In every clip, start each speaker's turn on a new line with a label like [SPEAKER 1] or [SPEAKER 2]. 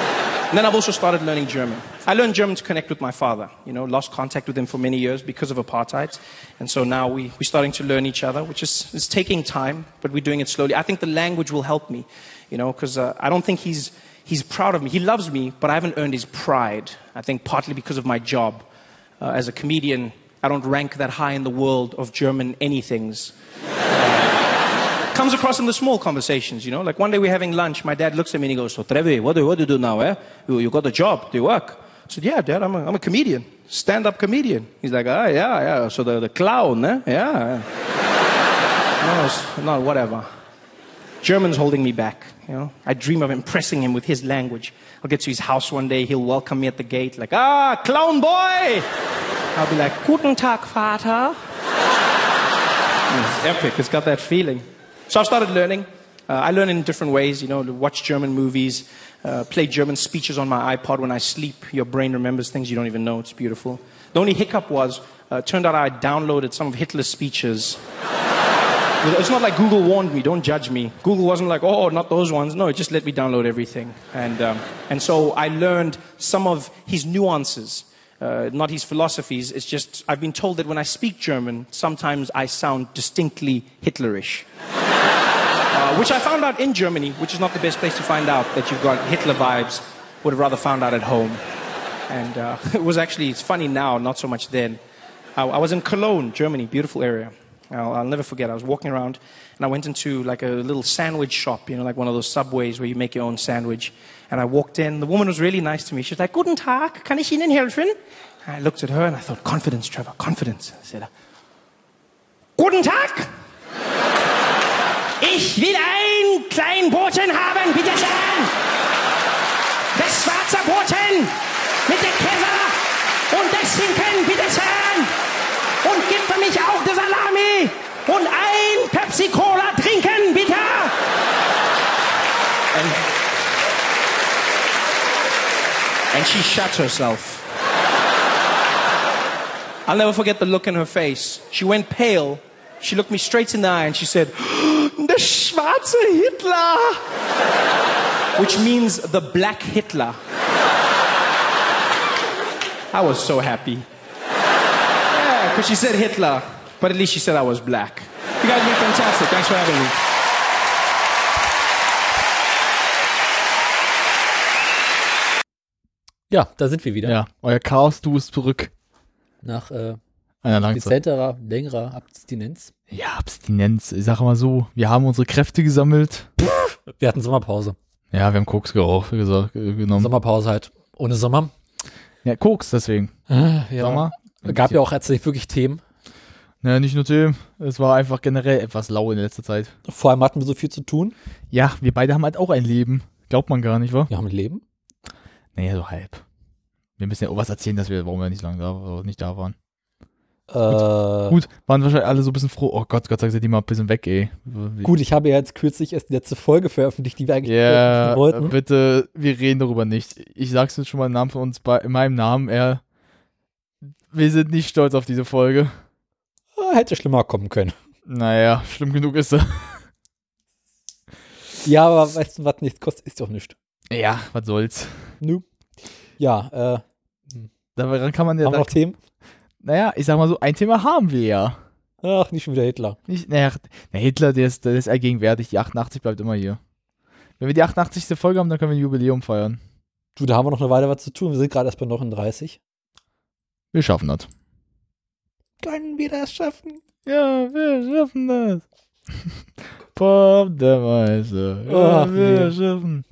[SPEAKER 1] And then I've also started learning German. I learned German to connect with my father. You know, lost contact with him for many years because of apartheid. And so now we, we're starting to learn each other, which is it's taking time, but we're doing it slowly. I think the language will help me, you know, because uh, I don't think he's, he's proud of me. He loves me, but I haven't earned his pride. I think partly because of my job uh, as a comedian. I don't rank that high in the world of German anythings. Comes across in the small conversations, you know. Like one day we're having lunch, my dad looks at me and he goes, So, Trevi, what do, what do you do now, eh? You, you got a job, do you work? I said, Yeah, dad, I'm a, I'm a comedian, stand up comedian. He's like, Ah, yeah, yeah. So the, the clown, eh? Yeah. yeah." no, no, whatever. German's holding me back. You know, I dream of impressing him with his language. I'll get to his house one day. He'll welcome me at the gate, like, "Ah, clown boy!" I'll be like, "Guten Tag, Vater." It's epic. It's got that feeling. So I've started learning. Uh, I learn in different ways. You know, to watch German movies, uh, play German speeches on my iPod when I sleep. Your brain remembers things you don't even know. It's beautiful. The only hiccup was, uh, turned out I downloaded some of Hitler's speeches. It's not like Google warned me, don't judge me. Google wasn't like, oh, not those ones. No, it just let me download everything. And, um, and so I learned some of his nuances, uh, not his philosophies. It's just, I've been told that when I speak German, sometimes I sound distinctly Hitlerish. Uh, which I found out in Germany, which is not the best place to find out that you've got Hitler vibes. Would have rather found out at home. And uh, it was actually, it's funny now, not so much then. I, I was in Cologne, Germany, beautiful area. I'll, I'll never forget. I was walking around and I went into like a little sandwich shop, you know, like one of those subways where you make your own sandwich. And I walked in. The woman was really nice to me. She was like, Guten Tag, kann ich Ihnen helfen? I looked at her and I thought, confidence, Trevor, confidence. I said, Guten Tag! Ich will ein klein Brotchen haben, bitte schön. Das schwarze Brotchen mit der Käse und das Schinken, bitte schön. Und gib für mich auch die Salami und ein Pepsi Cola trinken, bitte. And, and she shut herself. I'll never forget the look in her face. She went pale. She looked me straight in the eye and she said, Der schwarze Hitler! Which means the black Hitler. I was so happy. Yeah, because she said Hitler, but at least she said I was black. You guys have been fantastic. Thanks for having me.
[SPEAKER 2] Ja, da sind wir wieder.
[SPEAKER 3] Ja, euer Chaos-Du ist zurück.
[SPEAKER 2] Nach äh,
[SPEAKER 3] Einer Langzeit.
[SPEAKER 2] dezenterer, längerer Abstinenz.
[SPEAKER 3] Ja, Abstinenz. Ich sage mal so, wir haben unsere Kräfte gesammelt.
[SPEAKER 2] Wir hatten Sommerpause.
[SPEAKER 3] Ja, wir haben Koks geraucht, gesagt, äh, genommen.
[SPEAKER 2] Sommerpause halt. Ohne Sommer.
[SPEAKER 3] Ja, Koks deswegen.
[SPEAKER 2] Ah, ja.
[SPEAKER 3] Sommer.
[SPEAKER 2] Gab ja auch tatsächlich wirklich Themen.
[SPEAKER 3] Ja, nicht nur Tim. Es war einfach generell etwas lau in letzter Zeit.
[SPEAKER 2] Vor allem hatten wir so viel zu tun.
[SPEAKER 3] Ja, wir beide haben halt auch ein Leben. Glaubt man gar nicht, wa?
[SPEAKER 2] Wir haben ein Leben.
[SPEAKER 3] Naja, so halb. Wir müssen ja auch was erzählen, dass wir, warum wir nicht lang da, also nicht da waren.
[SPEAKER 2] Äh,
[SPEAKER 3] Gut, waren wahrscheinlich alle so ein bisschen froh. Oh Gott, Gott sei Dank sind die mal ein bisschen weg, ey.
[SPEAKER 2] Gut, ich habe ja jetzt kürzlich erst die letzte Folge veröffentlicht, die wir eigentlich
[SPEAKER 3] Ja,
[SPEAKER 2] veröffentlichen wollten.
[SPEAKER 3] bitte, wir reden darüber nicht. Ich sag's jetzt schon mal im Namen von uns, bei, in meinem Namen, er. Wir sind nicht stolz auf diese Folge.
[SPEAKER 2] Ah, hätte schlimmer kommen können.
[SPEAKER 3] Naja, schlimm genug ist er.
[SPEAKER 2] Ja, aber weißt du, was nichts kostet, ist doch nichts.
[SPEAKER 3] Ja, was soll's.
[SPEAKER 2] Nö. Ja, äh,
[SPEAKER 3] Daran kann man ja.
[SPEAKER 2] haben wir
[SPEAKER 3] Da,
[SPEAKER 2] noch Themen?
[SPEAKER 3] naja, ich sag mal so, ein Thema haben wir ja.
[SPEAKER 2] Ach, nicht schon wieder Hitler.
[SPEAKER 3] Nicht, naja, der Hitler, der ist, der ist allgegenwärtig. Die 88 bleibt immer hier. Wenn wir die 88. Folge haben, dann können wir ein Jubiläum feiern.
[SPEAKER 2] Du, da haben wir noch eine Weile was zu tun. Wir sind gerade erst bei 39.
[SPEAKER 3] Wir schaffen das.
[SPEAKER 2] Können wir das schaffen?
[SPEAKER 3] Ja, wir schaffen das. Bob der Weiße. Ja,
[SPEAKER 2] Ach,
[SPEAKER 3] Oh, wir
[SPEAKER 2] nee.
[SPEAKER 3] schaffen.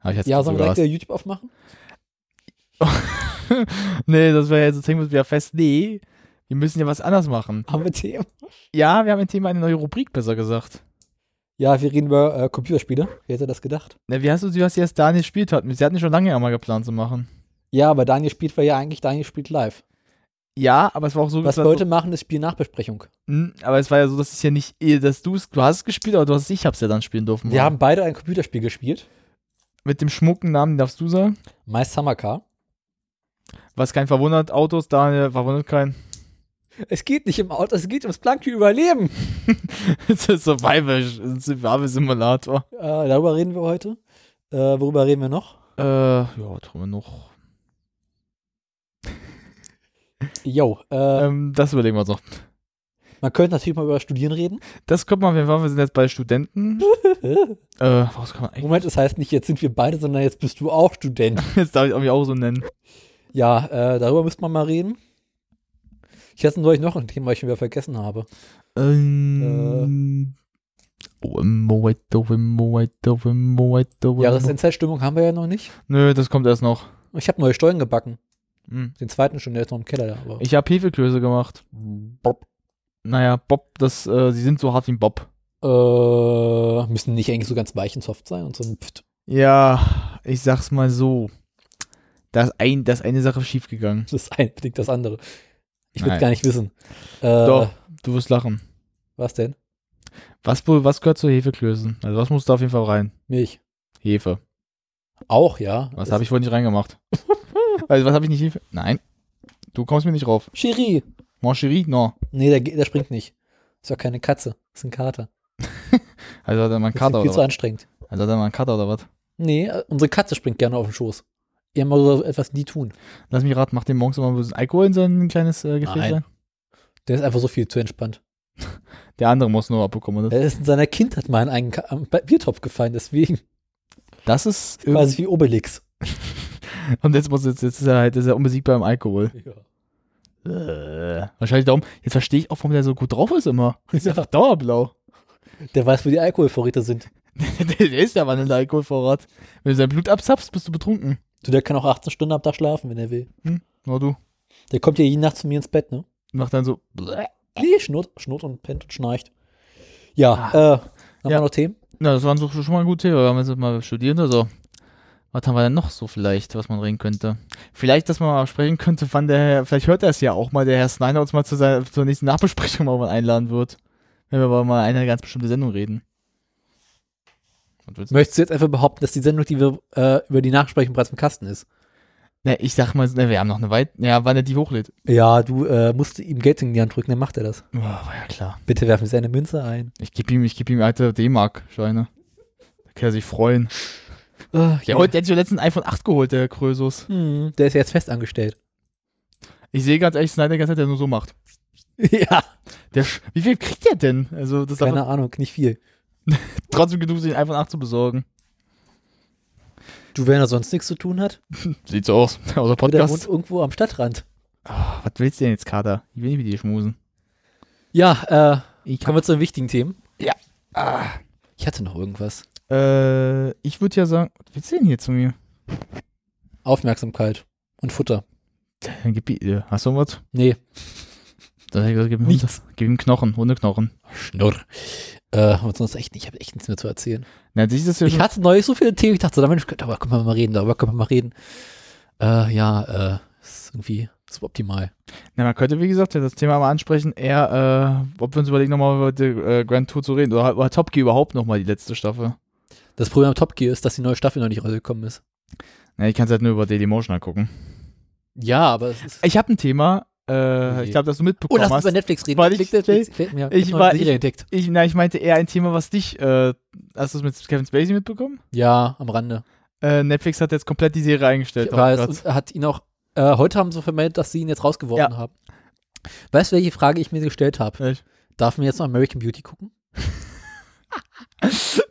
[SPEAKER 3] Hab ich jetzt
[SPEAKER 2] Ja,
[SPEAKER 3] ja,
[SPEAKER 2] sollen wir direkt äh, YouTube aufmachen?
[SPEAKER 3] Nee, das wäre jetzt, jetzt hängen wir uns wieder fest. Nee, wir müssen ja was anders machen.
[SPEAKER 2] Haben wir Themen?
[SPEAKER 3] Ja, wir haben ein Thema, eine neue Rubrik, besser gesagt.
[SPEAKER 2] Ja, wir reden über äh, Computerspiele. Wer hätte das gedacht?
[SPEAKER 3] Na, wie hast du sie, was sie erst Daniel gespielt hat? Sie hatten ja schon lange einmal geplant zu machen.
[SPEAKER 2] Ja, aber Daniel spielt war ja eigentlich Daniel spielt live.
[SPEAKER 3] Ja, aber es war auch so
[SPEAKER 2] Was wir
[SPEAKER 3] geplant-
[SPEAKER 2] heute machen, ist Spielnachbesprechung.
[SPEAKER 3] Hm, aber es war ja so, dass ich ja nicht, eh, dass du es, du hast es gespielt, aber du hast, ich hab's ja dann spielen dürfen.
[SPEAKER 2] Wir haben beide ein Computerspiel gespielt.
[SPEAKER 3] Mit dem schmucken Namen darfst du sagen.
[SPEAKER 2] Meist Samaka.
[SPEAKER 3] Was kein verwundert, Autos, Daniel, verwundert keinen.
[SPEAKER 2] Es geht nicht im Auto, es geht ums blanke Überleben.
[SPEAKER 3] Das ist Survival, Survival Simulator.
[SPEAKER 2] Äh, darüber reden wir heute. Äh, worüber reden wir noch?
[SPEAKER 3] Äh, ja, was haben wir noch?
[SPEAKER 2] Jo, äh,
[SPEAKER 3] Ähm, das überlegen wir uns noch.
[SPEAKER 2] man könnte natürlich mal über Studieren reden.
[SPEAKER 3] Das kommt mal auf jeden Fall, wir sind jetzt bei Studenten. äh, was kann man eigentlich?
[SPEAKER 2] Moment, das heißt nicht, jetzt sind wir beide, sondern jetzt bist du auch Student.
[SPEAKER 3] Jetzt darf ich irgendwie auch so nennen.
[SPEAKER 2] Ja, äh, darüber müsste man mal reden. Ich hatte neulich noch ein Thema, was ich schon wieder vergessen habe.
[SPEAKER 3] Äh. Ähm. Oh, im Moment, oh, im Moment, oh, im Moment, oh, im Moment.
[SPEAKER 2] Jahresendzeitstimmung haben wir ja noch nicht.
[SPEAKER 3] Nö, das kommt erst noch.
[SPEAKER 2] Ich habe neue Stollen gebacken.
[SPEAKER 3] Hm.
[SPEAKER 2] Den zweiten schon, der ist noch im Keller da. Aber
[SPEAKER 3] Ich habe Hefeklöße gemacht. Bob. Naja, Bob, das, äh, sie sind so hart wie ein Bob.
[SPEAKER 2] äh, müssen nicht eigentlich so ganz weich und soft sein und so ein Pft.
[SPEAKER 3] Ja, ich sag's mal so. Da ist, ein, da ist eine Sache schiefgegangen.
[SPEAKER 2] Das ist ein bedingt das andere. Ich will
[SPEAKER 3] Nein.
[SPEAKER 2] gar nicht wissen. Äh,
[SPEAKER 3] Doch, du wirst lachen.
[SPEAKER 2] Was denn?
[SPEAKER 3] Was, wohl- was gehört zu Hefeklößen? Also was muss da auf jeden Fall rein?
[SPEAKER 2] Milch.
[SPEAKER 3] Hefe.
[SPEAKER 2] Auch, ja.
[SPEAKER 3] Was habe ich wohl nicht reingemacht? also was habe ich nicht Hefe? Nein. Du kommst mir nicht drauf.
[SPEAKER 2] Chiri.
[SPEAKER 3] Mon chéri? No.
[SPEAKER 2] Nee, der, ge- der springt nicht. Ist doch keine Katze. Ist ein Kater.
[SPEAKER 3] Also hat er mal einen
[SPEAKER 2] Das
[SPEAKER 3] Kater
[SPEAKER 2] ist viel
[SPEAKER 3] oder
[SPEAKER 2] zu
[SPEAKER 3] was?
[SPEAKER 2] anstrengend.
[SPEAKER 3] Also hat er mal einen Kater oder was?
[SPEAKER 2] Nee, äh, unsere Katze springt gerne auf den Schoß. Ihr mal so etwas nie tun.
[SPEAKER 3] Lass mich raten, macht der morgens immer ein bisschen Alkohol in sein kleines äh, Gefäß
[SPEAKER 2] Nein.
[SPEAKER 3] rein?
[SPEAKER 2] Der ist einfach so viel zu entspannt.
[SPEAKER 3] Der andere muss nur abbekommen. Das,
[SPEAKER 2] Er ist in seiner Kindheit mal in einen Ka am Ba- Biertopf gefallen, deswegen
[SPEAKER 3] das ist...
[SPEAKER 2] quasi wie Obelix.
[SPEAKER 3] Und jetzt, muss, jetzt, jetzt ist er halt ist er unbesiegbar im Alkohol.
[SPEAKER 2] Ja.
[SPEAKER 3] Äh, wahrscheinlich darum. Jetzt verstehe ich auch, warum der so gut drauf ist immer. Ist
[SPEAKER 2] Ja.
[SPEAKER 3] einfach dauerblau.
[SPEAKER 2] Der weiß, wo die Alkoholvorräte sind.
[SPEAKER 3] der ist der wandelnde Alkoholvorrat. Wenn du sein Blut abzapfst, bist du betrunken.
[SPEAKER 2] Du, der kann auch 18 Stunden am Tag schlafen, wenn er will.
[SPEAKER 3] Na du.
[SPEAKER 2] Der kommt ja jede Nacht zu mir ins Bett, ne?
[SPEAKER 3] Macht dann so. bleh.
[SPEAKER 2] Nee, schnurrt, schnurrt und pennt und schnarcht. Ja, äh, haben
[SPEAKER 3] Ja.
[SPEAKER 2] wir noch Themen?
[SPEAKER 3] Na, das waren so schon mal gute Themen. Wir haben jetzt mal studiert oder so. Was haben wir denn noch so vielleicht, was man reden könnte? Vielleicht, dass man mal sprechen könnte, wann der Herr, vielleicht hört er es ja auch mal, der Herr Snyder uns mal zu seiner, zur nächsten Nachbesprechung mal einladen wird. Wenn wir aber mal eine ganz bestimmte Sendung reden. Was willst du?
[SPEAKER 2] Möchtest du jetzt einfach behaupten, dass die Sendung, die wir äh, über die Nachsprechen bereits im Kasten ist?
[SPEAKER 3] Na, ich sag mal, na, wir haben noch eine weit. Ja, wann er die hochlädt.
[SPEAKER 2] Ja, du äh, musst ihm Geld in die Hand drücken, dann macht er das.
[SPEAKER 3] Oh, war ja klar.
[SPEAKER 2] Bitte werfen Sie seine Münze ein.
[SPEAKER 3] Ich gebe ihm, ich gebe ihm alte D-Mark-Scheine. Da kann er sich freuen.
[SPEAKER 2] Ah,
[SPEAKER 3] Der, holt, der hat sich letztens ein iPhone 8 geholt, der Krösus.
[SPEAKER 2] Hm, der ist jetzt festangestellt.
[SPEAKER 3] Ich sehe ganz ehrlich, Snyder die ganze Zeit, der nur so macht.
[SPEAKER 2] ja,
[SPEAKER 3] Der, sch- wie viel kriegt der denn? Also, das ist
[SPEAKER 2] keine Ahnung, nicht viel.
[SPEAKER 3] trotzdem genug, sich ein iPhone 8 zu besorgen.
[SPEAKER 2] Du, wenn er sonst nichts zu tun hat,
[SPEAKER 3] Sieht so aus. Außer
[SPEAKER 2] der wohnt
[SPEAKER 3] Podcast.
[SPEAKER 2] irgendwo am Stadtrand.
[SPEAKER 3] Oh, was willst du denn jetzt, Kater? Ich will nicht mit dir schmusen.
[SPEAKER 2] Ja, äh,
[SPEAKER 3] Ich
[SPEAKER 2] kommen wir zu den wichtigen Themen.
[SPEAKER 3] Ja.
[SPEAKER 2] Ich hatte noch irgendwas.
[SPEAKER 3] Äh, ich würde ja sagen, was willst du denn hier zu mir?
[SPEAKER 2] Aufmerksamkeit und Futter.
[SPEAKER 3] Dann gib ihm, äh, hast du was?
[SPEAKER 2] Nee,
[SPEAKER 3] Dann hätte ich gesagt, gib ihm,
[SPEAKER 2] Nichts.
[SPEAKER 3] Gib ihm Knochen, Hundeknochen.
[SPEAKER 2] Schnurr. Äh, und sonst echt nicht. Ich habe echt nichts mehr zu erzählen.
[SPEAKER 3] Na, das ist das ja
[SPEAKER 2] Ich
[SPEAKER 3] schon.
[SPEAKER 2] hatte neulich so viele Themen. Ich dachte, so, Mensch, darüber können wir mal reden, darüber können wir mal reden. Äh, ja, äh, ist irgendwie suboptimal.
[SPEAKER 3] Na, man könnte, wie gesagt, ja das Thema mal ansprechen, eher, äh, ob wir uns überlegen, nochmal über die äh, Grand Tour zu reden oder über Top Gear überhaupt nochmal die letzte Staffel.
[SPEAKER 2] Das Problem am Top Gear ist, dass die neue Staffel noch nicht rausgekommen ist.
[SPEAKER 3] Na, ich kann es halt nur über Daily Motion gucken.
[SPEAKER 2] Ja, aber es ist.
[SPEAKER 3] Ich habe ein Thema, äh,
[SPEAKER 2] Okay.
[SPEAKER 3] ich glaube, das du
[SPEAKER 2] Oh,
[SPEAKER 3] mitbekommen
[SPEAKER 2] lass uns
[SPEAKER 3] hast.
[SPEAKER 2] über Netflix reden.
[SPEAKER 3] Weil ich-
[SPEAKER 2] Netflix, Netflix, mir.
[SPEAKER 3] ich
[SPEAKER 2] hab noch
[SPEAKER 3] war-
[SPEAKER 2] eine Serie
[SPEAKER 3] ich-
[SPEAKER 2] entdeckt.
[SPEAKER 3] Ich, na, ich meinte eher ein Thema, was dich, äh, hast du es mit Kevin Spacey mitbekommen?
[SPEAKER 2] Ja, am Rande.
[SPEAKER 3] Äh, Netflix hat jetzt komplett die Serie eingestellt.
[SPEAKER 2] Ich weiß,
[SPEAKER 3] Oh Gott.
[SPEAKER 2] und hat ihn auch. Äh, heute haben sie vermeldet, dass sie ihn jetzt rausgeworfen
[SPEAKER 3] Ja.
[SPEAKER 2] haben. Weißt du, welche Frage ich mir gestellt habe?
[SPEAKER 3] Echt?
[SPEAKER 2] Darf man jetzt noch American Beauty gucken?
[SPEAKER 3] das,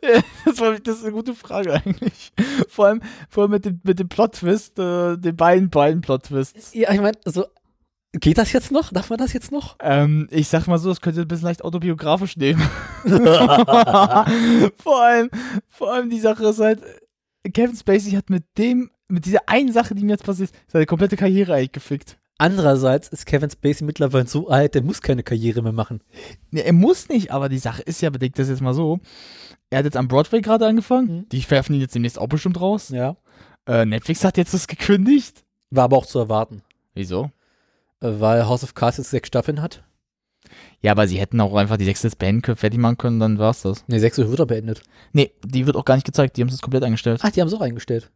[SPEAKER 3] war, das ist eine gute Frage eigentlich. Vor allem, vor allem mit dem, mit dem Plot-Twist, äh, den beiden, beiden Plot-Twists.
[SPEAKER 2] Ja, ich meine, also, geht das jetzt noch? Darf man das jetzt noch?
[SPEAKER 3] Ähm, ich sag mal so, das könnt ihr ein bisschen leicht autobiografisch nehmen. vor, allem, vor allem die Sache ist halt, Kevin Spacey hat mit dem, mit dieser einen Sache, die ihm jetzt passiert, ist, seine komplette Karriere eigentlich gefickt.
[SPEAKER 2] Andererseits ist Kevin Spacey mittlerweile so alt, der muss keine Karriere mehr machen.
[SPEAKER 3] Ne, er muss nicht, aber die Sache ist ja, bedingt das jetzt mal so. Er hat jetzt am Broadway gerade angefangen.
[SPEAKER 2] Mhm.
[SPEAKER 3] Die werfen ihn jetzt demnächst auch bestimmt raus.
[SPEAKER 2] Ja.
[SPEAKER 3] Äh, Netflix hat jetzt das gekündigt.
[SPEAKER 2] War aber auch zu erwarten,
[SPEAKER 3] Wieso?
[SPEAKER 2] äh, weil House of Cards jetzt sechs Staffeln hat.
[SPEAKER 3] Ja, aber sie hätten auch einfach die sechste beenden können, fertig machen können, dann war's das.
[SPEAKER 2] Ne, sechs wird er beendet.
[SPEAKER 3] Nee, die wird auch gar nicht gezeigt. Die haben es jetzt komplett eingestellt.
[SPEAKER 2] Ach, die haben es auch eingestellt.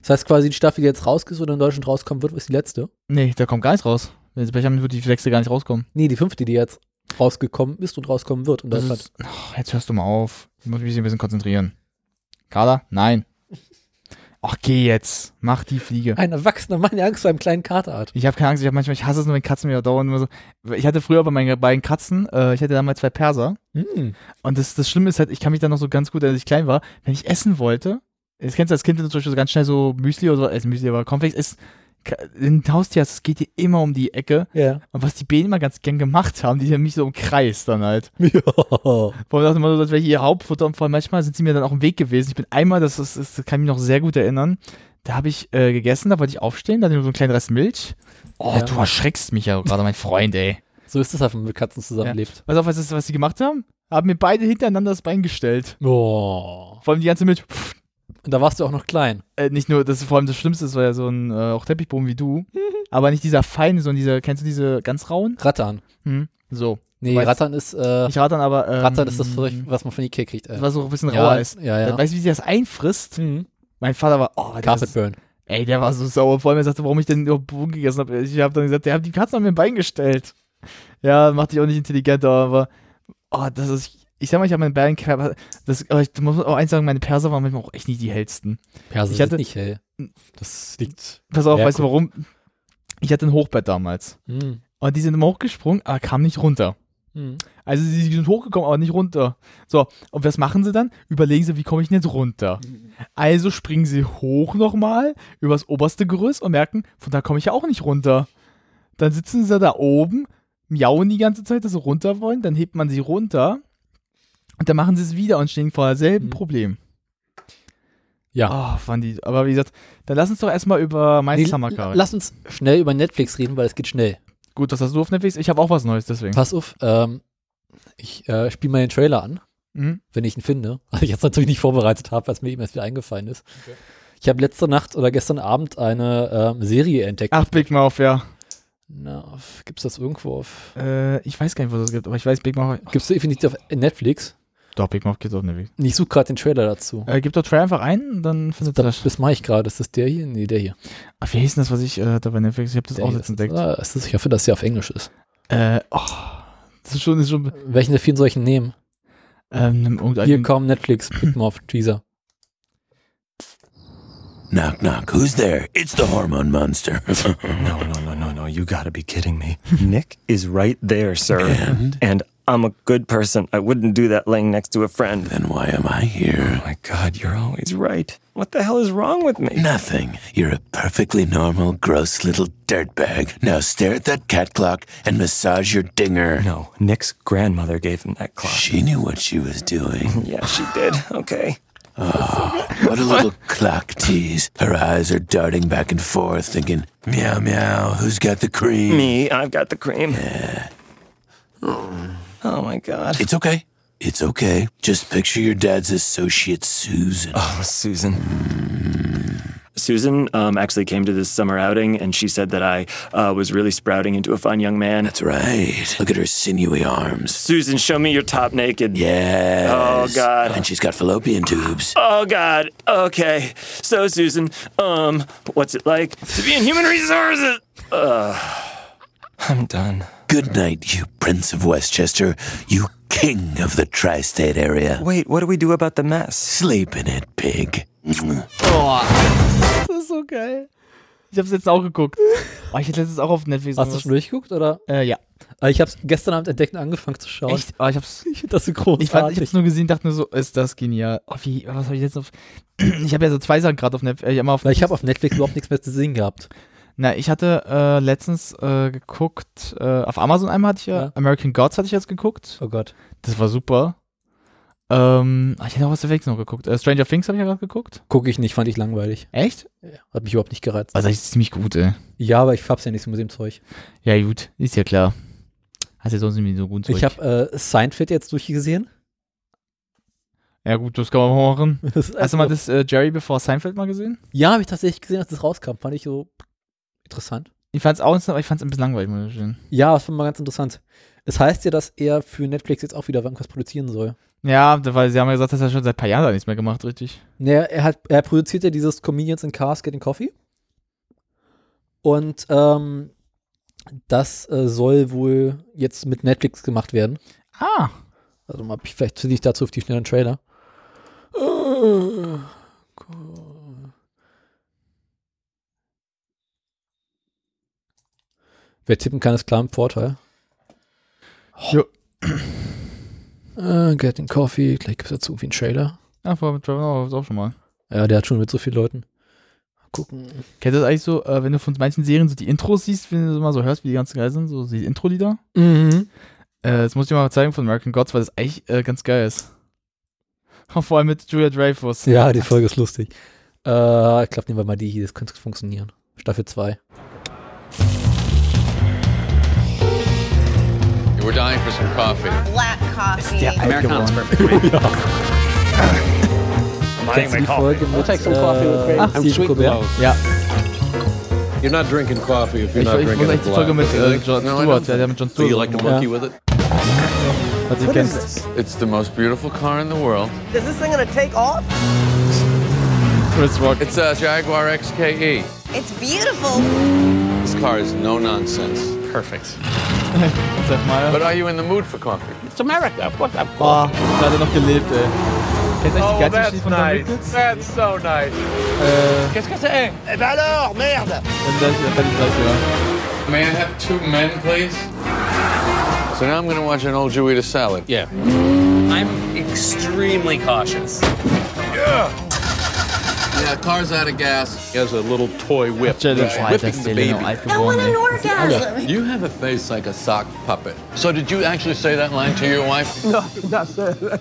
[SPEAKER 2] Das heißt quasi, die Staffel, die jetzt rausgeht oder in Deutschland rauskommen wird, ist die letzte.
[SPEAKER 3] Nee, da kommt gar nichts raus. Wenn sie Pech haben, wird die sechste gar nicht rauskommen.
[SPEAKER 2] Nee, die fünfte, die jetzt rausgekommen ist und rauskommen wird in
[SPEAKER 3] Das
[SPEAKER 2] Deutschland.
[SPEAKER 3] ist, oh, ach, jetzt hörst du mal auf. Ich muss mich ein bisschen konzentrieren. Kader? Nein. Ach, geh jetzt. Mach die Fliege.
[SPEAKER 2] Ein erwachsener Mann, der Angst vor einem kleinen Kater hat.
[SPEAKER 3] Ich habe keine Angst, ich habe manchmal, ich hasse es nur, wenn Katzen mir dauernd immer so. Ich hatte früher bei meinen beiden Katzen, äh, ich hatte damals zwei Perser.
[SPEAKER 2] Hm.
[SPEAKER 3] Und das, das Schlimme ist halt, ich kann mich da noch so ganz gut, als ich klein war, wenn ich essen wollte, das kennst du als Kind, wenn du zum Beispiel so ganz schnell so Müsli oder so, also Müsli, aber Cornflakes ist, ein Haustier hast, es geht dir immer um die Ecke.
[SPEAKER 2] Ja.
[SPEAKER 3] Und was die Bienen immer ganz gern gemacht haben, die haben mich so umkreist dann halt.
[SPEAKER 2] ja.
[SPEAKER 3] Vor allem dachte man so, das wäre hier ihr Hauptfutter und vor allem manchmal sind sie mir dann auch im Weg gewesen. Ich bin einmal, das, ist, das kann ich mich noch sehr gut erinnern, da habe ich äh, gegessen, da wollte ich aufstehen, da hatte ich nur so einen kleinen Rest Milch. Oh,
[SPEAKER 2] Ja.
[SPEAKER 3] du erschreckst mich ja gerade, mein Freund, ey.
[SPEAKER 2] So ist es halt, wenn man mit Katzen zusammenlebt.
[SPEAKER 3] Pass auf, was, ist, was sie gemacht haben? Haben mir beide hintereinander das Bein gestellt.
[SPEAKER 2] Oh.
[SPEAKER 3] Vor allem die ganze Milch. Pff,
[SPEAKER 2] Und da warst du auch noch klein.
[SPEAKER 3] äh, nicht nur, das vor allem das Schlimmste ist, war ja so ein äh, auch Teppichboden wie du. aber nicht dieser feine, sondern dieser, kennst du diese ganz rauen?
[SPEAKER 2] Rattern.
[SPEAKER 3] Hm, so.
[SPEAKER 2] Nee,
[SPEAKER 3] Weißt-
[SPEAKER 2] Rattern ist, äh,
[SPEAKER 3] Ich rate dann aber. Ähm,
[SPEAKER 2] Rattern ist das, was man von Ikea kriegt. Äh.
[SPEAKER 3] Das war so ein bisschen
[SPEAKER 2] Ja,
[SPEAKER 3] rauer ist.
[SPEAKER 2] ja, ja.
[SPEAKER 3] Weißt du, wie sie das einfrisst?
[SPEAKER 2] Mhm.
[SPEAKER 3] Mein Vater war, oh, der
[SPEAKER 2] Carpet
[SPEAKER 3] ist,
[SPEAKER 2] Burn.
[SPEAKER 3] ey, der war so sauer. Vor allem, er sagte, warum ich denn nur Bohnen gegessen habe. Ich habe dann gesagt, der hat die Katzen an mir ein Bein gestellt. Ja, macht dich auch nicht intelligenter, aber, oh, das ist, ich sag mal, ich habe meinen Bein, das, aber ich muss auch eins sagen, meine Perser waren manchmal auch echt nicht die hellsten.
[SPEAKER 2] Perser
[SPEAKER 3] also Ich Hm. hatte-
[SPEAKER 2] sind nicht hell. Das liegt.
[SPEAKER 3] Pass auf,
[SPEAKER 2] Ja,
[SPEAKER 3] weißt du warum? Ich hatte ein Hochbett damals.
[SPEAKER 2] Mhm.
[SPEAKER 3] Und die sind immer hochgesprungen, aber kamen nicht runter.
[SPEAKER 2] Mhm.
[SPEAKER 3] Also sie sind hochgekommen, aber nicht runter. So, und was machen sie dann? Überlegen sie, wie komme ich denn jetzt runter? Also springen sie hoch nochmal übers oberste Gerüst und merken, von da komme ich ja auch nicht runter. Dann sitzen sie da oben, miauen die ganze Zeit, dass sie runter wollen, dann hebt man sie runter und dann machen sie es wieder und stehen vor derselben
[SPEAKER 2] Mhm.
[SPEAKER 3] Problem.
[SPEAKER 2] Ja.
[SPEAKER 3] Ah, fand die. Aber wie gesagt, dann lass uns doch erstmal über My
[SPEAKER 2] Nee,
[SPEAKER 3] Summer
[SPEAKER 2] l-
[SPEAKER 3] Car.
[SPEAKER 2] lass uns schnell über Netflix reden, weil es geht schnell.
[SPEAKER 3] Gut, das hast du auf Netflix. Ich habe auch was Neues, deswegen.
[SPEAKER 2] Pass auf, ähm, ich äh, spiele mal den Trailer an,
[SPEAKER 3] Mhm.
[SPEAKER 2] wenn ich ihn finde. Weil ich jetzt natürlich nicht vorbereitet habe, was mir eben erst wieder eingefallen ist. Ich habe letzte Nacht oder gestern Abend eine ähm, Serie entdeckt.
[SPEAKER 3] Ach, Big Mouth, ja.
[SPEAKER 2] Na, auf, gibt's das irgendwo auf?
[SPEAKER 3] Äh, ich weiß gar nicht, wo das gibt, aber ich weiß, Big Mouth.
[SPEAKER 2] Gibt's definitiv auf Netflix?
[SPEAKER 3] Doch, Big Mouth geht's auf Netflix.
[SPEAKER 2] Und Ich suche gerade den Trailer dazu.
[SPEAKER 3] Äh, gib doch Trey einfach ein und dann findet ihr
[SPEAKER 2] Das,
[SPEAKER 3] das.
[SPEAKER 2] das mache ich gerade. Ist das der hier? Nee, der hier.
[SPEAKER 3] Ach, wie hieß denn das, was ich äh, da bei Netflix? Ich habe das
[SPEAKER 2] Der
[SPEAKER 3] auch
[SPEAKER 2] hier
[SPEAKER 3] jetzt
[SPEAKER 2] ist-
[SPEAKER 3] entdeckt.
[SPEAKER 2] Ah, ist das, ich hoffe, dass der auf Englisch ist.
[SPEAKER 3] Äh, oh, das ist schon, ist schon
[SPEAKER 2] Welchen der vielen solchen nehmen?
[SPEAKER 3] ähm, nimm irgendeinen-
[SPEAKER 2] Hier kommen Netflix, Big Mouth, Teaser.
[SPEAKER 4] Knock, knock. Who's there? It's the hormone monster.
[SPEAKER 5] No, no, no, no, no. You gotta be kidding me. Nick is right there, sir. And? I'm a good person. I wouldn't do that laying next to a friend. Oh
[SPEAKER 4] then why am I here?
[SPEAKER 5] My God, you're always right. What the hell is wrong with me?
[SPEAKER 4] Nothing. You're a perfectly normal, gross little dirtbag. Now stare at that cat clock and massage your dinger.
[SPEAKER 5] No, Nick's grandmother gave him that clock.
[SPEAKER 4] She knew what she was doing.
[SPEAKER 5] Yeah, she did. Okay.
[SPEAKER 4] What a little clock tease. Her eyes are darting back and forth, thinking, meow, meow, who's got the cream?
[SPEAKER 5] Me, I've got the cream. Oh my God.
[SPEAKER 4] It's okay. It's okay. Just picture your dad's associate, Susan.
[SPEAKER 5] Oh, Susan. Susan um, actually came to this summer outing, and she said that I uh, was really sprouting into a fine young man.
[SPEAKER 4] That's right. Look at her sinewy arms.
[SPEAKER 5] Susan, show me your top naked.
[SPEAKER 4] Yes.
[SPEAKER 5] Oh, God.
[SPEAKER 4] And she's got fallopian tubes.
[SPEAKER 5] Oh God. Okay. So Susan, um, what's it like to be in human resources? Uh, I'm done.
[SPEAKER 4] Good night, you Prince of Westchester, you king of the tri state area.
[SPEAKER 5] Wait, what do we do about the mess?
[SPEAKER 4] Sleep in it, pig.
[SPEAKER 3] Das ist so geil. Ich habe es jetzt auch geguckt. Oh, ich hätte letztens auch auf Netflix.
[SPEAKER 2] Hast du schon durchgeguckt? Oder?
[SPEAKER 3] Äh, ja.
[SPEAKER 2] Äh, Ich habe es gestern Abend entdeckt und angefangen zu schauen.
[SPEAKER 3] Echt? Oh, ich hab's.
[SPEAKER 2] Ich finde das so großartig.
[SPEAKER 3] Ich, fand, ich hab's nur gesehen, dachte nur so, ist das genial. Oh, wie, was habe ich jetzt auf. Ich habe ja so zwei Sachen gerade auf Netflix. Äh, immer auf
[SPEAKER 2] Weil ich habe auf Netflix überhaupt nichts mehr zu sehen gehabt.
[SPEAKER 3] Na, ich hatte äh, letztens äh, geguckt, äh, auf Amazon einmal hatte ich ja,
[SPEAKER 2] Ja.
[SPEAKER 3] American Gods hatte ich jetzt geguckt.
[SPEAKER 2] Oh Gott.
[SPEAKER 3] Das war super. Ähm, ah, ich hätte auch was Netflix noch geguckt. Äh, Stranger Things habe ich ja gerade geguckt.
[SPEAKER 2] Gucke ich nicht, fand ich langweilig.
[SPEAKER 3] Echt?
[SPEAKER 2] Hat mich überhaupt nicht gereizt.
[SPEAKER 3] Also, das ist ziemlich gut, ey.
[SPEAKER 2] Ja, aber ich hab's ja nichts mit dem Zeug.
[SPEAKER 3] Ja, gut, ist ja klar. Hast ja sonst nicht so gut Zeug.
[SPEAKER 2] Ich habe äh, Seinfeld jetzt durchgesehen.
[SPEAKER 3] ja, gut, das kann man auch machen.
[SPEAKER 2] Das ist
[SPEAKER 3] Hast du mal
[SPEAKER 2] einfach-
[SPEAKER 3] das äh, Jerry Before Seinfeld mal gesehen?
[SPEAKER 2] ja, habe ich tatsächlich gesehen, als das rauskam. Fand ich so interessant.
[SPEAKER 3] Ich fand's auch interessant, aber ich fand's ein bisschen langweilig, muss ich gestehen.
[SPEAKER 2] Ja, das fand ich mal ganz interessant. Es heißt ja, dass er für Netflix jetzt auch wieder was produzieren soll.
[SPEAKER 3] Ja, da- weil sie haben ja gesagt, dass er schon seit ein paar Jahren da nichts mehr gemacht, richtig?
[SPEAKER 2] Naja, er, hat, er produziert ja dieses Comedians in Cars Getting Coffee. Und ähm, das äh, soll wohl jetzt mit Netflix gemacht werden.
[SPEAKER 3] Ah,
[SPEAKER 2] Also mal, vielleicht finde ich dazu auf die schnellen Trailer. Wer tippen kann, ist klar im Vorteil.
[SPEAKER 3] Jo.
[SPEAKER 2] Äh, getting Coffee, gleich gibt es dazu irgendwie einen Trailer.
[SPEAKER 3] Ja, vorher mit Trevor Noah auch schon mal.
[SPEAKER 2] Ja, der hat schon mit so vielen Leuten. Mal gucken.
[SPEAKER 3] Kennst du das eigentlich so, äh, wenn du von manchen Serien so die Intros siehst, wenn du so mal so hörst, wie die ganzen geil sind, so die Intro-Lieder?
[SPEAKER 2] Mhm.
[SPEAKER 3] Äh, das muss ich dir mal zeigen von American Gods, weil das eigentlich äh, ganz geil ist. Vor allem mit Julia Dreyfus.
[SPEAKER 2] Ja, die Folge ist lustig. Äh, ich glaube, nehmen wir mal die hier, das könnte funktionieren. Staffel 2.
[SPEAKER 6] You were dying for some coffee.
[SPEAKER 7] black coffee.
[SPEAKER 8] Americana's perfect.
[SPEAKER 2] Kennst du die Folge mit, äh,
[SPEAKER 8] Ach,
[SPEAKER 2] Steve Colbert?
[SPEAKER 3] Ja,
[SPEAKER 8] You're not drinking coffee if you're
[SPEAKER 3] ich,
[SPEAKER 8] not
[SPEAKER 3] ich
[SPEAKER 8] drinking
[SPEAKER 3] muss echt die Folge mit äh,
[SPEAKER 8] genau,
[SPEAKER 3] John Stewart, ja, der mit John
[SPEAKER 8] So
[SPEAKER 3] Stewart.
[SPEAKER 8] you like a monkey with it?
[SPEAKER 3] was ich kennst.
[SPEAKER 6] It's the most beautiful car in the world.
[SPEAKER 9] Is this thing gonna take off?
[SPEAKER 3] Chris Rock.
[SPEAKER 6] It's a Jaguar XKE.
[SPEAKER 7] It's beautiful.
[SPEAKER 6] This car is no nonsense. Perfect.
[SPEAKER 3] Seth Meyer.
[SPEAKER 6] But are you in the mood for coffee?
[SPEAKER 8] It's America, of course.
[SPEAKER 3] Oh, da hat er noch gelebt, ey.
[SPEAKER 6] Oh,
[SPEAKER 3] Kennst du eigentlich die ganze Geschichte von Tom Rickles?
[SPEAKER 6] That's so nice.
[SPEAKER 3] Äh,
[SPEAKER 6] Qu'est-ce que c'est?
[SPEAKER 3] das gleiche, das gleiche, äh, ja.
[SPEAKER 6] May I have two men, please? So now I'm going to watch an old Jew eat a salad.
[SPEAKER 8] Yeah. I'm extremely cautious.
[SPEAKER 6] Yeah, car's out of gas.
[SPEAKER 8] He has a little toy whip.
[SPEAKER 3] Challenge, Alter,
[SPEAKER 8] whipping
[SPEAKER 3] ist
[SPEAKER 8] the baby.
[SPEAKER 3] der noch genau, alt
[SPEAKER 7] I want
[SPEAKER 3] geworden,
[SPEAKER 7] an
[SPEAKER 3] ey.
[SPEAKER 7] orgasm.
[SPEAKER 6] You have a face like a sock puppet. So did you actually say that line to your wife? No, not that.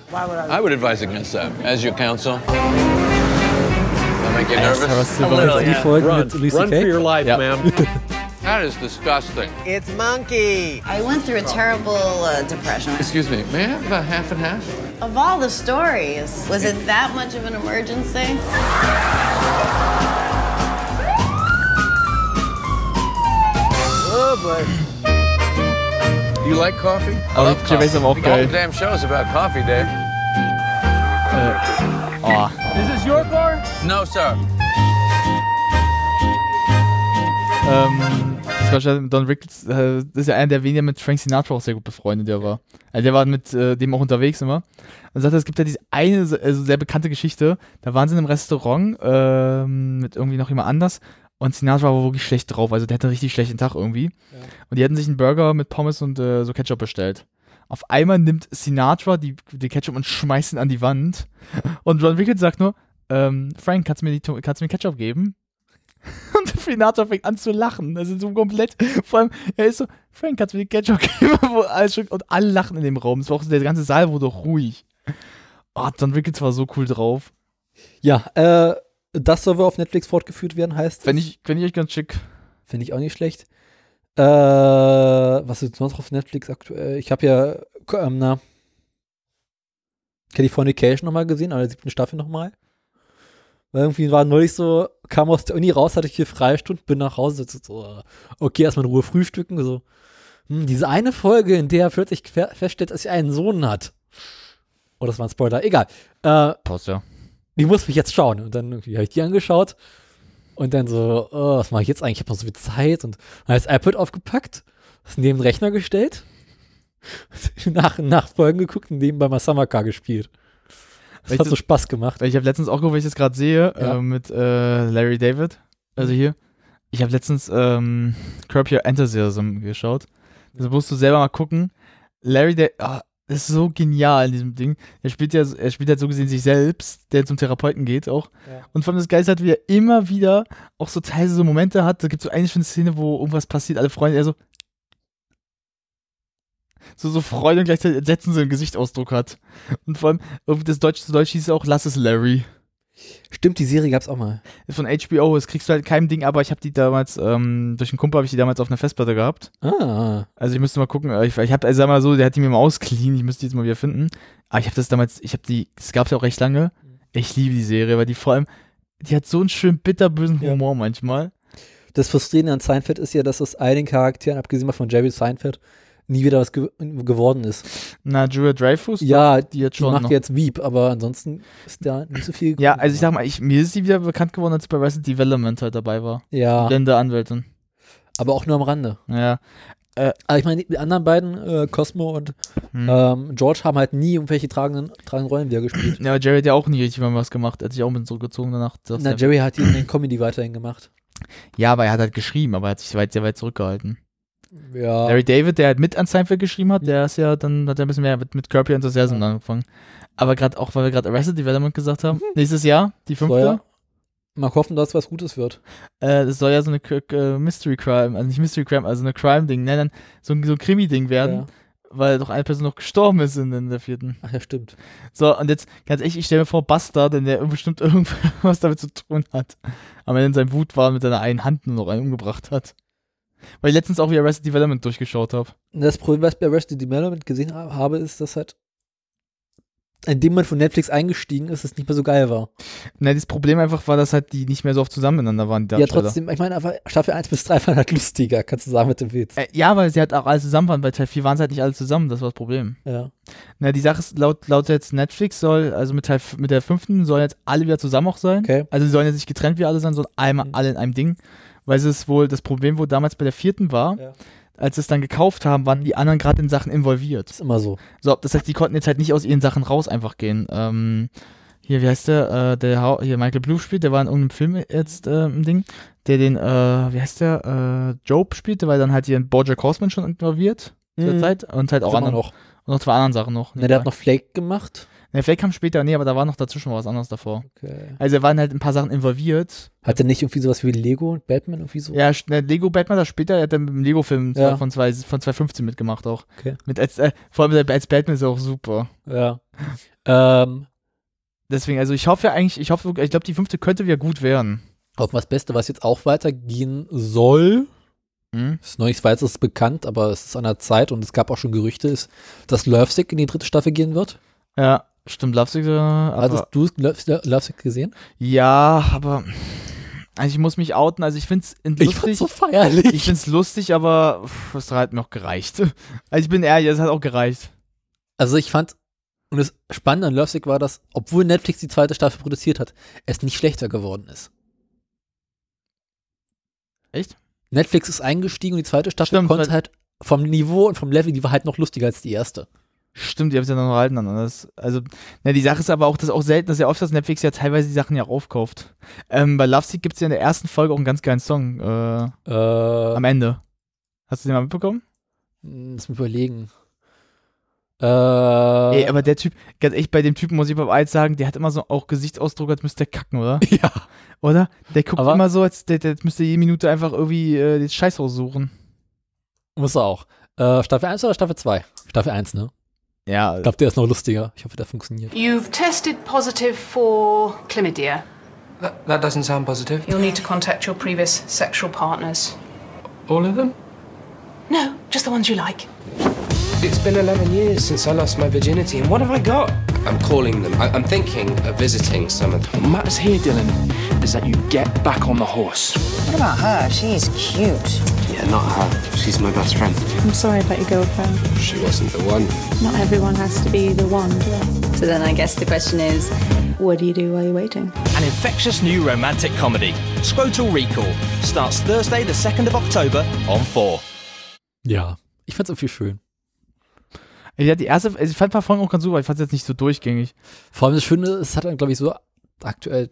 [SPEAKER 6] I would advise against that. As your counsel. That make you
[SPEAKER 3] Sarah
[SPEAKER 6] nervous?
[SPEAKER 3] Silverman.
[SPEAKER 2] Die Folge mit Lucy
[SPEAKER 8] Run for
[SPEAKER 2] Kay?
[SPEAKER 8] your life,
[SPEAKER 3] Yeah.
[SPEAKER 8] ma'am.
[SPEAKER 6] That is disgusting.
[SPEAKER 9] It's monkey.
[SPEAKER 7] I went through a terrible uh, depression.
[SPEAKER 6] Excuse me, may I have a half and half?
[SPEAKER 7] Of all the stories, was it that much of an emergency?
[SPEAKER 6] Do you like coffee? I
[SPEAKER 3] Aber
[SPEAKER 6] love
[SPEAKER 3] ich
[SPEAKER 6] coffee.
[SPEAKER 3] weiß aber auch
[SPEAKER 6] The whole
[SPEAKER 3] geil.
[SPEAKER 6] damn show is about coffee, Dave. Uh,
[SPEAKER 3] Oh,
[SPEAKER 6] No, sir.
[SPEAKER 3] ähm, das war schon Don Rickles, äh, das ist ja einer der wenigen, der mit Frank Sinatra auch sehr gut befreundet der war. Also der war mit äh, dem auch unterwegs immer. Und sagte, es gibt ja diese eine also sehr bekannte Geschichte, da waren sie in einem Restaurant ähm, mit irgendwie noch jemand anders und Sinatra war wirklich schlecht drauf, also der hatte einen richtig schlechten Tag irgendwie. Und die hatten sich einen Burger mit Pommes und äh, so Ketchup bestellt. Auf einmal nimmt Sinatra die, die Ketchup und schmeißt ihn an die Wand. Und Don Rickles sagt nur, ähm, Frank, kannst du mir, die, To- kannst du mir Ketchup geben? Und Finata fängt an zu lachen. Das ist so komplett. Vor allem, er ist so, Frank, kannst du mir die Ketchup geben? Wo alles schon, und alle lachen in dem Raum. Es war auch, so- der ganze Saal wurde auch ruhig. Oh, Don Ricketts war so cool drauf.
[SPEAKER 2] Ja, äh, das soll wohl auf Netflix fortgeführt werden, heißt.
[SPEAKER 3] Wenn ich, wenn ich euch ganz schick.
[SPEAKER 2] Finde ich auch nicht schlecht. Äh, was ist sonst noch auf Netflix aktuell? Ich habe ja ko- ähm, na, Californication nochmal gesehen, aber der siebten Staffel nochmal. Weil irgendwie war neulich so, kam aus der Uni raus, hatte ich hier freie Stunden, bin nach Hause, so, so, okay, erstmal in Ruhe frühstücken, so. Hm, diese eine Folge, in der er plötzlich fe- feststellt, dass sie einen Sohn hat. Oh, das war ein Spoiler, egal. Äh,
[SPEAKER 3] Passt ja.
[SPEAKER 2] die muss mich jetzt schauen. Und dann irgendwie habe ich die angeschaut und dann so, oh, was mache ich jetzt eigentlich? Ich habe noch so viel Zeit und dann das iPad aufgepackt, das neben den Rechner gestellt, nach, nach Folgen geguckt und nebenbei mal Summer Car gespielt. Das
[SPEAKER 3] Weil ich
[SPEAKER 2] hat so
[SPEAKER 3] das-
[SPEAKER 2] Spaß gemacht.
[SPEAKER 3] Ich habe letztens auch geguckt, weil ich das gerade sehe,
[SPEAKER 2] Ja.
[SPEAKER 3] äh, mit äh, Larry David. Also hier. Ich habe letztens ähm, Curb Your Enthusiasm geschaut. Das musst du selber mal gucken. Larry David. Ah, das ist so genial in diesem Ding. Er spielt ja, er spielt halt so gesehen sich selbst, der zum Therapeuten geht auch. Und vor allem das Geist hat, wie er immer wieder auch so teilweise so Momente hat. Da gibt es so eine schöne Szene, wo irgendwas passiert, alle Freunde, er so. So, so Freude und gleichzeitig Entsetzen so einen Gesichtsausdruck hat. Und vor allem, irgendwie das Deutsch zu Deutsch hieß ja auch Lass es Larry.
[SPEAKER 2] Stimmt, die Serie gab es auch mal.
[SPEAKER 3] Von HBO, das kriegst du halt kein Ding, aber ich habe die damals, ähm, durch einen Kumpel habe ich die damals auf einer Festplatte gehabt.
[SPEAKER 2] Ah,
[SPEAKER 3] Also ich müsste mal gucken, äh, ich, ich habe, also sag mal so, der hat die mir mal ausgeliehen, ich müsste die jetzt mal wieder finden. Aber ich habe das damals, ich habe die, es gab ja auch recht lange. Ich liebe die Serie, weil die vor allem, die hat so einen schönen bitterbösen
[SPEAKER 2] Ja.
[SPEAKER 3] Humor manchmal.
[SPEAKER 2] das Frustrierende an Seinfeld ist ja, dass aus einigen Charakteren, abgesehen mal von Jerry Seinfeld, nie wieder was ge geworden ist.
[SPEAKER 3] Na, Julia Dreyfus?
[SPEAKER 2] Ja,
[SPEAKER 3] die jetzt
[SPEAKER 2] die
[SPEAKER 3] schon
[SPEAKER 2] macht
[SPEAKER 3] noch.
[SPEAKER 2] jetzt Wieb, aber ansonsten ist da nicht so viel.
[SPEAKER 3] Ja, also ich sag mal, ich, mir ist sie wieder bekannt geworden, als sie bei Resident Development halt dabei war.
[SPEAKER 2] Ja,
[SPEAKER 3] Blende Anwältin.
[SPEAKER 2] aber auch nur am Rande.
[SPEAKER 3] Ja.
[SPEAKER 2] Aber Also ich meine, die anderen beiden, äh, Cosmo und
[SPEAKER 3] Hm.
[SPEAKER 2] ähm, George, haben halt nie irgendwelche tragenden, tragenden Rollen wieder gespielt.
[SPEAKER 3] Ja, aber Jerry hat ja auch nie richtig mal was gemacht. Er hat sich auch mit zurückgezogen danach. dass
[SPEAKER 2] Na,
[SPEAKER 3] er-
[SPEAKER 2] Jerry hat die in den Comedy weiterhin gemacht.
[SPEAKER 3] ja, aber er hat halt geschrieben, aber er hat sich weit, sehr weit zurückgehalten.
[SPEAKER 2] Ja. Mhm.
[SPEAKER 3] Larry David, der halt mit an Seinfeld geschrieben hat, der ist ja dann, hat er ein bisschen mehr mit, mit Curb Your Enthusiasm angefangen. Aber gerade auch, weil wir gerade Arrested Development gesagt haben, nächstes Jahr, die
[SPEAKER 2] Soll
[SPEAKER 3] fünfte,
[SPEAKER 2] ja. Mal hoffen, dass was Gutes wird.
[SPEAKER 3] äh, das soll ja so eine Cr- äh, Mystery Crime, also nicht Mystery Crime, also eine Crime-Ding, nein, nein, so, ein- so ein Krimi-Ding werden,
[SPEAKER 2] Ja.
[SPEAKER 3] weil doch eine Person noch gestorben ist in, in der vierten.
[SPEAKER 2] Ach ja, stimmt.
[SPEAKER 3] So, und jetzt, ganz ehrlich, ich stelle mir vor, Buster, denn der bestimmt irgendwas damit zu tun hat. Am Ende in seinem Wut war und mit seiner einen Hand nur noch einen umgebracht hat. Weil ich letztens auch wieder Arrested Development durchgeschaut habe.
[SPEAKER 2] Und Das Problem, was ich bei Arrested Development gesehen ha- habe, ist, dass halt, indem man von Netflix eingestiegen ist, es nicht mehr so geil war.
[SPEAKER 3] Na, das Problem einfach war, dass halt die nicht mehr so oft zusammen miteinander waren, die
[SPEAKER 2] ja,
[SPEAKER 3] Darsteller.
[SPEAKER 2] trotzdem, ich meine, einfach Staffel 1 bis 3 waren halt lustiger, kannst du sagen, mit dem Witz.
[SPEAKER 3] Äh, ja, weil sie halt auch alle zusammen waren, bei Teil 4 waren sie halt nicht alle zusammen, das war das Problem.
[SPEAKER 2] Ja.
[SPEAKER 3] Na, die Sache ist, laut, laut jetzt Netflix soll, also mit, Teil, f- mit der fünften sollen jetzt alle wieder zusammen auch sein.
[SPEAKER 2] Okay. Mhm.
[SPEAKER 3] Also sie sollen jetzt nicht getrennt wie alle sein, sondern einmal alle in einem Ding. Weil es ist wohl das Problem, wo damals bei der vierten war,
[SPEAKER 2] Ja.
[SPEAKER 3] als sie es dann gekauft haben, waren die anderen gerade in Sachen involviert.
[SPEAKER 2] Ist immer so.
[SPEAKER 3] So, das heißt, die konnten jetzt halt nicht aus ihren Sachen raus einfach gehen. Ähm, hier, wie heißt der? Äh, der Hau- hier Michael Blue spielt, der war in irgendeinem Film jetzt äh, im Ding, der den, äh, wie heißt der? Äh, Job spielte, weil dann halt hier in Borja Horseman schon involviert zu der
[SPEAKER 2] Mhm.
[SPEAKER 3] Zeit und halt
[SPEAKER 2] Ist
[SPEAKER 3] auch
[SPEAKER 2] immer
[SPEAKER 3] andere,
[SPEAKER 2] noch.
[SPEAKER 3] Und noch zwei anderen Sachen noch.
[SPEAKER 2] Ne, der hat noch Flake gemacht.
[SPEAKER 3] Ne, vielleicht kam später, nee, aber da war noch dazwischen was anderes davor.
[SPEAKER 2] Okay.
[SPEAKER 3] Also da waren halt ein paar Sachen involviert.
[SPEAKER 2] Hat er nicht irgendwie sowas wie Lego und Batman irgendwie so?
[SPEAKER 3] Ja, sch- ne, Lego Batman da später, er hat dann im Lego-Film
[SPEAKER 2] Ja.
[SPEAKER 3] von, zwei, von 2015 mitgemacht auch.
[SPEAKER 2] Okay.
[SPEAKER 3] Mit als, äh, vor allem als Batman ist er auch super.
[SPEAKER 2] Ja. ähm,
[SPEAKER 3] Deswegen, also ich hoffe ja eigentlich, ich hoffe, wirklich- ich glaube, die fünfte könnte wieder gut werden.
[SPEAKER 2] auf das Beste, was jetzt auch weitergehen soll,
[SPEAKER 3] Hm?
[SPEAKER 2] ist noch nicht weiteres bekannt, aber es ist an der Zeit und es gab auch schon Gerüchte, ist, dass Lovesick in die dritte Staffel gehen wird.
[SPEAKER 3] Ja, stimmt, Lovesick. äh, Aber,
[SPEAKER 2] Hattest du Love- Love- Lovesick gesehen?
[SPEAKER 3] ja, aber also ich muss mich outen, also ich finde es
[SPEAKER 2] Ich fand's
[SPEAKER 3] lustig.
[SPEAKER 2] so feierlich.
[SPEAKER 3] Ich finde es lustig, aber pff, es hat mir auch gereicht. Also ich bin ehrlich, es hat auch gereicht.
[SPEAKER 2] Also ich fand, und das Spannende an Lovesick war, dass, obwohl Netflix die zweite Staffel produziert hat, es nicht schlechter geworden ist.
[SPEAKER 3] Echt?
[SPEAKER 2] Netflix ist eingestiegen und die zweite Staffel
[SPEAKER 3] Stimmt,
[SPEAKER 2] konnte
[SPEAKER 3] weil-
[SPEAKER 2] halt vom Niveau und vom Level, die war halt noch lustiger als die erste.
[SPEAKER 3] Stimmt, ihr habt ja noch erhalten an. Das, also, ne, die Sache ist aber auch, dass auch selten, dass ja oft das Netflix ja teilweise die Sachen ja raufkauft. Ähm, bei Lovesick gibt es ja in der ersten Folge auch einen ganz geilen Song äh,
[SPEAKER 2] Äh,
[SPEAKER 3] am Ende. Hast du den mal mitbekommen?
[SPEAKER 2] Lass mich überlegen. Äh,
[SPEAKER 3] Ey, aber der Typ, ganz ehrlich, bei dem Typen muss ich beim Eid sagen, der hat immer so auch Gesichtsausdruck, als müsste der kacken, oder?
[SPEAKER 2] ja.
[SPEAKER 3] Oder? Der guckt
[SPEAKER 2] Aber-
[SPEAKER 3] immer so, als der, der müsste jede Minute einfach irgendwie äh, den Scheiß raussuchen.
[SPEAKER 2] Muss er auch. Äh, Staffel 1 oder Staffel 2? Staffel 1, ne?
[SPEAKER 3] Ja,
[SPEAKER 2] Ich glaube, der ist noch lustiger. Ich hoffe, der funktioniert.
[SPEAKER 10] You've tested positive for chlamydia.
[SPEAKER 8] That, that doesn't sound positive.
[SPEAKER 10] You'll need to contact your previous sexual partners.
[SPEAKER 8] All of them?
[SPEAKER 10] No, just the ones you like.
[SPEAKER 8] It's been 11 years since I lost my virginity, and what have I got? I'm calling them. I, I'm thinking of visiting some of them.
[SPEAKER 11] Matters here, Dylan, is that you get back on the horse.
[SPEAKER 9] What about her? She's cute.
[SPEAKER 8] Yeah, not her. She's my best friend.
[SPEAKER 10] I'm sorry about your girlfriend.
[SPEAKER 8] She wasn't the one.
[SPEAKER 10] Not everyone has to be the one.
[SPEAKER 7] So then I guess the question is, what do you do while you're waiting?
[SPEAKER 11] An infectious new romantic comedy, Scrotal Recall, starts Thursday, the 2nd of October on 4.
[SPEAKER 2] Ja. Ich fand's irgendwie schön.
[SPEAKER 3] Ich hatte die erste, also ich fand ein paar Folgen auch ganz super, ich fand es jetzt nicht so durchgängig.
[SPEAKER 2] Vor allem das Schöne, es hat dann, glaube ich, so aktuell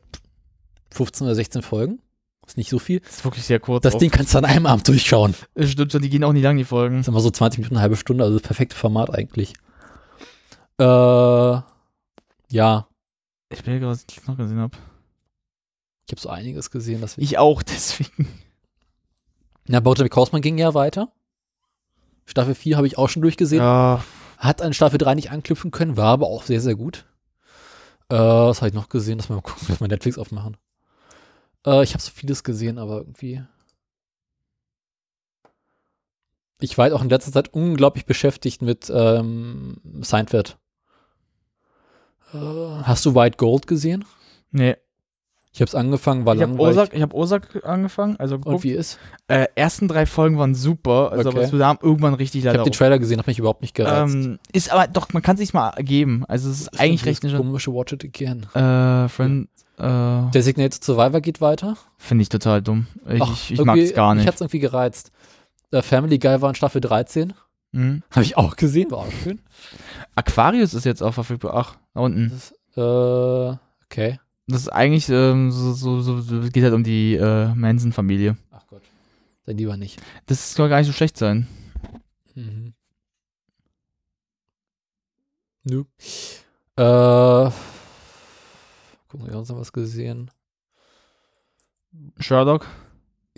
[SPEAKER 2] 15 oder 16 Folgen. Ist nicht so viel.
[SPEAKER 3] Das ist wirklich sehr kurz.
[SPEAKER 2] Das
[SPEAKER 3] auch.
[SPEAKER 2] Ding kannst du an einem Abend durchschauen.
[SPEAKER 3] Äh, Stimmt schon, die gehen auch nicht lang, die Folgen.
[SPEAKER 2] Ist immer so 20 Minuten, eine halbe Stunde, also das perfekte Format eigentlich. Äh, ja, ich
[SPEAKER 3] Ich bin ja gerade, was ich noch gesehen habe.
[SPEAKER 2] habe so einiges gesehen. Dass wir
[SPEAKER 3] Ich auch, deswegen.
[SPEAKER 2] Na, Bojack Horseman ging ja weiter. Staffel 4 habe ich auch schon durchgesehen.
[SPEAKER 3] Ja,
[SPEAKER 2] Hat an Staffel 3 nicht anknüpfen können, war aber auch sehr, sehr gut. Äh, was habe ich noch gesehen? Lass mal gucken, lass mal Netflix aufmachen. Äh, ich habe so vieles gesehen, aber irgendwie. Ich war halt auch in letzter Zeit unglaublich beschäftigt mit ähm, Seinfeld. Äh, hast du White Gold gesehen?
[SPEAKER 3] nee.
[SPEAKER 2] Ich habe es angefangen, war
[SPEAKER 3] Ich habe
[SPEAKER 2] langweilig.
[SPEAKER 3] Ozark, ich hab Ozark angefangen, also
[SPEAKER 2] Und
[SPEAKER 3] geguckt.
[SPEAKER 2] wie ist?
[SPEAKER 3] Äh, ersten drei Folgen waren super, also
[SPEAKER 2] Okay.
[SPEAKER 3] aber es haben irgendwann richtig
[SPEAKER 2] Ich
[SPEAKER 3] leider
[SPEAKER 2] habe den Trailer gesehen, hat mich überhaupt nicht gereizt.
[SPEAKER 3] ähm, Ist aber, doch, man kann es sich mal geben. Also es ist eigentlich recht
[SPEAKER 2] Dieses
[SPEAKER 3] schon.
[SPEAKER 2] komische Watch It Again.
[SPEAKER 3] Äh, Friend, äh,
[SPEAKER 2] Designated Survivor geht weiter.
[SPEAKER 3] finde ich total dumm. Ich,
[SPEAKER 2] Ach,
[SPEAKER 3] ich, ich
[SPEAKER 2] irgendwie-
[SPEAKER 3] mag es gar
[SPEAKER 2] Mich
[SPEAKER 3] nicht.
[SPEAKER 2] hat's irgendwie gereizt. Äh, Family Guy war in Staffel 13.
[SPEAKER 3] Mhm.
[SPEAKER 2] Habe ich auch gesehen, war auch schön.
[SPEAKER 3] Aquarius ist jetzt auch verfügbar. Ach, da unten.
[SPEAKER 2] Das, äh, okay.
[SPEAKER 3] Das ist eigentlich ähm, so, so, so, so, geht halt um die äh, Manson-Familie.
[SPEAKER 2] Ach Gott. Dann lieber nicht.
[SPEAKER 3] Das soll gar nicht so schlecht sein.
[SPEAKER 2] Mhm. Nö. Äh. Gucken, wir sonst noch was gesehen.
[SPEAKER 3] Sherlock?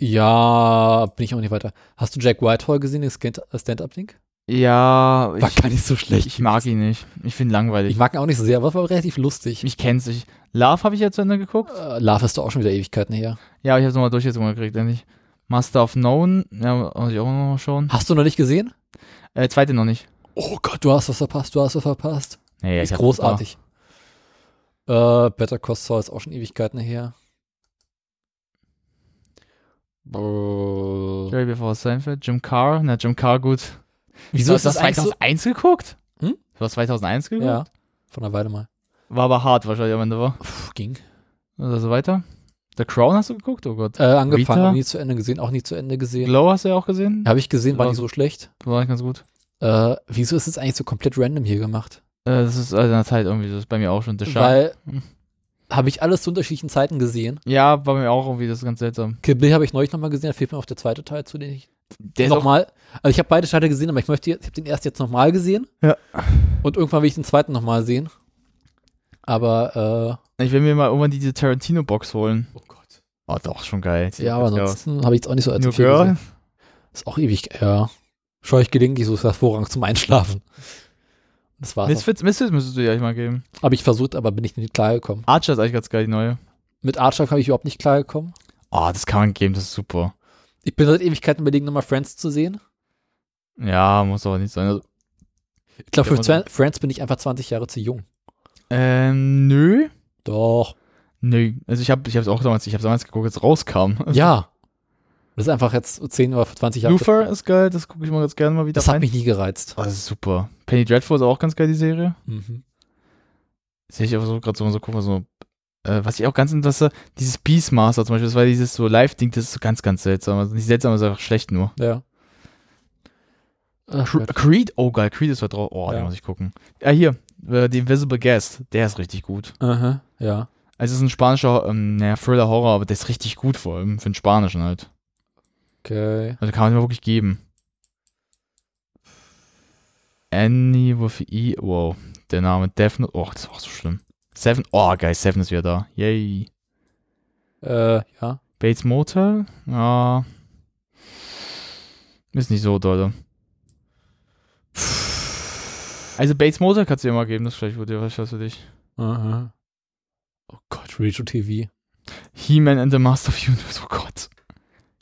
[SPEAKER 2] Ja, bin ich auch nicht weiter. Hast du Jack Whitehall gesehen, den Stand- Stand-Up-Link?
[SPEAKER 3] Ja,
[SPEAKER 2] War gar nicht so schlecht.
[SPEAKER 3] Ich mag ihn nicht. Ich finde ihn langweilig.
[SPEAKER 2] Ich mag ihn auch nicht so sehr, aber es war relativ lustig.
[SPEAKER 3] Ich kenn's. Ich, Love habe ich ja zu Ende geguckt.
[SPEAKER 2] Äh, Love ist doch auch schon wieder Ewigkeiten her.
[SPEAKER 3] Ja, aber ich habe es nochmal durchgezogen gekriegt, endlich. Master of Known, ja, muss ich auch noch schauen.
[SPEAKER 2] Hast du noch nicht gesehen?
[SPEAKER 3] Äh, zweite noch nicht.
[SPEAKER 2] Oh Gott, du hast was verpasst, du hast was verpasst.
[SPEAKER 3] Nee, ich
[SPEAKER 2] ist
[SPEAKER 3] hab-
[SPEAKER 2] großartig. Äh, Better Call Saul ist auch schon Ewigkeiten her. Brrr.
[SPEAKER 3] Jerry Before Seinfeld, Jim Carr, na, Jim Carr, gut.
[SPEAKER 2] Wieso
[SPEAKER 3] Du
[SPEAKER 2] ist
[SPEAKER 3] hast
[SPEAKER 2] das eigentlich so?
[SPEAKER 3] 2001 geguckt?
[SPEAKER 2] Hm?
[SPEAKER 3] Du hast 2001 geguckt?
[SPEAKER 2] Ja, von einer Weile mal.
[SPEAKER 3] War aber hart wahrscheinlich am Ende, war.
[SPEAKER 2] Puh, ging.
[SPEAKER 3] Oder so weiter. The Crown hast du geguckt? Oh Gott.
[SPEAKER 2] Äh, angefangen,
[SPEAKER 3] Rita?
[SPEAKER 2] nie zu Ende gesehen, auch nie zu Ende gesehen.
[SPEAKER 3] Glow hast du ja auch gesehen?
[SPEAKER 2] Habe ich gesehen, war
[SPEAKER 3] War-
[SPEAKER 2] nicht so schlecht.
[SPEAKER 3] War nicht ganz gut.
[SPEAKER 2] Äh, wieso ist es eigentlich so komplett random hier gemacht?
[SPEAKER 3] Äh, das ist also in der Zeit irgendwie, das ist bei mir auch schon The Shark.
[SPEAKER 2] Weil habe ich alles zu unterschiedlichen Zeiten gesehen.
[SPEAKER 3] Ja, war mir auch irgendwie, das ist ganz seltsam.
[SPEAKER 2] Kill Bill habe ich neulich nochmal gesehen, da fehlt mir noch der zweite Teil, zu dem ich
[SPEAKER 3] Der ist auch-
[SPEAKER 2] nochmal. Also ich habe beide Teile gesehen, aber ich möchte jetzt, ich habe den ersten jetzt nochmal gesehen.
[SPEAKER 3] Ja.
[SPEAKER 2] Und irgendwann will ich den zweiten nochmal sehen. Aber
[SPEAKER 3] Ich will mir mal irgendwann diese Tarantino-Box holen.
[SPEAKER 2] Oh Gott.
[SPEAKER 3] Oh, doch, schon geil.
[SPEAKER 2] äh, ja, aber ansonsten habe ich jetzt auch nicht so allzu
[SPEAKER 3] New
[SPEAKER 2] viel
[SPEAKER 3] Girl?
[SPEAKER 2] gesehen. Ist auch ewig, ja. Schaue ich gelegentlich so ist hervorragend zum Einschlafen. Das war's.
[SPEAKER 3] Misfits, Misfits müsstest du dir eigentlich mal geben.
[SPEAKER 2] Habe ich versucht, aber bin ich nicht klargekommen.
[SPEAKER 3] Archer ist eigentlich ganz geil, die neue.
[SPEAKER 2] Mit Archer habe ich überhaupt nicht klargekommen.
[SPEAKER 3] Oh, das kann man geben, das ist super.
[SPEAKER 2] Ich bin seit Ewigkeiten überlegen, nochmal Friends zu sehen.
[SPEAKER 3] Ja, muss aber nicht sein. Also,
[SPEAKER 2] Ich glaube,
[SPEAKER 3] Ja,
[SPEAKER 2] für
[SPEAKER 3] man-
[SPEAKER 2] Fran- Friends bin ich einfach 20 Jahre zu jung.
[SPEAKER 3] Ähm, nö.
[SPEAKER 2] Doch.
[SPEAKER 3] Nö. Also ich habe ich hab's auch damals, ich habe damals geguckt, als es rauskam. Also,
[SPEAKER 2] Ja. Das ist einfach jetzt 10 oder 20 Jahre.
[SPEAKER 3] Luther ist geil, das gucke ich mal ganz gerne mal wieder
[SPEAKER 2] Das hat mich nie gereizt.
[SPEAKER 3] Oh, das ist super. Penny Dreadful ist auch ganz geil, die Serie.
[SPEAKER 2] Mhm.
[SPEAKER 3] Sehe ich aber so gerade so, so gucken, so. Äh, was ich auch ganz interessiert, dieses Beastmaster zum Beispiel, das war dieses so Live-Ding, das ist so ganz, ganz seltsam. Also nicht seltsam, aber einfach schlecht nur.
[SPEAKER 2] Ja. Ach,
[SPEAKER 3] Cre-
[SPEAKER 2] Gott.
[SPEAKER 3] Creed, oh geil, Creed ist da drauf. Oh,
[SPEAKER 2] Ja.
[SPEAKER 3] den muss ich gucken. Ah, hier, äh, The Invisible Guest, der ist richtig gut.
[SPEAKER 2] Aha, ja.
[SPEAKER 3] Also es ist ein spanischer, ähm, naja, Thriller-Horror, aber der ist richtig gut vor allem, für den Spanischen halt.
[SPEAKER 2] Okay.
[SPEAKER 3] Also kann man den wirklich geben. Annie with E, wow, der Name Defno, oh, das war auch so schlimm. Seven, oh geil, Seven ist wieder da, yay.
[SPEAKER 2] Äh, ja.
[SPEAKER 3] Bates Motel, ja. Ist nicht so dolle. Also Bates Motel kannst du dir mal geben, das ist vielleicht wird dir was was für dich.
[SPEAKER 2] Aha. Oh Gott, Retro TV.
[SPEAKER 3] He-Man and the Master of Universe, oh Gott.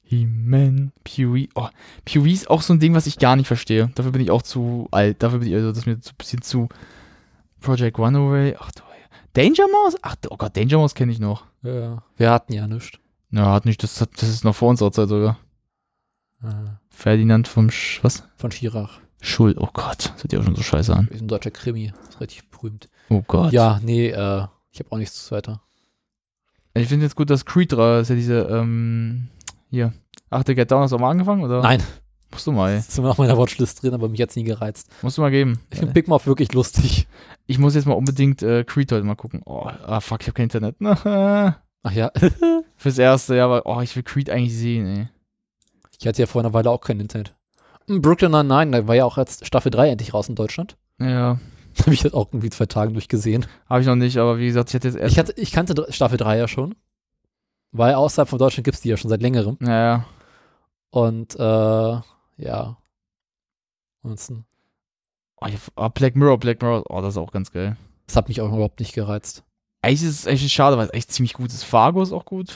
[SPEAKER 3] He-Man, Pee-Wee, oh, Pee-Wee ist auch so ein Ding, was ich gar nicht verstehe. Dafür bin ich auch zu alt, dafür bin ich, also das ist mir zu- ein bisschen zu Project Runaway, ach du, Danger Mouse, ach du- oh Gott, Danger Mouse kenne ich noch.
[SPEAKER 2] Ja. Wir hatten ja nichts.
[SPEAKER 3] Na, hat nicht, das, hat, das ist noch vor unserer Zeit sogar.
[SPEAKER 2] Aha.
[SPEAKER 3] Ferdinand vom, Sch, was?
[SPEAKER 2] Von Schirach.
[SPEAKER 3] Schul, oh Gott, das hört ja auch schon so scheiße an.
[SPEAKER 2] Ist ein deutscher Krimi. Ist richtig berühmt.
[SPEAKER 3] Oh Gott.
[SPEAKER 2] Ja, nee, äh, ich habe auch nichts weiter.
[SPEAKER 3] Ich finde jetzt gut, dass Creed 3 ist ja diese, ähm, hier. Ach, der Get Down hast du auch mal angefangen, oder?
[SPEAKER 2] Nein,
[SPEAKER 3] Musst du mal, ey.
[SPEAKER 2] das ist immer auf meiner Watchlist drin, aber mich hat's nie gereizt.
[SPEAKER 3] Musst du mal geben. Äh,
[SPEAKER 2] Ich finde Big Mouth wirklich lustig.
[SPEAKER 3] Ich muss jetzt mal unbedingt äh, Creed heute mal gucken. Oh, ah, fuck, ich habe kein Internet.
[SPEAKER 2] Ach ja,
[SPEAKER 3] Fürs Erste, ja, aber oh, ich will Creed eigentlich sehen, ey.
[SPEAKER 2] ich hatte ja vor einer Weile auch kein Internet. Hm, Brooklyn Nine-Nine, da war ja auch jetzt Staffel 3 endlich raus in Deutschland.
[SPEAKER 3] Ja,
[SPEAKER 2] Da habe ich das auch irgendwie zwei Tagen durchgesehen.
[SPEAKER 3] habe ich noch nicht, aber wie gesagt, ich hatte jetzt erst.
[SPEAKER 2] Ich, hatte, ich kannte dr- Staffel 3 ja schon, weil außerhalb von Deutschland gibt es die ja schon seit längerem.
[SPEAKER 3] naja,
[SPEAKER 2] Und äh, ja. Ansonsten,
[SPEAKER 3] oh, ich, oh, Black Mirror, Black Mirror, oh, das ist auch ganz geil.
[SPEAKER 2] das hat mich auch überhaupt nicht gereizt.
[SPEAKER 3] Eigentlich ist es echt schade, weil es echt ziemlich gut ist. Fargo ist auch gut,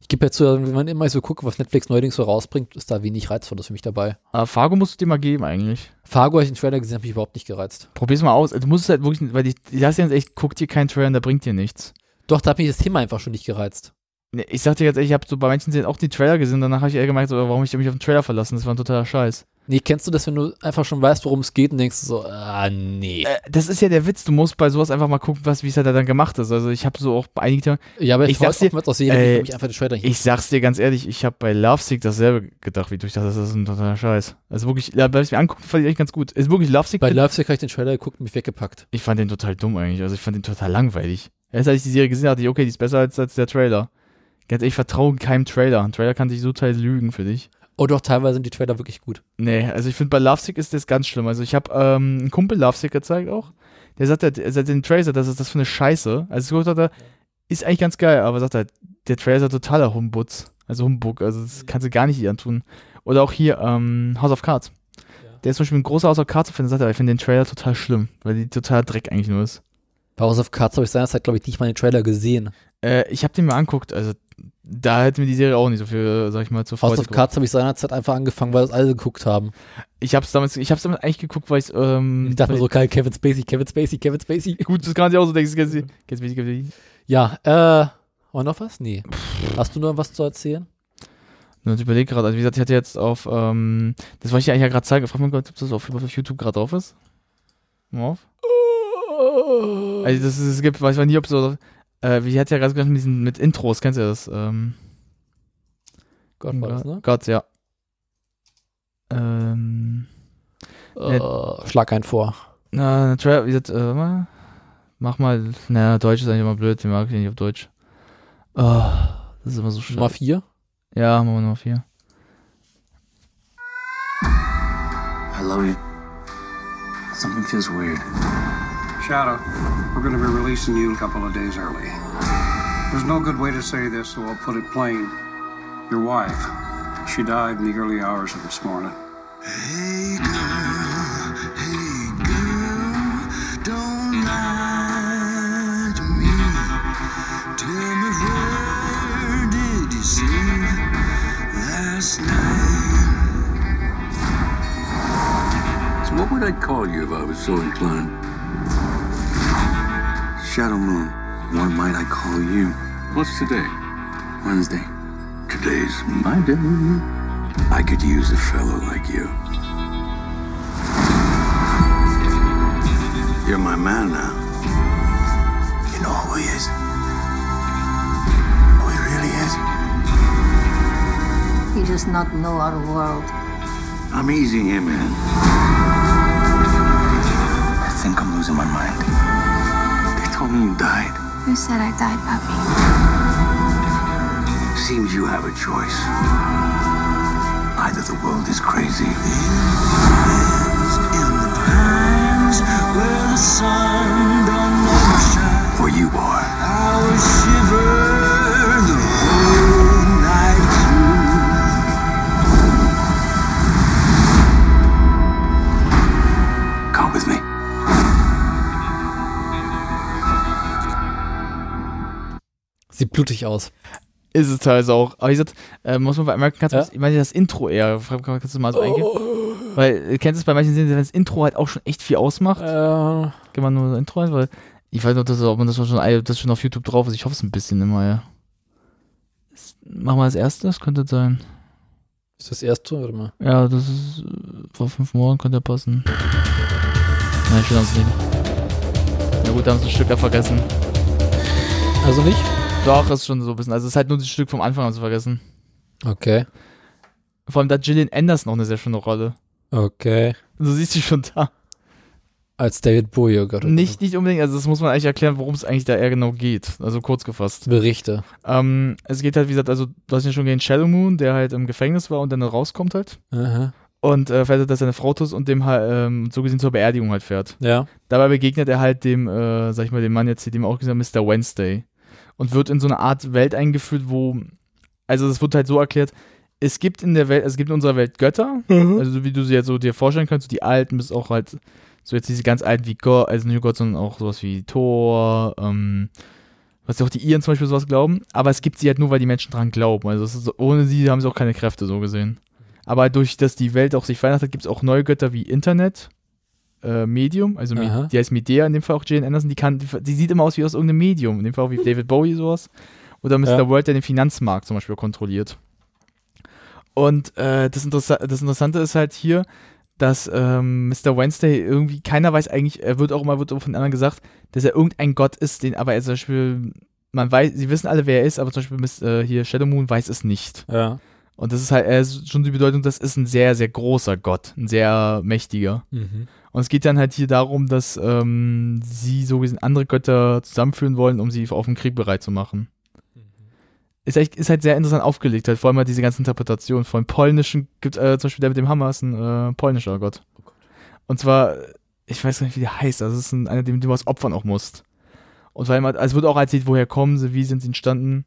[SPEAKER 2] Ich gebe ja zu, wenn man immer so guckt, was Netflix neuerdings so rausbringt, ist da wenig Reizvolles für mich dabei.
[SPEAKER 3] aber Ah, Fargo musst du dir mal geben eigentlich.
[SPEAKER 2] Fargo habe ich den Trailer gesehen, habe ich überhaupt nicht gereizt.
[SPEAKER 3] Probier's mal aus. Du musst es halt wirklich, weil ich, ich sag's dir ganz echt, guck dir keinen Trailer, an, der bringt dir nichts.
[SPEAKER 2] Doch, da hat mich das Thema einfach schon nicht gereizt.
[SPEAKER 3] Nee, Ich sag dir jetzt, ehrlich, ich habe so bei manchen Serien auch die Trailer gesehen, danach habe ich eher gemerkt, so, oh, warum ich mich auf den Trailer verlassen, das war ein totaler Scheiß.
[SPEAKER 2] Nee, kennst du das, wenn du einfach schon weißt, worum es geht und denkst so, ah, nee.
[SPEAKER 3] Äh, Das ist ja der Witz, du musst bei sowas einfach mal gucken, was, wie es halt dann gemacht ist. Also ich habe so auch bei einigen Themen,
[SPEAKER 2] ja, aber
[SPEAKER 3] ich
[SPEAKER 2] ich weiß
[SPEAKER 3] sag's dir,
[SPEAKER 2] auch mit aus Serien,
[SPEAKER 3] äh,
[SPEAKER 2] äh, mich einfach den Trailer nicht.
[SPEAKER 3] ich sag's dir ganz ehrlich, ich habe bei Lovesick dasselbe gedacht, wie du. Ich dachte, das ist ein totaler Scheiß. Also wirklich, da bleib ich mir angucken, fand ich echt ganz gut. Ist wirklich Lovesick,
[SPEAKER 2] Bei Lovesick habe ich den Trailer geguckt und mich weggepackt.
[SPEAKER 3] ich fand den total dumm eigentlich, also ich fand den total langweilig. Erst als ich die Serie gesehen habe, dachte ich, okay, die ist besser als, als der Trailer. Ganz ehrlich, ich vertraue keinem Trailer. Ein Trailer kann dich so teils lügen für dich.
[SPEAKER 2] Oh doch, teilweise sind die Trailer wirklich gut.
[SPEAKER 3] Nee, also ich finde bei Lovesick ist das ganz schlimm. Also ich habe ähm, einen Kumpel Lovesick gezeigt auch. Der sagt, halt, er sagt den Trailer, das ist das für eine Scheiße. Also ich er, ist eigentlich ganz geil, aber sagt er, der Trailer ist ja totaler Humbutz. Also Humbug, also das kannst du gar nicht ihr antun. Oder auch hier ähm, House of Cards. Der ist zum Beispiel ein großer House of Cards-Fan, sagt er, ich finde den Trailer total schlimm, weil die total Dreck eigentlich nur ist.
[SPEAKER 2] Bei House of Cards habe ich seinerzeit, glaube ich, nicht mal den Trailer gesehen.
[SPEAKER 3] Äh, ich habe den mir anguckt, also da hätte mir die Serie auch nicht so viel, sag ich mal, zu
[SPEAKER 2] House of Cards habe ich seinerzeit einfach angefangen, weil das alle geguckt haben.
[SPEAKER 3] Ich hab's damals, ich hab's damals eigentlich geguckt, weil ich, ähm,
[SPEAKER 2] Ich dachte mir
[SPEAKER 3] weil-
[SPEAKER 2] so, geil, Kevin Spacey, Kevin Spacey, Kevin Spacey.
[SPEAKER 3] Gut, das kann man sich auch so denken. das kann- das kann- das kann-
[SPEAKER 2] Ja, äh, war noch was? Nee. Hast du noch was zu erzählen?
[SPEAKER 3] Und ich überlege gerade, also wie gesagt, ich hatte jetzt auf, ähm, das wollte ich eigentlich ja gerade zeigen, frag mal, kurz, ob das auf, ob das auf YouTube gerade drauf ist. Mal auf. Also das ist, es gibt, weiß man nie, ob so, äh, wie hat ja gerade gesagt, mit, diesen, mit Intros, kennst du das? Ähm,
[SPEAKER 2] Gott war das, ne?
[SPEAKER 3] Gott, ja. Ähm,
[SPEAKER 2] Äh, schlag einen vor.
[SPEAKER 3] Na, na, Tra- wie gesagt, äh, warte mal. mach mal, na, Deutsch ist eigentlich immer blöd, den mag ich nicht auf Deutsch. Ah, das ist immer so schön.
[SPEAKER 2] Nummer vier?
[SPEAKER 3] Ja, machen wir Nummer 4.
[SPEAKER 12] I love you. Something feels weird.
[SPEAKER 13] Shadow, we're going to be releasing you a couple of days early. There's no good way to say this, so I'll put it plain. Your wife, she died in the early hours of this morning.
[SPEAKER 12] So what would I call you if I was so inclined? Shadow Moon. What might I call you? What's today? Wednesday. Today's my day. I could use a fellow like you. You're my man now. You know who he is? Who he really is?
[SPEAKER 9] He does not know our world.
[SPEAKER 12] I'm easing him in. I think I'm losing my mind. They told me you died.
[SPEAKER 9] Who said I died, Papi?
[SPEAKER 12] Seems you have a choice. Either the world is crazy. Or you are. Come with me.
[SPEAKER 2] Sieht blutig aus.
[SPEAKER 3] Ist es teilweise auch. Aber wie gesagt, äh, muss man bei American Cats, ich meine das Intro eher, Frag- kann- kannst du mal so eingehen? Weil, äh, kennst du es bei manchen Serien, wenn das Intro halt auch schon echt viel ausmacht?
[SPEAKER 2] Äh.
[SPEAKER 3] Gehen wir nur das Intro ein, weil ich weiß nicht, ob, das, ob man das schon, äh, ob das schon auf YouTube drauf ist. Ich hoffe es ein bisschen immer, ja. Ist- Mach mal das erste, das könnte sein.
[SPEAKER 2] Ist das erste? Warte mal.
[SPEAKER 3] Ja, das ist äh, vor fünf Monaten könnte er passen. Nein, schön haben sie nicht. Na gut, da haben sie ein Stück ja vergessen.
[SPEAKER 2] Also nicht?
[SPEAKER 3] Doch, ist schon so ein bisschen. Also es ist halt nur das Stück vom Anfang haben sie vergessen.
[SPEAKER 2] Okay.
[SPEAKER 3] Vor allem da hat Gillian Anderson auch eine sehr schöne Rolle.
[SPEAKER 2] Okay.
[SPEAKER 3] Du siehst sie schon da.
[SPEAKER 2] Als David Bowie, oh Gott.
[SPEAKER 3] Nicht, nicht unbedingt, also das muss man eigentlich erklären, worum es eigentlich da eher genau geht. Also kurz gefasst.
[SPEAKER 2] oh Berichte.
[SPEAKER 3] Ähm, es geht halt, wie gesagt, also du hast ja schon gegen Shadow Moon, der halt im Gefängnis war und dann rauskommt halt.
[SPEAKER 2] Aha.
[SPEAKER 3] Und äh, fährt halt, dass seine Frau tot ist und dem halt, ähm, so gesehen zur Beerdigung halt fährt.
[SPEAKER 2] Ja.
[SPEAKER 3] Dabei begegnet er halt dem, äh, sag ich mal, dem Mann jetzt, hier, dem wir auch gesagt haben, Mr. Wednesday. Und wird in so eine Art Welt eingeführt, wo, also es wird halt so erklärt, es gibt in der Welt, also es gibt in unserer Welt Götter, also so wie du sie jetzt so dir vorstellen kannst, so die alten bis auch halt, so jetzt diese ganz alten wie Gott, also nicht nur Gott, sondern auch sowas wie Thor, ähm, was auch die Iren zum Beispiel sowas glauben, aber es gibt sie halt nur, weil die Menschen dran glauben. Also es ist, so- ohne sie haben sie auch keine Kräfte, so gesehen. Aber durch, dass die Welt auch sich verändert hat, gibt es auch neue Götter wie Internet, äh, Medium, also Me-
[SPEAKER 2] Aha.
[SPEAKER 3] die heißt Medea, in dem Fall auch Jane Anderson, die kann, die, die sieht immer aus wie aus irgendeinem Medium, in dem Fall auch wie David Bowie sowas. Oder Mr.
[SPEAKER 2] Ja.
[SPEAKER 3] World, der den Finanzmarkt zum Beispiel kontrolliert. Und äh, das, Interessa das Interessante ist halt hier, dass ähm, Mr. Wednesday irgendwie, keiner weiß eigentlich, er wird auch immer wird auch von anderen gesagt, dass er irgendein Gott ist, den aber er zum Beispiel, man weiß, sie wissen alle, wer er ist, aber zum Beispiel Miss, äh, hier Shadow Moon weiß es nicht.
[SPEAKER 2] Ja.
[SPEAKER 3] Und das ist halt äh, schon die Bedeutung, das ist ein sehr, sehr großer Gott, ein sehr mächtiger.
[SPEAKER 2] Mhm.
[SPEAKER 3] Und es geht dann halt hier darum, dass ähm, sie so gesehen andere Götter zusammenführen wollen, um sie auf den Krieg bereit zu machen. ist, echt, ist halt sehr interessant aufgelegt, halt vor allem halt diese ganze Interpretation. Von polnischen gibt äh, zum Beispiel der mit dem Hammer ist ein äh, polnischer Gott. Und zwar, ich weiß gar nicht, wie der heißt, also es ist ein, einer, dem du was opfern auch musst. Und vor allem, halt, also es wird auch erzählt, woher kommen sie, wie sind sie entstanden.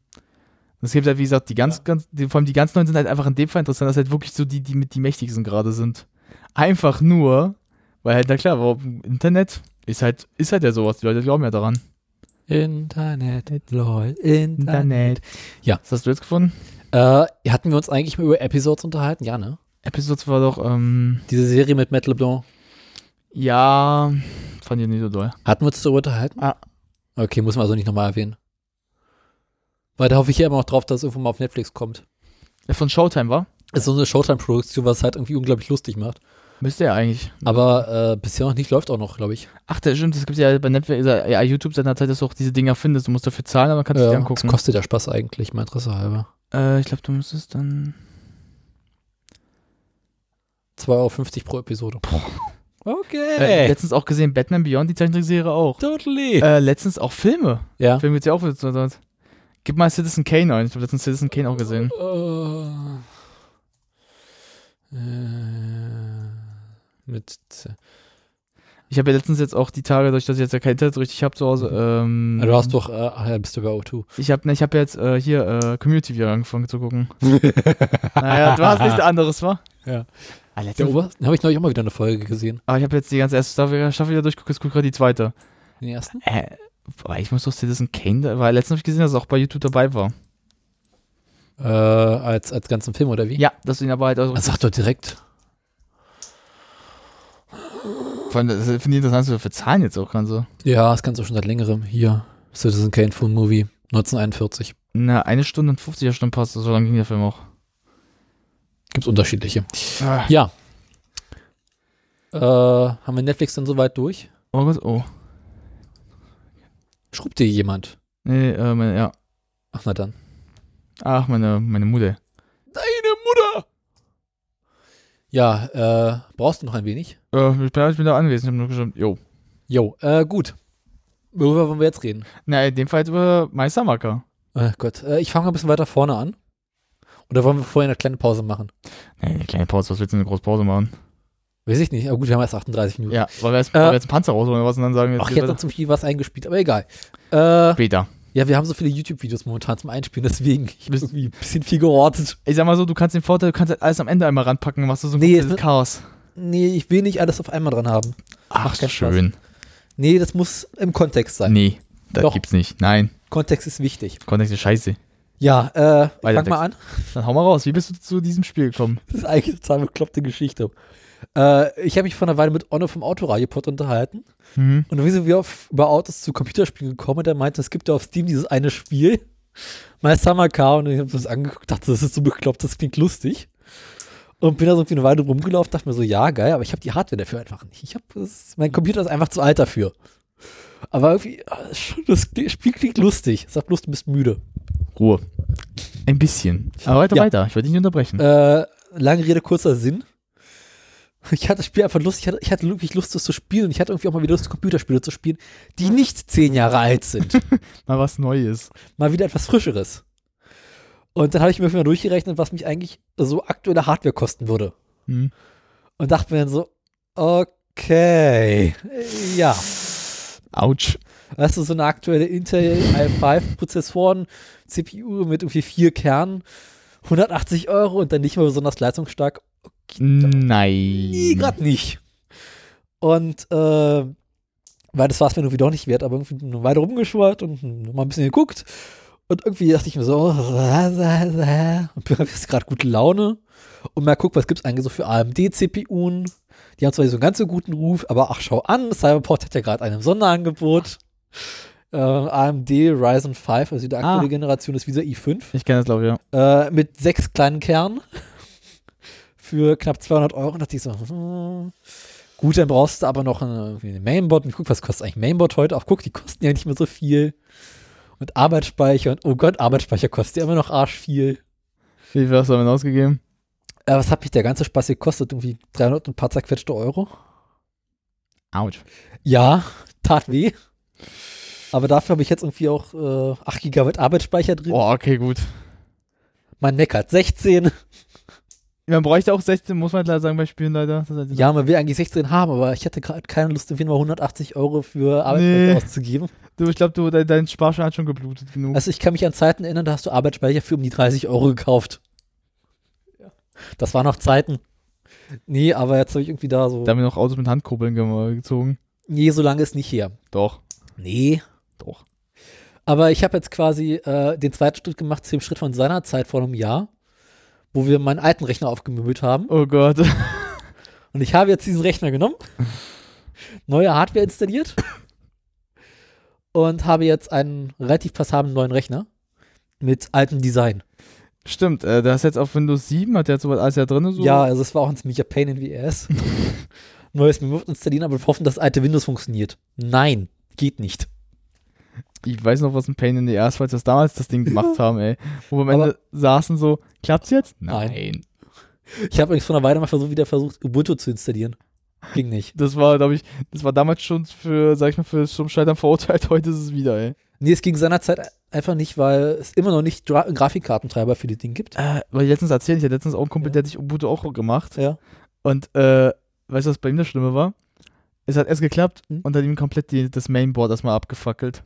[SPEAKER 3] Und es gibt halt, wie gesagt, die ganz, ganz, die, vor allem die ganz neuen sind halt einfach in dem Fall interessant, dass halt wirklich so die, die mit die mächtigsten gerade sind. Einfach nur, weil halt, na klar, warum Internet ist halt, ist halt ja sowas, die Leute glauben ja daran.
[SPEAKER 2] Internet, lol, Internet. Ja.
[SPEAKER 3] Was hast du jetzt gefunden?
[SPEAKER 2] Äh, hatten wir uns eigentlich mal über Episodes unterhalten? Ja, ne?
[SPEAKER 3] Episodes war doch, ähm,
[SPEAKER 2] Diese Serie mit Matt LeBlanc.
[SPEAKER 3] ja, fand ich nicht so doll.
[SPEAKER 2] Hatten wir uns darüber unterhalten?
[SPEAKER 3] Ah.
[SPEAKER 2] Okay, muss man also nicht nochmal erwähnen. Weil da hoffe ich ja immer noch drauf, dass es irgendwo mal auf Netflix kommt.
[SPEAKER 3] Der von Showtime, war?
[SPEAKER 2] Ist so eine Showtime-Produktion, was halt irgendwie unglaublich lustig macht.
[SPEAKER 3] Müsste ja eigentlich.
[SPEAKER 2] Aber äh, bisher noch nicht, läuft auch noch, glaube ich.
[SPEAKER 3] Ach, der stimmt, das gibt ja bei Netflix, ja, YouTube seit einer Zeit, dass du auch diese Dinger findest. Du musst dafür zahlen, aber kannst du
[SPEAKER 2] Ja,
[SPEAKER 3] dir
[SPEAKER 2] was
[SPEAKER 3] angucken.
[SPEAKER 2] Ähm,
[SPEAKER 3] ne?
[SPEAKER 2] kostet der Spaß eigentlich, mein Interesse halber?
[SPEAKER 3] Äh, ich glaube, du müsstest dann.
[SPEAKER 2] 2,50 Euro pro Episode.
[SPEAKER 3] Äh,
[SPEAKER 2] Okay.
[SPEAKER 3] letztens auch gesehen, Batman Beyond, die Zeichentrickserie auch.
[SPEAKER 2] totally.
[SPEAKER 3] Äh, letztens auch Filme.
[SPEAKER 2] Ja.
[SPEAKER 3] Filme gibt's ja auch wieder so- dort. Gib mal Citizen Kane ein. Ich habe letztens Citizen Kane auch gesehen.
[SPEAKER 2] Äh, äh, mit
[SPEAKER 3] Ich habe ja letztens jetzt auch die Tage, durch dass ich jetzt ja kein Internet richtig habe zu Hause. Ähm,
[SPEAKER 2] du hast doch, äh, ach ja, bist du bei O2.
[SPEAKER 3] Ich habe ne, ich hab jetzt äh, hier äh, Community wieder angefangen zu gucken. naja, du hast nichts anderes, wa?
[SPEAKER 2] Ja.
[SPEAKER 3] Ah,
[SPEAKER 2] Der
[SPEAKER 3] letztens,
[SPEAKER 2] Ober, habe ich neulich auch mal wieder eine Folge gesehen.
[SPEAKER 3] aber ich habe jetzt die ganze erste Staffel, Staffel wieder durchgeguckt, jetzt guck gerade die zweite.
[SPEAKER 2] Den ersten?
[SPEAKER 3] Äh, aber ich muss doch Citizen Kane, da- weil letztens habe ich gesehen, dass er auch bei YouTube dabei war.
[SPEAKER 2] Äh, als, als ganzen Film, oder wie?
[SPEAKER 3] Ja, dass du ihn aber halt auch.
[SPEAKER 2] Das sagt doch direkt.
[SPEAKER 3] Vor allem, das finde ich interessant, dass du dafür zahlen jetzt auch kannst. so.
[SPEAKER 2] Ja, das kannst du schon seit längerem. Hier, Citizen Kane Full Movie, 1941.
[SPEAKER 3] Na, eine Stunde und 50er Stunden passt, so lange ging der Film auch.
[SPEAKER 2] Gibt's unterschiedliche.
[SPEAKER 3] Ah.
[SPEAKER 2] Ja. Äh, haben wir Netflix dann soweit durch?
[SPEAKER 3] Oh Gott, oh.
[SPEAKER 2] Schrubbt dir jemand?
[SPEAKER 3] Nee, äh, meine, ja.
[SPEAKER 2] Ach, na dann.
[SPEAKER 3] Ach, meine, meine Mutter.
[SPEAKER 2] Deine Mutter! Ja, äh, brauchst du noch ein wenig?
[SPEAKER 3] Äh, ich, bin, ich bin da anwesend, ich habe nur gestimmt, jo.
[SPEAKER 2] Jo, äh, gut. Worüber wollen wir jetzt reden?
[SPEAKER 3] Na, in dem Fall jetzt über My Summer Car.
[SPEAKER 2] Ach Gott, äh, ich fange ein bisschen weiter vorne an. Oder wollen wir vorher eine kleine Pause machen?
[SPEAKER 3] Nee, eine kleine Pause, was willst du denn eine große Pause machen?
[SPEAKER 2] Weiß ich nicht, aber gut, wir haben erst 38 Minuten.
[SPEAKER 3] Ja, weil wir jetzt,
[SPEAKER 2] Äh.
[SPEAKER 3] wollen wir jetzt einen Panzer rausholen oder was und dann sagen wir
[SPEAKER 2] Ach, ich
[SPEAKER 3] geht's
[SPEAKER 2] hätte
[SPEAKER 3] weiter?
[SPEAKER 2] dann zum Spiel was eingespielt, aber egal. Äh,
[SPEAKER 3] später.
[SPEAKER 2] ja, wir haben so viele YouTube-Videos momentan zum Einspielen, deswegen ich bin irgendwie ein bisschen viel gerortet.
[SPEAKER 3] Ich sag mal so, du kannst den Vorteil, du kannst halt alles am Ende einmal ranpacken, machst du so ein
[SPEAKER 2] Nee,
[SPEAKER 3] komplettes
[SPEAKER 2] es-
[SPEAKER 3] Chaos.
[SPEAKER 2] Nee, ich will nicht alles auf einmal dran haben.
[SPEAKER 3] Ach,
[SPEAKER 2] keinen
[SPEAKER 3] schön. Ah,
[SPEAKER 2] Nee, das muss im Kontext sein.
[SPEAKER 3] Nee, das
[SPEAKER 2] Doch.
[SPEAKER 3] gibt's nicht. Nein,
[SPEAKER 2] Kontext ist wichtig.
[SPEAKER 3] Kontext ist scheiße.
[SPEAKER 2] Ja, äh, ich
[SPEAKER 3] Weiter
[SPEAKER 2] fang mal an.
[SPEAKER 3] Dann hau mal raus, wie bist du zu diesem Spiel gekommen?
[SPEAKER 2] Das ist eigentlich eine total bekloppte Geschichte. Äh, ich habe mich vor einer Weile mit Onno vom Autoradiopod unterhalten.
[SPEAKER 3] Mhm.
[SPEAKER 2] Und wir sind wir auf, über Autos zu Computerspielen gekommen und er meinte, es gibt ja auf Steam dieses eine Spiel, My Summer Car. Und ich habe das angeguckt, dachte, das ist so bekloppt, das klingt lustig. Und bin da so irgendwie eine Weile rumgelaufen, dachte mir so, ja, geil, aber ich habe die Hardware dafür einfach nicht. Ich hab, das, mein Computer ist einfach zu alt dafür. Aber irgendwie, ah, schon, das Spiel klingt lustig. Es hat bloß, du bist müde.
[SPEAKER 3] Ruhe. Ein bisschen. Aber weiter,
[SPEAKER 2] Ja.
[SPEAKER 3] weiter. Ich wollte dich nicht unterbrechen.
[SPEAKER 2] Äh, lange Rede, kurzer Sinn. Ich hatte das Spiel einfach Lust, ich hatte, ich hatte wirklich Lust, das zu spielen und ich hatte irgendwie auch mal wieder Lust, Computerspiele zu spielen, die nicht zehn Jahre alt sind.
[SPEAKER 3] Mal was Neues.
[SPEAKER 2] mal wieder etwas Frischeres. Und dann habe ich mir mal durchgerechnet, was mich eigentlich so aktuelle Hardware kosten würde.
[SPEAKER 3] Hm.
[SPEAKER 2] Und dachte mir dann so, okay, äh, ja.
[SPEAKER 3] Autsch.
[SPEAKER 2] Weißt du, so eine aktuelle Intel i5-Prozessoren, CPU mit irgendwie vier Kernen, 180 Euro und dann nicht mehr besonders leistungsstark. Nee,
[SPEAKER 3] Nein.
[SPEAKER 2] gerade nicht. Und äh, weil das war es mir irgendwie doch nicht wert, aber irgendwie nur weiter rumgeschwört und noch mal ein bisschen geguckt. Und irgendwie dachte ich mir so, und ich habe jetzt gerade gute Laune. Und mal guck, was gibt's eigentlich so für AMD-CPUen? Die haben zwar nicht so einen ganz so guten Ruf, aber ach, schau an, Cyberport hat ja gerade ein Sonderangebot. Äh, AMD Ryzen 5, also die aktuelle
[SPEAKER 3] Ah.
[SPEAKER 2] Generation ist dieser i5
[SPEAKER 3] Ich kenne das, glaube ich, ja.
[SPEAKER 2] äh, mit sechs kleinen Kernen für knapp 200 Euro. Und dachte ich so, hm, gut, dann brauchst du aber noch eine, irgendwie eine Mainboard. Und ich guck, was kostet eigentlich Mainboard heute? Auch guck, die kosten ja nicht mehr so viel. Und Arbeitsspeicher. Und oh Gott, Arbeitsspeicher kostet ja immer noch arsch viel.
[SPEAKER 3] Wie viel hast du damit ausgegeben?
[SPEAKER 2] Äh, was hat mich der ganze Spaß gekostet? Irgendwie 300 und ein paar zerquetschte Euro?
[SPEAKER 3] Autsch.
[SPEAKER 2] Ja, tat weh. Aber dafür habe ich jetzt irgendwie auch äh, 8 GB Arbeitsspeicher drin.
[SPEAKER 3] Oh, okay, gut.
[SPEAKER 2] Man meckert 16.
[SPEAKER 3] Man bräuchte auch 16, muss man klar sagen, bei Spielen leider. Das ist halt die
[SPEAKER 2] Ja, man will eigentlich 16 haben, aber ich hatte gerade keine Lust, irgendwie mal 180 Euro für Arbeitsspeicher
[SPEAKER 3] Nee.
[SPEAKER 2] auszugeben.
[SPEAKER 3] Du, ich glaube, du, dein, dein Sparschwein hat schon geblutet genug.
[SPEAKER 2] Also ich kann mich an Zeiten erinnern, da hast du Arbeitsspeicher für um die 30 Euro gekauft. Das waren noch Zeiten. Nee, aber jetzt habe ich irgendwie da so.
[SPEAKER 3] da haben wir noch Autos mit Handkurbeln ge- gezogen.
[SPEAKER 2] Nee, so lange ist nicht her.
[SPEAKER 3] Doch.
[SPEAKER 2] Nee.
[SPEAKER 3] Doch.
[SPEAKER 2] Aber ich habe jetzt quasi äh, den zweiten Schritt gemacht zu dem Schritt von seiner Zeit vor einem Jahr, wo wir meinen alten Rechner aufgemöbelt haben.
[SPEAKER 3] Oh Gott.
[SPEAKER 2] Und ich habe jetzt diesen Rechner genommen, neue Hardware installiert und habe jetzt einen relativ passablen neuen Rechner mit altem Design.
[SPEAKER 3] Stimmt, äh, da ist jetzt auf Windows 7, hat der jetzt sowas alles ja drin. So.
[SPEAKER 2] Ja, also es war auch ein ziemlicher Pain in VS. Neues Mimote installieren, aber wir hoffen, dass alte Windows funktioniert. Nein, geht nicht.
[SPEAKER 3] Ich weiß noch, was ein Pain in the Ass war, als wir das damals das Ding gemacht haben, ey. Wo wir am Ende saßen so, klappt's jetzt? Nein.
[SPEAKER 2] Ich habe übrigens vor einer Weile mal versucht, wieder versucht, Ubuntu zu installieren. Ging nicht.
[SPEAKER 3] Das war, glaube ich, das war damals schon für, sag ich mal, für zum Scheitern verurteilt. Heute ist es wieder, ey.
[SPEAKER 2] Nee, es ging seinerzeit einfach nicht, weil es immer noch nicht Gra Grafikkartentreiber für das Ding gibt.
[SPEAKER 3] Äh, weil ich letztens erzählt, ich hatte letztens auch einen Kumpel, der hat sich Ubuntu auch gemacht.
[SPEAKER 2] Ja.
[SPEAKER 3] Und äh, weißt du, was bei ihm das Schlimme war? Es hat erst geklappt und dann ihm komplett die, das Mainboard erstmal abgefackelt.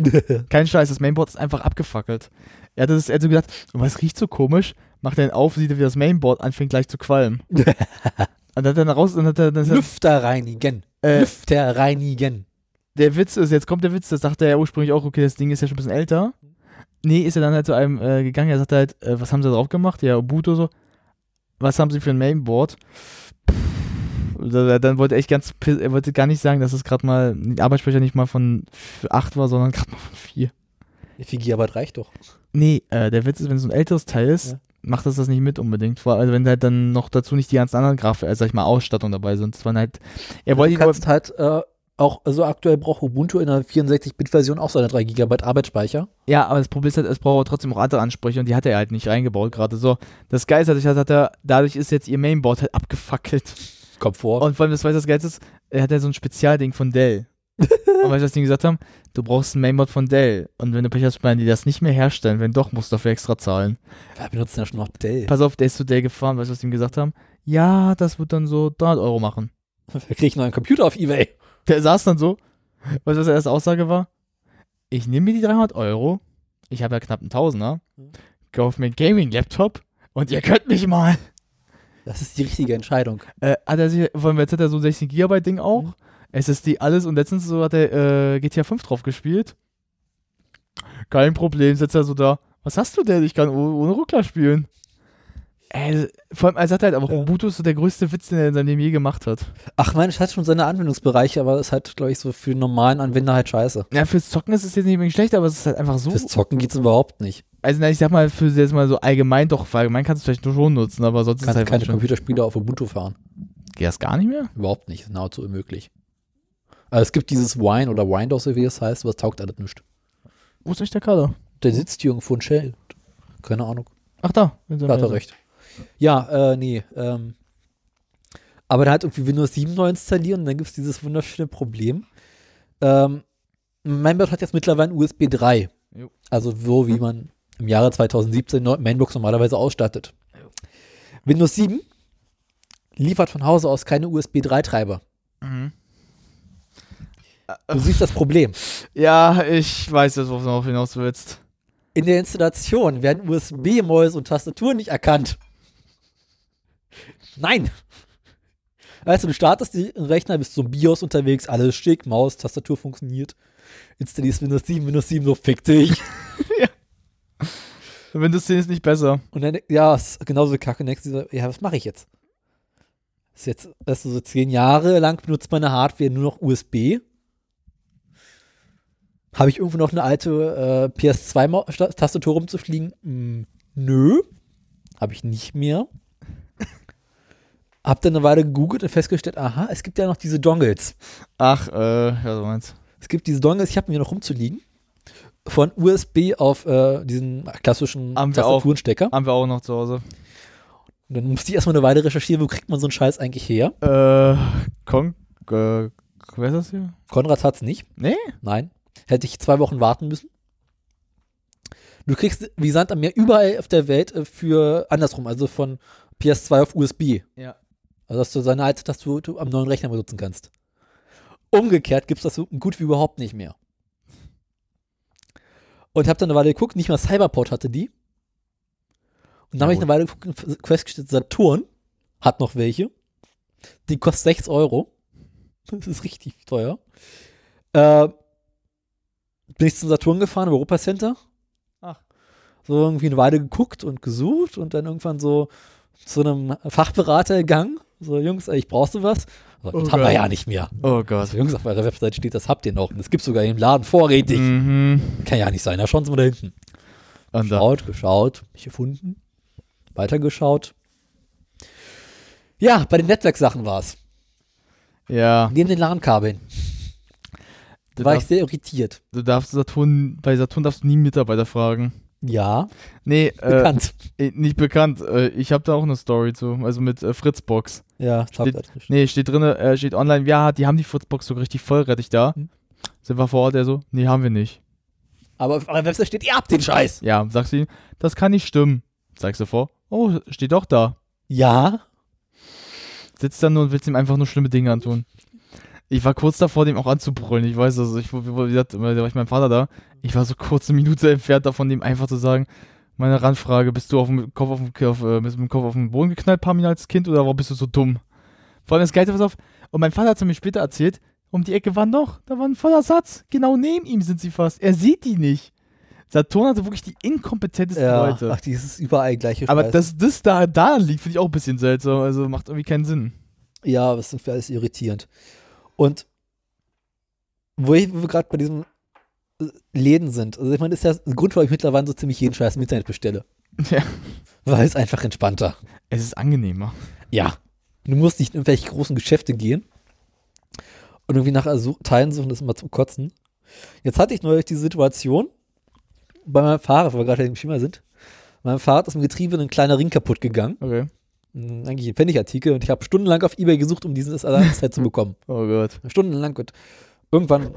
[SPEAKER 3] Kein Scheiß, das Mainboard ist einfach abgefackelt. Er hat, das, er hat so gedacht, "Oh, was riecht so komisch? Macht er ihn auf, sieht er, wie das Mainboard anfängt gleich zu qualmen. und dann hat er raus, dann hat er. Dann ist er-
[SPEAKER 2] Lüfter reinigen. Lüfter reinigen.
[SPEAKER 3] der Witz ist, jetzt kommt der Witz, das dachte er ja ursprünglich auch, okay, das Ding ist ja schon ein bisschen älter. Nee, ist er dann halt zu einem äh, gegangen, er sagte halt, äh, was haben sie da drauf gemacht? Ja, Ubuntu so. Was haben sie für ein Mainboard? Und da- Dann wollte er echt ganz, piss- er wollte gar nicht sagen, dass es gerade mal, der Arbeitsspeicher nicht mal von 8 war, sondern gerade mal von 4.
[SPEAKER 2] Wie viel Gigabyte reicht doch?
[SPEAKER 3] Nee, äh, der Witz ist, wenn es so ein älteres Teil ist, macht das das nicht mit unbedingt. Vor allem, wenn halt dann noch dazu nicht die ganzen anderen Grafik, also sag ich mal, Ausstattung dabei sind. Das waren halt, er wollte
[SPEAKER 2] du
[SPEAKER 3] ihn aber-
[SPEAKER 2] kannst halt äh, auch, also aktuell braucht Ubuntu in der 64-Bit-Version auch seine 3 GB Arbeitsspeicher.
[SPEAKER 3] Ja, aber das Problem ist halt, es braucht trotzdem auch andere Ansprüche und die hat er halt nicht reingebaut gerade. So, das Geilste hat, ich hat er, dadurch ist jetzt ihr Mainboard halt abgefackelt.
[SPEAKER 2] Kommt vor.
[SPEAKER 3] Und vor allem, das weiß das Geilste ist, er hat ja so ein Spezialding von Dell. und weißt du, was die ihm gesagt haben? Du brauchst ein Mainboard von Dell. Und wenn du Pech hast, werden die das nicht mehr herstellen. Wenn doch, musst du dafür extra zahlen.
[SPEAKER 2] Wer benutzt denn schon noch Dell?
[SPEAKER 3] Pass auf, der ist zu Dell gefahren. Weißt du, was die ihm gesagt haben? Ja, das wird dann so 300 Euro machen.
[SPEAKER 2] Wir kriegen einen neuen Computer auf Ebay.
[SPEAKER 3] Der saß dann so. Weißt du, was seine erste Aussage war? Ich nehme mir die 300 Euro. Ich habe ja knapp einen Tausender. Kauf mir einen Gaming-Laptop und ihr könnt mich mal.
[SPEAKER 2] Das ist die richtige Entscheidung.
[SPEAKER 3] Äh, hat er sich, vor allem jetzt hat er so ein 16 GB Ding auch. SSD alles und letztens so hat er äh, GTA 5 drauf gespielt. Kein Problem, sitzt er so da. Was hast du denn? Ich kann oh- ohne Ruckler spielen. Ey, vor allem, er sagt halt aber auch, Ubuntu ist so der größte Witz, den er in seinem Leben je gemacht hat.
[SPEAKER 2] Ach man, es hat schon seine Anwendungsbereiche, aber es hat, glaube ich, so für den normalen Anwender halt scheiße.
[SPEAKER 3] Ja, fürs Zocken ist es jetzt nicht unbedingt schlecht, aber es ist halt einfach so.
[SPEAKER 2] Fürs Zocken geht's überhaupt nicht.
[SPEAKER 3] Also, na, ich sag mal, für jetzt mal so allgemein doch, für allgemein kannst du vielleicht nur schon nutzen, aber sonst
[SPEAKER 2] Du kannst
[SPEAKER 3] ist halt
[SPEAKER 2] keine
[SPEAKER 3] schon.
[SPEAKER 2] Computerspiele auf Ubuntu fahren.
[SPEAKER 3] Geht das gar nicht mehr?
[SPEAKER 2] Überhaupt nicht, ist nahezu unmöglich. Also es gibt dieses Wine oder Windows, wie es heißt, aber es taugt alles nicht.
[SPEAKER 3] Wo ist nicht der Kader?
[SPEAKER 2] Der sitzt hier irgendwo in Shell. Keine Ahnung.
[SPEAKER 3] Ach da.
[SPEAKER 2] Da hat er recht. Ja, äh, nee. Ähm, aber dann halt irgendwie Windows 7 neu installieren und dann gibt es dieses wunderschöne Problem. Ähm, Mainboard hat jetzt mittlerweile USB 3.
[SPEAKER 3] Jo.
[SPEAKER 2] Also so, wie man im Jahre 2017 neu- Mainbox normalerweise ausstattet. Windows 7 liefert von Hause aus keine USB 3-Treiber.
[SPEAKER 3] Mhm.
[SPEAKER 2] Du siehst das Problem.
[SPEAKER 3] Ja, ich weiß jetzt, worauf du noch hinaus willst.
[SPEAKER 2] In der Installation werden USB-Mäuse und Tastatur nicht erkannt. Nein. Also du startest den Rechner, bist zum BIOS unterwegs, alles schick, Maus, Tastatur funktioniert. Installierst Windows 7, Windows 7, so fick dich.
[SPEAKER 3] Windows 10 ist nicht besser.
[SPEAKER 2] Und dann, ja, ist genauso kacke. Und denkst du, so, ja, was mache ich jetzt? Ist jetzt, also so zehn Jahre lang benutzt meine Hardware nur noch USB. Habe ich irgendwo noch eine alte äh, PS2-Tastatur rumzufliegen? Hm, nö. Habe ich nicht mehr. Hab dann eine Weile gegoogelt und festgestellt, aha, es gibt ja noch diese Dongles.
[SPEAKER 3] Ach, äh, ja, so meinst.
[SPEAKER 2] Es gibt diese Dongles, ich habe mir noch rumzuliegen. Von USB auf äh, diesen klassischen
[SPEAKER 3] Haben wir auch.
[SPEAKER 2] Tastaturenstecker.
[SPEAKER 3] Haben wir auch noch zu Hause.
[SPEAKER 2] Und dann musste ich erstmal eine Weile recherchieren, wo kriegt man so einen Scheiß eigentlich her?
[SPEAKER 3] Äh, Kong, äh, wer ist das hier?
[SPEAKER 2] Konrad hat's nicht.
[SPEAKER 3] Nee?
[SPEAKER 2] Nein. Hätte ich zwei Wochen warten müssen. Du kriegst wie Sand am Meer überall auf der Welt äh, für andersrum, also von PS2 auf USB.
[SPEAKER 3] Ja.
[SPEAKER 2] Also dass du seine alte Tastatur am neuen Rechner benutzen kannst. Umgekehrt gibt es das so gut wie überhaupt nicht mehr. Und hab dann eine Weile geguckt, nicht mal Cyberport hatte die. Und dann habe ich eine Weile geguckt und festgestellt, Saturn hat noch welche. Die kostet 6 Euro. Das ist richtig teuer. Äh, bin ich zum Saturn gefahren, im Europa Center.
[SPEAKER 3] Ach.
[SPEAKER 2] So irgendwie eine Weile geguckt und gesucht und dann irgendwann so zu einem Fachberater gegangen. So, Jungs, ey, ich brauch sowas. So, das
[SPEAKER 3] Oh
[SPEAKER 2] haben wir
[SPEAKER 3] Gott.
[SPEAKER 2] ja nicht mehr.
[SPEAKER 3] Oh Gott.
[SPEAKER 2] So, Jungs, auf eurer Website steht, das habt ihr noch. Und es gibt sogar im Laden vorrätig.
[SPEAKER 3] Mhm.
[SPEAKER 2] Kann ja nicht sein. Da schauen Sie mal da hinten. geschaut, geschaut, mich gefunden, weitergeschaut. Ja, bei den Netzwerksachen war es.
[SPEAKER 3] Ja.
[SPEAKER 2] Neben den LAN-Kabeln. Da war ich
[SPEAKER 3] darfst-
[SPEAKER 2] sehr irritiert.
[SPEAKER 3] Du darfst Saturn, bei Saturn darfst du nie Mitarbeiter fragen.
[SPEAKER 2] Ja.
[SPEAKER 3] Nee, äh,
[SPEAKER 2] Bekannt.
[SPEAKER 3] äh, nicht bekannt. Äh, ich habe da auch eine Story zu, also mit äh, Fritzbox.
[SPEAKER 2] Ja, ich hab
[SPEAKER 3] steht,
[SPEAKER 2] das
[SPEAKER 3] Nee, steht drin, äh, steht online, ja, die haben die Fritzbox sogar richtig vollrettig da. Sind wir vor Ort, der so, nee, haben wir nicht.
[SPEAKER 2] Aber auf eurer Website steht, ihr habt den Scheiß.
[SPEAKER 3] Ja, sagst du ihm, das kann nicht stimmen. Zeigst du vor, oh, steht doch da.
[SPEAKER 2] Ja.
[SPEAKER 3] Sitzt dann nur und willst ihm einfach nur schlimme Dinge antun. Ich war kurz davor, dem auch anzubrüllen. Ich weiß, also ich, wie gesagt, da war ich mein Vater da. Ich war so kurz eine Minute entfernt davon, dem einfach zu sagen, meine Randfrage, bist du auf dem Kopf auf dem, auf, äh, bist du mit dem Kopf auf den Boden geknallt, Pamina, als Kind, oder warum bist du so dumm? Vor allem das Geilste, pass auf. Und mein Vater hat es mir später erzählt, um die Ecke war noch, da war ein voller Satz. Genau neben ihm sind sie fast. Er sieht die nicht. Saturn hatte wirklich die inkompetentesten
[SPEAKER 2] Ja,
[SPEAKER 3] Leute.
[SPEAKER 2] ach, dieses überall gleiche
[SPEAKER 3] Aber
[SPEAKER 2] Scheiß.
[SPEAKER 3] dass das da, da liegt, finde ich auch ein bisschen seltsam. Also macht irgendwie keinen Sinn.
[SPEAKER 2] Ja, aber es ist alles irritierend. Und wo, ich, wo wir gerade bei diesen äh, Läden sind, also ich meine, das ist ja ein Grund, warum ich mittlerweile so ziemlich jeden Scheiß im Internet bestelle.
[SPEAKER 3] Ja.
[SPEAKER 2] Weil es einfach entspannter.
[SPEAKER 3] Es ist angenehmer.
[SPEAKER 2] Ja. Du musst nicht in irgendwelche großen Geschäfte gehen und irgendwie nach Ersu- Teilen suchen, das ist immer zum Kotzen. Jetzt hatte ich neulich die Situation bei meinem Fahrrad, wo wir gerade im Schema sind. Mein Fahrrad ist im Getriebe ein kleiner Ring kaputt gegangen. Hm,
[SPEAKER 3] Okay.
[SPEAKER 2] Eigentlich ein Pfennigartikel und ich habe stundenlang auf Ebay gesucht, um dieses Ersatzteil zu bekommen.
[SPEAKER 3] Oh Gott.
[SPEAKER 2] Stundenlang und irgendwann,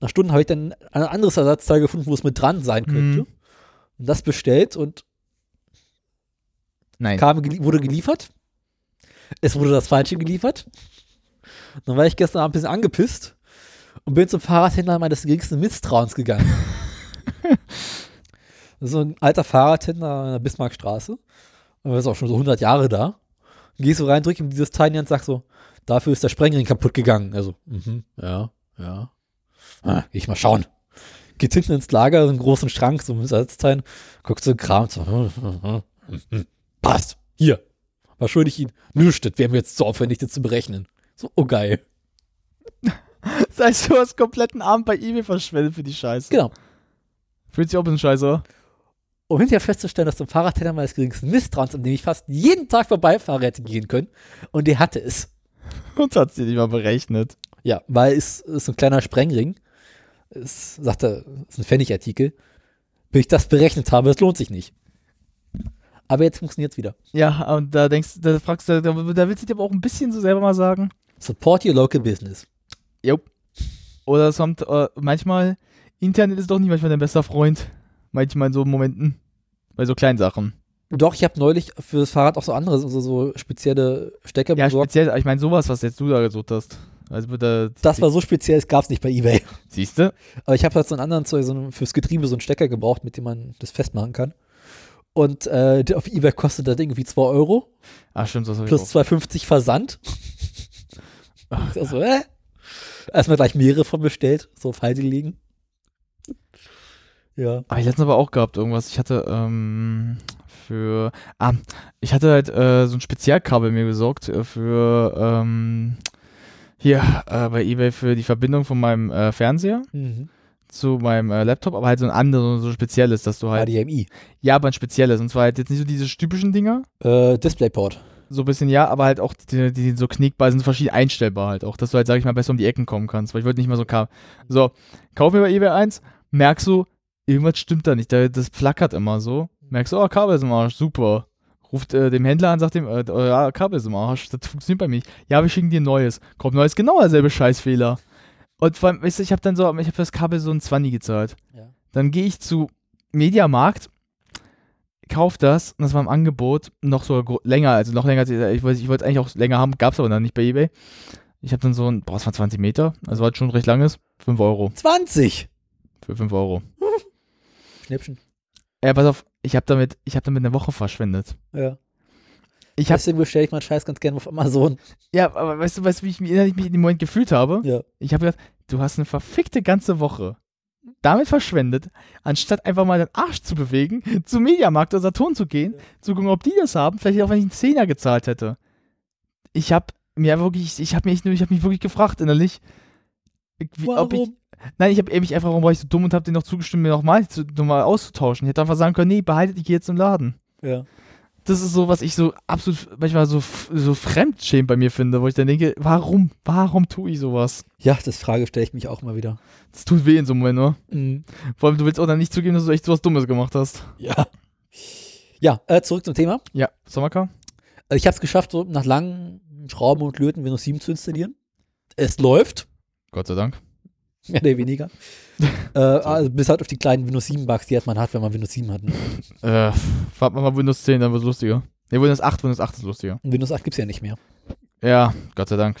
[SPEAKER 2] nach Stunden, habe ich dann ein anderes Ersatzteil gefunden, wo es mit dran sein könnte.
[SPEAKER 3] Mhm.
[SPEAKER 2] Und das bestellt und
[SPEAKER 3] Nein.
[SPEAKER 2] kam, gelie- wurde geliefert. Es wurde das Falsche geliefert. Dann war ich gestern Abend ein bisschen angepisst und bin zum Fahrradhändler meines geringsten Misstrauens gegangen. das ist so ein alter Fahrradhändler an der Bismarckstraße. Und er ist auch schon so 100 Jahre da. Dann gehst du rein, drückst ihm dieses Teil in die Hand und sagst so, dafür ist der Sprengring kaputt gegangen. Also, mhm, ja, ja. Ah, geh ich mal schauen. Geht hinten ins Lager, so einen großen Schrank, so mit Ersatzteilen, guckst so Kram, so, hm, hm, hm, hm, hm. passt, hier. Was schulde ich Ihnen? Nüstet, wäre mir jetzt zu aufwendig, das zu berechnen. So, oh geil.
[SPEAKER 3] Das heißt, du hast kompletten Abend bei eBay verschwendet für die Scheiße.
[SPEAKER 2] Genau.
[SPEAKER 3] Fühlt sich auch ein bisschen scheiße, oder?
[SPEAKER 2] Um hinterher festzustellen, dass zum Fahrradhändler meines geringsten Misstrauens, an dem ich fast jeden Tag vorbeifahre, hätte gehen können. Und der hatte es.
[SPEAKER 3] Und hat sie nicht mal berechnet.
[SPEAKER 2] Ja, weil es ist ein kleiner Sprengring. Es sagt er, es ist ein Pfennigartikel. Wenn ich das berechnet habe, es lohnt sich nicht. Aber jetzt funktioniert es wieder.
[SPEAKER 3] Ja, und da denkst da fragst du, da, da willst du dir aber auch ein bisschen so selber mal sagen.
[SPEAKER 2] Support your local business.
[SPEAKER 3] Jo. Oder es kommt äh, manchmal, Internet ist doch nicht manchmal dein bester Freund. Manchmal in so Momenten. Bei so kleinen Sachen.
[SPEAKER 2] Doch, ich habe neulich für das Fahrrad auch so andere, so, so spezielle Stecker
[SPEAKER 3] Ja,
[SPEAKER 2] besorgt.
[SPEAKER 3] speziell, ich meine sowas, was jetzt du da gesucht hast. Also bitte,
[SPEAKER 2] Das war so speziell, es gab es nicht bei Ebay.
[SPEAKER 3] Siehst du?
[SPEAKER 2] Aber ich habe halt so einen anderen Zeug, so einen, fürs Getriebe so einen Stecker gebraucht, mit dem man das festmachen kann. Und äh, der auf Ebay kostet das Ding irgendwie 2 Euro.
[SPEAKER 3] Ach, stimmt, das hab ich auch.
[SPEAKER 2] Plus 2,50 Versand. Ich dachte so, äh? Erstmal gleich mehrere von bestellt, so auf Halde liegen. Ja.
[SPEAKER 3] Aber ich hatte aber auch gehabt, irgendwas. Ich hatte ähm, für. Ah, ich hatte halt äh, so ein Spezialkabel mir besorgt äh, für. Ähm, hier äh, bei eBay für die Verbindung von meinem äh, Fernseher
[SPEAKER 2] Mhm.
[SPEAKER 3] zu meinem äh, Laptop, aber halt so ein anderes, so ein spezielles, dass du halt.
[SPEAKER 2] HDMI.
[SPEAKER 3] Ja, aber ein spezielles. Und zwar halt jetzt nicht so diese typischen Dinger.
[SPEAKER 2] Äh, Displayport.
[SPEAKER 3] So ein bisschen ja, aber halt auch, die, die sind so knickbar, sind verschieden einstellbar halt auch, dass du halt, sag ich mal, besser um die Ecken kommen kannst, weil ich wollte nicht mal so kam. So, kauf mir bei eBay eins, merkst du, irgendwas stimmt da nicht, da, das flackert immer so. Merkst du, oh, Kabel ist im Arsch, super. Ruft äh, dem Händler an, sagt dem, äh, oh, ja, Kabel ist im Arsch, das funktioniert bei mir nicht. Ja, wir schicken dir ein neues. Kommt neues, genau derselbe Scheißfehler. Und vor allem, weißt du, ich habe dann so, ich habe das Kabel so ein 20 gezahlt. Dann gehe ich zu Mediamarkt kauf das und das war im Angebot noch so gro- länger, also noch länger, als ich, ich wollte ich wollte es eigentlich auch länger haben, gab es aber dann nicht bei Ebay. Ich habe dann so ein, boah, es war 20 Meter, also war schon recht langes, 5 Euro.
[SPEAKER 2] 20?
[SPEAKER 3] Für 5 Euro.
[SPEAKER 2] Schnäppchen.
[SPEAKER 3] Ja, pass auf, ich habe damit, ich habe damit eine Woche verschwendet.
[SPEAKER 2] Ja.
[SPEAKER 3] Ich hab-
[SPEAKER 2] Deswegen bestelle ich meinen Scheiß ganz gerne auf Amazon.
[SPEAKER 3] Ja, aber weißt du, weißt du, wie ich mich innerlich mich in dem Moment gefühlt habe?
[SPEAKER 2] Ja.
[SPEAKER 3] Ich habe gedacht, du hast eine verfickte ganze Woche damit verschwendet, anstatt einfach mal den Arsch zu bewegen, zum Mediamarkt oder Saturn zu gehen, zu gucken, ob die das haben, vielleicht auch wenn ich einen Zehner gezahlt hätte. Ich habe mir wirklich, ich habe mich, ich hab mich wirklich gefragt innerlich, wie, ob ich,
[SPEAKER 2] Warum?
[SPEAKER 3] nein, ich habe mich einfach, warum war ich so dumm und habe denen noch zugestimmt, mir nochmal zu, nochmal auszutauschen. Ich hätte einfach sagen können, nee, behaltet, ich gehe jetzt im Laden.
[SPEAKER 2] Ja.
[SPEAKER 3] Das ist so, was ich so absolut manchmal so, f- so fremdschämt bei mir finde, wo ich dann denke, warum, warum tue ich sowas?
[SPEAKER 2] Ja, das Frage stelle ich mich auch mal wieder.
[SPEAKER 3] Das tut weh in so einem Moment, ne?
[SPEAKER 2] Mhm.
[SPEAKER 3] Vor allem, du willst auch dann nicht zugeben, dass du echt sowas Dummes gemacht hast.
[SPEAKER 2] Ja. Ja, äh, zurück zum Thema.
[SPEAKER 3] Ja, Sommercar?
[SPEAKER 2] Also ich habe es geschafft, so nach langen Schrauben und Löten Windows 7 zu installieren. Es läuft,
[SPEAKER 3] Gott sei Dank.
[SPEAKER 2] mehr oder weniger. äh, also bis halt auf die kleinen Windows 7 Bugs, die halt man hat, wenn man Windows 7 hat. Ne?
[SPEAKER 3] Äh, warten wir mal Windows 10, dann wird's lustiger. Ne, Windows 8, Windows 8 ist lustiger.
[SPEAKER 2] Windows 8 gibt's ja nicht mehr.
[SPEAKER 3] Ja, Gott sei Dank.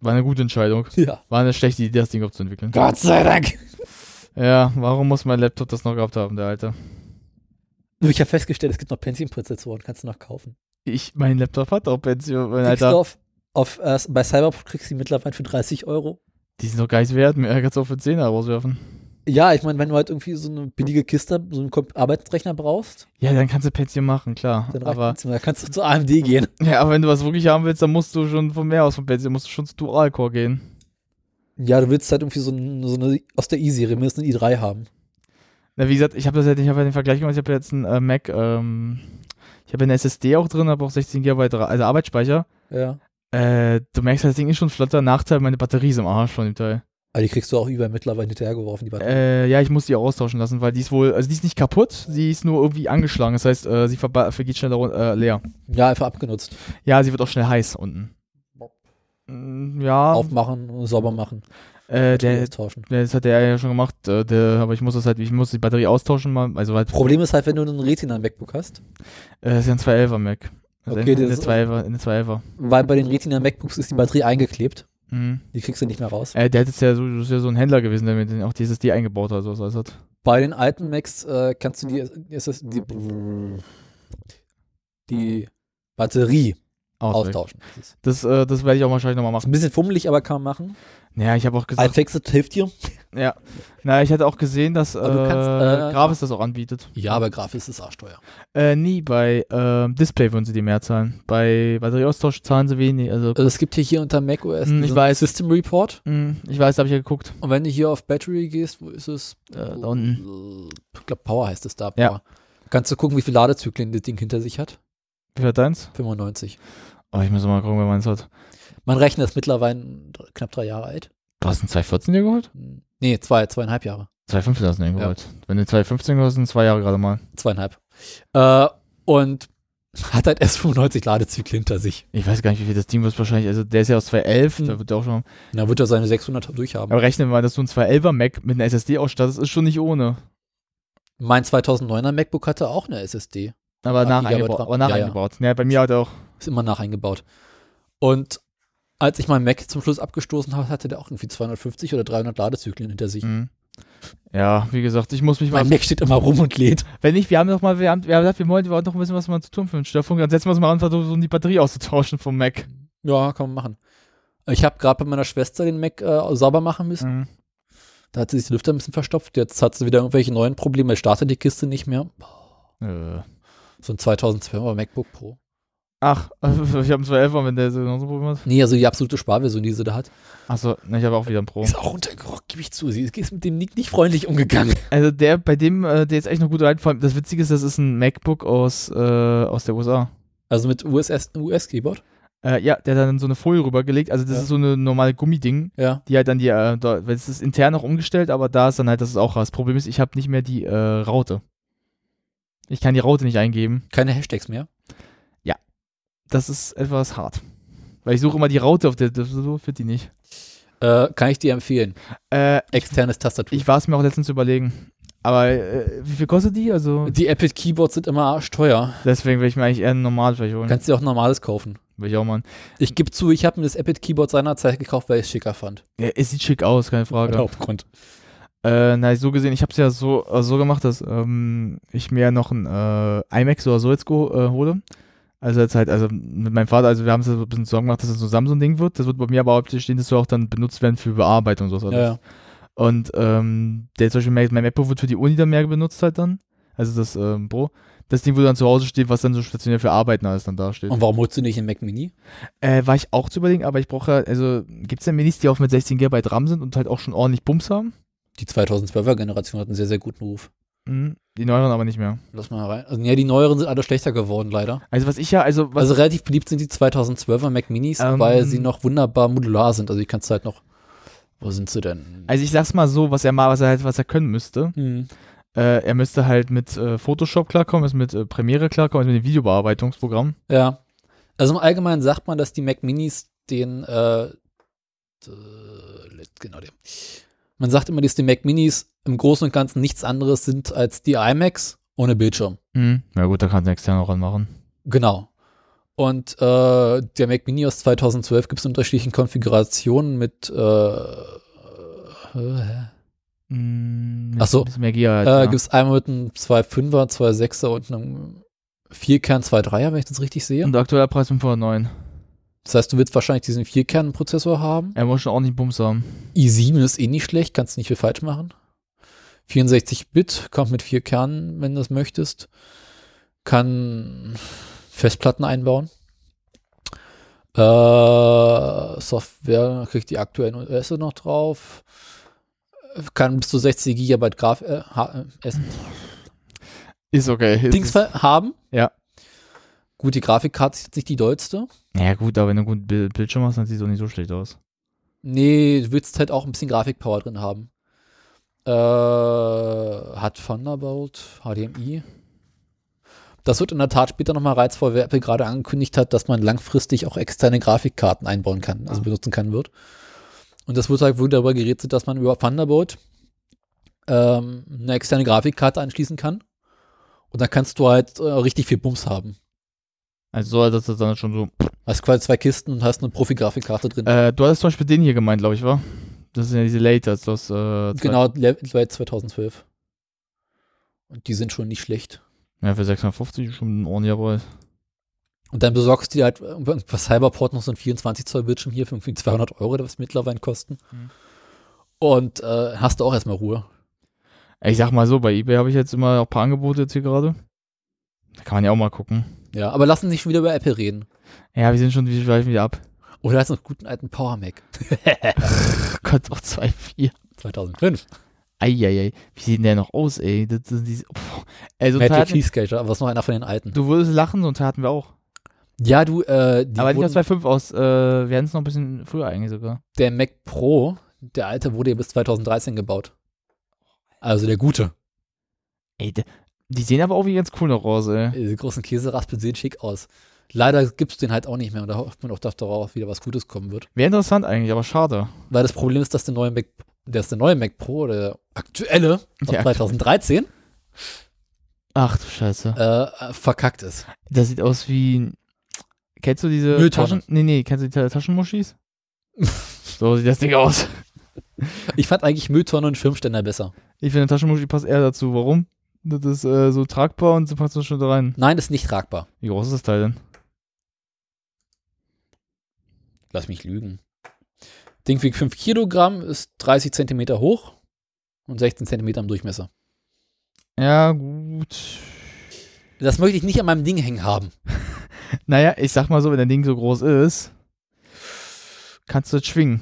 [SPEAKER 3] War eine gute Entscheidung.
[SPEAKER 2] Ja.
[SPEAKER 3] War eine schlechte Idee, das Ding aufzuentwickeln.
[SPEAKER 2] Gott sei Dank.
[SPEAKER 3] Ja, warum muss mein Laptop das noch gehabt haben, der Alte?
[SPEAKER 2] Nur ich habe festgestellt, es gibt noch Pentium-Prozessoren, kannst du noch kaufen.
[SPEAKER 3] Ich, mein Laptop hat auch Pension, mein
[SPEAKER 2] Kriegst du
[SPEAKER 3] Alter.
[SPEAKER 2] auf, auf, äh, bei Cyberpunk kriegst du die mittlerweile für 30 Euro.
[SPEAKER 3] Die sind doch gar nicht wert, mir kannst du auch für 10 rauswerfen.
[SPEAKER 2] Ja, ich meine, wenn du halt irgendwie so eine billige Kiste, so einen Kom- Arbeitsrechner brauchst,
[SPEAKER 3] Ja, dann kannst du Pension machen, klar.
[SPEAKER 2] dann
[SPEAKER 3] aber,
[SPEAKER 2] reicht Da kannst du zu AMD gehen.
[SPEAKER 3] ja, aber wenn du was wirklich haben willst, dann musst du schon von mehr aus von Pension, musst du schon zu Dual-Core gehen.
[SPEAKER 2] Ja, du willst halt irgendwie so, ein- so eine aus der E-Serie mindestens eine i3 haben.
[SPEAKER 3] Na, wie gesagt, ich habe das jetzt, ich habe ja den Vergleich gemacht, ich habe jetzt einen äh, Mac, ähm, ich habe eine SSD auch drin, habe auch 16 GB, Ra- also Arbeitsspeicher.
[SPEAKER 2] Ja.
[SPEAKER 3] Äh, du merkst, das Ding ist schon flotter. Nachteil, meine Batterie ist im Arsch von dem Teil.
[SPEAKER 2] Aber die kriegst du auch überall mittlerweile hinterhergeworfen, die Batterie.
[SPEAKER 3] Äh, ja, ich muss die auch austauschen lassen, weil die ist wohl, also die ist nicht kaputt, sie ist nur irgendwie angeschlagen. Das heißt, äh, sie verba- vergeht schneller run- äh, leer.
[SPEAKER 2] Ja, einfach abgenutzt.
[SPEAKER 3] Ja, sie wird auch schnell heiß unten. Mm, Ja.
[SPEAKER 2] Aufmachen, sauber machen.
[SPEAKER 3] Äh,
[SPEAKER 2] Batterie
[SPEAKER 3] der,
[SPEAKER 2] austauschen.
[SPEAKER 3] der, das hat der ja schon gemacht, äh, der, aber ich muss das halt, ich muss die Batterie austauschen mal. Also halt,
[SPEAKER 2] Problem ist halt, wenn du einen Retina im MacBook hast,
[SPEAKER 3] Äh, das ist ja ein 211er Mac. Also
[SPEAKER 2] Okay,
[SPEAKER 3] okay, eine,
[SPEAKER 2] das
[SPEAKER 3] eine
[SPEAKER 2] ist-
[SPEAKER 3] 211er, eine 211er.
[SPEAKER 2] weil bei den Retina MacBooks ist die Batterie eingeklebt.
[SPEAKER 3] Mhm.
[SPEAKER 2] Die kriegst du nicht mehr raus.
[SPEAKER 3] Äh, der hat jetzt ja so, das ist ja so ein Händler gewesen, der mir den auch die SSD eingebaut hat, sowas alles hat.
[SPEAKER 2] Bei den alten Macs äh, kannst du die, ist das die, die Batterie
[SPEAKER 3] Ausweg.
[SPEAKER 2] austauschen. Das ist
[SPEAKER 3] Das, äh, das werde ich auch wahrscheinlich nochmal machen.
[SPEAKER 2] ein bisschen fummelig, aber kann man machen.
[SPEAKER 3] Naja, ich habe auch gesagt.
[SPEAKER 2] Altfixit hilft dir.
[SPEAKER 3] Ja. Naja, ich hatte auch gesehen, dass äh,
[SPEAKER 2] Aber du kannst, äh,
[SPEAKER 3] Gravis das auch anbietet.
[SPEAKER 2] Ja, aber Grafik ist arschteuer.
[SPEAKER 3] Äh, nie, bei ähm, Display würden sie die mehr zahlen. Bei Batterieaustausch zahlen sie wenig. Also,
[SPEAKER 2] Also es gibt hier, hier unter Mac OS
[SPEAKER 3] Hm, ich
[SPEAKER 2] diesen
[SPEAKER 3] weiß.
[SPEAKER 2] System Report.
[SPEAKER 3] Hm, ich weiß, da habe ich ja geguckt. Äh,
[SPEAKER 2] Und wenn du hier auf Battery gehst, wo ist es? Äh,
[SPEAKER 3] da unten.
[SPEAKER 2] Ich glaube, Power heißt es da.
[SPEAKER 3] Ja.
[SPEAKER 2] Power. Kannst du gucken, wie viele Ladezyklen das Ding hinter sich hat?
[SPEAKER 3] Wie viel hat deins?
[SPEAKER 2] 95.
[SPEAKER 3] Oh, ich muss mal gucken, wer meins hat.
[SPEAKER 2] Man rechnet ist mittlerweile knapp drei Jahre alt.
[SPEAKER 3] Du hast einen 214 dir geholt?
[SPEAKER 2] Nee, zwei, zweieinhalb Jahre.
[SPEAKER 3] 215 hast du dir geholt. Wenn du 215 hast, sind zwei Jahre gerade mal.
[SPEAKER 2] Zweieinhalb. Äh, und hat halt erst 95 Ladezyklen hinter sich.
[SPEAKER 3] Ich weiß gar nicht, wie viel das Ding wird wahrscheinlich. Also der ist ja aus 211,
[SPEAKER 2] Hm.
[SPEAKER 3] da wird der auch schon.
[SPEAKER 2] Na, wird er seine 600 durchhaben.
[SPEAKER 3] Aber rechne mal, dass du ein 211er Mac mit einer SSD ausstattest, ist schon nicht ohne.
[SPEAKER 2] Mein 2009er MacBook hatte auch eine SSD.
[SPEAKER 3] Aber
[SPEAKER 2] Acht
[SPEAKER 3] nach
[SPEAKER 2] Gigabyte
[SPEAKER 3] eingebaut.
[SPEAKER 2] RAM.
[SPEAKER 3] Aber nach
[SPEAKER 2] Ja, ja.
[SPEAKER 3] eingebaut. Ja. bei mir hat er auch.
[SPEAKER 2] Ist immer nach eingebaut. Und als ich meinen Mac zum Schluss abgestoßen habe, hatte der auch irgendwie 250 oder 300 Ladezyklen hinter sich.
[SPEAKER 3] Mhm. Ja, wie gesagt, ich muss mich mal.
[SPEAKER 2] Mein Mac steht immer rum und lädt.
[SPEAKER 3] Wenn nicht, wir haben noch mal, wir haben, wir haben gesagt, wir wollen wir wollen noch ein bisschen was mal zu tun für den Störfunk. Dann setzen wir uns mal an, versuchen die Batterie auszutauschen vom Mac.
[SPEAKER 2] Ja, kann man machen. Ich habe gerade bei meiner Schwester den Mac äh, sauber machen müssen.
[SPEAKER 3] Mhm.
[SPEAKER 2] Da hat sie sich die Lüfter ein bisschen verstopft. Jetzt hat sie wieder irgendwelche neuen Probleme. Jetzt Startet die Kiste nicht mehr.
[SPEAKER 3] Äh.
[SPEAKER 2] So ein 2012er MacBook Pro.
[SPEAKER 3] Ach, also ich habe einen 211er, wenn der so noch so ein Problem hat.
[SPEAKER 2] Nee, also die absolute Sparversion, die sie da hat.
[SPEAKER 3] Achso, ne, ich habe auch wieder einen Pro.
[SPEAKER 2] Ist auch runtergerockt, gebe ich zu. Sie ist mit dem nicht, nicht freundlich umgegangen.
[SPEAKER 3] Also der, bei dem, äh, der ist echt noch gut rein. Vor allem, das Witzige ist, das ist ein MacBook aus, äh, aus der USA.
[SPEAKER 2] Also mit USS US-Keyboard.
[SPEAKER 3] Äh, ja, der hat dann so eine Folie rübergelegt. Also das
[SPEAKER 2] Ja.
[SPEAKER 3] ist so eine normale Gummiding,
[SPEAKER 2] Ja.
[SPEAKER 3] die halt dann die, äh, da, weil es ist intern noch umgestellt, aber da ist dann halt, das ist auch das Problem ist, ich habe nicht mehr die äh, Raute. Ich kann die Raute nicht eingeben.
[SPEAKER 2] Keine Hashtags mehr.
[SPEAKER 3] Das ist etwas hart. Weil ich suche immer die Raute auf der, das- so wird die nicht.
[SPEAKER 2] Äh, kann ich dir empfehlen.
[SPEAKER 3] Äh,
[SPEAKER 2] Externes Tastatur.
[SPEAKER 3] ich war es mir auch letztens überlegen. Aber äh, wie viel kostet die? Also
[SPEAKER 2] die Apple Keyboards sind immer arschteuer.
[SPEAKER 3] Deswegen will ich mir eigentlich eher ein normales vielleicht holen.
[SPEAKER 2] Kannst du dir auch ein normales kaufen.
[SPEAKER 3] Will ich auch mal.
[SPEAKER 2] Ich gebe zu, ich habe mir das Apple Keyboard seinerzeit gekauft, weil ich es schicker fand.
[SPEAKER 3] Ja, es sieht schick aus, keine Frage.
[SPEAKER 2] Der Hauptgrund.
[SPEAKER 3] Äh, na, so gesehen, ich habe es ja so, äh, so gemacht, dass ähm, ich mir noch ein äh, iMac oder so jetzt geho- äh, hole. Also jetzt halt, also mit meinem Vater, also wir haben uns so ein bisschen Sorgen gemacht, dass das so ein Samsung-Ding wird. Das wird bei mir aber hauptsächlich stehen, das soll auch dann benutzt werden für Bearbeitung und sowas
[SPEAKER 2] Ja, ja.
[SPEAKER 3] Und ähm, der zum Beispiel mein mein MacBook wird für die Uni dann mehr benutzt halt dann. Also das ähm, Pro. Das Ding, wo dann zu Hause steht, was dann so stationär für Arbeiten alles dann dasteht.
[SPEAKER 2] Und warum holst du nicht einen Mac Mini?
[SPEAKER 3] Äh, war ich auch zu überlegen, aber ich brauche ja, also gibt es ja Minis, die auch mit 16 GB RAM sind und halt auch schon ordentlich Bums haben?
[SPEAKER 2] Die 2012er Generation hat einen sehr, sehr guten Ruf.
[SPEAKER 3] Mhm. Die neueren aber nicht mehr.
[SPEAKER 2] Lass mal rein. Also, ja, die neueren sind alle schlechter geworden, leider.
[SPEAKER 3] Also was ich ja, also was
[SPEAKER 2] Also relativ beliebt sind die 2012er Mac Minis,
[SPEAKER 3] Ähm.
[SPEAKER 2] weil sie noch wunderbar modular sind. Also die kannst du halt noch. Wo sind sie denn? Hm.
[SPEAKER 3] Also ich sag's mal so, was er mal, was er halt, was er können müsste. Äh, er müsste halt mit äh, Photoshop klarkommen, ist mit äh, Premiere klarkommen, ist mit dem Videobearbeitungsprogramm.
[SPEAKER 2] Ja. Also im Allgemeinen sagt man, dass die Mac Minis den, äh, d- genau dem. Man sagt immer, dass die Mac Minis im Großen und Ganzen nichts anderes sind als die iMacs ohne Bildschirm.
[SPEAKER 3] Mhm. Na gut, da kannst du extern auch ranmachen.
[SPEAKER 2] Genau. Und äh, der Mac Mini aus 2012 gibt es in unterschiedlichen Konfigurationen mit äh,
[SPEAKER 3] Mhm,
[SPEAKER 2] Ach so.
[SPEAKER 3] Bisschen mehr Giga halt,
[SPEAKER 2] äh,
[SPEAKER 3] ja.
[SPEAKER 2] Gibt es einmal mit einem 2.5er, 2.6er und einem 4-Kern 2.3er, wenn ich das richtig sehe.
[SPEAKER 3] Und der aktuelle Preis 509.
[SPEAKER 2] Das heißt, du willst wahrscheinlich diesen 4-Kern-Prozessor haben.
[SPEAKER 3] Er muss schon ordentlich Bums haben.
[SPEAKER 2] i7 ist eh nicht schlecht, kannst nicht viel falsch machen. 64-Bit, kommt mit 4 Kernen, wenn du das möchtest. Kann Festplatten einbauen. Äh, Software kriegt die aktuellen OS noch drauf. Kann bis zu 60 GB Graf äh, H- äh, S-
[SPEAKER 3] Ist okay. Ist
[SPEAKER 2] Dings ver- haben.
[SPEAKER 3] Ja.
[SPEAKER 2] Gut, die Grafikkarte ist jetzt nicht die dollste.
[SPEAKER 3] Ja gut, aber wenn du einen guten Bild Bildschirm hast, dann sieht es auch nicht so schlecht aus.
[SPEAKER 2] Nee, du willst halt auch ein bisschen Grafikpower drin haben. Äh, hat Thunderbolt, HDMI. Das wird in der Tat später nochmal reizvoll, weil Apple gerade angekündigt hat, dass man langfristig auch externe Grafikkarten einbauen kann, also benutzen kann wird. Und das wird halt wohl darüber geredet, dass man über Thunderbolt ähm, eine externe Grafikkarte anschließen kann. Und dann kannst du halt äh, richtig viel Bums haben.
[SPEAKER 3] Also so, dass das dann schon so.
[SPEAKER 2] Hast quasi zwei Kisten und hast eine Profi-Grafikkarte drin.
[SPEAKER 3] Äh, du hattest zum Beispiel den hier gemeint, glaube ich, war. Das sind ja diese Laters, das äh, zwei-
[SPEAKER 2] Genau, Le- seit 2012. Und die sind schon nicht schlecht.
[SPEAKER 3] Ja, für 650 ist schon ein ordentlicher Preis.
[SPEAKER 2] Und dann besorgst du dir halt irgendwann bei Cyberport noch so einen 24-Zoll-Bildschirm hier für irgendwie 200 Euro, das mittlerweile kosten.
[SPEAKER 3] Hm.
[SPEAKER 2] Und äh, hast du auch erstmal Ruhe.
[SPEAKER 3] Ich sag mal so, bei eBay habe ich jetzt immer auch ein paar Angebote jetzt hier gerade. Da kann man ja auch mal gucken.
[SPEAKER 2] Ja, aber lass uns nicht schon wieder über Apple reden.
[SPEAKER 3] Ja, wir sind schon, wir schweifen wieder ab.
[SPEAKER 2] Oder hast du noch einen guten alten Power Mac?
[SPEAKER 3] Oh Gott, auch 2,4.
[SPEAKER 2] 2005.
[SPEAKER 3] Eieiei, wie sieht denn der noch aus, ey? Das, sind diese, Puh. ey so ein Teil
[SPEAKER 2] Magic
[SPEAKER 3] hatten-
[SPEAKER 2] Cheesecake, aber ist noch einer von den alten.
[SPEAKER 3] du würdest lachen, so ein Teil hatten wir auch.
[SPEAKER 2] Ja, du, äh, die
[SPEAKER 3] Aber nicht
[SPEAKER 2] wurden-
[SPEAKER 3] aus 2,5 aus, äh, wir hatten es noch ein bisschen früher eigentlich sogar.
[SPEAKER 2] der Mac Pro, der alte, wurde ja bis 2013 gebaut. Also der gute.
[SPEAKER 3] Ey, der- die sehen aber auch wie ganz cool noch aus, ey.
[SPEAKER 2] Diese großen Käseraspeln sehen schick aus. Leider gibt es den halt auch nicht mehr und da hofft man auch, dass darauf wieder was Gutes kommen wird.
[SPEAKER 3] Wäre interessant eigentlich, aber schade.
[SPEAKER 2] Weil das Problem ist, dass der neue Mac, dass der neue Mac Pro, der aktuelle, aus
[SPEAKER 3] Der aktuelle.
[SPEAKER 2] 2013,
[SPEAKER 3] Ach du Scheiße.
[SPEAKER 2] äh, verkackt ist.
[SPEAKER 3] Das sieht aus wie. ein- Kennst du diese
[SPEAKER 2] Mülltonne.
[SPEAKER 3] Taschen? Nee, nee, kennst du die Ta- Taschenmuschis? so sieht das Ding aus.
[SPEAKER 2] Ich fand eigentlich Mülltonne und Schirmständer besser.
[SPEAKER 3] Ich finde, eine Taschenmuschi passt eher dazu. Warum? Das ist äh, so tragbar und so passt das schon da rein.
[SPEAKER 2] Nein, ist nicht tragbar.
[SPEAKER 3] Wie groß ist das Teil denn?
[SPEAKER 2] Lass mich lügen. Ding wiegt 5 Kilogramm, ist 30 Zentimeter hoch und 16 Zentimeter im Durchmesser.
[SPEAKER 3] Ja, gut.
[SPEAKER 2] Das möchte ich nicht an meinem Ding hängen haben.
[SPEAKER 3] Naja, ich sag mal so, wenn dein Ding so groß ist, kannst du das schwingen.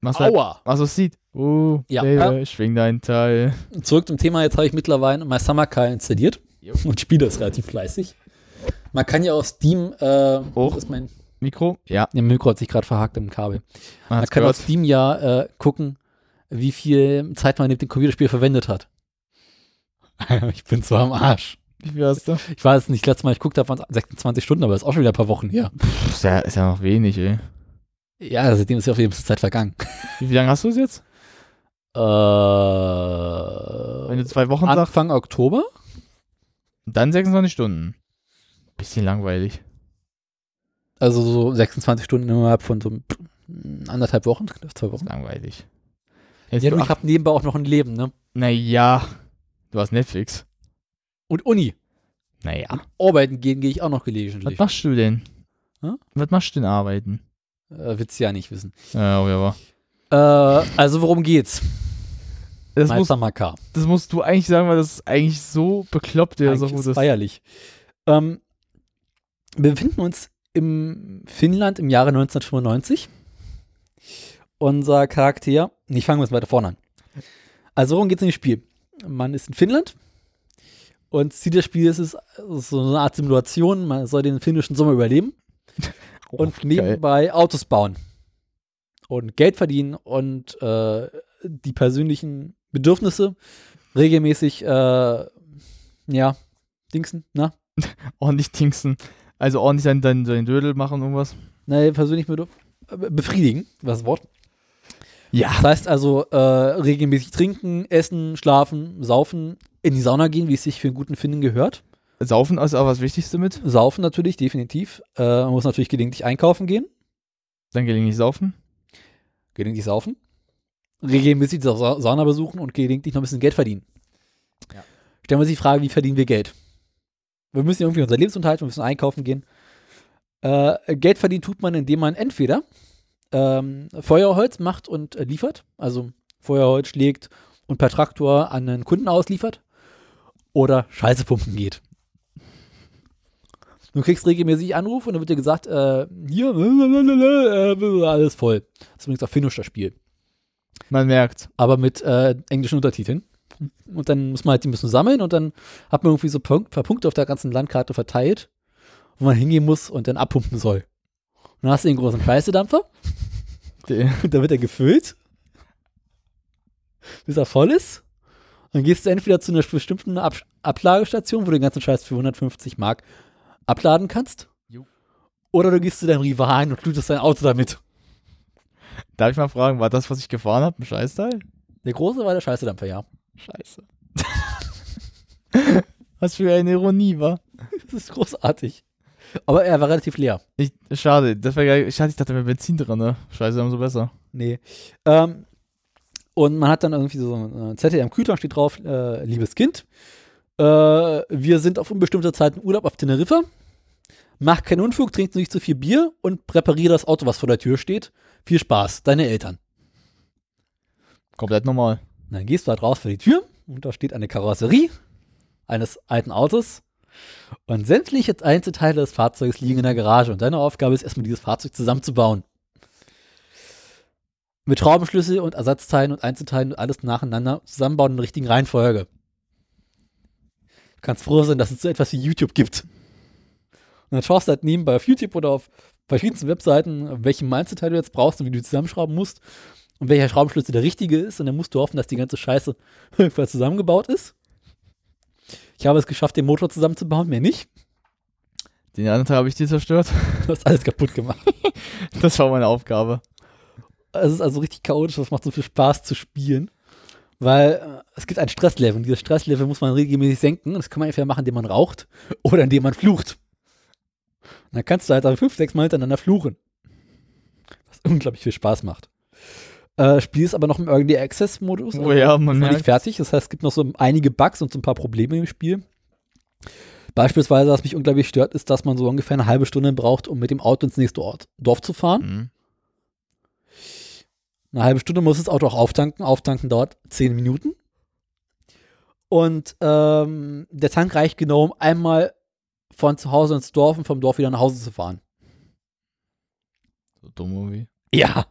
[SPEAKER 3] Machst halt-
[SPEAKER 2] Aua.
[SPEAKER 3] Was es sieht. Oh,
[SPEAKER 2] Ja.
[SPEAKER 3] Baby, schwing deinen Teil.
[SPEAKER 2] Zurück zum Thema, jetzt habe ich mittlerweile My Summer Car installiert und spiele das relativ fleißig. Man kann ja auf Steam, äh, wo ist mein
[SPEAKER 3] Mikro? Ja.
[SPEAKER 2] Der Mikro hat sich gerade verhakt im Kabel.
[SPEAKER 3] Man
[SPEAKER 2] Man
[SPEAKER 3] hat's
[SPEAKER 2] kann
[SPEAKER 3] gehört.
[SPEAKER 2] auf Steam ja äh, gucken, wie viel Zeit man mit dem Computerspiel verwendet hat. ich bin so am Arsch.
[SPEAKER 3] Wie viel hast du?
[SPEAKER 2] Ich weiß nicht, letztes Mal, ich guckte, da waren es 26 Stunden, aber das ist auch schon wieder ein paar Wochen her.
[SPEAKER 3] Ist ja, ist ja noch wenig, ey.
[SPEAKER 2] Ja, seitdem ist ja auf jeden Fall Zeit vergangen.
[SPEAKER 3] Wie, wie lange hast du es jetzt?
[SPEAKER 2] Äh, Wenn
[SPEAKER 3] du zwei Wochen
[SPEAKER 2] Anfang Oktober?
[SPEAKER 3] Dann 26 Stunden. Bisschen langweilig.
[SPEAKER 2] Also so 26 Stunden innerhalb von so mm, anderthalb Wochen, zwei Wochen.
[SPEAKER 3] langweilig.
[SPEAKER 2] ja, du, ich habe nebenbei auch noch ein Leben, ne?
[SPEAKER 3] Naja, du hast Netflix.
[SPEAKER 2] Und Uni.
[SPEAKER 3] Naja.
[SPEAKER 2] Arbeiten gehen gehe ich auch noch gelegentlich.
[SPEAKER 3] Was machst du denn?
[SPEAKER 2] Hä?
[SPEAKER 3] Was machst du denn arbeiten?
[SPEAKER 2] Äh, willst du ja nicht wissen.
[SPEAKER 3] Ja, oh, ja, war.
[SPEAKER 2] Äh, also worum geht's?
[SPEAKER 3] Das
[SPEAKER 2] Meister
[SPEAKER 3] muss-
[SPEAKER 2] Makar.
[SPEAKER 3] Das musst du eigentlich sagen, weil das ist eigentlich so bekloppt, der so
[SPEAKER 2] Eigentlich
[SPEAKER 3] gut
[SPEAKER 2] ist
[SPEAKER 3] ist.
[SPEAKER 2] feierlich. Ähm, wir befinden uns im Finnland im Jahre 1995. Unser Charakter. Ich fange mal weiter vorne an. Also worum geht's in dem Spiel? Man ist in Finnland und Ziel des Spiels ist so eine Art Simulation. Man soll den finnischen Sommer überleben und nebenbei Autos bauen und Geld verdienen und äh, die persönlichen Bedürfnisse regelmäßig, äh, ja, Dingsen, ne? na?
[SPEAKER 3] ordentlich dingsen. Also ordentlich deinen dein, dein Dödel machen, irgendwas.
[SPEAKER 2] Nein, persönlich bedürf äh, befriedigen, war das Wort.
[SPEAKER 3] Ja.
[SPEAKER 2] Das heißt also, äh, regelmäßig trinken, essen, schlafen, saufen, in die Sauna gehen, wie es sich für einen guten Finden gehört.
[SPEAKER 3] Saufen ist aber das Wichtigste mit?
[SPEAKER 2] Saufen natürlich, definitiv. Äh, man muss natürlich gelegentlich einkaufen gehen.
[SPEAKER 3] Dann gelegentlich saufen.
[SPEAKER 2] Gelegentlich saufen. Regelmäßig die Sa Sauna besuchen und gelegentlich noch ein bisschen Geld verdienen. Stellen wir uns die Frage, wie verdienen wir Geld? Wir müssen ja irgendwie unser Lebensunterhalt, wir müssen einkaufen gehen. Äh, Geld verdienen tut man, indem man entweder ähm, Feuerholz macht und äh, liefert, also Feuerholz schlägt und per Traktor an einen Kunden ausliefert, oder Scheiße pumpen geht. Du kriegst regelmäßig Anrufe und dann wird dir gesagt, äh, hier, lalalala, äh, alles voll. Das ist übrigens auf Finnisch das Spiel.
[SPEAKER 3] Man merkt.
[SPEAKER 2] Aber mit äh, englischen Untertiteln. Und dann muss man halt die müssen sammeln und dann hat man irgendwie so ein paar Punkte auf der ganzen Landkarte verteilt, wo man hingehen muss und dann abpumpen soll. Und dann hast du den großen Scheißedampfer. Und dann wird er gefüllt. Bis er voll ist. Dann gehst du entweder zu einer bestimmten Ab Ablagestation, wo du den ganzen Scheiß für 150 Mark abladen kannst.
[SPEAKER 3] Jo.
[SPEAKER 2] Oder du gehst zu deinem Rivalen und blutest dein Auto damit.
[SPEAKER 3] Darf ich mal fragen, war das, was ich gefahren habe, ein Scheißteil?
[SPEAKER 2] Der große war der Scheißedampfer, ja.
[SPEAKER 3] Scheiße. Was für eine Ironie, war.
[SPEAKER 2] Das ist großartig. Aber er war relativ leer.
[SPEAKER 3] Ich, schade, das war geil. Schade, ich dachte, da wäre Benzin drin, ne? Scheiße, umso besser.
[SPEAKER 2] Nee. Ähm, und man hat dann irgendwie so ein äh, Zettel am Kühlschrank steht drauf, äh, liebes Kind, äh, wir sind auf unbestimmte Zeit im Urlaub auf Teneriffa. Mach keinen Unfug, trink nicht zu viel Bier und präpariere das Auto, was vor der Tür steht. Viel Spaß, deine Eltern.
[SPEAKER 3] Komplett normal.
[SPEAKER 2] Und dann gehst du halt raus vor die Tür und da steht eine Karosserie eines alten Autos und sämtliche Einzelteile des Fahrzeugs liegen in der Garage und deine Aufgabe ist erstmal dieses Fahrzeug zusammenzubauen. Mit Schraubenschlüssel und Ersatzteilen und Einzelteilen und alles nacheinander zusammenbauen in der richtigen Reihenfolge. Du kannst froh sein, dass es so etwas wie YouTube gibt. Und dann schaust du halt nebenbei auf YouTube oder auf verschiedensten Webseiten, welchen Einzelteil du jetzt brauchst und wie du die zusammenschrauben musst und welcher Schraubenschlüssel der richtige ist. Und dann musst du hoffen, dass die ganze Scheiße irgendwann zusammengebaut ist. Ich habe es geschafft, den Motor zusammenzubauen, mehr nicht.
[SPEAKER 3] Den anderen Teil habe ich dir zerstört.
[SPEAKER 2] Du hast alles kaputt gemacht.
[SPEAKER 3] Das war meine Aufgabe.
[SPEAKER 2] Es ist also richtig chaotisch, das macht so viel Spaß zu spielen. Weil äh, es gibt ein Stresslevel und dieses Stresslevel muss man regelmäßig senken. Das kann man entweder machen, indem man raucht oder indem man flucht. Und dann kannst du halt dann fünf, sechs Mal hintereinander fluchen. Was unglaublich viel Spaß macht. Äh, Spiel ist aber noch im Early Access Modus.
[SPEAKER 3] Oh ja, man
[SPEAKER 2] ist noch
[SPEAKER 3] merkt's.
[SPEAKER 2] nicht fertig. Das heißt, es gibt noch so einige Bugs und so ein paar Probleme im Spiel. Beispielsweise, was mich unglaublich stört, ist, dass man so ungefähr eine halbe Stunde braucht, um mit dem Auto ins nächste Ort, Dorf zu fahren. Eine halbe Stunde muss das Auto auch auftanken. Auftanken dauert zehn Minuten. Und ähm, der Tank reicht genau, um einmal von zu Hause ins Dorf und vom Dorf wieder nach Hause zu fahren.
[SPEAKER 3] So dumm irgendwie.
[SPEAKER 2] Ja.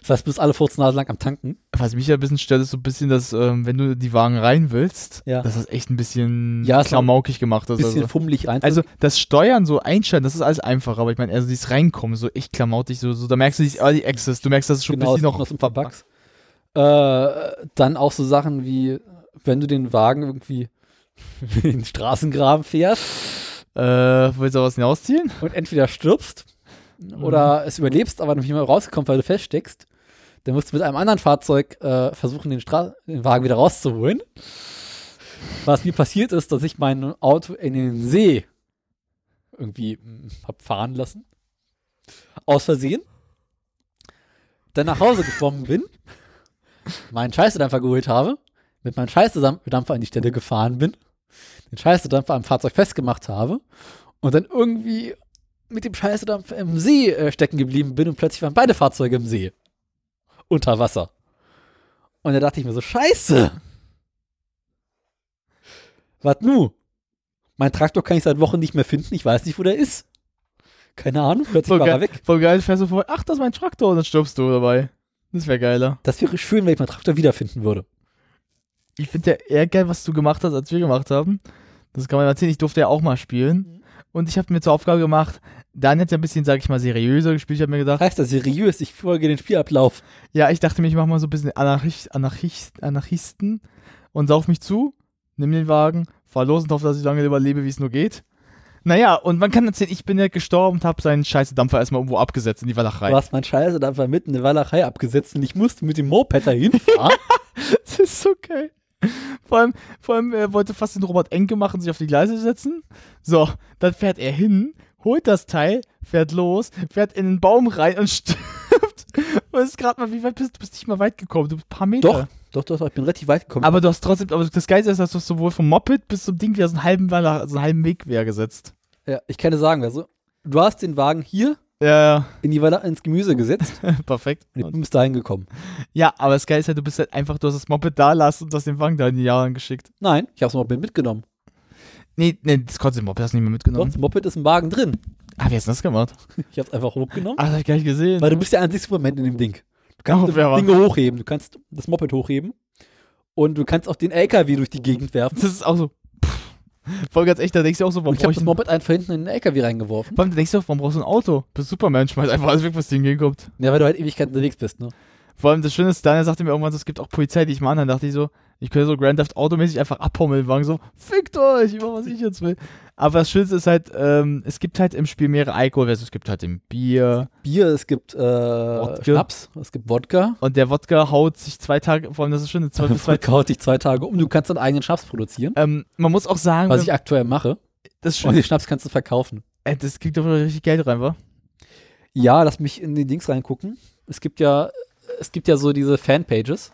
[SPEAKER 2] Das heißt, du bist alle 14 Nase lang am Tanken.
[SPEAKER 3] Was mich ja ein bisschen stört, ist so ein bisschen, dass, ähm, wenn du die Wagen rein willst,
[SPEAKER 2] Ja.
[SPEAKER 3] dass das echt ein bisschen
[SPEAKER 2] Ja, es war
[SPEAKER 3] klamaukig gemacht ist.
[SPEAKER 2] bisschen
[SPEAKER 3] also.
[SPEAKER 2] fummelig rein.
[SPEAKER 3] Also, das Steuern, so einschalten, das ist alles einfach, aber ich meine, also dieses Reinkommen, so echt klamautig, so, so da merkst du die Early Access, du merkst, dass es schon
[SPEAKER 2] Genau,
[SPEAKER 3] ein
[SPEAKER 2] es gibt
[SPEAKER 3] bisschen noch.
[SPEAKER 2] noch so ein paar Bugs. Äh, dann auch so Sachen wie, wenn du den Wagen irgendwie in den Straßengraben fährst.
[SPEAKER 3] Äh, willst du was hinausziehen?
[SPEAKER 2] Mhm. Und entweder stirbst oder es überlebst, aber noch nicht mal rausgekommen, weil du feststeckst. Dann musst du mit einem anderen Fahrzeug äh, versuchen, den, Stra den Wagen wieder rauszuholen. Was mir passiert ist, dass ich mein Auto in den See irgendwie mm, hab fahren lassen. Aus Versehen. Dann nach Hause geschwommen bin. Meinen Scheißedampfer geholt habe. Mit meinem Scheißedampfer an die Stelle gefahren bin. Den Scheißedampfer am Fahrzeug festgemacht habe. Und dann irgendwie mit dem Scheißedampfer im See äh, stecken geblieben bin und plötzlich waren beide Fahrzeuge im See. Unter Wasser. Und da dachte ich mir so, scheiße. Was nu? Mein Traktor kann ich seit Wochen nicht mehr finden. Ich weiß nicht, wo der ist. Keine Ahnung. Plötzlich
[SPEAKER 3] Voll
[SPEAKER 2] war er
[SPEAKER 3] geil,
[SPEAKER 2] weg.
[SPEAKER 3] voll geil, fährst du vorbei. Ach, das ist mein Traktor und dann stirbst du dabei. Das wäre geiler.
[SPEAKER 2] Das wäre schön, wenn ich meinen Traktor wiederfinden würde.
[SPEAKER 3] Ich finde ja eher geil, was du gemacht hast, als wir gemacht haben. Das kann man erzählen. Ich durfte ja auch mal spielen. Und ich habe mir zur Aufgabe gemacht, Daniel hat ja ein bisschen, sag ich mal, seriöser gespielt. Ich habe mir gedacht.
[SPEAKER 2] Heißt das seriös? Ich folge den Spielablauf.
[SPEAKER 3] Ja, ich dachte mir, ich mache mal so ein bisschen Anarchist, Anarchist, Anarchisten und sauf mich zu, nimm den Wagen, fahr los und hoffe, dass ich so lange überlebe, wie es nur geht. Naja, und man kann erzählen, ich bin ja gestorben und habe seinen scheiße Dampfer erstmal irgendwo abgesetzt in die Walachei.
[SPEAKER 2] Du hast meinen Scheißedampfer mitten in der Walachei abgesetzt und ich musste mit dem Moped dahin fahren.
[SPEAKER 3] Das ist so geil. Vor allem, vor allem er wollte fast den Robert Enke machen, sich auf die Gleise setzen. So, dann fährt er hin, holt das Teil, fährt los, fährt in den Baum rein und stirbt. Und es ist gerade mal, wie weit bist du? Du bist nicht mal weit gekommen, du bist ein paar Meter.
[SPEAKER 2] Doch, doch, doch, ich bin relativ weit gekommen.
[SPEAKER 3] Aber du hast trotzdem, aber das Geilste ist, dass du sowohl vom Moped bis zum Ding wieder so einen halben, Wala- so einen halben Weg wieder gesetzt.
[SPEAKER 2] Ja, ich kann dir sagen, also, du hast den Wagen hier in die Wala ins Gemüse gesetzt.
[SPEAKER 3] Perfekt.
[SPEAKER 2] Und ich bin bis dahin gekommen.
[SPEAKER 3] Ja, aber das Geilste ist halt, du bist halt einfach, du hast das Moped da lassen und hast den Wagen da in die Jahre geschickt.
[SPEAKER 2] Nein, ich hab's Moped mitgenommen.
[SPEAKER 3] Nee, nee, das konntest du im Moped hast du nicht mehr mitgenommen.
[SPEAKER 2] Doch, das Moped ist im Wagen drin.
[SPEAKER 3] Ah, wie hast du das gemacht?
[SPEAKER 2] Ich hab's einfach hochgenommen.
[SPEAKER 3] Ah, das hab ich gar nicht gesehen.
[SPEAKER 2] Weil du bist der einzige Superman in dem Ding. Du kannst
[SPEAKER 3] Oh,
[SPEAKER 2] das
[SPEAKER 3] wer war-
[SPEAKER 2] Dinge hochheben. Du kannst das Moped hochheben. Und du kannst auch den LKW durch die Gegend werfen.
[SPEAKER 3] Das ist auch so. Voll ganz echt, da denkst du auch so, warum
[SPEAKER 2] Und ich habe
[SPEAKER 3] brauchst
[SPEAKER 2] das
[SPEAKER 3] du
[SPEAKER 2] Moped einfach hinten in den LKW reingeworfen.
[SPEAKER 3] Vor allem, da denkst du auch, warum brauchst du ein Auto? Bist Superman, schmeiß einfach alles weg, was dir entgegenkommt.
[SPEAKER 2] Ja, weil du halt Ewigkeiten unterwegs bist, ne?
[SPEAKER 3] Vor allem das Schöne ist, Daniel sagte mir irgendwann, so, es gibt auch Polizei, die ich mal an. Dann dachte ich so, ich könnte so Grand Theft Automäßig einfach abhommeln, wagen so, fickt euch, ich mach, was ich jetzt will. Aber das Schönste ist halt, ähm, es gibt halt im Spiel mehrere Alkohol, es gibt halt im Bier.
[SPEAKER 2] Bier, es gibt äh, Schnaps, es gibt Wodka.
[SPEAKER 3] Und der Wodka haut sich zwei Tage, vor allem das ist schön, zwei bis zwei
[SPEAKER 2] Wodka haut dich zwei Tage um. Du kannst deinen eigenen Schnaps produzieren.
[SPEAKER 3] man muss auch sagen,
[SPEAKER 2] was
[SPEAKER 3] wenn-
[SPEAKER 2] ich Oh, aktuell mache.
[SPEAKER 3] Das ist schön.
[SPEAKER 2] Und den Schnaps kannst du verkaufen.
[SPEAKER 3] Äh, das kriegt doch wieder richtig Geld rein, wa?
[SPEAKER 2] Ja, lass mich in die Dings reingucken. Es gibt ja, es gibt ja so diese Fanpages.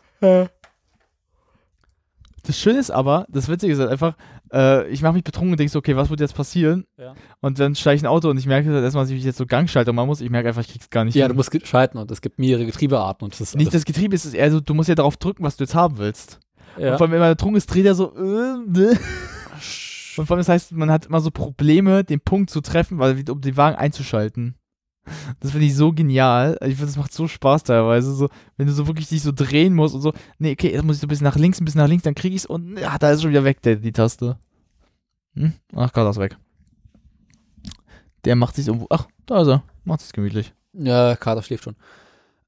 [SPEAKER 3] Das Schöne ist aber, das Witzige ist halt einfach, äh, ich mache mich betrunken und denke so, okay, was wird jetzt passieren?
[SPEAKER 2] Ja.
[SPEAKER 3] Und dann steige ich in ein Auto und ich merke halt erstmal, dass ich jetzt so Gangschaltung machen muss. Ich merke einfach, ich krieg's gar nicht
[SPEAKER 2] Ja,
[SPEAKER 3] hin.
[SPEAKER 2] du musst ge- schalten und es gibt mehrere Getriebearten und das ist
[SPEAKER 3] Nicht
[SPEAKER 2] alles.
[SPEAKER 3] das Getriebe, es ist eher so, du musst ja darauf drücken, was du jetzt haben willst.
[SPEAKER 2] Ja.
[SPEAKER 3] Und vor allem, wenn man betrunken ist, dreht er so. Äh, ne. Und vor allem, das heißt, man hat immer so Probleme, den Punkt zu treffen, weil, um den Wagen einzuschalten. Das finde ich so genial. Ich finde, das macht so Spaß teilweise. So, wenn du so wirklich dich so drehen musst und so, nee, okay, jetzt muss ich so ein bisschen nach links, ein bisschen nach links, dann kriege ich es und ja, da ist schon wieder weg, der, die Taste. Hm? Ach, Gott, ist weg. Der macht sich irgendwo. Ach, da ist er. Macht sich gemütlich.
[SPEAKER 2] ja, Kater schläft schon.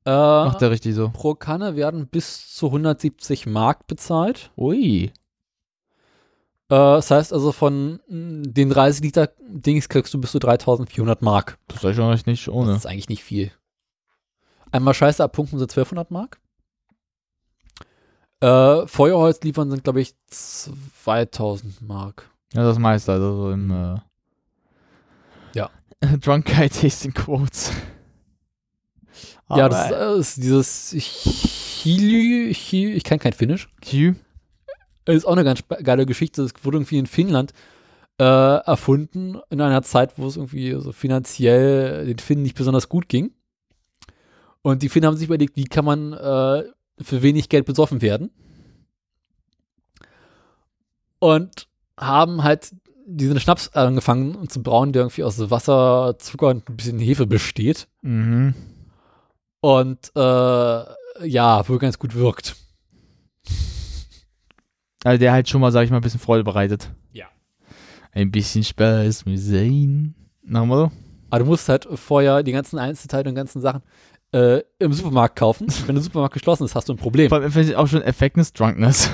[SPEAKER 2] Äh, Macht
[SPEAKER 3] er richtig so.
[SPEAKER 2] Pro Kanne werden bis zu 170 Mark bezahlt.
[SPEAKER 3] Ui.
[SPEAKER 2] Äh, das heißt also, von mh, den 30 Liter Dings kriegst du bis zu 3400 Mark.
[SPEAKER 3] Das ist schon recht nicht ohne.
[SPEAKER 2] Das ist eigentlich nicht viel. Einmal Scheiße abpumpen sind 1200 Mark. Äh, Feuerholz liefern sind, glaube ich, 2000 Mark.
[SPEAKER 3] Ja, das meiste, also so im äh,
[SPEAKER 2] Mhm. Ja.
[SPEAKER 3] Drunk Guy Tasting Quotes.
[SPEAKER 2] ja,
[SPEAKER 3] Aber-
[SPEAKER 2] das ist, äh, ist dieses Chili, Chi- ich kann kein Finnisch.
[SPEAKER 3] Chili.
[SPEAKER 2] Äh, Ist auch eine ganz spa- geile Geschichte. Das wurde irgendwie in Finnland äh, erfunden, in einer Zeit, wo es irgendwie so finanziell äh, den Finnen nicht besonders gut ging. Und die Finnen haben sich überlegt, wie kann man äh, für wenig Geld besoffen werden. Und haben halt diesen Schnaps angefangen zu brauen, der irgendwie aus Wasser, Zucker und ein bisschen Hefe besteht.
[SPEAKER 3] Mhm.
[SPEAKER 2] Und äh, ja, wohl ganz gut wirkt.
[SPEAKER 3] Also der halt schon mal, sag ich mal, ein bisschen Freude bereitet.
[SPEAKER 2] Ja.
[SPEAKER 3] Ein bisschen Spaß mit sein. Nach dem Motto?
[SPEAKER 2] Aber du musst halt vorher die ganzen Einzelteile und ganzen Sachen äh, im Supermarkt kaufen. Wenn der Supermarkt geschlossen ist, hast du ein Problem.
[SPEAKER 3] Vor allem finde ich auch schon Effektness Drunkness.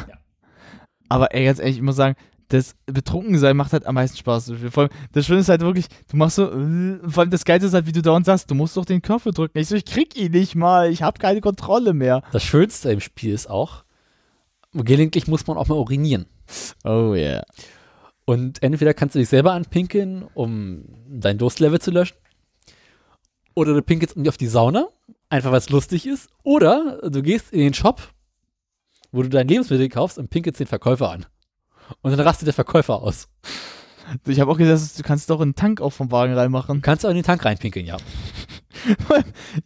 [SPEAKER 3] Aber ey, ganz ehrlich, ich muss sagen, das Betrunkensein macht halt am meisten Spaß. Vor allem, das Schöne ist halt wirklich, du machst so, äh, vor allem das Geilste ist halt, wie du dauernd sagst, du musst doch den Knopf drücken. Ich so, ich krieg ihn nicht mal, ich habe keine Kontrolle mehr.
[SPEAKER 2] Das Schönste im Spiel ist auch, gelegentlich muss man auch mal urinieren.
[SPEAKER 3] Oh yeah.
[SPEAKER 2] Und entweder kannst du dich selber anpinkeln, um dein Durstlevel zu löschen, oder du pinkelst irgendwie auf die Sauna, einfach weil es lustig ist, oder du gehst in den Shop, wo du dein Lebensmittel kaufst und pinkelst den Verkäufer an. Und dann rastet der Verkäufer aus.
[SPEAKER 3] Also Ich habe auch gesagt, du kannst doch einen Tank auch vom Wagen reinmachen.
[SPEAKER 2] Kannst du auch in den Tank reinpinkeln, ja.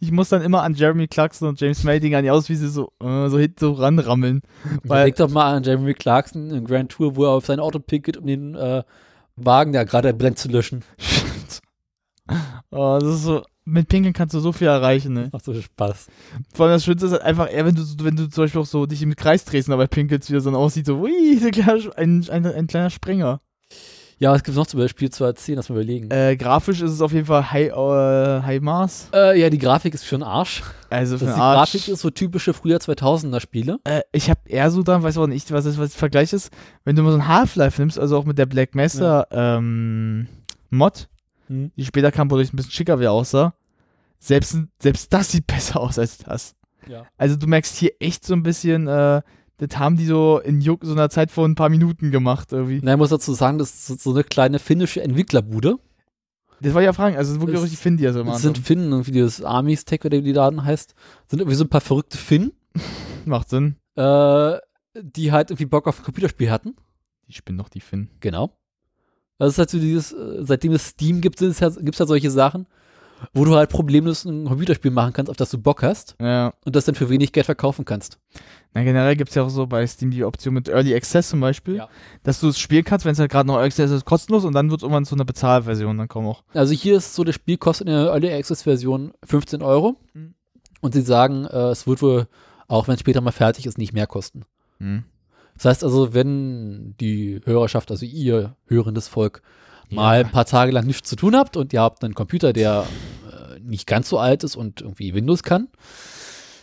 [SPEAKER 3] ich muss dann immer an Jeremy Clarkson und James Madding an die Auswiese so, äh, so hinten so ranrammeln. Weil,
[SPEAKER 2] Denk doch mal an Jeremy Clarkson in Grand Tour, wo er auf sein Auto pinkelt, um den äh, Wagen, der gerade brennt, zu löschen.
[SPEAKER 3] oh, das ist so, mit Pinkeln kannst du so viel erreichen, ne?
[SPEAKER 2] Macht so viel Spaß.
[SPEAKER 3] Vor allem das Schönste ist halt einfach eher, wenn du, wenn du zum Beispiel auch so dich im Kreis drehst und dabei pinkelst, wie das dann aussieht, so, ui, ein kleiner, ein, ein, ein kleiner Sprenger.
[SPEAKER 2] Ja, was gibt es noch zum Spiel zu erzählen, das wir überlegen?
[SPEAKER 3] Äh, grafisch ist es auf jeden Fall High, äh, high Mars.
[SPEAKER 2] Äh, ja, die Grafik ist für einen Arsch.
[SPEAKER 3] Also für
[SPEAKER 2] das
[SPEAKER 3] den
[SPEAKER 2] die
[SPEAKER 3] Arsch.
[SPEAKER 2] Grafik ist so typische Frühjahr 2000er Spiele.
[SPEAKER 3] Äh, ich habe eher so dran, weiß auch nicht, was das was der Vergleich ist, wenn du mal so ein Half-Life nimmst, also auch mit der Black Mesa ähm, Mod,
[SPEAKER 2] Mhm.
[SPEAKER 3] die später kam, wodurch es ein bisschen schicker wieder aussah, selbst, selbst das sieht besser aus als das.
[SPEAKER 2] Ja.
[SPEAKER 3] Also du merkst hier echt so ein bisschen, äh, das haben die so in Juck, so einer Zeit von ein paar Minuten gemacht irgendwie.
[SPEAKER 2] Na, ich muss dazu sagen, das ist so- so eine kleine finnische Entwicklerbude.
[SPEAKER 3] Das wollte ich ja fragen, also wirklich
[SPEAKER 2] Es-
[SPEAKER 3] richtig finde die also immer.
[SPEAKER 2] Das sind Finnen, irgendwie das Armies Tech oder wie die Laden heißt, sind irgendwie so ein paar verrückte Finnen,
[SPEAKER 3] macht Sinn.
[SPEAKER 2] äh, die halt irgendwie Bock auf ein Computerspiel hatten.
[SPEAKER 3] Ich bin doch die Finn.
[SPEAKER 2] Genau. Das ist halt so dieses, äh, seitdem es Steam gibt, gibt es halt, gibt's halt solche Sachen, wo du halt problemlos ein Computerspiel machen kannst, auf das du Bock hast
[SPEAKER 3] Ja.
[SPEAKER 2] und das dann für wenig Geld verkaufen kannst.
[SPEAKER 3] Na, generell gibt es ja auch so bei Steam die Option mit Early Access zum Beispiel,
[SPEAKER 2] Ja.
[SPEAKER 3] dass du es spielen kannst, wenn es halt gerade noch Early Access ist, kostenlos und dann wird es irgendwann zu einer Bezahlversion, dann kommen auch.
[SPEAKER 2] Also hier ist so, das Spiel kostet in der Early Access Version 15 Euro
[SPEAKER 3] Mhm.
[SPEAKER 2] und sie sagen, äh, es wird wohl, auch wenn es später mal fertig ist, nicht mehr kosten. Das heißt also, wenn die Hörerschaft, also ihr hörendes Volk, mal ein paar Tage lang nichts zu tun habt und ihr habt einen Computer, der äh, nicht ganz so alt ist und irgendwie Windows kann,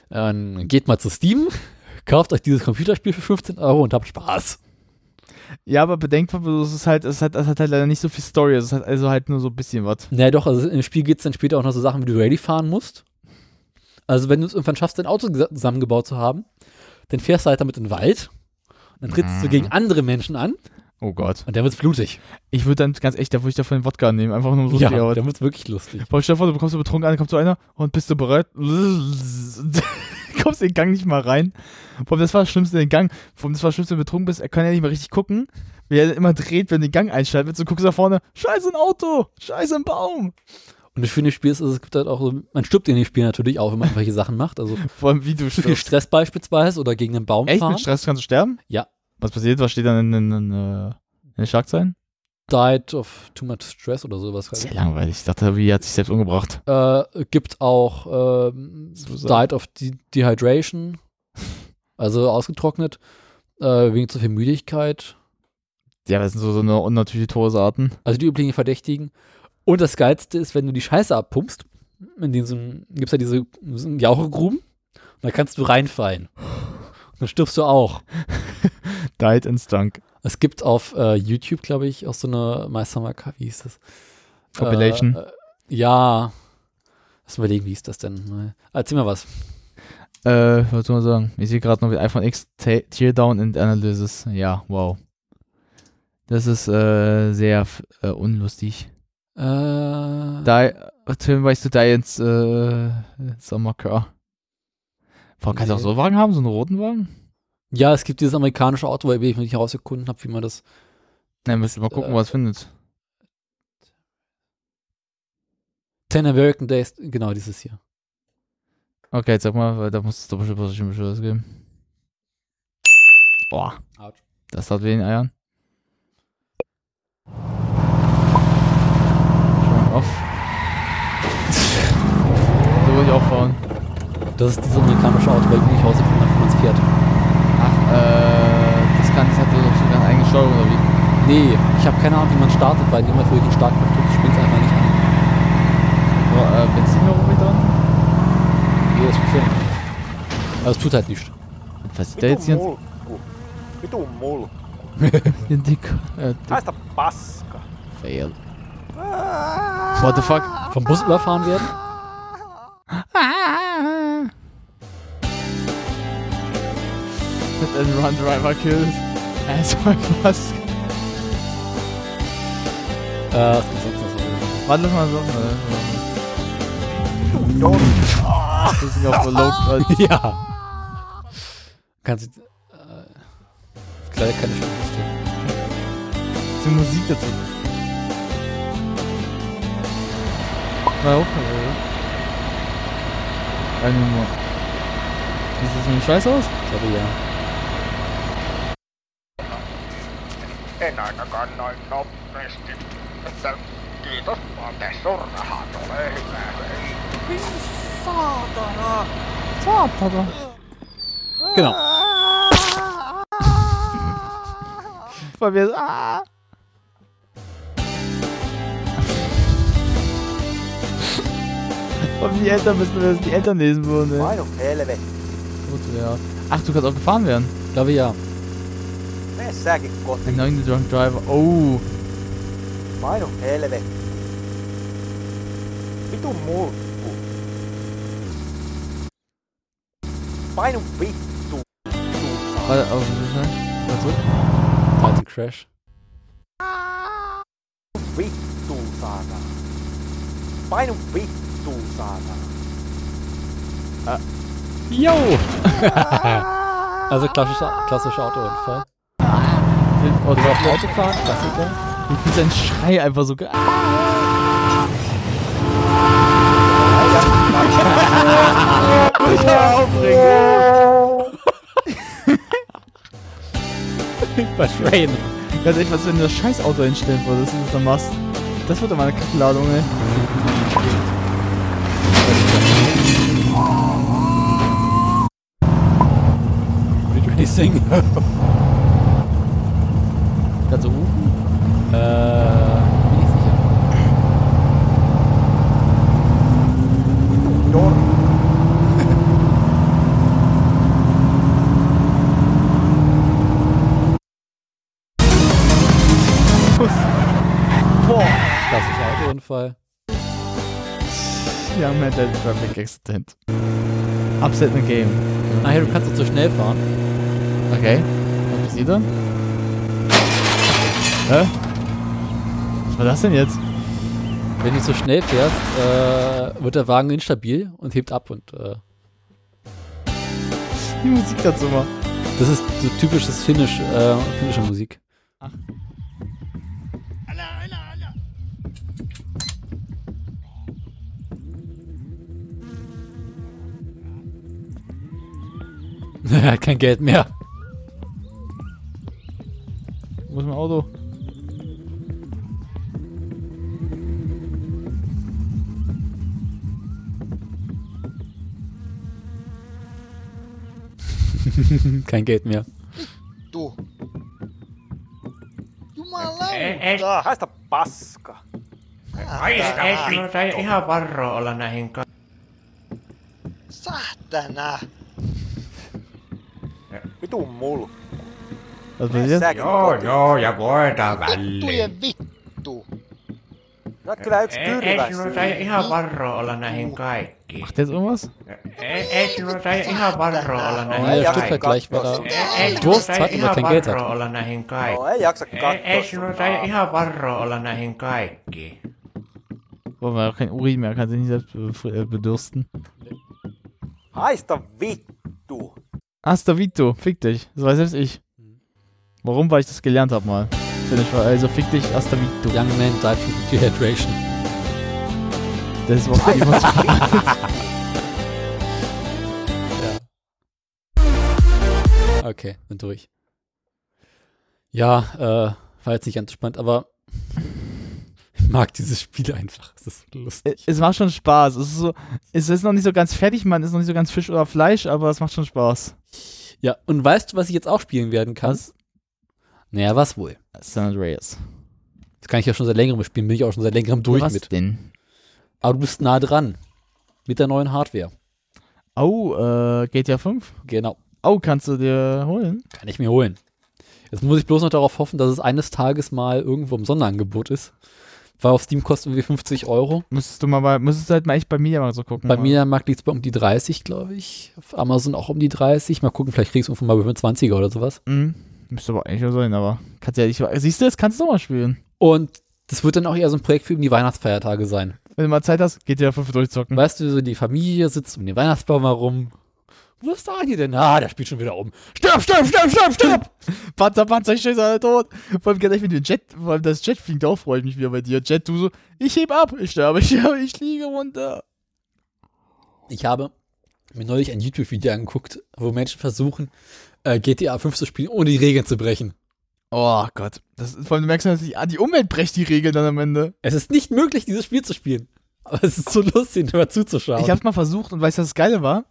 [SPEAKER 2] dann geht mal zu Steam, kauft euch dieses Computerspiel für 15 Euro und habt Spaß.
[SPEAKER 3] Ja, aber bedenkt, mal, es ist halt, es hat, es hat halt leider nicht so viel Story, es hat also halt nur so ein bisschen was.
[SPEAKER 2] Naja, doch, also im Spiel gibt es dann später auch noch so Sachen, wie du Rallye fahren musst. Also, wenn du es irgendwann schaffst, dein Auto gesa- zusammengebaut zu haben, dann fährst du halt damit in den Wald, dann trittst du gegen andere Menschen an
[SPEAKER 3] Oh Gott.
[SPEAKER 2] und dann wird's blutig.
[SPEAKER 3] Ich würde dann ganz echt, da würde ich davon den Wodka nehmen, einfach nur um so
[SPEAKER 2] Ja,
[SPEAKER 3] die Arbeit.
[SPEAKER 2] dann wird's wirklich lustig.
[SPEAKER 3] Boah, stell dir vor, du bekommst so betrunken an, kommt so einer und bist du bereit? kommst in den Gang nicht mal rein. Boah, das war das Schlimmste in den Gang. Boah, das war das Schlimmste, wenn du betrunken bist, er kann ja nicht mal richtig gucken. Wie er immer dreht, wenn du den Gang einschaltet, so guckst du nach vorne, scheiße ein Auto, scheiße ein Baum.
[SPEAKER 2] Und das Schöne des Spiels ist, es gibt halt auch so, man stirbt in dem Spiel natürlich auch, wenn man irgendwelche Sachen macht. Also
[SPEAKER 3] Vor allem wie du
[SPEAKER 2] zu viel
[SPEAKER 3] stirbst.
[SPEAKER 2] Stress beispielsweise oder gegen einen Baum
[SPEAKER 3] Echt,
[SPEAKER 2] fahren.
[SPEAKER 3] mit Stress kannst du sterben?
[SPEAKER 2] Ja.
[SPEAKER 3] Was passiert, was steht dann in, in, in, äh, in den Schlagzeilen?
[SPEAKER 2] Died of too much stress oder sowas.
[SPEAKER 3] Sehr langweilig, ich dachte, wie hat sich selbst umgebracht.
[SPEAKER 2] Äh, gibt auch ähm,
[SPEAKER 3] Suicide.
[SPEAKER 2] Died of De Dehydration, also ausgetrocknet, äh, wegen zu viel Müdigkeit.
[SPEAKER 3] Ja, das sind so, so eine unnatürliche Torsarten.
[SPEAKER 2] Also die üblichen Verdächtigen. Und das Geilste ist, wenn du die Scheiße abpumpst, in diesem, gibt's ja diese diesen Jauchegruben, und da kannst du reinfallen. Und dann stirbst du auch.
[SPEAKER 3] Died in Stunk.
[SPEAKER 2] Es gibt auf äh, YouTube, glaube ich, auch so eine Meistermarke, wie hieß das?
[SPEAKER 3] Compilation.
[SPEAKER 2] Äh, äh, ja. Lass mal überlegen, wie hieß das denn? Mal- Erzähl mal was.
[SPEAKER 3] Äh, was soll man sagen? Ich sehe gerade noch wie iPhone X Ta- Teardown and Analysis. Ja, wow. Das ist äh, sehr f- äh, unlustig.
[SPEAKER 2] Äh,
[SPEAKER 3] Da, Tim, weißt du, da jetzt äh, Sommercar. Warum kannst du auch
[SPEAKER 2] Nee.
[SPEAKER 3] so einen Wagen haben, so einen roten Wagen?
[SPEAKER 2] Ja, es gibt dieses amerikanische Auto, weil ich noch nicht herausgefunden habe, wie man das.
[SPEAKER 3] Nein, müsst ihr mal gucken,
[SPEAKER 2] Äh.
[SPEAKER 3] was findet.
[SPEAKER 2] Ten American Days, genau dieses hier.
[SPEAKER 3] Okay, jetzt sag mal, weil da muss es doch bestimmt bestimmt bestimmt was geben. Boah.
[SPEAKER 2] Autsch.
[SPEAKER 3] Das hat weh in den Eiern. Schon auf. So würde ich aufbauen.
[SPEAKER 2] Das ist dieses amerikanische Auto, weil ich noch nicht herausgefunden habe, wie man es fährt.
[SPEAKER 3] Ach, äh, das kann, das hat doch schon eine eigene Steuerung oder wie?
[SPEAKER 2] Nee, ich habe keine Ahnung, wie man startet, weil in dem Moment, wo ich den Startknopf drücke, springt es einfach nicht an.
[SPEAKER 3] So, äh, Benzin noch mit dran?
[SPEAKER 2] Nee, das ist schön. Aber es tut halt nichts.
[SPEAKER 14] Oh.
[SPEAKER 3] Was ist der jetzt hier?
[SPEAKER 14] Molo. Bitte um Molo.
[SPEAKER 3] Ihr Dicker. Äh,
[SPEAKER 14] Da ist der Basker.
[SPEAKER 3] Fail. What the fuck?
[SPEAKER 2] Vom Bus überfahren werden?
[SPEAKER 3] Hit and Run Driver Kills. Asshole Basker.
[SPEAKER 2] Äh, was gibt's sonst noch so?
[SPEAKER 3] Warte, lass mal so. Das ist ja auch verlobt. Alter.
[SPEAKER 2] ja. Kannst du. Äh, ist leider keine Stimme.
[SPEAKER 3] Die Musik dazu. War auch keine, oder? Eine Nummer. Sieht das nicht scheiße aus?
[SPEAKER 2] Ich glaube ja.
[SPEAKER 14] En ainakaan noin nopeasti. Että kiitos vaan te surhaan ole hyvä. Saatana!
[SPEAKER 3] Vaatata.
[SPEAKER 2] Genau.
[SPEAKER 3] Bei mir ist. Ah. Und die Eltern müssen wir die Eltern lesen würden. ey.
[SPEAKER 14] helvetti.
[SPEAKER 3] Gut, ja. Ach, du kannst auch gefahren werden.
[SPEAKER 2] Ich glaube ja.
[SPEAKER 14] Mene säkin kotiin.
[SPEAKER 3] Knowing the drunk driver. Oh.
[SPEAKER 14] Painu helvetti. Vitu mulkku. Painu vittu.
[SPEAKER 3] Warte, oh, auf, schnell. Mal zurück.
[SPEAKER 2] Titan Crash.
[SPEAKER 14] Vittu saatana. Painu vittu saatana.
[SPEAKER 2] Yo! also klassischer, klassischer Autounfall.
[SPEAKER 3] Oh,
[SPEAKER 2] Oder auch Autofahren, Klassiker.
[SPEAKER 3] Ich finde deinen Schrei einfach so. ge- Ah.
[SPEAKER 2] Bei Train.
[SPEAKER 3] Ganz ehrlich, was wenn du das scheiß Auto hinstellen würdest, wie du das dann machst. Das wird doch mal eine Kackladung, ey.
[SPEAKER 2] Did you really sing?
[SPEAKER 3] Kannst du rufen?
[SPEAKER 2] äh. Bin ich sicher. Klassischer Autounfall.
[SPEAKER 3] Ja, man, der Traffic Accident. Upset in the game.
[SPEAKER 2] Na, hier, Ah, du kannst doch zu schnell fahren.
[SPEAKER 3] Okay. Was passiert dann? Hä? Was war das denn jetzt?
[SPEAKER 2] Wenn du zu schnell fährst, äh, wird der Wagen instabil und hebt ab und äh,
[SPEAKER 3] Die Musik dazu mal.
[SPEAKER 2] Das ist so typisches Finnisch, äh, finnische Musik. Er hat kein Geld mehr.
[SPEAKER 3] Wo ist mein Auto?
[SPEAKER 2] Kein Geld mehr.
[SPEAKER 14] Tää on haista paska.
[SPEAKER 15] Ei ihan varro olla näihin ka-
[SPEAKER 14] Saatana. Vitu mulkku.
[SPEAKER 3] Was passiert?
[SPEAKER 15] Joo, joo, ja voidaan väliin.
[SPEAKER 14] vittu. Sä oot kyllä yksi
[SPEAKER 15] Ei,
[SPEAKER 14] kyrväs.
[SPEAKER 15] ei sinulta ei ihan varro olla näihin kaikkiin.
[SPEAKER 3] Macht der jetzt irgendwas?
[SPEAKER 15] Ei, ei sinulta ei ihan varro olla
[SPEAKER 2] Naja,
[SPEAKER 15] näihin
[SPEAKER 2] der
[SPEAKER 15] kaikkiin.
[SPEAKER 2] Stückvergleich war da.
[SPEAKER 15] Ei
[SPEAKER 2] Durst
[SPEAKER 15] sinulta
[SPEAKER 2] hat,
[SPEAKER 15] ei
[SPEAKER 2] aber
[SPEAKER 15] ihan
[SPEAKER 2] kein Geld
[SPEAKER 15] varro
[SPEAKER 2] hat.
[SPEAKER 15] olla näihin
[SPEAKER 14] No,
[SPEAKER 15] kaikkiin.
[SPEAKER 14] ei jaksa
[SPEAKER 15] Ei, ei
[SPEAKER 14] katsoa.
[SPEAKER 15] sinulta ei ihan varro olla näihin kaikkiin.
[SPEAKER 3] Boah, war auch kein Urin mehr, kann sich nicht selbst be- fr- äh, bedürsten.
[SPEAKER 14] Haista vittu.
[SPEAKER 3] Asta Vito, fick dich. Das weiß selbst ich. Warum? Weil ich das gelernt habe mal. Bin ich- Also fick dich, Asta Vito.
[SPEAKER 2] Young Man died from dehydration.
[SPEAKER 3] Das war die Emotion.
[SPEAKER 2] Okay, sind durch. Ja, äh, war jetzt nicht ganz spannend, aber ich mag dieses Spiel einfach. Es ist so lustig.
[SPEAKER 3] Äh, Es macht schon Spaß. Es ist, so, es ist noch nicht so ganz fertig, man ist noch nicht so ganz Fisch oder Fleisch, aber es macht schon Spaß.
[SPEAKER 2] Ja, und weißt du, was ich jetzt auch spielen werden kann?
[SPEAKER 3] Was?
[SPEAKER 2] Naja, was wohl?
[SPEAKER 3] San Andreas.
[SPEAKER 2] Das kann ich ja schon seit längerem spielen, bin ich auch schon seit längerem durch
[SPEAKER 3] was
[SPEAKER 2] mit.
[SPEAKER 3] denn?
[SPEAKER 2] Aber du bist nah dran. Mit der neuen Hardware.
[SPEAKER 3] Oh, äh, GTA 5?
[SPEAKER 2] Genau.
[SPEAKER 3] Oh, kannst du dir holen?
[SPEAKER 2] Kann ich mir holen. Jetzt muss ich bloß noch darauf hoffen, dass es eines Tages mal irgendwo im Sonderangebot ist. Weil auf Steam kostet irgendwie 50 Euro.
[SPEAKER 3] Müsstest du mal bei, müsstest du halt mal echt bei mir mal so gucken.
[SPEAKER 2] Bei
[SPEAKER 3] mal.
[SPEAKER 2] Mediamarkt liegt es bei um die 30, glaube ich. Auf Amazon auch um die 30. Mal gucken, vielleicht kriegst du irgendwann mal bei 20er oder sowas.
[SPEAKER 3] Mhm. Müsste aber eigentlich so sein, aber kannst ja nicht. Siehst du, das kannst du auch mal spielen.
[SPEAKER 2] Und das wird dann auch eher so ein Projekt für die Weihnachtsfeiertage sein.
[SPEAKER 3] Wenn du mal Zeit hast, geht dir fünf durchzocken.
[SPEAKER 2] Weißt du, so die Familie sitzt um den Weihnachtsbaum herum. Wo ist der eine denn? Ah, der spielt schon wieder um. Stirb, stirb, stirb, stirb, stirb!
[SPEAKER 3] Panzer, Panzer, ich schieße alle tot. Vor allem gleich mit dem Jet, vor allem das Jet fliegt auch, freue ich mich wieder bei dir. Jet, du so, ich heb ab, ich sterbe, ich sterbe, ich liege runter.
[SPEAKER 2] Ich habe mir neulich ein YouTube-Video angeguckt, wo Menschen versuchen, äh, GTA 5 zu spielen, ohne die Regeln zu brechen.
[SPEAKER 3] Oh Gott. Das, ist- vor allem du merkst du, dass die, ah, die Umwelt bricht die Regeln dann am Ende.
[SPEAKER 2] Es ist nicht möglich, dieses Spiel zu spielen. Aber es ist so lustig, dabei zuzuschauen.
[SPEAKER 3] Ich hab's mal versucht und weißt du, was das Geile war?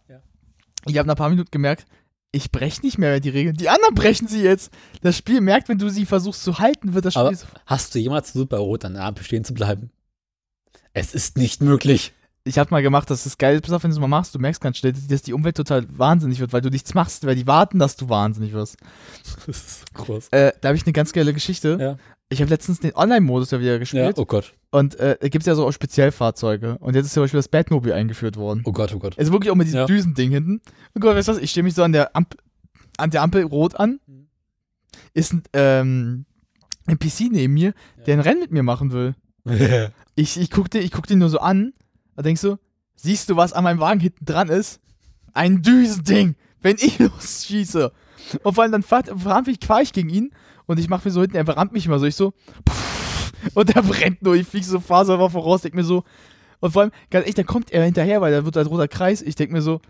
[SPEAKER 3] Ich habe nach ein paar Minuten gemerkt, ich breche nicht mehr die Regeln. Die anderen brechen sie jetzt. Das Spiel merkt, wenn du sie versuchst zu halten, wird das Spiel
[SPEAKER 2] Aber
[SPEAKER 3] so.
[SPEAKER 2] hast du jemals versucht, bei Rot an der Ampel stehen zu bleiben? Es ist nicht möglich.
[SPEAKER 3] Ich habe mal gemacht, das ist geil. Pass auf, wenn du es mal machst, du merkst ganz schnell, dass die Umwelt total wahnsinnig wird, weil du nichts machst, weil die warten, dass du wahnsinnig wirst.
[SPEAKER 2] Das ist groß.
[SPEAKER 3] Äh, da habe ich eine ganz geile Geschichte. Ich habe letztens den Online-Modus ja wieder gespielt.
[SPEAKER 2] Ja, oh Gott.
[SPEAKER 3] Und äh, da gibt es ja so auch Spezialfahrzeuge. Und jetzt ist zum Beispiel das Batmobil eingeführt worden.
[SPEAKER 2] Oh Gott, oh Gott.
[SPEAKER 3] Also wirklich auch mit diesem
[SPEAKER 2] Ja.
[SPEAKER 3] Düsending hinten. Und Gott, weißt du was? Ich stehe mich so an der, Amp an der Ampel rot an. Ist ein ähm, NPC neben mir, der ein Rennen mit mir machen will. ich ich guck den, ich guck den nur so an. Da denkst du, siehst du, was an meinem Wagen hinten dran ist? Ein Düsending, wenn ich losschieße. Und vor allem dann fahrt, ramp ich, fahr ich gegen ihn und ich mach mir so hinten, er rammt mich immer so. Ich so, pff, und er brennt nur, ich flieg so faserbar voraus, denk mir so. Und vor allem, ganz echt, da kommt er hinterher, weil da wird ein roter Kreis. Ich denk mir so,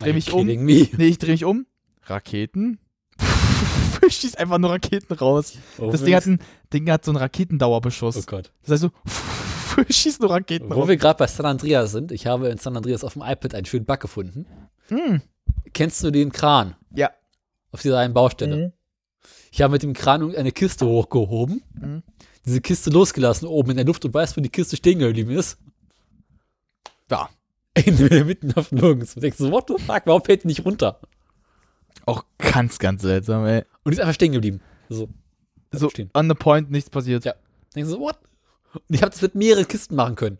[SPEAKER 3] dreh
[SPEAKER 2] Are
[SPEAKER 3] mich
[SPEAKER 2] you
[SPEAKER 3] um.
[SPEAKER 2] kidding me?
[SPEAKER 3] Nee, ich dreh mich um. Raketen? ich schieß einfach nur Raketen raus.
[SPEAKER 2] Oh,
[SPEAKER 3] das Ding hat,
[SPEAKER 2] wenigstens-
[SPEAKER 3] einen, Ding hat so einen Raketendauerbeschuss.
[SPEAKER 2] Oh Gott.
[SPEAKER 3] Das heißt so, ich schieß nur Raketen
[SPEAKER 2] Wo
[SPEAKER 3] raus.
[SPEAKER 2] wir gerade bei San Andreas sind, ich habe in San Andreas auf dem iPad einen schönen Bug gefunden.
[SPEAKER 3] Hm.
[SPEAKER 2] Kennst du den Kran?
[SPEAKER 3] Ja.
[SPEAKER 2] Auf dieser einen Baustelle. Ich habe mit dem Kran eine Kiste hochgehoben,
[SPEAKER 3] Mhm.
[SPEAKER 2] diese Kiste losgelassen oben in der Luft und weißt, wo die Kiste stehen geblieben ist?
[SPEAKER 3] Da.
[SPEAKER 2] In der Mitte auf nirgends. Du denkst so, what the fuck, warum fällt die nicht runter?
[SPEAKER 3] Auch ganz, ganz seltsam, ey.
[SPEAKER 2] Und die ist einfach stehen geblieben. So.
[SPEAKER 3] So, on the point, nichts passiert.
[SPEAKER 2] Ja. Denkst du so, what? Und ich habe das mit mehreren Kisten machen können.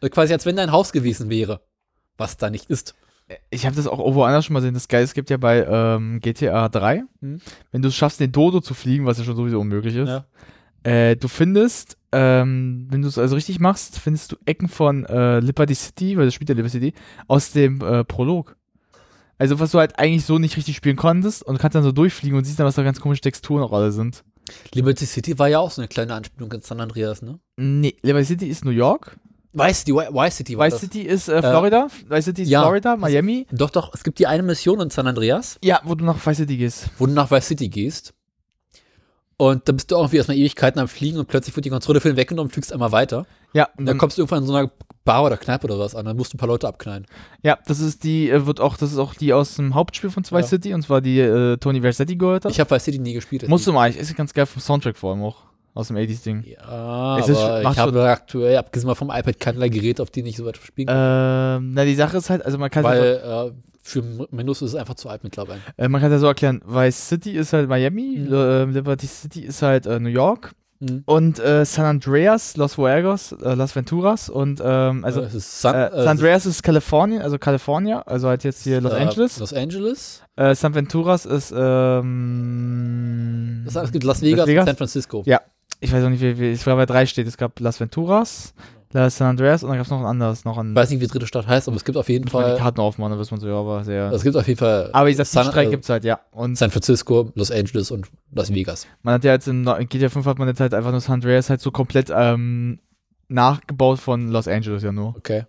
[SPEAKER 2] Also quasi, als wenn dein Haus gewesen wäre. Was da nicht ist.
[SPEAKER 3] ich habe das auch irgendwo anders schon mal gesehen. Das Geile, es gibt ja bei ähm, GTA 3,
[SPEAKER 2] Mhm.
[SPEAKER 3] wenn du es schaffst, den Dodo zu fliegen, was ja schon sowieso unmöglich ist,
[SPEAKER 2] Ja.
[SPEAKER 3] äh, du findest, ähm, wenn du es also richtig machst, findest du Ecken von äh, Liberty City, weil das spielt ja Liberty City, aus dem äh, Prolog. Also was du halt eigentlich so nicht richtig spielen konntest und kannst dann so durchfliegen und siehst dann, was da ganz komische Texturen auch alle sind.
[SPEAKER 2] Liberty City war ja auch so eine kleine Anspielung an San Andreas, ne?
[SPEAKER 3] Nee, Liberty City ist New York.
[SPEAKER 2] Vice City, Wi- Vice City war
[SPEAKER 3] Vice
[SPEAKER 2] das.
[SPEAKER 3] City ist äh, Florida. Vice City ist
[SPEAKER 2] ja.
[SPEAKER 3] Florida, Miami.
[SPEAKER 2] Doch, doch, es gibt die eine Mission in San Andreas,
[SPEAKER 3] Ja, wo du nach Vice City gehst.
[SPEAKER 2] wo du nach Vice City gehst. Und da bist du auch irgendwie erstmal Ewigkeiten am Fliegen und plötzlich wird die Kontrolle für den weggenommen, fliegst einmal weiter.
[SPEAKER 3] Ja,
[SPEAKER 2] Und dann kommst du irgendwann in so einer Bar oder Kneipe oder was an, dann musst du ein paar Leute abknallen.
[SPEAKER 3] Ja, das ist die, äh, wird auch, das ist auch die aus dem Hauptspiel von Zwei
[SPEAKER 2] Ja.
[SPEAKER 3] City und zwar die äh, Tony Versetti gehört hat.
[SPEAKER 2] Ich habe Vice City nie gespielt. deswegen-
[SPEAKER 3] Musst du mal, ich ist ganz geil vom Soundtrack vor allem auch. Aus dem 80s-Ding.
[SPEAKER 2] Ja,
[SPEAKER 3] Es ist-
[SPEAKER 2] Ah, aber
[SPEAKER 3] macht
[SPEAKER 2] ich habe aktuell, abgesehen mal vom iPad, keinerlei Gerät, auf dem ich so weit spielen kann.
[SPEAKER 3] Ähm, na, die Sache ist halt, also man kann
[SPEAKER 2] weil
[SPEAKER 3] es
[SPEAKER 2] äh, für Windows ist es einfach zu alt mittlerweile.
[SPEAKER 3] äh, man kann ja so erklären, Vice City ist halt Miami,
[SPEAKER 2] Mhm.
[SPEAKER 3] äh, Liberty City ist halt äh, New York
[SPEAKER 2] Mhm.
[SPEAKER 3] und äh, San Andreas, Los Juegos, äh, Las Venturas und ähm, also
[SPEAKER 2] Äh, es ist San-
[SPEAKER 3] äh,
[SPEAKER 2] äh, es
[SPEAKER 3] San Andreas ist Kalifornien, also California, also halt jetzt hier Los
[SPEAKER 2] Äh,
[SPEAKER 3] Angeles.
[SPEAKER 2] Los Angeles.
[SPEAKER 3] Äh, San Venturas ist ähm,
[SPEAKER 2] Das heißt, es gibt Las Vegas,
[SPEAKER 3] Las Vegas?
[SPEAKER 2] und San Francisco.
[SPEAKER 3] Ja, ich weiß auch nicht, wie, wie ich war bei drei steht. Es gab Las Venturas, Las San Andreas und dann gab es noch ein anderes, noch ein.
[SPEAKER 2] Ich weiß nicht, wie die dritte Stadt heißt, aber es gibt auf jeden
[SPEAKER 3] muss man die
[SPEAKER 2] Fall.
[SPEAKER 3] Karten aufmachen, da wissen man so, ja, aber sehr.
[SPEAKER 2] Es gibt auf jeden Fall.
[SPEAKER 3] aber ich sag, die
[SPEAKER 2] äh, San-
[SPEAKER 3] Streik
[SPEAKER 2] äh,
[SPEAKER 3] gibt's halt, ja. Und
[SPEAKER 2] San Francisco, Los Angeles und Las Vegas.
[SPEAKER 3] man hat ja jetzt in in GTA 5 hat man jetzt halt einfach nur San Andreas halt so komplett ähm, nachgebaut von Los Angeles ja nur.
[SPEAKER 2] Okay.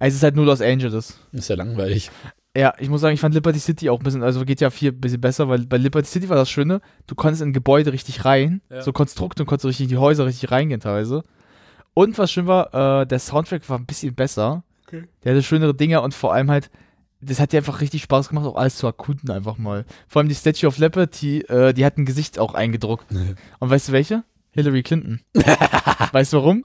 [SPEAKER 3] Also es ist halt nur Los Angeles.
[SPEAKER 2] Ist ja langweilig.
[SPEAKER 3] Ja, ich muss sagen, ich fand Liberty City auch ein bisschen, also GTA 4 ein bisschen besser, weil bei Liberty City war das Schöne, du konntest in Gebäude richtig rein,
[SPEAKER 2] Ja.
[SPEAKER 3] so Konstrukte und konntest richtig in die Häuser richtig reingehen teilweise. Und was schön war, äh, der Soundtrack war ein bisschen besser.
[SPEAKER 2] Okay.
[SPEAKER 3] Der hatte schönere Dinger und vor allem halt, das hat dir einfach richtig Spaß gemacht, auch alles zu erkunden einfach mal. Vor allem die Statue of Liberty, äh, die hat ein Gesicht auch eingedruckt. und weißt du welche? Hillary Clinton. weißt du warum?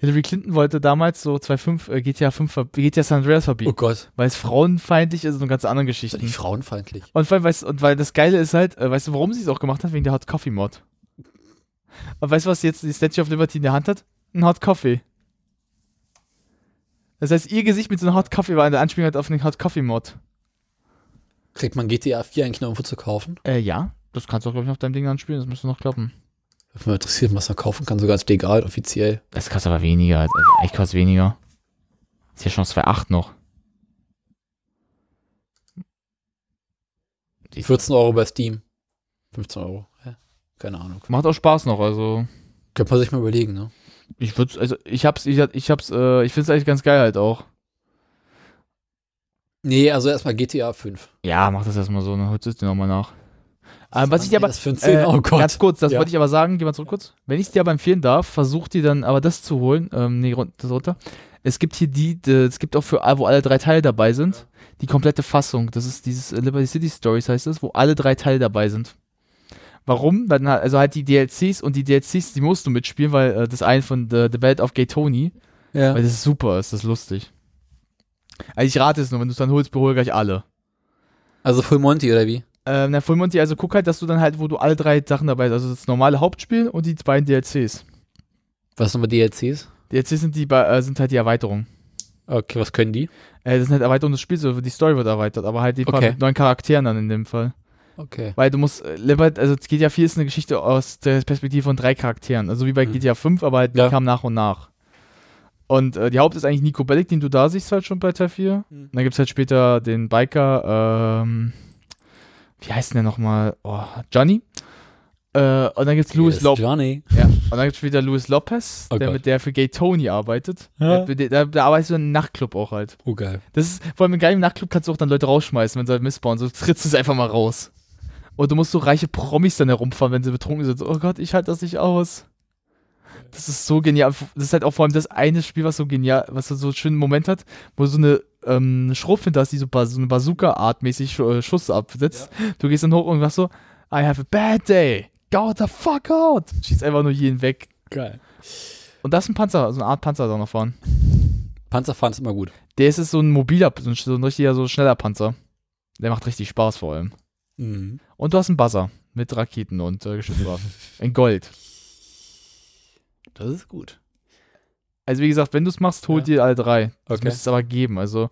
[SPEAKER 3] Hillary Clinton wollte damals so 2.5 äh, GTA 5 ver- GTA San Andreas verbieten.
[SPEAKER 2] Oh Gott.
[SPEAKER 3] Weil es frauenfeindlich ist und ganz andere Geschichten.
[SPEAKER 2] Nicht frauenfeindlich.
[SPEAKER 3] Und weil, weißt, und weil das Geile ist halt, äh, weißt du, warum sie es auch gemacht hat? Wegen der Hot Coffee Mod. Und weißt du, was jetzt die Statue of Liberty in der Hand hat? Ein Hot Coffee. Das heißt, ihr Gesicht mit so einem Hot Coffee war eine Anspielung halt auf einen Hot Coffee Mod.
[SPEAKER 2] Kriegt man GTA 4 eigentlich noch irgendwo zu kaufen?
[SPEAKER 3] Äh, ja. Das kannst du auch, glaube ich, auf deinem Ding dann spielen. Das müsste noch klappen.
[SPEAKER 2] Wenn man interessiert, was man kaufen kann, sogar als legal, offiziell.
[SPEAKER 3] Das kostet aber weniger. Also eigentlich kostet weniger. Ist ja schon 2,8 noch.
[SPEAKER 2] 14 Euro bei Steam. 15 Euro. Ja. Keine Ahnung.
[SPEAKER 3] Macht auch Spaß noch, also.
[SPEAKER 2] Könnte man sich mal überlegen, ne?
[SPEAKER 3] Ich würde also ich hab's, ich, hab- ich hab's, äh, ich find's eigentlich ganz geil halt auch.
[SPEAKER 2] Nee, also erstmal GTA 5.
[SPEAKER 3] Ja, mach das erstmal so, dann holst du es dir nochmal nach. Aber was ich
[SPEAKER 2] Mann, ey,
[SPEAKER 3] aber. äh,
[SPEAKER 2] das für ein Zehner, oh Gott.
[SPEAKER 3] Ganz kurz, das
[SPEAKER 2] Ja.
[SPEAKER 3] wollte ich aber sagen, geh mal zurück kurz. Wenn ich dir aber empfehlen darf, versuch dir dann aber das zu holen. Ähm, nee, run- das runter. Es gibt hier die, die, es gibt auch für, all- wo alle drei Teile dabei sind, die komplette Fassung. Das ist dieses äh, Liberty City Stories heißt es, wo alle drei Teile dabei sind. Warum? Weil Dann, halt- also halt die DLCs und die DLCs, die musst du mitspielen, weil äh, das eine von The, The Ballad of Gay Tony,
[SPEAKER 2] Ja.
[SPEAKER 3] weil das ist super, ist das lustig. Also ich rate es nur, wenn du es dann holst, behol gleich alle.
[SPEAKER 2] Also Full Monty oder wie?
[SPEAKER 3] Ähm, na, Full Monty, also guck halt, dass du dann halt, wo du alle drei Sachen dabei hast, also das normale Hauptspiel und die beiden DLCs.
[SPEAKER 2] Was sind bei DLCs?
[SPEAKER 3] DLCs sind, die, bei- äh, sind halt die Erweiterungen.
[SPEAKER 2] Okay, was können die?
[SPEAKER 3] Äh, das sind halt Erweiterungen des Spiels, also die Story wird erweitert, aber halt die
[SPEAKER 2] Okay.
[SPEAKER 3] mit neuen Charakteren dann in dem Fall.
[SPEAKER 2] Okay.
[SPEAKER 3] Weil du musst, äh, Liberty, also GTA 4 ist eine Geschichte aus der Perspektive von drei Charakteren, also wie
[SPEAKER 2] Mhm.
[SPEAKER 3] bei GTA 5, aber halt die kam nach und nach. Und äh, die Haupt ist eigentlich Nico Bellic, den du da siehst halt schon bei Teil 4.
[SPEAKER 2] Mhm.
[SPEAKER 3] Und dann gibt es halt später den Biker, ähm, wie heißt denn der nochmal? Oh, Johnny. Äh, und dann gibt's Louis
[SPEAKER 2] Yes,
[SPEAKER 3] Lopez.
[SPEAKER 2] Johnny.
[SPEAKER 3] Ja. Und dann gibt's wieder Louis Lopez,
[SPEAKER 2] Oh
[SPEAKER 3] der
[SPEAKER 2] Gott.
[SPEAKER 3] mit der für Gay Tony arbeitet.
[SPEAKER 2] Ja.
[SPEAKER 3] Der- der- Da, da arbeitest du in einem Nachtclub auch halt.
[SPEAKER 2] Oh, geil.
[SPEAKER 3] Das ist, vor allem geil, im Nachtclub kannst du auch dann Leute rausschmeißen, wenn sie halt missbauen. So trittst du es einfach mal raus. Und du musst so reiche Promis dann herumfahren, wenn sie betrunken sind. So, oh Gott, ich halte das nicht aus. Das ist so genial. Das ist halt auch vor allem das eine Spiel, was so genial, was so einen schönen Moment hat, wo du so eine ähm, Schrotflinte hast, die so, Bas- so eine Bazooka-Art mäßig Sch äh, Schuss absetzt. Du gehst dann hoch und machst so, I have a bad day. Go the fuck out. Schießt einfach nur jeden weg.
[SPEAKER 2] Geil.
[SPEAKER 3] Und da ist ein Panzer, so eine Art Panzer da noch vorne.
[SPEAKER 2] Panzerfahren ist immer gut.
[SPEAKER 3] Der ist, ist so ein mobiler, so ein, so ein richtiger, so schneller Panzer. Der macht richtig Spaß vor allem.
[SPEAKER 2] Mhm.
[SPEAKER 3] Und du hast einen Buzzer mit Raketen und äh, Geschützwaffen. In Gold.
[SPEAKER 2] Das ist gut.
[SPEAKER 3] Also wie gesagt, wenn du es machst, hol dir alle drei. Das
[SPEAKER 2] Okay.
[SPEAKER 3] müsste es aber geben. Also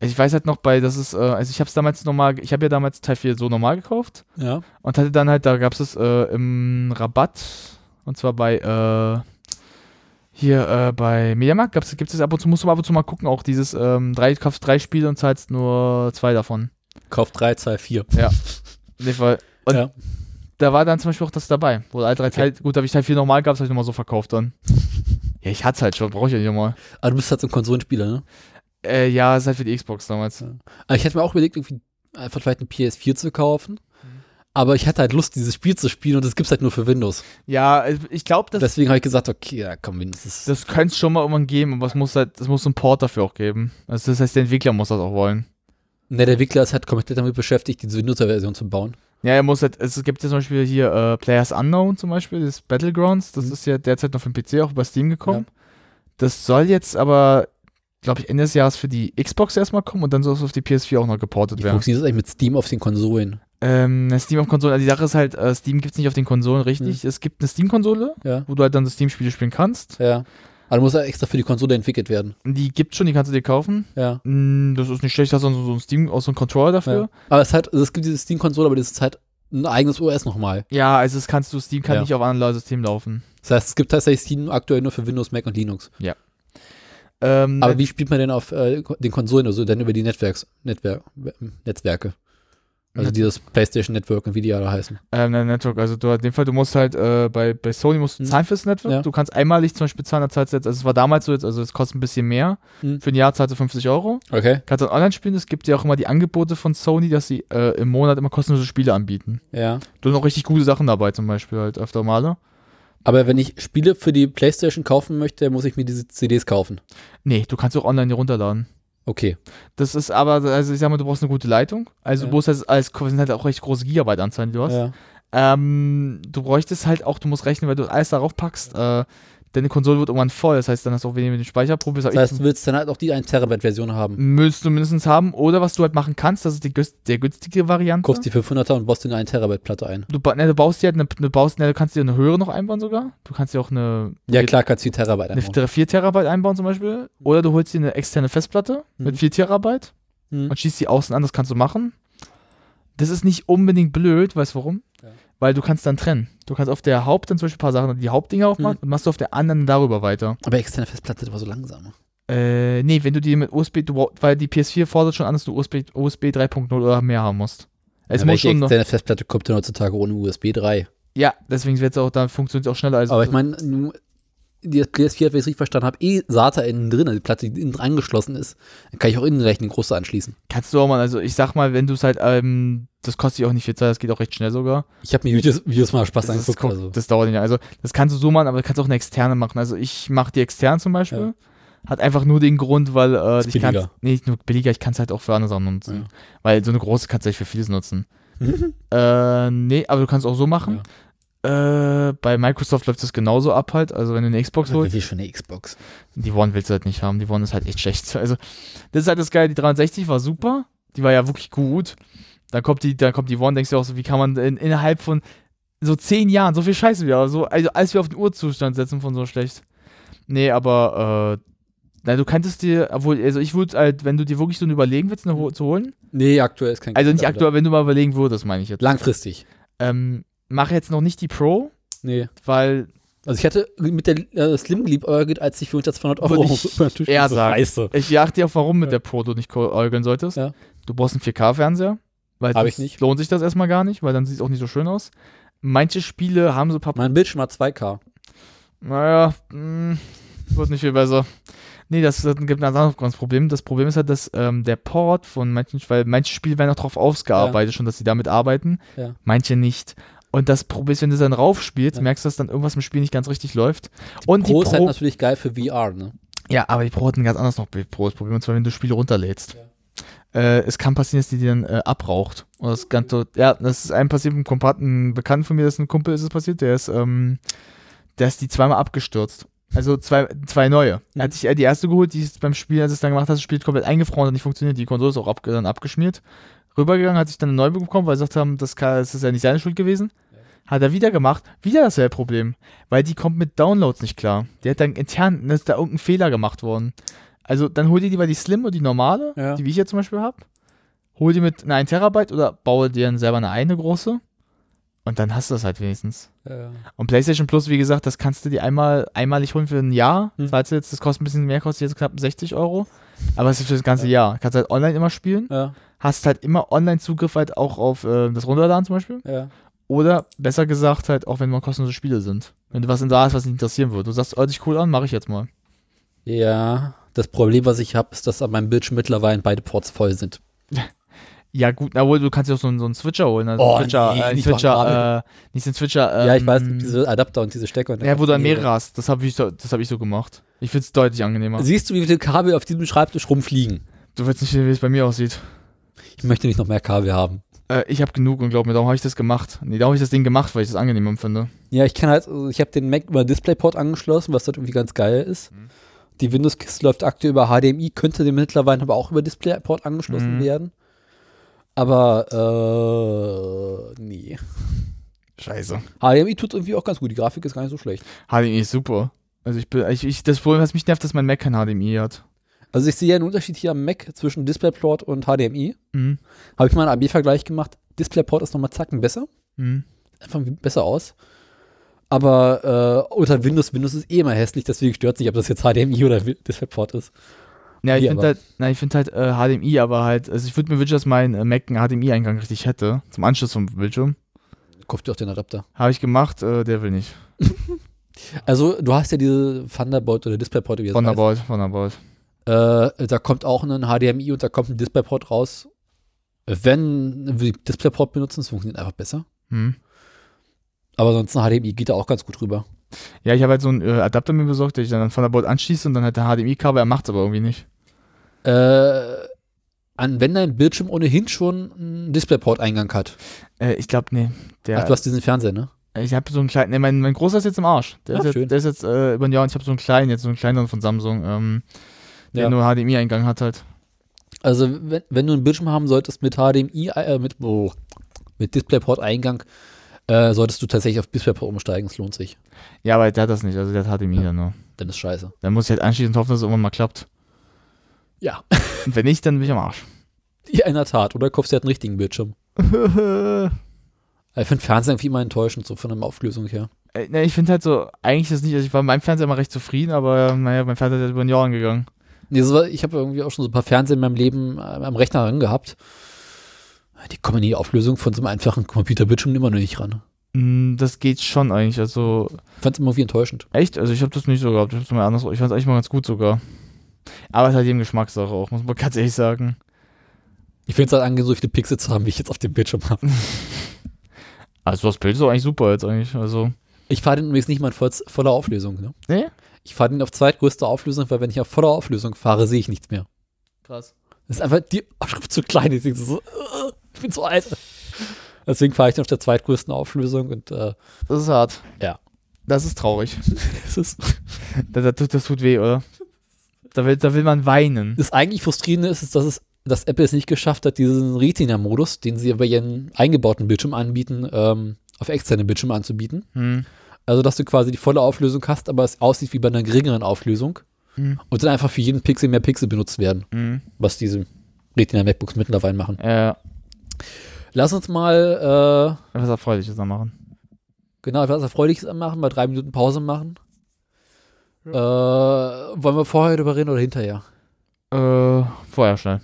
[SPEAKER 3] ich weiß halt noch bei, das ist, äh, also ich habe es damals normal, ich habe ja damals Teil 4 so normal gekauft.
[SPEAKER 2] Ja.
[SPEAKER 3] Und hatte dann halt, da gab es es äh, im Rabatt. Und zwar bei, äh, hier äh, bei Mediamarkt gab's- gibt es ab und zu, musst du ab und zu mal gucken, auch dieses, ähm, drei, kaufst drei Spiele und zahlst nur zwei davon.
[SPEAKER 2] Kauf 3, Zahl 4.
[SPEAKER 3] Ja. In dem Fall. Und da war dann zum Beispiel auch das dabei, wo alle drei Teile, gut, da habe ich Teil 4 normal gehabt, habe ich nochmal so verkauft dann. ja, ich hatte halt schon, brauche ich ja nicht nochmal.
[SPEAKER 2] Aber du bist halt so ein Konsolenspieler, ne?
[SPEAKER 3] Äh, ja, ist halt für die Xbox damals.
[SPEAKER 2] Aber ich hätte mir auch überlegt, irgendwie einfach vielleicht ein PS4 zu kaufen. Aber ich hatte halt Lust, dieses Spiel zu spielen und das gibt's halt nur für Windows.
[SPEAKER 3] Ja, äh, ich glaube, das,
[SPEAKER 2] Deswegen habe ich gesagt, okay, ja, komm, Windows ist.
[SPEAKER 3] das könnte es schon mal irgendwann geben, aber es muss halt, es muss einen Port dafür auch geben. Also das heißt, der Entwickler muss das auch wollen.
[SPEAKER 2] Ne, der Entwickler ist halt komplett damit beschäftigt, diese Windows-Version zu bauen.
[SPEAKER 3] Ja, er muss halt, es gibt ja zum Beispiel hier äh, Players Unknown zum Beispiel, das Battlegrounds, das ist ja derzeit noch für den PC auch über Steam gekommen. Das soll jetzt aber, glaube ich, Ende des Jahres für die Xbox erstmal kommen und dann soll es auf die PS4 auch noch geportet werden.
[SPEAKER 2] Funktioniert das eigentlich mit Steam auf den Konsolen?
[SPEAKER 3] Ähm, na, Steam auf Konsolen, also die Sache ist halt, äh, Steam gibt es nicht auf den Konsolen, richtig?
[SPEAKER 2] Mhm.
[SPEAKER 3] Es gibt eine Steam-Konsole,
[SPEAKER 2] Ja.
[SPEAKER 3] wo du halt dann so Steam-Spiele spielen kannst.
[SPEAKER 2] Ja. Aber muss ja extra für die Konsole entwickelt werden.
[SPEAKER 3] Die gibt schon, die kannst du dir kaufen.
[SPEAKER 2] Ja.
[SPEAKER 3] Mm, Das ist nicht schlecht, hast du so so einen Steam, auch so einen Controller dafür.
[SPEAKER 2] Ja. Aber es, hat, also es gibt diese Steam-Konsole, aber das ist halt ein eigenes OS nochmal.
[SPEAKER 3] Ja, also das kannst du, Steam kann
[SPEAKER 2] Ja.
[SPEAKER 3] nicht auf anderen Systemen laufen.
[SPEAKER 2] Das heißt, es gibt tatsächlich Steam aktuell nur für Windows, Mac und Linux.
[SPEAKER 3] Ja. Ähm,
[SPEAKER 2] aber wie spielt man denn auf äh, den Konsolen oder so? Dann über die Netzwerks, Netzwer Netzwerke. Also
[SPEAKER 3] Net-
[SPEAKER 2] dieses PlayStation Network und wie die alle heißen.
[SPEAKER 3] Ähm, nein, Network, also du, in dem Fall, du musst halt, äh, bei, bei Sony musst du zahlen fürs Network.
[SPEAKER 2] Mhm. Ja.
[SPEAKER 3] Du kannst einmalig zum Beispiel zahlen, da zahlst du jetzt, also es war damals so jetzt, also es kostet ein bisschen mehr.
[SPEAKER 2] Mhm.
[SPEAKER 3] Für ein Jahr zahlst du 50 Euro.
[SPEAKER 2] Okay.
[SPEAKER 3] Kannst dann online spielen, es gibt ja auch immer die Angebote von Sony, dass sie äh, im Monat immer kostenlose Spiele anbieten.
[SPEAKER 2] Ja.
[SPEAKER 3] Da sind auch richtig gute Sachen dabei, zum Beispiel halt öfter Male.
[SPEAKER 2] Aber wenn ich Spiele für die PlayStation kaufen möchte, muss ich mir diese CDs kaufen.
[SPEAKER 3] Nee, du kannst auch online die runterladen.
[SPEAKER 2] Okay.
[SPEAKER 3] Das ist aber, also ich sag mal, du brauchst eine gute Leitung. Also
[SPEAKER 2] Ja.
[SPEAKER 3] du brauchst halt, als, das sind halt auch recht große Gigabyte-Anzahlen, die du hast.
[SPEAKER 2] Ja.
[SPEAKER 3] Ähm, du bräuchtest halt auch, du musst rechnen, weil du alles darauf packst, äh, deine Konsole wird irgendwann voll. Das heißt, dann hast du auch weniger mit dem Speicherproblem.
[SPEAKER 2] Das heißt, du willst dann halt auch die 1 Terabyte Version haben.
[SPEAKER 3] müsstest du mindestens haben. Oder was du halt machen kannst, das ist die, günst- der günstige Variante.
[SPEAKER 2] Kaufst die 500er und baust dir eine 1 Terabyte Platte ein.
[SPEAKER 3] Du, ba- ne, du baust dir halt eine, eine, baust, ne, du kannst dir eine höhere noch einbauen sogar. Du kannst dir auch eine,
[SPEAKER 2] Ja, klar, kannst du die Terabyte
[SPEAKER 3] eine
[SPEAKER 2] einbauen.
[SPEAKER 3] 4, Terabyte einbauen zum Beispiel. Oder du holst dir eine externe Festplatte
[SPEAKER 2] Mhm.
[SPEAKER 3] mit 4 Terabyte und schießt die außen an. Das kannst du machen. Das ist nicht unbedingt blöd, weißt du warum? Weil du kannst dann trennen. Du kannst auf der Haupt dann zum Beispiel ein paar Sachen, die Hauptdinger aufmachen
[SPEAKER 2] Mhm.
[SPEAKER 3] und machst du auf der anderen darüber weiter.
[SPEAKER 2] Aber externe Festplatte das war so langsam.
[SPEAKER 3] Äh, nee, wenn du die mit USB, du, brauch- weil die PS4 fordert schon an, dass du USB, USB 3.0 oder mehr haben musst. Es
[SPEAKER 2] ja,
[SPEAKER 3] muss
[SPEAKER 2] welche
[SPEAKER 3] schon noch,
[SPEAKER 2] externe Festplatte kommt denn heutzutage ohne USB 3?
[SPEAKER 3] ja, deswegen wird's auch, dann funktioniert es auch schneller. Also als-
[SPEAKER 2] Aber ich meine, nu- die PS4, wenn ich es richtig verstanden habe, eh SATA innen drin, also die Platte, die innen angeschlossen ist, dann kann ich auch innen gleich eine große anschließen.
[SPEAKER 3] Kannst du auch mal, also ich sag mal, wenn du es halt, ähm, das kostet ja auch nicht viel Zeit, das geht auch recht schnell sogar.
[SPEAKER 2] Ich habe mir Videos, Videos mal Spaß
[SPEAKER 3] Das, ist,
[SPEAKER 2] angeguckt.
[SPEAKER 3] guck,
[SPEAKER 2] Also.
[SPEAKER 3] das dauert nicht. lange. Also das kannst du so machen, aber du kannst auch eine externe machen. Also ich mache die extern zum Beispiel. Hat einfach nur den Grund, weil äh, ich kann
[SPEAKER 2] billiger.
[SPEAKER 3] nee, nicht nur billiger, ich kann es halt auch für andere Sachen nutzen. Weil so eine große kannst du halt für vieles nutzen.
[SPEAKER 2] Mhm.
[SPEAKER 3] äh, nee, aber du kannst auch so machen. Äh, bei Microsoft läuft das genauso ab halt. Also wenn du eine Xbox holst.
[SPEAKER 2] Wie schon eine Xbox.
[SPEAKER 3] Die One willst du halt nicht haben. Die One ist halt echt schlecht. Also, das ist halt das Geile. Die 360 war super. Die war ja wirklich gut. Dann kommt die, dann kommt die One, denkst du auch so, wie kann man in, innerhalb von so zehn Jahren so viel Scheiße wieder, so, also alles wieder auf den Urzustand setzen von so schlecht. Nee, aber, äh, na, du könntest dir, obwohl, also ich würde halt, wenn du dir wirklich so einen überlegen willst, eine ho- zu holen,
[SPEAKER 2] Nee, aktuell ist kein
[SPEAKER 3] also nicht aktuell, wenn du mal überlegen würdest, meine ich jetzt.
[SPEAKER 2] Langfristig.
[SPEAKER 3] Ähm, mach jetzt noch nicht die Pro,
[SPEAKER 2] Nee.
[SPEAKER 3] weil
[SPEAKER 2] Also ich hatte mit der äh, Slim geliebäugelt, als ich für unter 200 Euro
[SPEAKER 3] Würde ich eher sagen. Ich jag dir auch, warum mit der Pro du nicht äugeln solltest. Du brauchst einen 4K-Fernseher. Weil
[SPEAKER 2] Hab ich
[SPEAKER 3] sonst
[SPEAKER 2] nicht.
[SPEAKER 3] Lohnt sich das erstmal gar nicht, weil dann sieht es auch nicht so schön aus. Manche Spiele haben so ein paar.
[SPEAKER 2] Mein Bildschirm hat 2K.
[SPEAKER 3] Naja, mh, wird nicht viel besser. Nee, das, das gibt ein anderes großes Problem. Das Problem ist halt, dass ähm, der Port von manchen, weil manche Spiele werden auch drauf ausgearbeitet, schon, dass sie damit arbeiten,
[SPEAKER 2] Ja.
[SPEAKER 3] manche nicht. Und das Problem ist, wenn du dann raufspielst, merkst du, dass dann irgendwas im Spiel nicht ganz richtig läuft. Und die
[SPEAKER 2] Pro ist halt
[SPEAKER 3] Pro,
[SPEAKER 2] natürlich geil für VR, ne?
[SPEAKER 3] ja, aber die Pro hat ein ganz anderes noch Pros Problem, und zwar wenn du Spiele runterlädst. Äh, es kann passieren, dass die die dann äh, abraucht. Oder das Ganze, ja, das ist einem passiert, einem Kompakten, Bekannten von mir, das ist ein Kumpel, ist es passiert, der ist, ähm, der ist die zweimal abgestürzt. Also zwei, zwei neue. Er hat sich äh, die erste geholt, die ist beim Spiel, als es dann gemacht hat, das Spiel komplett eingefroren, hat nicht funktioniert, die Konsole ist auch ab, dann abgeschmiert. Rübergegangen, hat sich dann eine neue bekommen, weil sie gesagt haben, das, kann, das ist ja nicht seine Schuld gewesen. Hat er wieder gemacht, wieder dasselbe Problem. Weil die kommt mit Downloads nicht klar. Der hat dann intern, ist da irgendein Fehler gemacht worden. Also dann hol dir lieber die Slim und die normale, die wie ich jetzt zum Beispiel habe. Hol die mit einer 1 Terabyte oder baue dir dann selber eine eine große. Und dann hast du das halt wenigstens.
[SPEAKER 2] Ja.
[SPEAKER 3] Und PlayStation Plus, wie gesagt, das kannst du dir einmal einmalig holen für ein Jahr.
[SPEAKER 2] Hm.
[SPEAKER 3] Das, heißt jetzt, das kostet ein bisschen mehr, kostet jetzt knapp 60 Euro. Aber es ist für das ganze Jahr. Kannst halt online immer spielen. Hast halt immer Online-Zugriff halt auch auf äh, das Runterladen zum Beispiel.
[SPEAKER 2] Ja.
[SPEAKER 3] Oder besser gesagt halt auch, wenn mal kostenlose Spiele sind. Wenn du was da hast, was dich interessieren würde. Du sagst, oh, hört sich cool an, mache ich jetzt mal.
[SPEAKER 2] Ja, das Problem, was ich habe, ist, dass an meinem Bildschirm mittlerweile beide Ports voll sind.
[SPEAKER 3] Ja, gut, na wohl, du kannst dir auch so einen, so einen Switcher holen. Also
[SPEAKER 2] Oh,
[SPEAKER 3] einen Switcher,
[SPEAKER 2] nee,
[SPEAKER 3] äh, einen
[SPEAKER 2] nicht
[SPEAKER 3] Switcher,
[SPEAKER 2] machen.
[SPEAKER 3] äh, nicht den Switcher.
[SPEAKER 2] ja, ich weiß,
[SPEAKER 3] ähm,
[SPEAKER 2] diese Adapter und diese Stecker. Und
[SPEAKER 3] Ja, wo du dann mehrere hast. Das habe ich, so, das hab ich so gemacht. Ich finde es deutlich angenehmer.
[SPEAKER 2] Siehst du, wie viele Kabel auf diesem Schreibtisch rumfliegen?
[SPEAKER 3] Du willst nicht, wie es bei mir aussieht.
[SPEAKER 2] Ich möchte nicht noch mehr Kabel haben.
[SPEAKER 3] Äh, ich habe genug und glaub mir, darum habe ich das gemacht. Nee, darum habe ich das Ding gemacht, weil ich das angenehm empfinde.
[SPEAKER 2] Ja, ich kann halt, also ich habe den Mac über DisplayPort angeschlossen, was dort irgendwie ganz geil ist.
[SPEAKER 3] Mhm.
[SPEAKER 2] Die Windows-Kiste läuft aktuell über HDMI, könnte dem mittlerweile aber auch über DisplayPort angeschlossen
[SPEAKER 3] Mhm.
[SPEAKER 2] werden. Aber, äh, nee.
[SPEAKER 3] Scheiße.
[SPEAKER 2] HDMI tut irgendwie auch ganz gut, die Grafik ist gar nicht so schlecht.
[SPEAKER 3] HDMI ist super. Also ich bin, ich, ich, das Problem, was mich nervt, dass mein Mac kein HDMI hat.
[SPEAKER 2] Also ich sehe ja einen Unterschied hier am Mac zwischen DisplayPort und HDMI.
[SPEAKER 3] Mhm.
[SPEAKER 2] Habe ich mal einen AB-Vergleich gemacht. DisplayPort ist nochmal zacken besser.
[SPEAKER 3] Mhm.
[SPEAKER 2] Einfach besser aus. Aber äh, unter Windows, Windows ist eh immer hässlich, deswegen stört es nicht, ob das jetzt HDMI oder Wi- DisplayPort ist.
[SPEAKER 3] Ja, ich
[SPEAKER 2] Hier
[SPEAKER 3] finde
[SPEAKER 2] aber.
[SPEAKER 3] halt, na, ich find halt äh, HDMI, aber halt, also ich würde mir wünschen, dass mein äh, Mac einen HDMI-Eingang richtig hätte, zum Anschluss vom Bildschirm.
[SPEAKER 2] Kauf dir auch den Adapter.
[SPEAKER 3] Habe ich gemacht, äh, der will nicht.
[SPEAKER 2] Also du hast ja diese Thunderbolt oder DisplayPort, wie das
[SPEAKER 3] Thunderbolt, Thunderbolt.
[SPEAKER 2] heißt. Äh, da kommt auch ein HDMI und da kommt ein DisplayPort raus. Wenn wir DisplayPort benutzen, es funktioniert einfach besser.
[SPEAKER 3] Mhm.
[SPEAKER 2] Aber sonst ein HDMI geht da auch ganz gut rüber.
[SPEAKER 3] Ja, ich habe halt so einen äh, Adapter mir besorgt, den ich dann an Thunderbolt anschließe und dann halt der HDMI-Kabel, er macht es aber irgendwie nicht.
[SPEAKER 2] Äh, an, wenn dein Bildschirm ohnehin schon einen DisplayPort-Eingang hat.
[SPEAKER 3] Äh, ich glaube, nee. Der,
[SPEAKER 2] Ach, du hast diesen Fernseher, ne?
[SPEAKER 3] Ich habe so einen kleinen, nee, mein, mein großer ist jetzt im Arsch. Der
[SPEAKER 16] Ah,
[SPEAKER 3] ist jetzt,
[SPEAKER 16] schön.
[SPEAKER 3] der ist jetzt äh, über ein Jahr und ich habe so einen kleinen, jetzt so einen kleineren von Samsung, ähm, der
[SPEAKER 16] Ja.
[SPEAKER 3] nur HDMI-Eingang hat halt.
[SPEAKER 2] Also, wenn, wenn du einen Bildschirm haben solltest mit HDMI, äh, mit, oh, mit DisplayPort-Eingang, äh, solltest du tatsächlich auf DisplayPort umsteigen, es lohnt sich.
[SPEAKER 3] Ja, aber der hat das nicht, also der hat HDMI dann nur.
[SPEAKER 2] Dann ist scheiße.
[SPEAKER 3] Dann muss ich halt anschließend hoffen, dass es irgendwann mal klappt.
[SPEAKER 2] Ja.
[SPEAKER 3] Und wenn nicht, dann bin ich am Arsch.
[SPEAKER 2] Ja, in der Tat. Oder kaufst du halt einen richtigen Bildschirm.
[SPEAKER 3] Äh,
[SPEAKER 2] Ich finde Fernsehen irgendwie immer enttäuschend, so von der Auflösung her.
[SPEAKER 3] ne, ich finde halt so, eigentlich ist nicht, also ich war mit meinem Fernseher immer recht zufrieden, aber naja, mein Fernseher ist halt über ein Jahr angegangen.
[SPEAKER 2] Nee, so, ich habe irgendwie auch schon so ein paar Fernseher in meinem Leben äh, am Rechner ran gehabt. Die kommen an die Auflösung von so einem einfachen Computerbildschirm immer noch nicht ran.
[SPEAKER 3] Mm, Das geht schon eigentlich, also.
[SPEAKER 2] Fand's immer wie enttäuschend.
[SPEAKER 3] Echt? Also ich habe das nicht so gehabt, ich hab's mal anders, ich fand's eigentlich mal ganz gut sogar. Aber es hat jedem Geschmackssache auch, muss man ganz ehrlich sagen.
[SPEAKER 2] Ich finde es halt angenehm, so viele Pixel zu haben, wie ich jetzt auf dem Bildschirm habe.
[SPEAKER 3] Also das Bild ist doch eigentlich super jetzt eigentlich, also.
[SPEAKER 2] Ich fahre den übrigens nicht mal in voll, voller Auflösung. Ne?
[SPEAKER 3] Nee?
[SPEAKER 2] Ich fahre den auf zweitgrößter Auflösung, weil wenn ich auf voller Auflösung fahre, sehe ich nichts mehr.
[SPEAKER 3] Krass.
[SPEAKER 2] Das ist einfach die Aufschrift zu klein. Ich, denk so, äh, ich bin so alt. Deswegen fahre ich dann auf der zweitgrößten Auflösung und äh,
[SPEAKER 3] Das ist hart.
[SPEAKER 2] Ja.
[SPEAKER 3] Das ist traurig.
[SPEAKER 2] es ist,
[SPEAKER 3] Das, das, tut- das tut weh, oder? Da will, da will man weinen.
[SPEAKER 2] das eigentlich Frustrierende ist, ist, dass es dass Apple es nicht geschafft hat, diesen Retina-Modus, den sie bei ihren eingebauten Bildschirm anbieten, ähm, auf externe Bildschirme anzubieten.
[SPEAKER 3] Hm.
[SPEAKER 2] Also, dass du quasi die volle Auflösung hast, aber es aussieht wie bei einer geringeren Auflösung.
[SPEAKER 3] Hm.
[SPEAKER 2] Und dann einfach für jeden Pixel mehr Pixel benutzt werden.
[SPEAKER 3] Hm.
[SPEAKER 2] Was diese Retina-MacBooks mittlerweile machen.
[SPEAKER 3] Äh,
[SPEAKER 2] Lass uns mal, äh,
[SPEAKER 3] was Erfreuliches da machen.
[SPEAKER 2] genau, was Erfreuliches anmachen, mal drei Minuten Pause machen. Äh, wollen wir vorher drüber reden oder hinterher?
[SPEAKER 3] Äh, vorher schnell.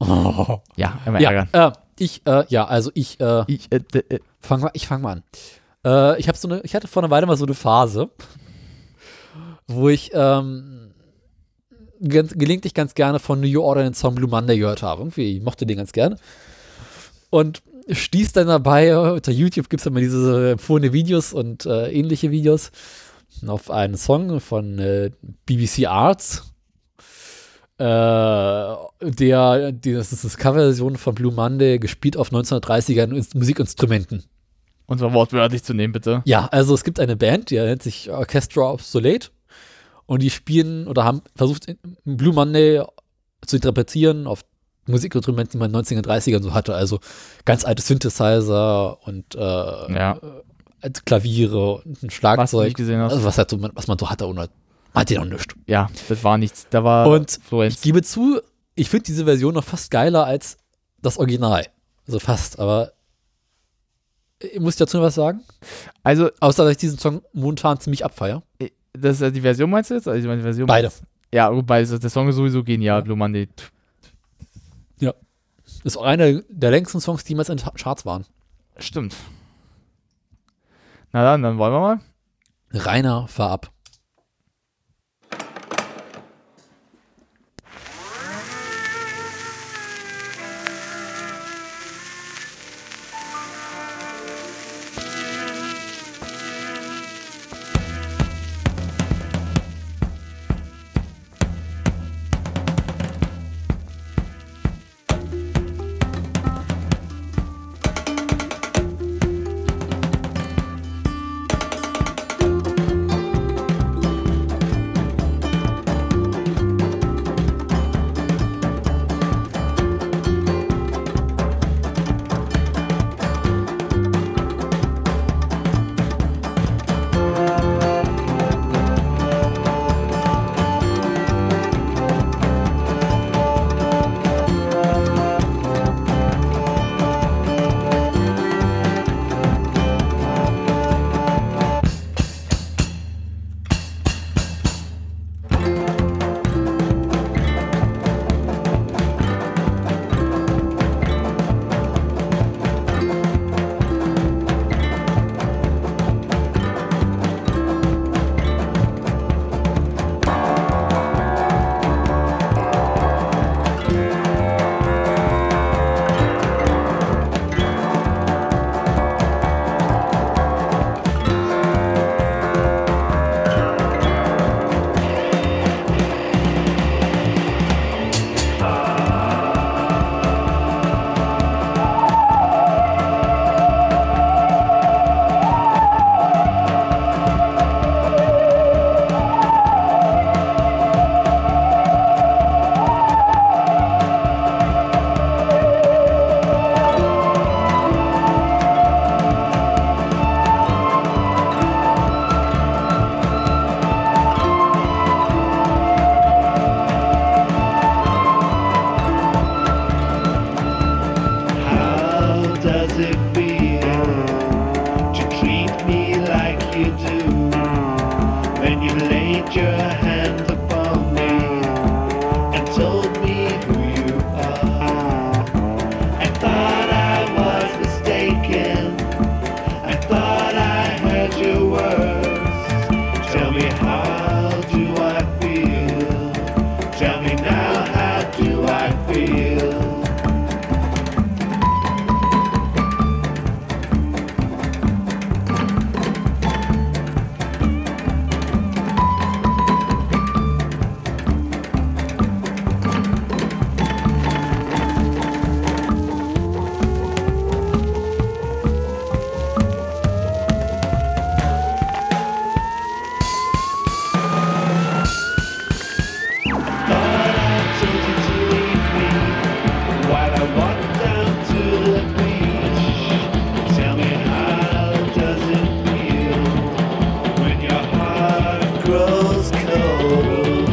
[SPEAKER 3] Ja, immer ärgern.
[SPEAKER 2] ja, äh, ich, äh, ja, also ich, äh,
[SPEAKER 3] ich, äh, d- äh,
[SPEAKER 2] fang mal, ich fang mal an. Äh, ich habe so eine, ich hatte vor einer Weile mal so eine Phase, wo ich ähm, ganz, gelegentlich ganz gerne von New Order den Song Blue Monday gehört habe. Irgendwie, ich mochte den ganz gerne. Und stieß dann dabei, äh, unter YouTube gibt es immer diese empfohlene Videos und äh, ähnliche Videos, auf einen Song von äh, BBC Arts. Äh, der, die, das ist eine Coverversion von Blue Monday, gespielt auf 1930er Inst- Musikinstrumenten.
[SPEAKER 3] Und zwar wortwörtlich zu nehmen, bitte.
[SPEAKER 2] Ja, also es gibt eine Band, die nennt sich Orchestra Obsolete und die spielen oder haben versucht, in- in Blue Monday zu interpretieren auf Musikinstrumenten, die man in den 1930ern so hatte. Also ganz alte Synthesizer und äh, äh, Klaviere und ein Schlagzeug.
[SPEAKER 3] nicht gesehen hast.
[SPEAKER 2] Also was, halt so, man- was man so hatte, ohne, man hatte ja noch nichts.
[SPEAKER 3] Ja, das war nichts. Da war
[SPEAKER 2] Und ich
[SPEAKER 3] Florenz.
[SPEAKER 2] gebe zu, ich finde diese Version noch fast geiler als das Original. Also fast, aber äh, ich muss ich dazu noch was sagen?
[SPEAKER 3] Also,
[SPEAKER 2] Außer, dass ich diesen Song momentan ziemlich abfeier.
[SPEAKER 3] das ist äh, die Version meinst du jetzt? Also, ich meine, die Version
[SPEAKER 2] Beide.
[SPEAKER 3] meinst- Ja, gut, beide. Der Song ist sowieso genial, Blue Monday.
[SPEAKER 2] Ja. Ist auch einer der längsten Songs, die jemals in den Charts waren.
[SPEAKER 3] Stimmt. Na dann, dann wollen wir mal.
[SPEAKER 2] Rainer, fahr ab.
[SPEAKER 17] classic beer to treat me like you do. And you laid your hand upon me and told me who you are. I thought I was mistaken. I thought I heard your words. Tell me how do I feel? Tell me now how do I feel? Thought I told you to leave me while I walked down to the beach. Tell me how does it feel when your heart grows cold?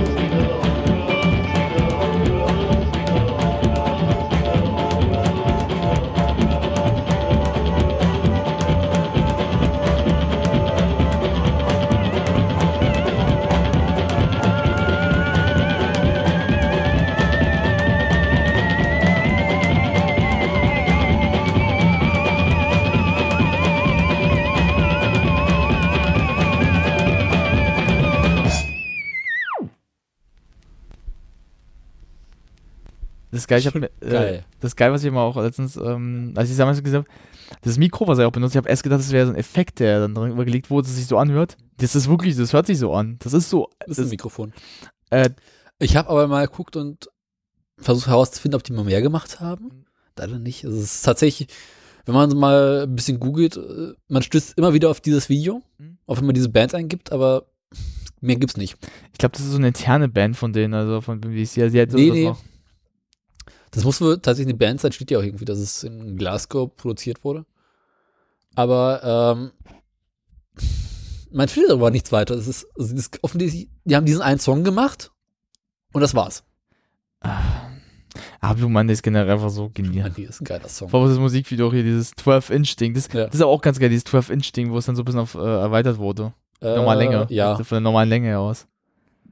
[SPEAKER 3] Das ist geil, ich hab, mir, äh,
[SPEAKER 2] geil.
[SPEAKER 3] das ist geil, was ich immer auch letztens, ähm, als ich es damals gesagt habe, das Mikro, was er auch benutzt, ich habe erst gedacht, das wäre so ein Effekt, der dann drin übergelegt wurde, dass es sich so anhört. Das ist wirklich, das hört sich so an. Das ist so.
[SPEAKER 2] Das ist ein Mikrofon.
[SPEAKER 3] Äh,
[SPEAKER 2] Ich habe aber mal geguckt und versucht herauszufinden, ob die mal mehr gemacht haben. Leider nicht. Also es ist tatsächlich, wenn man mal ein bisschen googelt, äh, man stößt immer wieder auf dieses Video, auch wenn man diese Band eingibt, aber mehr gibt's nicht.
[SPEAKER 3] ich glaube, das ist so eine interne Band von denen, also von BBC. Also die hat so
[SPEAKER 2] Nee,
[SPEAKER 3] das
[SPEAKER 2] nee.
[SPEAKER 3] noch-
[SPEAKER 2] Das muss wohl tatsächlich eine Band sein, steht ja auch irgendwie, dass es in Glasgow produziert wurde. Aber ähm, man findet darüber nichts weiter. Es ist, also das ist offensichtlich, die haben diesen einen Song gemacht und das war's.
[SPEAKER 3] Ah, Blue Monday ist generell einfach so genial.
[SPEAKER 2] Die ist ein geiler Song.
[SPEAKER 3] Vor allem das Musikvideo auch hier, dieses 12-Inch-Ding. Das, das ist aber auch ganz geil, dieses 12-Inch-Ding, wo es dann so ein bisschen auf, äh, erweitert wurde.
[SPEAKER 2] Äh,
[SPEAKER 3] Nochmal länger.
[SPEAKER 2] ja.
[SPEAKER 3] Also Von der normalen Länge aus.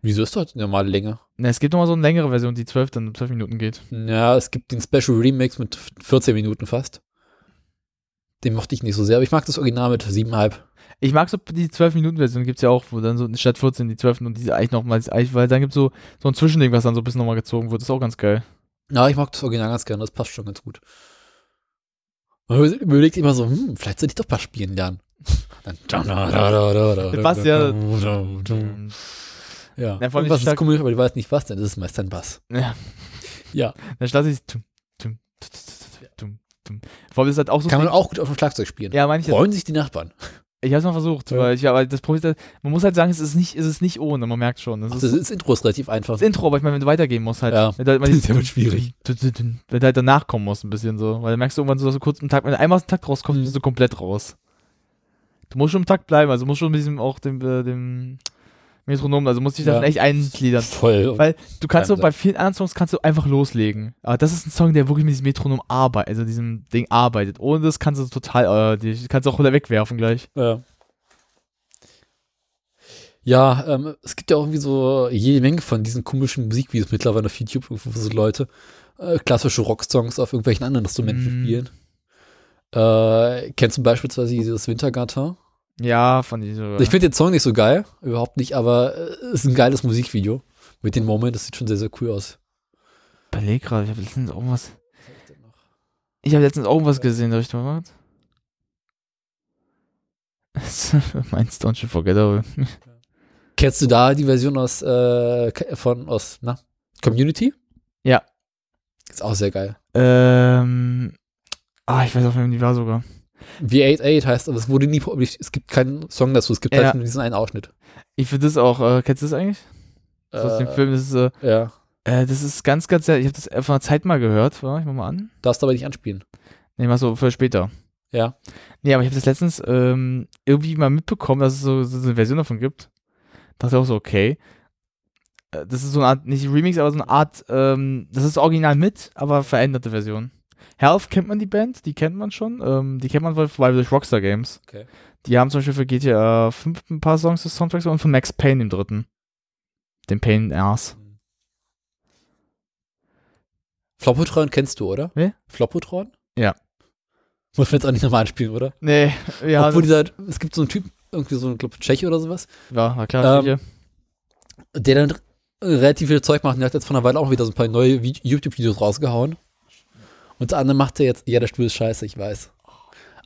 [SPEAKER 2] Wieso ist das normale Länge?
[SPEAKER 3] Na, es gibt nochmal so eine längere Version, die 12, dann 12 Minuten geht.
[SPEAKER 2] Ja, es gibt den Special Remix mit 14 Minuten fast. Den mochte ich nicht so sehr, aber ich mag das Original mit 7,5.
[SPEAKER 3] Ich mag so die 12-Minuten-Version, gibt es ja auch, wo dann so statt 14 die 12 und diese eigentlich nochmal, weil dann gibt es so, so ein Zwischending, was dann so ein bisschen nochmal gezogen wird. Das ist auch ganz geil.
[SPEAKER 2] Ja, ich mag das Original ganz gerne, das passt schon ganz gut. Man über- überlegt immer so, hm, vielleicht sollte ich doch mal spielen lernen. Dann
[SPEAKER 3] Das passt ja.
[SPEAKER 2] Mhm. Ja,
[SPEAKER 3] Na, vor allem
[SPEAKER 2] was
[SPEAKER 3] stark-
[SPEAKER 2] ist komisch, aber ich weiß nicht was, denn das ist meist ein Bass.
[SPEAKER 3] Ja.
[SPEAKER 2] Ja.
[SPEAKER 3] Dann lasse ich es. Tum, tum, tum, tum, tum, tum. Vor allem ist halt auch so.
[SPEAKER 2] Kann man
[SPEAKER 3] ein-
[SPEAKER 2] auch gut auf dem Schlagzeug spielen.
[SPEAKER 3] Ja, manche.
[SPEAKER 2] Freuen sich die Nachbarn.
[SPEAKER 3] Ich hab's mal versucht, weil ich, aber das Problem ist, man muss halt sagen, es ist nicht, es ist nicht ohne, man merkt schon. Das,
[SPEAKER 2] Das,
[SPEAKER 3] ist,
[SPEAKER 2] das Intro ist relativ einfach.
[SPEAKER 3] das Intro, aber ich meine, wenn du weitergehen musst halt.
[SPEAKER 2] Ja.
[SPEAKER 3] Wenn du halt mal
[SPEAKER 2] Das
[SPEAKER 3] dieses-
[SPEAKER 2] ist ja wohl schwierig.
[SPEAKER 3] Wenn du halt danach kommen musst, ein bisschen so. Weil dann merkst du irgendwann so, dass du kurz im Takt, wenn du einmal aus dem Takt rauskommst, bist du
[SPEAKER 2] Mhm.
[SPEAKER 3] komplett raus. Du musst schon im Takt bleiben, also musst schon ein bisschen auch dem, äh, dem Metronom, also musst dich
[SPEAKER 2] Ja.
[SPEAKER 3] dann echt eingliedern.
[SPEAKER 2] Voll.
[SPEAKER 3] Weil du kannst so
[SPEAKER 2] Wahnsinn.
[SPEAKER 3] bei vielen anderen Songs kannst du einfach loslegen. Aber das ist ein Song, der wirklich mit diesem Metronom arbeitet, also diesem Ding arbeitet. Ohne das kannst du total, äh, die, kannst du auch wieder wegwerfen gleich.
[SPEAKER 2] Ja. Ja, ähm, es gibt ja auch irgendwie so jede Menge von diesen komischen Musikvideos mittlerweile auf YouTube, wo so Leute äh, klassische Rocksongs auf irgendwelchen anderen
[SPEAKER 3] Mhm.
[SPEAKER 2] Instrumenten spielen. Äh, kennst du beispielsweise dieses Wintergarten?
[SPEAKER 3] Ja, von dieser.
[SPEAKER 2] Ich finde den Song nicht so geil, überhaupt nicht, aber es äh, ist ein geiles Musikvideo mit den Moments, das sieht schon sehr, sehr cool aus.
[SPEAKER 3] überleg gerade, ich habe letztens auch was. Ich habe letztens auch was gesehen, soll ich mal warte? Meins Don't You Forget About.
[SPEAKER 2] Kennst du da die Version aus, äh, von, aus, na, Community?
[SPEAKER 3] Ja.
[SPEAKER 2] Ist auch sehr geil.
[SPEAKER 3] Ähm. Ah, ich weiß auf jeden Fall die war sogar.
[SPEAKER 2] V88 heißt, aber es wurde nie published. Es gibt keinen Song dazu, es gibt
[SPEAKER 3] Ja.
[SPEAKER 2] halt nur diesen einen Ausschnitt.
[SPEAKER 3] Ich finde das auch, äh, kennst du das eigentlich? Das aus dem
[SPEAKER 2] Äh,
[SPEAKER 3] Film, das ist, äh,
[SPEAKER 2] ja.
[SPEAKER 3] äh, das ist ganz, ganz, sehr- ich habe das vor einer Zeit mal gehört, warte, ich mach mal an.
[SPEAKER 2] Darfst du aber nicht anspielen.
[SPEAKER 3] Nee, mach so für später.
[SPEAKER 2] Ja.
[SPEAKER 3] Nee, aber ich habe das letztens ähm, irgendwie mal mitbekommen, dass es so, so eine Version davon gibt. Dachte auch so, okay. Äh, Das ist so eine Art, nicht Remix, aber so eine Art, ähm, das ist original mit, aber veränderte Version. Health kennt man die Band, die kennt man schon. Ähm, die kennt man vor allem durch Rockstar Games.
[SPEAKER 2] Okay.
[SPEAKER 3] Die haben zum Beispiel für GTA 5 ein paar Songs des Soundtracks und von Max Payne im dritten. Den Pain in the Ass.
[SPEAKER 2] Flopotron kennst du, oder?
[SPEAKER 3] Nee.
[SPEAKER 2] Flopotron?
[SPEAKER 3] Ja.
[SPEAKER 2] Muss man jetzt auch nicht nochmal anspielen, oder?
[SPEAKER 3] Nee, ja.
[SPEAKER 2] Obwohl
[SPEAKER 3] das-
[SPEAKER 2] dieser, es gibt so einen Typ, irgendwie so ein glaub, Tscheche oder sowas,
[SPEAKER 3] ja, na klar,
[SPEAKER 2] ähm,
[SPEAKER 3] ähm,
[SPEAKER 2] der dann relativ viel Zeug macht und der hat jetzt vor einer Weile auch wieder so ein paar neue Vi- YouTube-Videos rausgehauen. Unter anderem macht er jetzt, ja, der Stuhl ist scheiße, ich weiß.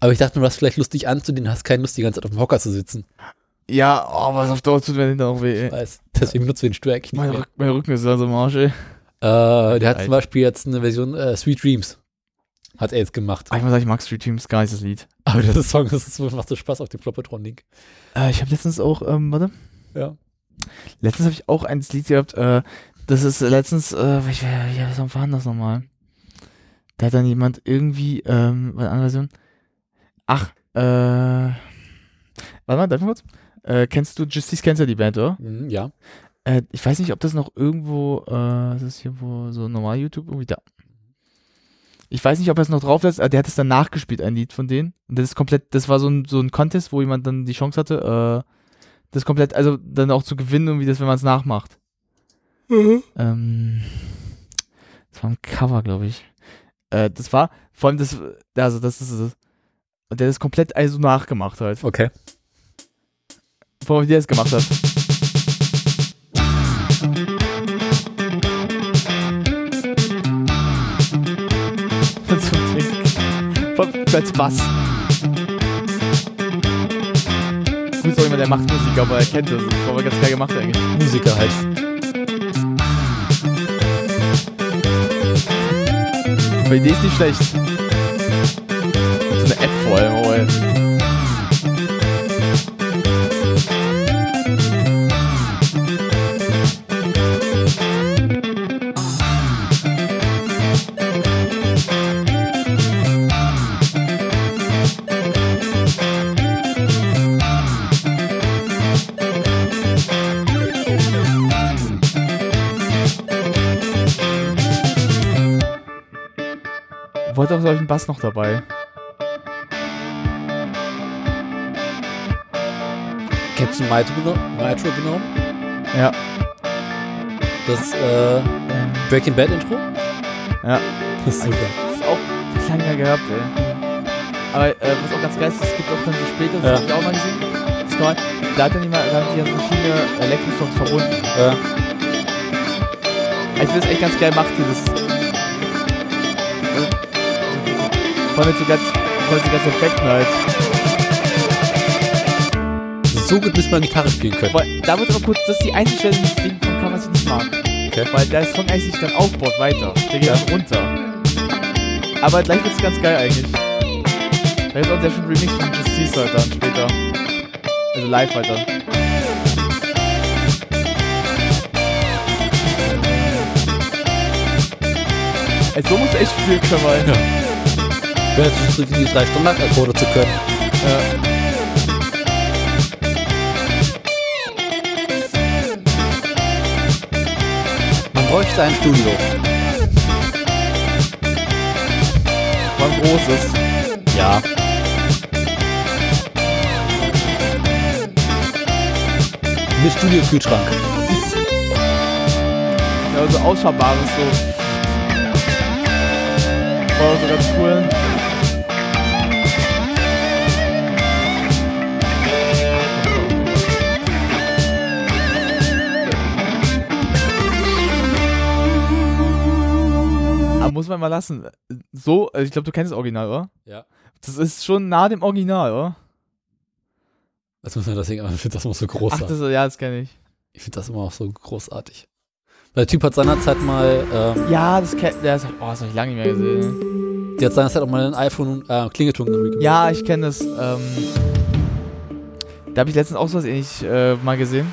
[SPEAKER 2] Aber ich dachte mir, was vielleicht lustig anzudehnen, hast keine Lust, die ganze Zeit auf dem Hocker zu sitzen.
[SPEAKER 3] Ja, oh, was auf Dauer tut mir hinterher auch weh.
[SPEAKER 2] Ich weiß. Deswegen benutzen wir den Stuhl eigentlich nicht
[SPEAKER 3] Mein,
[SPEAKER 2] mehr.
[SPEAKER 3] Rück, mein Rücken ist also im Arsch, ey.
[SPEAKER 2] Äh, der hat
[SPEAKER 3] Alter.
[SPEAKER 2] zum Beispiel jetzt eine Version äh, Sweet Dreams. Hat er jetzt gemacht.
[SPEAKER 3] Ah, ich muss sagen, ich mag Street Teams, geiles Lied.
[SPEAKER 2] Aber der Song das ist, macht so Spaß auf dem Flopatron-Link.
[SPEAKER 3] Äh, ich habe letztens auch, ähm, warte.
[SPEAKER 2] Ja.
[SPEAKER 3] Letztens habe ich auch eins Lied gehabt, äh, das ist letztens, äh, ich, ja, was war denn das nochmal? Da hat dann jemand irgendwie, ähm, was andere Version? Ach, äh, warte mal, darf ich mal kurz? Äh, kennst du, Justice kennst ja die Band, oder?
[SPEAKER 2] Mhm, ja.
[SPEAKER 3] Äh, ich weiß nicht, ob das noch irgendwo, äh, das ist hier wo so normal YouTube irgendwie da. Ich weiß nicht, ob er es noch drauf lässt, aber der hat es dann nachgespielt, ein Lied von denen. Und das ist komplett, das war so ein, so ein Contest, wo jemand dann die Chance hatte, äh, das komplett, also dann auch zu gewinnen, irgendwie das, wenn man es nachmacht. Ähm, das war ein Cover, glaube ich. Äh, das war, vor allem das, also das ist es. Und der hat das komplett also nachgemacht halt.
[SPEAKER 2] Okay.
[SPEAKER 3] Bevor der das gemacht hat. Das war ein Vor allem als Bass. Gut, ist auch jemand, der macht Musik, aber er kennt das. Das war aber ganz geil gemacht eigentlich.
[SPEAKER 2] Musiker halt.
[SPEAKER 3] Aber die Idee ist nicht schlecht. So eine App vor allem, oh ey. Wollte auch, glaube ich, einen Bass noch dabei.
[SPEAKER 2] Kennst du Maestro genommen? Maestro genommen?
[SPEAKER 3] Ja.
[SPEAKER 2] Das äh, Breaking Bad Intro?
[SPEAKER 3] Ja.
[SPEAKER 2] Das ist super.
[SPEAKER 3] Das ist auch das lange her gehabt, ey. Aber äh, was auch ganz geil ist, es gibt auch dann so später, das
[SPEAKER 2] Ja.
[SPEAKER 3] hab ich auch mal gesehen, das neue, da hat dann jemand, da haben die ja so viele Elektro-Songs verbunden.
[SPEAKER 2] Ja.
[SPEAKER 3] Ich finde es echt ganz geil gemacht, dieses. Vor allem mit so ganz, voll so ganz Effekten halt.
[SPEAKER 2] So gut müsste man Gitarre spielen können.
[SPEAKER 3] Weil, da muss aber kurz, das ist die einzige Stelle, die das Ding von kann, was ich nicht mag. Weil der Song eigentlich sich dann aufbaut weiter. Der geht dann runter. Aber gleich wird's ganz geil eigentlich. Da gibt's auch einen sehr schönen Remix von Justice halt dann später. Also live halt dann. Ey, so musst du echt spielen können, weil.
[SPEAKER 2] Wäre jetzt so die drei Standardakkorde zu können. Man bräuchte ein Studio.
[SPEAKER 3] War ein großes.
[SPEAKER 2] Ja. Mit Studio-Kühlschrank.
[SPEAKER 3] Ja, so Also ausfahrbares so. War so ganz cool. Aber muss man mal lassen. So, also ich glaube, du kennst das Original, oder?
[SPEAKER 2] Ja.
[SPEAKER 3] Das ist schon nah dem Original, oder?
[SPEAKER 2] Das muss man deswegen, aber ich finde das immer so groß.
[SPEAKER 3] Ach, das, ja, das kenne ich.
[SPEAKER 2] ich finde das immer auch so großartig. Der Typ hat seinerzeit mal, ähm,
[SPEAKER 3] Ja, das kennt. Ja, das, oh, das habe ich lange nicht mehr gesehen.
[SPEAKER 2] der hat seinerzeit auch mal ein iPhone äh, Klingelton gemacht.
[SPEAKER 3] Ja, ich kenne das. Ähm, da habe ich letztens auch so was ähnlich äh, mal gesehen.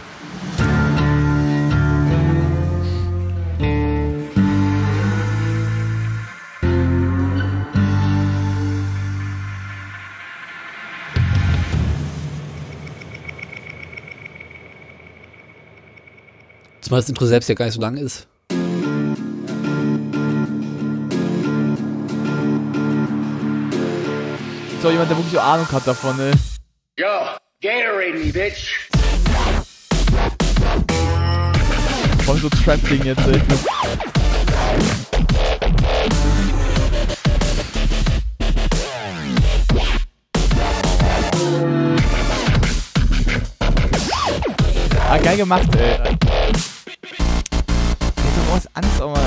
[SPEAKER 2] Zumal das Intro selbst ja gar nicht so lang ist.
[SPEAKER 3] So jemand, der wirklich Ahnung hat davon, ne? ey.
[SPEAKER 18] Yo, Gatorade me, bitch.
[SPEAKER 3] Voll so Trap-Ding jetzt, ey. Ah, geil gemacht, ey. Alter, Du brauchst Angst, aber.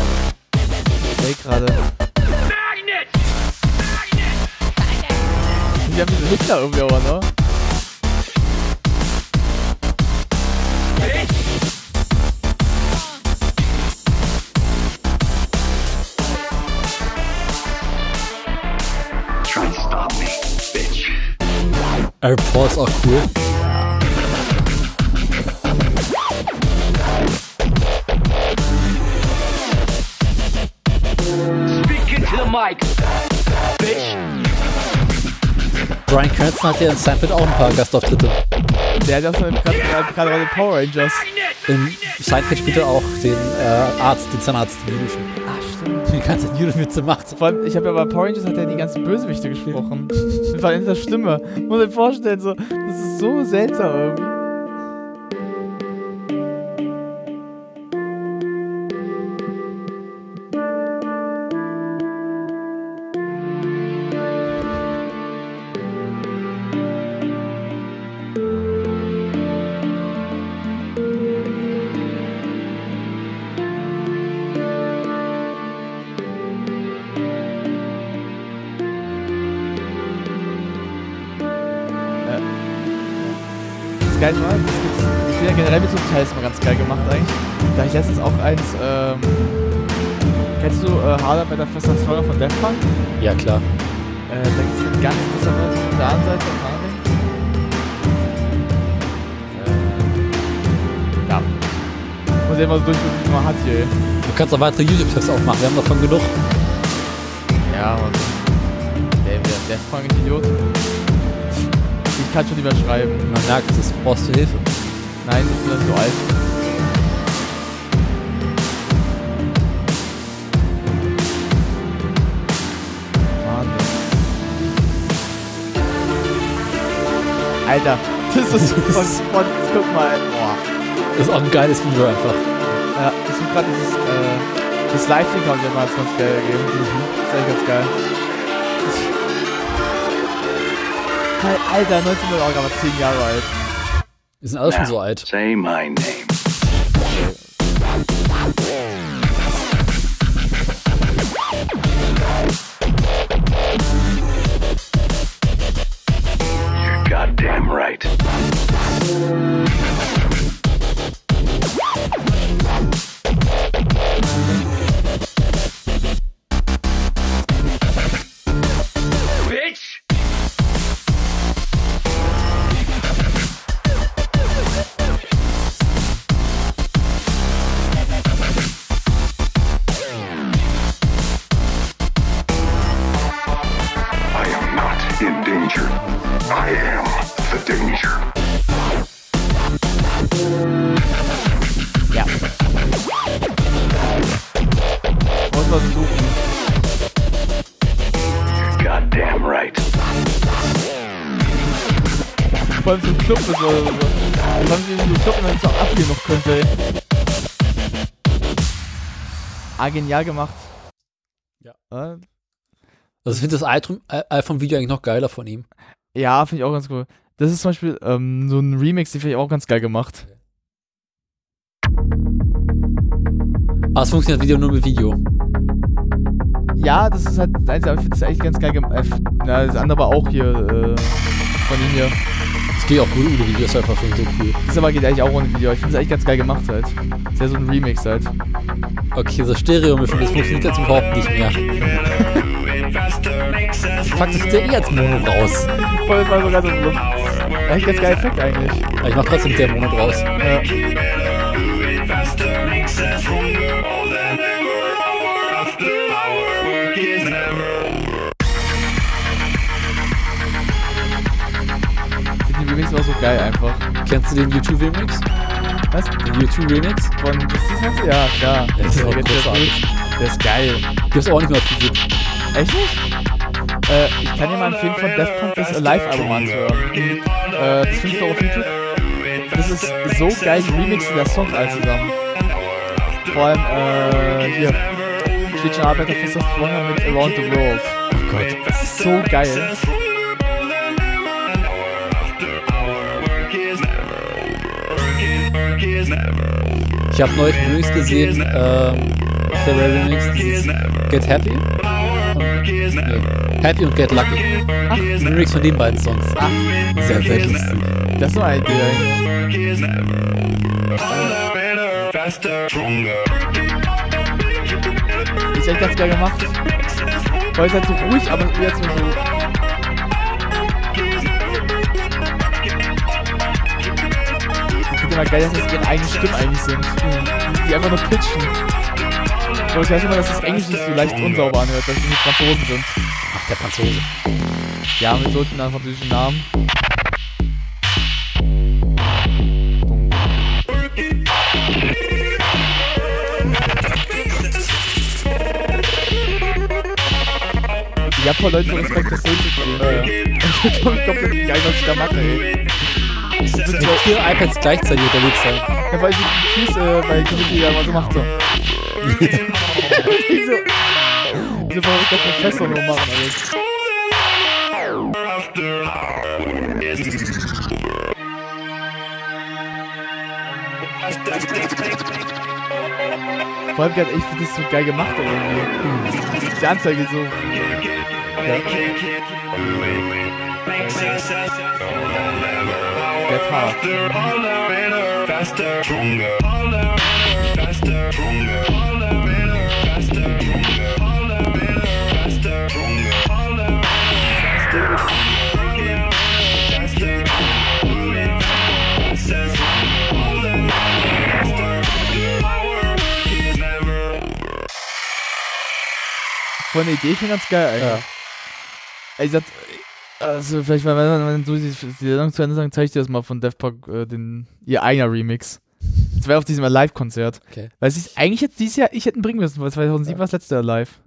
[SPEAKER 3] Ey, gerade. Ich hab diesen Hitler irgendwie aber, ne?
[SPEAKER 18] Try and stop me, bitch.
[SPEAKER 2] Aaron Paul ist auch cool.
[SPEAKER 18] Speak into the mic, bitch.
[SPEAKER 2] Brian Cranston hat ja in Seinfeld auch ein paar Gastauftritte.
[SPEAKER 3] Der hat auch so gerade gerade bei den Power Rangers.
[SPEAKER 2] In Seinfeld spielt er auch den äh, Arzt, den Zahnarzt, den jüdischen. Ah, stimmt. Die ganze Zeit Judenwitze macht.
[SPEAKER 3] Vor allem, ich habe ja bei Power Rangers hat er die ganzen Bösewichte gesprochen. Mit veränderte Stimme. Muss ich vorstellen, so, das ist so seltsam irgendwie. Ja. Das ist geil, ne? Das gibt's, ich finde ja generell mit so Hotels mal ganz geil gemacht eigentlich. Da hab ich letztens auch eins, ähm, kennst du äh, Harder bei der Fest als Feuer von Death Punk?
[SPEAKER 2] Ja, klar.
[SPEAKER 3] Äh, da gibt es ein ganz interessantes auf der anderen Seite gerade. Äh, ja. Muss ich immer so durch, wie man hat hier. ey.
[SPEAKER 2] Du kannst auch weitere YouTube-Tests aufmachen, wir haben davon genug.
[SPEAKER 3] Ja, Mann. Der wieder Death Punk, ich Idiot. Ich kann schon lieber schreiben.
[SPEAKER 2] Man merkt es, brauchst du Hilfe.
[SPEAKER 3] Nein, ich bin noch so alt. Wahnsinn. Alter, das ist von, von guck mal. Boah.
[SPEAKER 2] Das ist auch ein geiles Video einfach.
[SPEAKER 3] Ja, ich suche gerade dieses, äh, das Live-Ding haben wir mal als ganz geil gegeben. Das ist eigentlich ganz geil. Weil, Alter, 1900 Euro, aber 10 Jahre alt.
[SPEAKER 2] Die sind alle schon so alt.
[SPEAKER 17] Say my name. You're goddamn right.
[SPEAKER 18] Bitch!
[SPEAKER 17] I am not in danger. I am the danger.
[SPEAKER 3] Ja. Muss man suchen.
[SPEAKER 17] Goddamn right.
[SPEAKER 3] Vor allem so ein Club ist oder so. Vor allem so ein Club, wenn es auch abgehen noch könnte. ey. Ah, genial gemacht. Äh, Ja.
[SPEAKER 2] Also ich finde das Altrum- Al- iPhone-Video eigentlich noch geiler von ihm.
[SPEAKER 3] Ja, finde ich auch ganz cool. Das ist zum Beispiel ähm, so ein Remix, den finde ich auch ganz geil gemacht.
[SPEAKER 2] Aber Ah, es funktioniert Video nur mit Video.
[SPEAKER 3] Ja, das ist halt das Einzige, aber ich finde es eigentlich ganz geil gemacht. Äh, f- na, das andere war auch hier, äh, von ihm hier.
[SPEAKER 2] Es geht auch gut ohne Video, ist einfach schon so cool.
[SPEAKER 3] Das aber geht eigentlich auch ohne Video. Ich finde es eigentlich ganz geil gemacht halt. Ist ja so ein Remix halt.
[SPEAKER 2] Okay, so Stereo-Mischung, das funktioniert jetzt überhaupt nicht mehr. Fuck, das ist ja eh als Mono raus.
[SPEAKER 3] Voll, das war sogar so ein eigentlich ganz geiler Effekt eigentlich.
[SPEAKER 2] Aber ich mach trotzdem der Mono raus.
[SPEAKER 3] Ja. Ich finde die Remix war so geil einfach.
[SPEAKER 2] Kennst du den YouTube-Remix?
[SPEAKER 3] Was?
[SPEAKER 2] Den YouTube-Remix?
[SPEAKER 3] Von das ist das jetzt? Ja, klar.
[SPEAKER 2] Das ist auch großartig.
[SPEAKER 3] Der ist geil.
[SPEAKER 2] Gibt's auch nicht mehr auf YouTube.
[SPEAKER 3] Echt nicht? Äh, ich kann dir mal empfehlen, von Death Punk das Live-Album anzuhören. Äh, das findest du auf YouTube. Das ist so geil, die Remixe der Songs all zusammen. Vor allem, äh, hier. Schlicht und Arbeiter Fist of Wonder mit Around the World. Oh Gott. Das ist so geil.
[SPEAKER 2] Ich habe neulich einen Remix gesehen, ähm, Pharrell Remix, dieses Get Happy. Und, nee, Happy und Get Lucky. Ach, ein Remix von den beiden Songs. Ach, sehr, sehr lustig.
[SPEAKER 3] Das war ein Ist echt ganz geil gemacht. Weil es halt so ruhig, aber eher so so. Ich finde immer geil, dass das ihre eigene Stimme eigentlich sind. Die einfach nur pitchen. So, ich weiß immer, dass das Englische sich so leicht unsauber anhört, dass es nicht Franzosen sind.
[SPEAKER 2] Ach, der Franzose.
[SPEAKER 3] Ja, mit so einem französischen Namen. Ich hab vor Leuten so Respekt, das so zu spielen. Ja, ja. kommt komplett geil, was ich da mache, ey. Das ist
[SPEAKER 2] Mit vier iPads gleichzeitig unterwegs sein.
[SPEAKER 3] Ja, weil ich die Füße äh, bei Community ja immer so macht so. Diese diese verrückte Professor nur machen also. alles. Vor allem gerade, ich finde das so geil gemacht irgendwie. Die Anzeige so. Get hard. Von der Idee schon ganz geil, eigentlich. Ey, Ich sag, also vielleicht, wenn, wenn, wenn du die, die Sendung zu Ende sagst, zeige ich dir das mal von Def Punk, äh, den, ihr eigener Remix. Das wäre auf diesem Live-Konzert.
[SPEAKER 2] Okay.
[SPEAKER 3] Weil es ist eigentlich jetzt dieses Jahr, ich hätte ihn bringen müssen, weil 2007 war das letzte Live.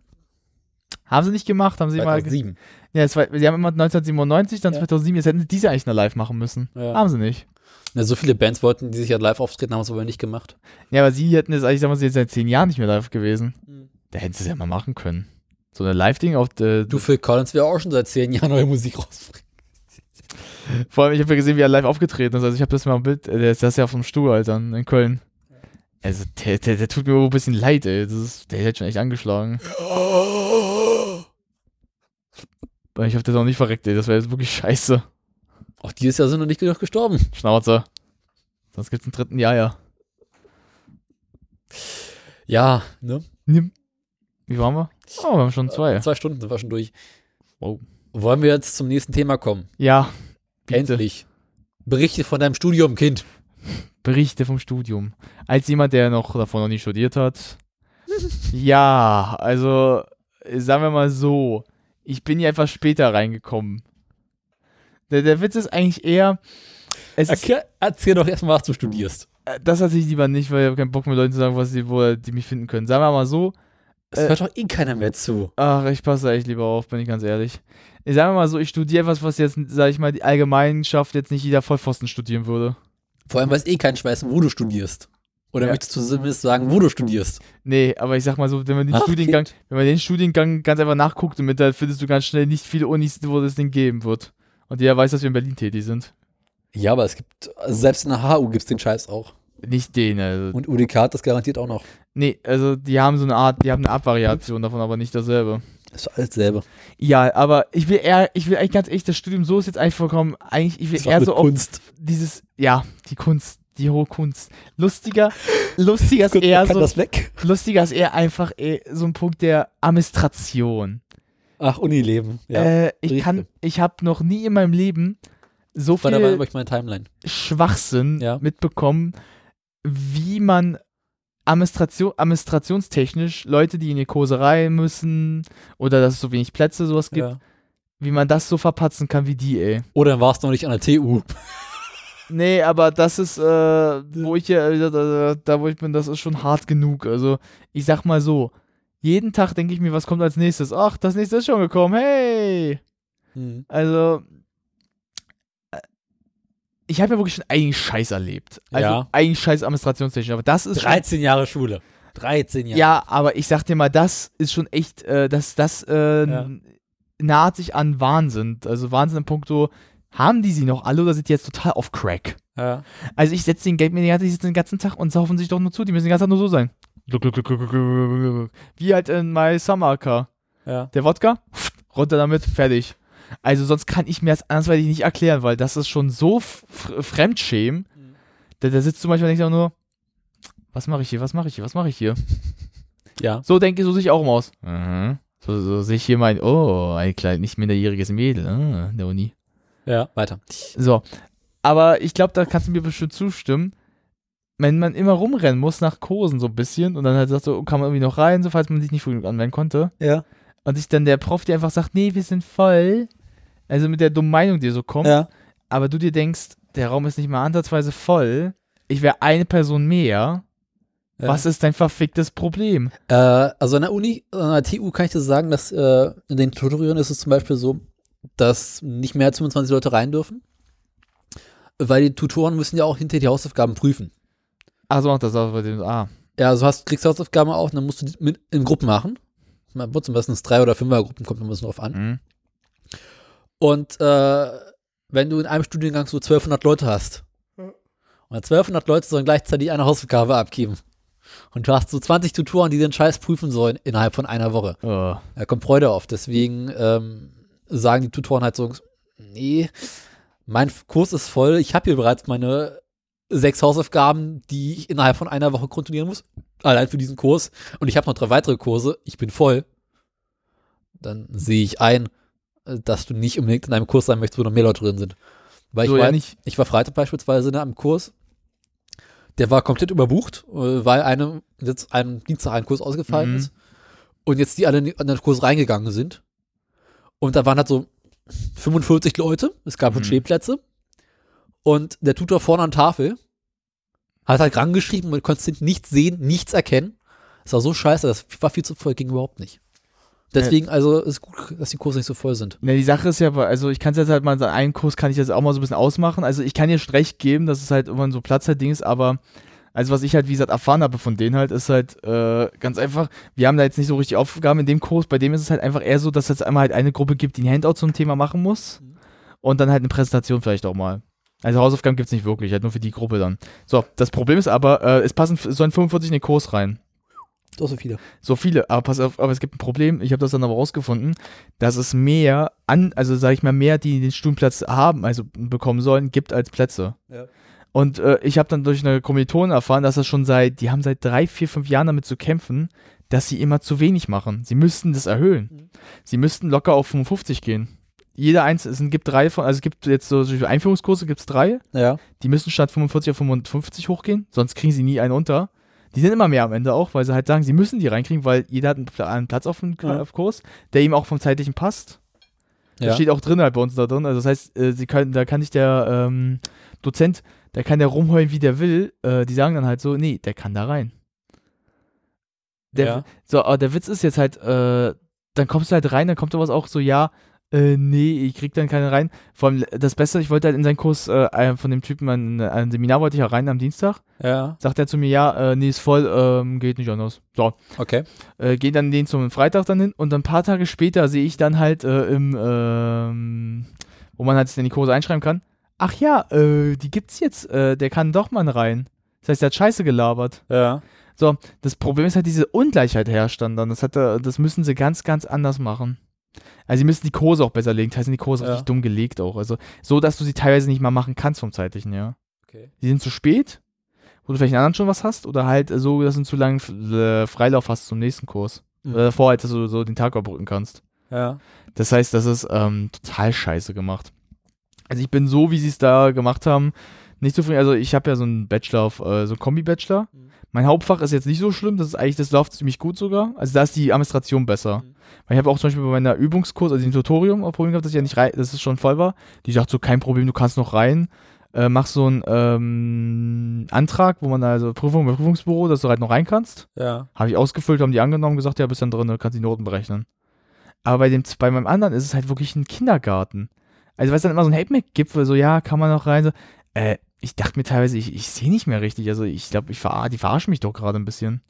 [SPEAKER 3] Haben sie nicht gemacht, haben sie mal.
[SPEAKER 2] 2007.
[SPEAKER 3] Ja, es war, sie haben immer 1997, dann 2007, jetzt hätten sie diese eigentlich noch live machen müssen.
[SPEAKER 2] Ja.
[SPEAKER 3] Haben sie nicht.
[SPEAKER 2] Na, so viele Bands wollten, die sich ja live auftreten, haben es aber nicht gemacht.
[SPEAKER 3] Ja, aber sie hätten jetzt eigentlich, sagen wir, sie jetzt seit zehn Jahren nicht mehr live gewesen. Da hätten sie es ja mal machen können. So ein Live-Ding auf. Äh,
[SPEAKER 2] Hm. Du, Phil Collins wäre auch schon seit zehn Jahren neue Musik rausbringen.
[SPEAKER 3] Vor allem, ich habe ja gesehen, wie er live aufgetreten ist. Also ich habe das mal im Bild, äh, der ist das ist ja auf dem Stuhl, Alter, in Köln. Also der, der, der tut mir ein bisschen leid, ey. Das ist, der hat schon echt angeschlagen. Aber ich hoffe, der ist auch nicht verreckt, ey. Das wäre jetzt wirklich scheiße.
[SPEAKER 2] Auch dieses Jahr sind noch nicht genug gestorben.
[SPEAKER 3] Schnauze. Sonst gibt's einen dritten Jahr, ja.
[SPEAKER 2] Ja, ne?
[SPEAKER 3] Nimm. Wie waren wir? Oh, wir haben schon zwei.
[SPEAKER 2] Zwei Stunden sind wir schon durch.
[SPEAKER 3] Wow.
[SPEAKER 2] Wollen wir jetzt zum nächsten Thema kommen?
[SPEAKER 3] Ja. bitte.
[SPEAKER 2] Endlich. Berichte von deinem Studium, Kind.
[SPEAKER 3] Berichte vom Studium. Als jemand, der noch davon noch nie studiert hat. ja, also äh, sagen wir mal so, ich bin hier etwas später reingekommen. Der, der Witz ist eigentlich eher, es ist,
[SPEAKER 2] Erklär, erzähl doch erstmal, was du studierst.
[SPEAKER 3] äh, das hatte ich lieber nicht, weil ich habe keinen Bock mit Leuten zu sagen, was sie, wo die mich finden können. Sagen wir mal so,
[SPEAKER 2] Es
[SPEAKER 3] Äh,
[SPEAKER 2] hört doch eh keiner mehr zu.
[SPEAKER 3] Ach, ich passe echt lieber auf, bin ich ganz ehrlich. Ich sage mal so, ich studiere was, was jetzt, sag ich mal, die Allgemeinschaft jetzt nicht jeder Vollpfosten studieren würde.
[SPEAKER 2] Vor allem weiß eh kein Schweiß, wo du studierst. Oder
[SPEAKER 3] Ja.
[SPEAKER 2] möchtest du zumindest sagen, wo du studierst?
[SPEAKER 3] Nee, aber ich sag mal so, wenn man den
[SPEAKER 2] Ach,
[SPEAKER 3] Studiengang, wenn man den Studiengang ganz einfach nachguckt, damit, dann findest du ganz schnell nicht viele Unis, wo das Ding geben wird. Und jeder weiß, dass wir in Berlin tätig sind.
[SPEAKER 2] Ja, aber es gibt, also selbst in der HU gibt es den Scheiß auch.
[SPEAKER 3] Nicht den, also.
[SPEAKER 2] Und UDK hat das garantiert auch noch.
[SPEAKER 3] nee, also die haben so eine Art, die haben eine Abvariation davon, aber nicht dasselbe.
[SPEAKER 2] Das ist alles selber.
[SPEAKER 3] Ja, aber ich will eher, ich will eigentlich ganz echt, das Studium so ist jetzt eigentlich vollkommen, eigentlich, ich will
[SPEAKER 2] Das macht
[SPEAKER 3] eher
[SPEAKER 2] mit
[SPEAKER 3] so auf
[SPEAKER 2] Kunst.
[SPEAKER 3] dieses, ja, die Kunst, die hohe Kunst. Lustiger, lustiger ist
[SPEAKER 2] Gut,
[SPEAKER 3] eher
[SPEAKER 2] kann
[SPEAKER 3] so,
[SPEAKER 2] das weg?
[SPEAKER 3] lustiger ist eher einfach eh, so ein Punkt der Administration.
[SPEAKER 2] Ach, Unileben. Ja.
[SPEAKER 3] äh, ich kann, ich habe noch nie in meinem Leben so
[SPEAKER 2] war dabei
[SPEAKER 3] viel
[SPEAKER 2] durch meine Timeline.
[SPEAKER 3] Schwachsinn
[SPEAKER 2] Ja.
[SPEAKER 3] mitbekommen, wie man Administration, administrationstechnisch Leute, die in die Koserei müssen oder dass es so wenig Plätze sowas gibt,
[SPEAKER 2] Ja.
[SPEAKER 3] wie man das so verpatzen kann wie die, ey.
[SPEAKER 2] Oder dann warst du noch nicht an der TU.
[SPEAKER 3] Nee, aber das ist, äh, wo ich ja, äh, da, da, da wo ich bin, das ist schon hart genug. Also, ich sag mal so, jeden Tag denke ich mir, was kommt als nächstes? Ach, das nächste ist schon gekommen. Hey!
[SPEAKER 2] Hm.
[SPEAKER 3] Also, äh, ich habe ja wirklich schon eigentlich Scheiß erlebt. Also
[SPEAKER 2] Ja.
[SPEAKER 3] eigentlich Scheiß administrationstechnisch. Aber das ist schon-
[SPEAKER 2] 13 Jahre Schule. 13 Jahre.
[SPEAKER 3] ja, aber ich sag dir mal, das ist schon echt, äh, das, das äh, n- naht sich an Wahnsinn. Also Wahnsinn in puncto, haben die sie noch alle oder sind die jetzt total auf Crack?
[SPEAKER 2] Ja.
[SPEAKER 3] Also ich setze den Geld mir, die sitzen den ganzen Tag und saufen sich doch nur zu, die müssen den ganzen Tag nur so sein. Gluck, gluck, gluck, gluck, gluck, gluck, gluck. Wie halt in My Summer Car.
[SPEAKER 2] Ja.
[SPEAKER 3] Der Wodka, pff, runter damit, fertig. Also sonst kann ich mir das andersweitig nicht erklären, weil das ist schon so f- fr- Fremdschämen. Da, da sitzt du manchmal und denkst auch nur, was mache ich hier, was mache ich hier, was mache ich hier?
[SPEAKER 2] Ja.
[SPEAKER 3] So denke ich, so sehe ich auch immer aus. Mhm. So, so sehe ich hier mein, oh, ein kleines, nicht minderjähriges Mädel ah, in der Uni.
[SPEAKER 2] Ja, weiter.
[SPEAKER 3] So, aber ich glaube, da kannst du mir bestimmt zustimmen. Wenn man immer rumrennen muss nach Kursen so ein bisschen und dann halt sagt, so kann man irgendwie noch rein, so falls man sich nicht früh genug anmelden konnte.
[SPEAKER 2] Ja.
[SPEAKER 3] Und sich dann der Prof dir einfach sagt, nee, wir sind voll. Also mit der dummen Meinung, die so kommt.
[SPEAKER 2] Ja.
[SPEAKER 3] Aber du dir denkst, der Raum ist nicht mal ansatzweise voll. Ich wäre eine Person mehr.
[SPEAKER 2] Ja.
[SPEAKER 3] Was ist dein verficktes Problem?
[SPEAKER 2] Äh, also an der Uni, an der TU kann ich dir sagen, dass äh, in den Tutorien ist es zum Beispiel so, dass nicht mehr als 25 Leute rein dürfen, weil die Tutoren müssen ja auch hinterher die Hausaufgaben prüfen.
[SPEAKER 3] Also macht das auch bei dem A.
[SPEAKER 2] Ja, also hast, kriegst Hausaufgaben auch und dann musst du die mit in Gruppen machen. Man wird zum Beispiel drei oder fünfer Gruppen, kommt immer ein bisschen drauf an. Und äh, wenn du in einem Studiengang so 1200 Leute hast und 1200 Leute sollen gleichzeitig eine Hausaufgabe abgeben und du hast so 20 Tutoren, die den Scheiß prüfen sollen innerhalb von einer Woche, da kommt Freude auf. Deswegen ähm, sagen die Tutoren halt so, nee, mein Kurs ist voll, ich habe hier bereits meine sechs Hausaufgaben, die ich innerhalb von einer Woche kontrollieren muss, allein für diesen Kurs. Und ich habe noch drei weitere Kurse, ich bin voll. Dann sehe ich ein, äh, dass du nicht unbedingt in einem Kurs sein möchtest, wo noch mehr Leute drin sind. Weil ich,
[SPEAKER 3] So,
[SPEAKER 2] war,
[SPEAKER 3] ja, nicht.
[SPEAKER 2] ich war Freitag beispielsweise in einem Kurs, der war komplett überbucht, äh, weil einem, jetzt einem Dienstag ein Kurs ausgefallen
[SPEAKER 3] Mhm.
[SPEAKER 2] ist. Und jetzt die alle in die- in den Kurs reingegangen sind. Und da waren halt so 45 Leute, es gab
[SPEAKER 3] Mhm.
[SPEAKER 2] schon Stehplätze. Und der Tutor vorne an der Tafel hat halt rangeschrieben, man konnte nichts sehen, nichts erkennen. Das war so scheiße, das war viel zu voll, ging überhaupt nicht. Deswegen, also ist gut, dass die Kurse nicht so voll sind.
[SPEAKER 3] Ne, die Sache ist ja, aber- also ich kann es jetzt halt mal, so einen Kurs kann ich jetzt auch mal so ein bisschen ausmachen. Also ich kann dir schon recht geben, dass es halt irgendwann so Platz halt Ding ist, aber also was ich halt, wie gesagt, erfahren habe von denen halt, ist halt äh, ganz einfach, wir haben da jetzt nicht so richtig Aufgaben in dem Kurs, bei dem ist es halt einfach eher so, dass es einmal halt eine Gruppe gibt, die ein Handout zum Thema machen muss und dann halt eine Präsentation vielleicht auch mal. Also Hausaufgaben gibt es nicht wirklich, halt nur für die Gruppe dann. So, das Problem ist aber, äh, es passen, es sollen 45 in den Kurs rein.
[SPEAKER 2] Doch so viele.
[SPEAKER 3] So viele, aber pass auf, aber es gibt ein Problem, ich habe das dann aber rausgefunden, dass es mehr an, also sage ich mal, mehr, die den Studienplatz haben, also bekommen sollen, gibt als Plätze.
[SPEAKER 2] Ja.
[SPEAKER 3] Und äh, ich habe dann durch eine Kommilitonin erfahren, dass das schon seit, die haben seit drei, vier, fünf Jahren damit zu kämpfen, dass sie immer zu wenig machen. Sie müssten das erhöhen. Sie müssten locker auf 55 gehen. Jeder eins, es gibt drei von, also es gibt jetzt so solche Einführungskurse, gibt es drei.
[SPEAKER 2] Ja.
[SPEAKER 3] Die müssen statt 45 auf 55 hochgehen, sonst kriegen sie nie einen unter. Die sind immer mehr am Ende auch, weil sie halt sagen, sie müssen die reinkriegen, weil jeder hat einen Pla- einen Platz auf dem
[SPEAKER 2] Ja.
[SPEAKER 3] auf Kurs, der ihm auch vom zeitlichen passt.
[SPEAKER 2] Ja.
[SPEAKER 3] Das steht auch drin halt bei uns da drin. Also das heißt, äh, sie können, da kann nicht der ähm, Dozent, da kann der rumheulen, wie der will. Äh, die sagen dann halt so, nee, der kann da rein. Der,
[SPEAKER 2] Ja.
[SPEAKER 3] So, aber der Witz ist jetzt halt, äh, dann kommst du halt rein, dann kommt sowas auch so, ja, äh, nee, ich krieg dann keine rein. Vor allem das Beste, ich wollte halt in seinen Kurs äh, äh, von dem Typen an ein Seminar wollte ich ja rein am Dienstag.
[SPEAKER 2] Ja.
[SPEAKER 3] Sagt er zu mir, ja, äh, nee, ist voll, ähm, geht nicht anders. So.
[SPEAKER 2] Okay.
[SPEAKER 3] Äh, geh dann den zum Freitag dann hin und ein paar Tage später sehe ich dann halt äh, im, ähm, wo man halt in die Kurse einschreiben kann. Ach ja, äh, die gibt's jetzt, äh, der kann doch mal rein. Das heißt, der hat Scheiße gelabert.
[SPEAKER 2] Ja.
[SPEAKER 3] So, das Problem ist halt, diese Ungleichheit herrscht dann. dann. Das, hat, er- das müssen sie ganz, ganz anders machen. Also, sie müssen die Kurse auch besser legen. Teilweise sind die Kurse
[SPEAKER 2] Ja.
[SPEAKER 3] richtig dumm gelegt auch. Also, so, dass du sie teilweise nicht mal machen kannst vom zeitlichen her.
[SPEAKER 2] Okay.
[SPEAKER 3] Die sind zu spät, wo du vielleicht einen anderen schon was hast, oder halt so, dass du zu langen F- äh, Freilauf hast zum nächsten Kurs.
[SPEAKER 2] Mhm.
[SPEAKER 3] Oder davor halt, dass du so den Tag überbrücken kannst.
[SPEAKER 2] Ja.
[SPEAKER 3] Das heißt, das ist ähm, total scheiße gemacht. Also ich bin so, wie sie es da gemacht haben, nicht zufrieden. Also ich habe ja so einen Bachelor, auf, äh, so einen Kombi-Bachelor. Mein Hauptfach ist jetzt nicht so schlimm, das ist eigentlich, das läuft ziemlich gut sogar. Also da ist die Administration besser. Weil ich habe auch zum Beispiel bei meiner Übungskurs, also dem Tutorium, auch Probleme gehabt, dass ich ja nicht rein, dass es schon voll war. Die sagt so, kein Problem, du kannst noch rein. äh, mach so einen ähm, Antrag, wo man also Prüfung im Prüfungsbüro, dass du halt noch rein kannst.
[SPEAKER 2] Ja.
[SPEAKER 3] Habe ich ausgefüllt, haben die angenommen, gesagt, ja, bist dann drin, kannst die Noten berechnen. Aber bei, dem, bei meinem anderen ist es halt wirklich ein Kindergarten. Also, weil es dann immer so ein Hate-Mac gibt, wo so, ja, kann man noch rein, so, äh, ich dachte mir teilweise, ich, ich sehe nicht mehr richtig. Also, ich glaube, ich verar die verarschen mich doch gerade ein bisschen.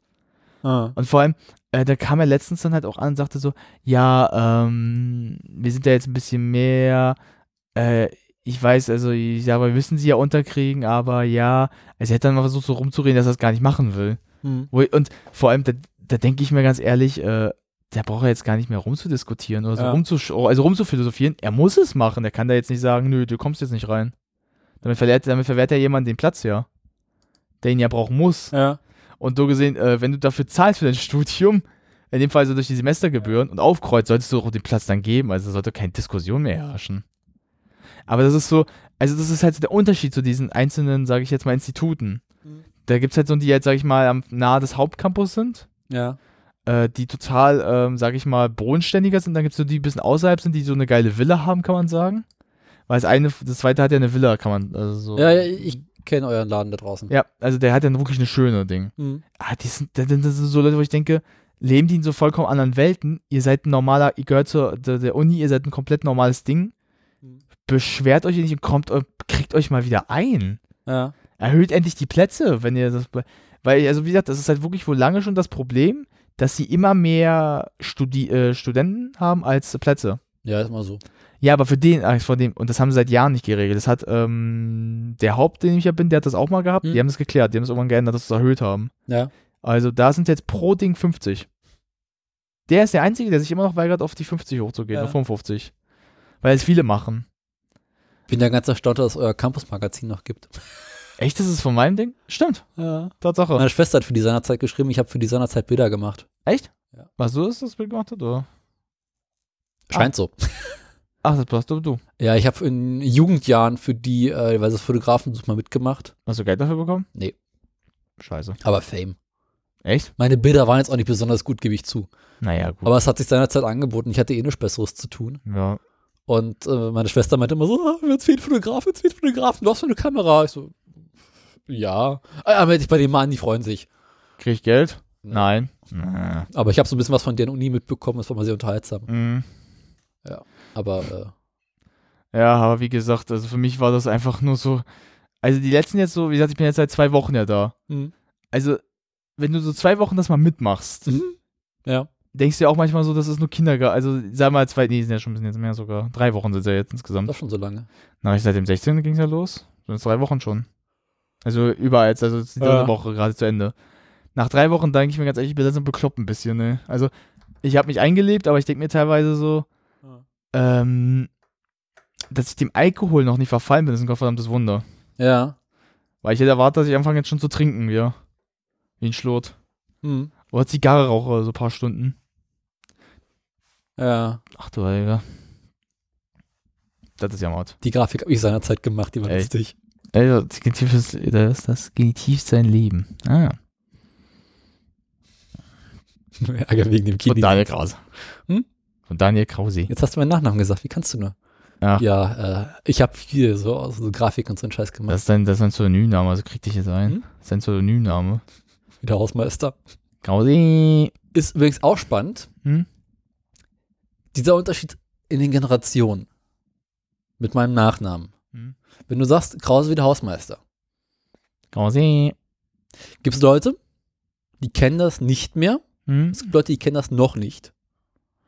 [SPEAKER 3] Und vor allem, äh, da kam er letztens dann halt auch an und sagte so, ja, ähm, wir sind da jetzt ein bisschen mehr, äh, ich weiß, also, ich, ja, wir müssen sie ja unterkriegen, aber ja, also, er hat dann mal versucht, so rumzureden, dass er das gar nicht machen will.
[SPEAKER 2] Hm.
[SPEAKER 3] Wo, und vor allem, da, da denke ich mir ganz ehrlich, äh, der braucht ja jetzt gar nicht mehr rumzudiskutieren oder so
[SPEAKER 2] Ja.
[SPEAKER 3] rumzusch also rumzuphilosophieren. Er muss es machen. Er kann da jetzt nicht sagen, nö, du kommst jetzt nicht rein. Damit verwehrt, damit verwehrt er jemand den Platz ja, der ihn ja brauchen muss. Und so gesehen, äh, wenn du dafür zahlst für dein Studium, in dem Fall so durch die Semestergebühren und aufkreuzt, solltest du auch den Platz dann geben. Also sollte keine Diskussion mehr herrschen. Aber das ist so, also das ist halt so der Unterschied zu diesen einzelnen, sage ich jetzt mal, Instituten. Da gibt es halt so, die jetzt, sage ich mal, am nahe des Hauptcampus sind,
[SPEAKER 2] Ja.
[SPEAKER 3] äh, die total, ähm, sage ich mal, bodenständiger sind. Dann gibt es so die, die ein bisschen außerhalb sind, die so eine geile Villa haben, kann man sagen. Weil das eine, das zweite hat ja eine Villa, kann man, also so.
[SPEAKER 2] Ja, ja, ich kenne euren Laden da draußen.
[SPEAKER 3] Ja, also der hat dann wirklich eine schöne Ding.
[SPEAKER 2] Mhm.
[SPEAKER 3] Ah, die sind, das, das sind so Leute, wo ich denke, leben die in so vollkommen anderen Welten? Ihr seid ein normaler, ihr gehört zur der, der Uni, ihr seid ein komplett normales Ding.
[SPEAKER 2] Mhm.
[SPEAKER 3] Beschwert euch nicht und kommt, eu- kriegt euch mal wieder ein.
[SPEAKER 2] Ja.
[SPEAKER 3] Erhöht endlich die Plätze, wenn ihr das. Weil, also wie gesagt, das ist halt wirklich wohl lange schon das Problem, dass sie immer mehr Studi äh, Studenten haben als Plätze.
[SPEAKER 2] Ja, ist mal so.
[SPEAKER 3] Ja, aber für den, ach, von dem, und das haben sie seit Jahren nicht geregelt. Das hat ähm, der Haupt, den ich ja bin, der hat das auch mal gehabt. Die haben das geklärt, die haben es irgendwann geändert, dass sie es erhöht haben.
[SPEAKER 2] Hm. Ja.
[SPEAKER 3] Also da sind jetzt pro Ding 50. Der ist der Einzige, der sich immer noch weigert, auf die 50 hochzugehen,
[SPEAKER 2] Ja.
[SPEAKER 3] auf 55. Weil es viele machen.
[SPEAKER 2] Bin ja ganz erstaunt, dass es euer Campus-Magazin noch gibt.
[SPEAKER 3] Echt, das ist von meinem Ding? Stimmt.
[SPEAKER 2] Ja.
[SPEAKER 3] Tatsache.
[SPEAKER 2] Meine Schwester hat für die seinerzeit geschrieben, ich habe für die seinerzeit Bilder gemacht.
[SPEAKER 3] Echt? Ja. Warst du das, das Bild gemacht hat, oder?
[SPEAKER 2] Scheint
[SPEAKER 3] Ah.
[SPEAKER 2] so.
[SPEAKER 3] Ach, das warst du, du.
[SPEAKER 2] Ja, ich habe in Jugendjahren für die, äh, weil das Fotografen mal mitgemacht.
[SPEAKER 3] Hast du Geld dafür bekommen?
[SPEAKER 2] Nee.
[SPEAKER 3] Scheiße.
[SPEAKER 2] Aber Fame.
[SPEAKER 3] Echt?
[SPEAKER 2] Meine Bilder waren jetzt auch nicht besonders gut, gebe ich zu.
[SPEAKER 3] Naja, gut.
[SPEAKER 2] Aber es hat sich seinerzeit angeboten. Ich hatte eh nichts Besseres zu tun.
[SPEAKER 3] Ja.
[SPEAKER 2] Und äh, meine Schwester meinte immer so, ah, jetzt fehlt Fotograf, jetzt fehlt Fotograf, du hast so eine Kamera. Ich so, ja. Ah, Aber ich bei dem Mann, die freuen sich.
[SPEAKER 3] Krieg ich Geld? Nein. Nee.
[SPEAKER 2] Aber ich habe so ein bisschen was von deren Uni mitbekommen, das war mal sehr unterhaltsam.
[SPEAKER 3] Mm.
[SPEAKER 2] Ja, aber äh,
[SPEAKER 3] Ja, aber wie gesagt, also für mich war das einfach nur so. Also die letzten jetzt so, wie gesagt, ich bin jetzt seit zwei Wochen ja da.
[SPEAKER 2] Mhm.
[SPEAKER 3] Also, wenn du so zwei Wochen das mal mitmachst,
[SPEAKER 2] Mhm. äh, ja.
[SPEAKER 3] denkst du ja auch manchmal so, das ist nur Kindergarten. Also, sag mal, zwei, nee, sind ja schon ein bisschen jetzt mehr sogar. Drei Wochen sind es ja jetzt insgesamt.
[SPEAKER 2] Doch schon so lange.
[SPEAKER 3] Na, ich seit dem 16. ging es ja los. Sind es drei Wochen schon. Also überall, jetzt, also jetzt ist die dritte
[SPEAKER 2] Ja.
[SPEAKER 3] Woche gerade zu Ende. Nach drei Wochen denke ich mir ganz ehrlich, ich bin langsam bekloppt ein bisschen, ne? Also, ich habe mich eingelebt, aber ich denke mir teilweise so, ähm, dass ich dem Alkohol noch nicht verfallen bin, ist ein gottverdammtes Wunder.
[SPEAKER 2] Ja.
[SPEAKER 3] Weil ich hätte erwartet, dass ich anfange jetzt schon zu trinken, wieder. Wie ein Schlot.
[SPEAKER 2] Hm.
[SPEAKER 3] Oder Zigarre rauche, so ein paar Stunden.
[SPEAKER 2] Ja.
[SPEAKER 3] Ach du Alter. Das ist ja Mord.
[SPEAKER 2] Die Grafik habe ich seinerzeit gemacht, die war
[SPEAKER 3] Ey.
[SPEAKER 2] lustig.
[SPEAKER 3] Also, das Genitiv ist, das ist das Genitiv sein Leben. Ah.
[SPEAKER 2] Ärger wegen dem
[SPEAKER 3] Von
[SPEAKER 2] Genitiv.
[SPEAKER 3] Daniel Krause.
[SPEAKER 2] Hm?
[SPEAKER 3] Von Daniel Krause.
[SPEAKER 2] Jetzt hast du meinen Nachnamen gesagt, wie kannst du nur?
[SPEAKER 3] Ach.
[SPEAKER 2] Ja, äh, ich habe viel so, so Grafik und so einen Scheiß gemacht.
[SPEAKER 3] Das ist sein, das ist sein Pseudonymname, also krieg dich jetzt ein.
[SPEAKER 2] Hm?
[SPEAKER 3] Sein Pseudonymname.
[SPEAKER 2] Wie der Hausmeister.
[SPEAKER 3] Krause.
[SPEAKER 2] Ist übrigens auch spannend.
[SPEAKER 3] Hm?
[SPEAKER 2] Dieser Unterschied in den Generationen. Mit meinem Nachnamen.
[SPEAKER 3] Hm?
[SPEAKER 2] Wenn du sagst, Krause wie der Hausmeister,
[SPEAKER 3] Krause.
[SPEAKER 2] gibt es Leute, die kennen das nicht mehr.
[SPEAKER 3] Hm?
[SPEAKER 2] Es gibt Leute, die kennen das noch nicht.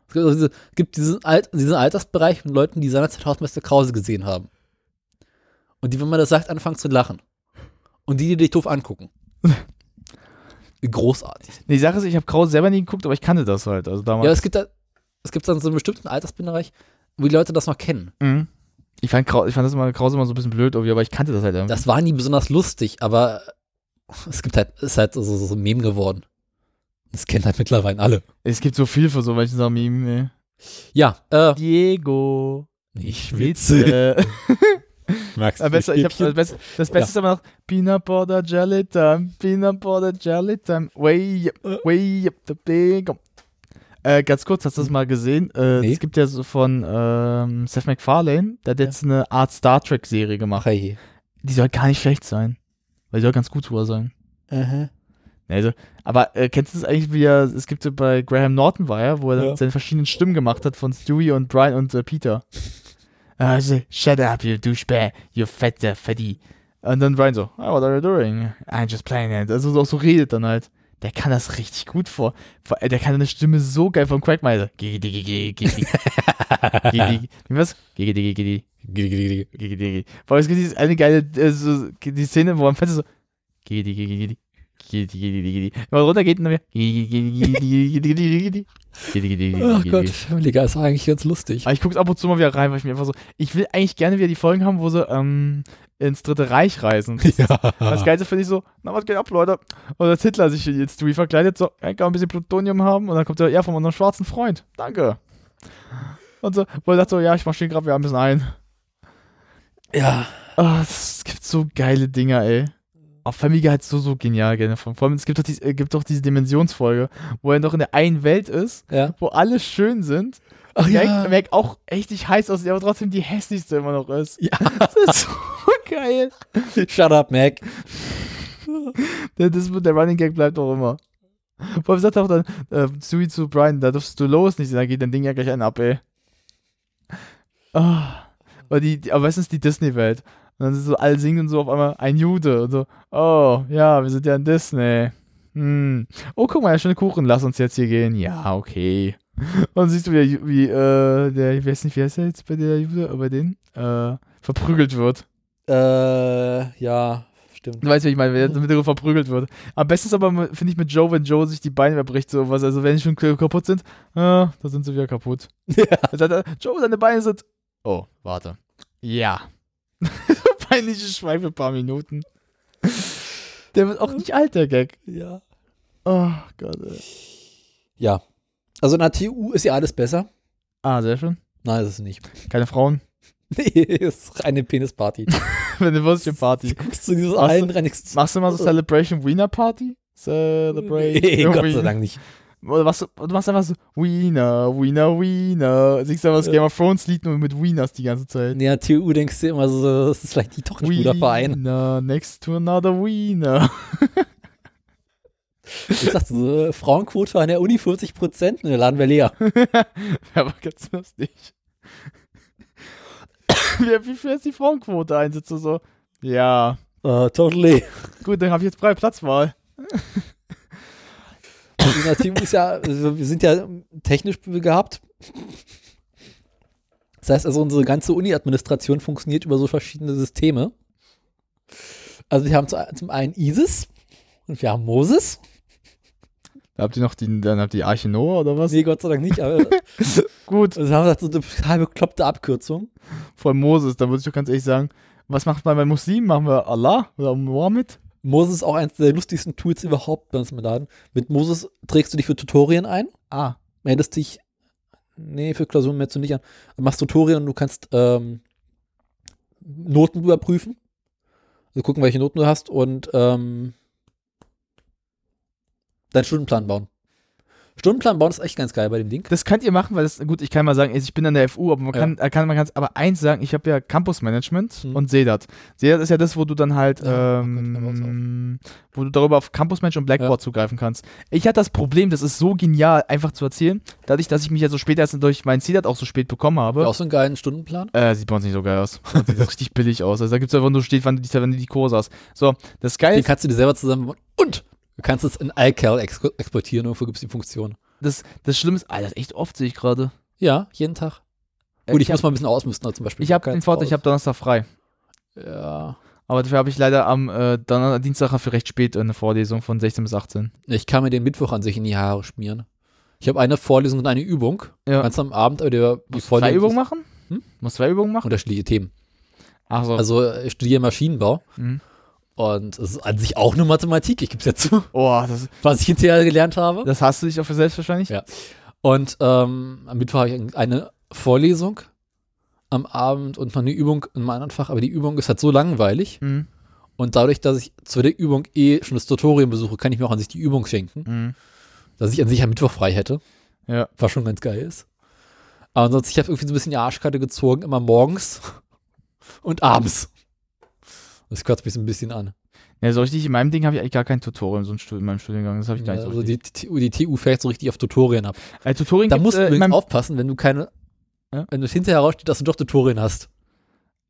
[SPEAKER 2] Es gibt, also diese, es gibt diesen, Alt, diesen Altersbereich von Leuten, die seinerzeit Hausmeister Krause gesehen haben. Und die, wenn man das sagt, anfangen zu lachen. Und die, die dich doof angucken. Großartig.
[SPEAKER 3] Nee, die Sache ist, ich habe Krause selber nie geguckt, aber ich kannte das halt. Also damals.
[SPEAKER 2] Ja, es gibt, da, es gibt dann so einen bestimmten Altersbereich, wo die Leute das noch kennen.
[SPEAKER 3] Mhm. ich, fand Krause, ich fand das immer, Krause immer so ein bisschen blöd, irgendwie, aber ich kannte das halt irgendwie.
[SPEAKER 2] Das war nie besonders lustig, aber es gibt halt, ist halt so, so, so ein Meme geworden. Das kennen halt mittlerweile alle.
[SPEAKER 3] es gibt so viel für so manche Sachen. Ey.
[SPEAKER 2] Ja, äh,
[SPEAKER 3] Diego.
[SPEAKER 2] ich witze. Max,
[SPEAKER 3] Am besten, Äh, ich hab, das
[SPEAKER 2] Stäbchen?
[SPEAKER 3] Beste, das Beste ist aber noch Peanut Butter Jelly Time, Peanut Butter Jelly Time, way up, way up the big up. Äh, ganz kurz, hast du das mal gesehen? Äh, Es gibt ja so von ähm, Seth MacFarlane, der hat jetzt eine Art Star Trek Serie gemacht. die soll gar nicht schlecht sein. Weil die soll ganz gut sogar sein.
[SPEAKER 2] Mhm.
[SPEAKER 3] Also, aber äh, kennst du das eigentlich, wie er, es gibt so bei Graham Norton war ja, wo er
[SPEAKER 2] Ja.
[SPEAKER 3] dann seine verschiedenen Stimmen gemacht hat von Stewie und Brian und äh, Peter. Also, shut up, you douchebag, you fette Fatty. Und dann Brian so, oh, what are you doing? I'm just playing it. Also so, so redet dann halt. Der kann das richtig gut vor. vor der kann eine Stimme so geil vom Quagmire. Gigi, digi, gigi, gigi. Gigi, wie was? Gigi, digi, gigi. Gigi, gigi, gigi. Vor allem, es gibt diese eine geile, äh, so, die Szene, wo man fest so, Gigi, digi, gigi, gigi. Gigi, gigi, gigi. Wenn man runtergeht, dann wieder. Gigi, gigi, gigi, gigi, gigi, gigi, gigi, gigi,
[SPEAKER 2] Ach
[SPEAKER 3] gigi.
[SPEAKER 2] Oh Gott, Family Guy ist eigentlich ganz lustig.
[SPEAKER 3] Aber ich gucke ab und zu mal wieder rein, weil ich mir einfach so. Ich will eigentlich gerne wieder die Folgen haben, wo sie ähm, ins Dritte Reich reisen. Das, ist- das Geilste finde ich so, na was geht ab, Leute? Und als Hitler sich jetzt Stewie verkleidet, so, ja, kann man ein bisschen Plutonium haben und dann kommt er, ja, von unserem schwarzen Freund. Danke. Und so, wo er sagt so, ja, ich marschiere gerade wieder ein bisschen ein.
[SPEAKER 2] Ja.
[SPEAKER 3] Ah, es gibt so geile Dinger, ey. Auch Family Guy hat so, so genial gerne von. Vor allem, es gibt doch, diese, äh, gibt doch diese Dimensionsfolge, wo er noch in der einen Welt ist, wo alle schön sind.
[SPEAKER 2] Ach
[SPEAKER 3] Mac,
[SPEAKER 2] ja.
[SPEAKER 3] Mac auch echt nicht heiß aussieht, aber trotzdem die hässlichste immer noch ist. Ja. Das ist so geil.
[SPEAKER 2] Shut up, Mac.
[SPEAKER 3] Der, das, wird- der Running Gag bleibt auch immer. Vor allem sagt er auch dann, äh, Sui zu Brian, da darfst du los nicht, sehen, da geht dein Ding ja gleich einen ab, ey. Ah. Aber, die, die, aber meistens die Disney-Welt. Und dann sind so alle singen so auf einmal ein Jude und so, oh, ja, wir sind ja in Disney. Hm. Oh, guck mal, der schöne Kuchen, lass uns jetzt hier gehen. Ja, okay. Und siehst du, wie, der Ju- wie äh, der, ich weiß nicht, wie heißt der jetzt bei der Jude, äh, bei denen, äh, verprügelt wird.
[SPEAKER 2] Äh, ja, stimmt.
[SPEAKER 3] Du weißt, wie ich meine, wenn er im Hintergrund verprügelt wird. Am besten ist aber, finde ich, mit Joe, wenn Joe sich die Beine verbricht, sowas. Also, wenn die schon k- kaputt sind, ah, da sind sie wieder kaputt. Ja. Dann sagt er, Joe, deine Beine sind. Oh, warte. Ja. Peinliche Schweife ein paar Minuten. Der wird auch nicht alt, der Gag.
[SPEAKER 2] Ja.
[SPEAKER 3] Oh Gott. Ey.
[SPEAKER 2] Ja. Also in der TU ist ja alles besser.
[SPEAKER 3] Ah, sehr schön.
[SPEAKER 2] Nein, ist es nicht.
[SPEAKER 3] Keine Frauen.
[SPEAKER 2] Nee, ist reine Penisparty.
[SPEAKER 3] Wenn du Würstchen Party.
[SPEAKER 2] Guckst du dieses
[SPEAKER 3] Machst du-
[SPEAKER 2] einrennigst.
[SPEAKER 3] Machst du mal so Celebration Wiener Party? Celebration.
[SPEAKER 2] Nee, Gott sei Dank nicht.
[SPEAKER 3] Oder machst du, du machst einfach so Wiener, Wiener, Wiener. Singst einfach das Game of Thrones Lied nur mit Wieners die ganze Zeit.
[SPEAKER 2] Nee, an der TU denkst du immer so, das ist vielleicht die Tochterschwuderverein.
[SPEAKER 3] Wiener, next to another Wiener.
[SPEAKER 2] Ich dachte so, Frauenquote an der Uni 40 Prozent, ne, laden wir leer.
[SPEAKER 3] Aber ganz lustig. wie, wie viel ist die Frauenquote einsetzt du so? Ja.
[SPEAKER 2] Uh, totally.
[SPEAKER 3] Gut, dann habe ich jetzt freie Platzwahl.
[SPEAKER 2] Unser Team ist ja, also wir sind ja technisch gehabt. Das heißt also, unsere ganze Uni-Administration funktioniert über so verschiedene Systeme. Also wir haben zu- zum einen ISIS und wir haben Moses.
[SPEAKER 3] Dann habt ihr noch die, dann habt ihr Arche Noah oder was?
[SPEAKER 2] Nee, Gott sei Dank nicht, aber
[SPEAKER 3] Gut.
[SPEAKER 2] also haben wir so eine total bekloppte Abkürzung.
[SPEAKER 3] Von Moses, da würde ich doch ganz ehrlich sagen, was macht man bei Muslimen? Machen wir Allah oder Mohammed?
[SPEAKER 2] Moses ist auch eines der lustigsten Tools überhaupt bei uns im Laden. Mit Moses trägst du dich für Tutorien ein.
[SPEAKER 3] Ah.
[SPEAKER 2] Meldest dich. Nee, für Klausuren meldest du nicht an. Du machst Tutorien und du kannst ähm, Noten überprüfen. Also gucken, welche Noten du hast und ähm, deinen Stundenplan bauen. Stundenplan bauen ist echt ganz geil bei dem Ding.
[SPEAKER 3] Das könnt ihr machen, weil das, gut, ich kann mal sagen, ich bin an der FU, aber man
[SPEAKER 2] Ja. Mhm.
[SPEAKER 3] kann, äh, kann man kann's, aber eins sagen, ich habe ja Campusmanagement und Sedat. Sedat ist ja das, wo du dann
[SPEAKER 2] oh
[SPEAKER 3] halt, ähm, wo du darüber auf Campusmanagement und Blackboard zugreifen kannst. Ich hatte das Problem, das ist so genial, einfach zu erzählen, dadurch, dass ich mich ja so spät erst durch meinen Sedat auch so spät bekommen habe.
[SPEAKER 2] Hast du auch so einen geilen Stundenplan?
[SPEAKER 3] Äh, sieht bei uns nicht so geil aus. Bei uns Sieht das richtig billig aus. Also da gibt es einfach nur steht, wann du, die- wann du die Kurse hast. So, das Geile
[SPEAKER 2] Den
[SPEAKER 3] ist,
[SPEAKER 2] kannst du dir selber zusammenbauen und du kannst es in iCal ex exportieren. Irgendwo gibt es die Funktion.
[SPEAKER 3] das, das Schlimme ist, Alter, das ist echt oft sehe ich gerade.
[SPEAKER 2] Ja, jeden Tag.
[SPEAKER 3] Äh,
[SPEAKER 2] Gut, ich,
[SPEAKER 3] ich
[SPEAKER 2] muss
[SPEAKER 3] hab-
[SPEAKER 2] mal ein bisschen ausmisten, also zum Beispiel.
[SPEAKER 3] Ich habe den Vorteil, ich habe Donnerstag frei.
[SPEAKER 2] Ja.
[SPEAKER 3] Aber dafür habe ich leider am äh, Donner Dienstag dafür recht spät eine Vorlesung von 16 bis 18.
[SPEAKER 2] Ich kann mir den Mittwoch an sich in die Haare schmieren. Ich habe eine Vorlesung und eine Übung.
[SPEAKER 3] Ja.
[SPEAKER 2] Ganz am Abend, aber der, die Vorlesung.
[SPEAKER 3] zwei Übungen machen?
[SPEAKER 2] Hm?
[SPEAKER 3] Muss zwei Übungen machen?
[SPEAKER 2] Unterschiedliche Themen.
[SPEAKER 3] Ach so.
[SPEAKER 2] Also, äh, ich studiere Maschinenbau.
[SPEAKER 3] Mhm.
[SPEAKER 2] Und es ist an sich auch nur Mathematik, ich gebe es ja zu.
[SPEAKER 3] Oh, das,
[SPEAKER 2] was ich hinterher gelernt habe.
[SPEAKER 3] Das hast du dich auch für selbst wahrscheinlich?
[SPEAKER 2] Ja. Und ähm, am Mittwoch habe ich eine Vorlesung am Abend und noch eine Übung in meinem anderen Fach, aber die Übung ist halt so langweilig.
[SPEAKER 3] Mhm.
[SPEAKER 2] Und dadurch, dass ich zu der Übung eh schon das Tutorium besuche, kann ich mir auch an sich die Übung schenken.
[SPEAKER 3] Mhm.
[SPEAKER 2] Dass ich an sich am Mittwoch frei hätte.
[SPEAKER 3] Ja.
[SPEAKER 2] Was schon ganz geil ist. Aber ansonsten, ich habe irgendwie so ein bisschen die Arschkarte gezogen, immer morgens und abends. Das kotzt mich so ein bisschen an.
[SPEAKER 3] Ja, so richtig, in meinem Ding habe ich eigentlich gar kein Tutorial in, so einem Stud- in meinem Studiengang. Das habe ich gar nicht so
[SPEAKER 2] also
[SPEAKER 3] richtig.
[SPEAKER 2] die, TU die TU fällt so richtig auf Tutorien ab.
[SPEAKER 3] Äh, Tutorien
[SPEAKER 2] da
[SPEAKER 3] gibt's,
[SPEAKER 2] musst
[SPEAKER 3] äh,
[SPEAKER 2] du
[SPEAKER 3] in
[SPEAKER 2] übrigens
[SPEAKER 3] meinem-
[SPEAKER 2] aufpassen, wenn du keine, wenn es hinterher raussteht, dass du doch Tutorien hast.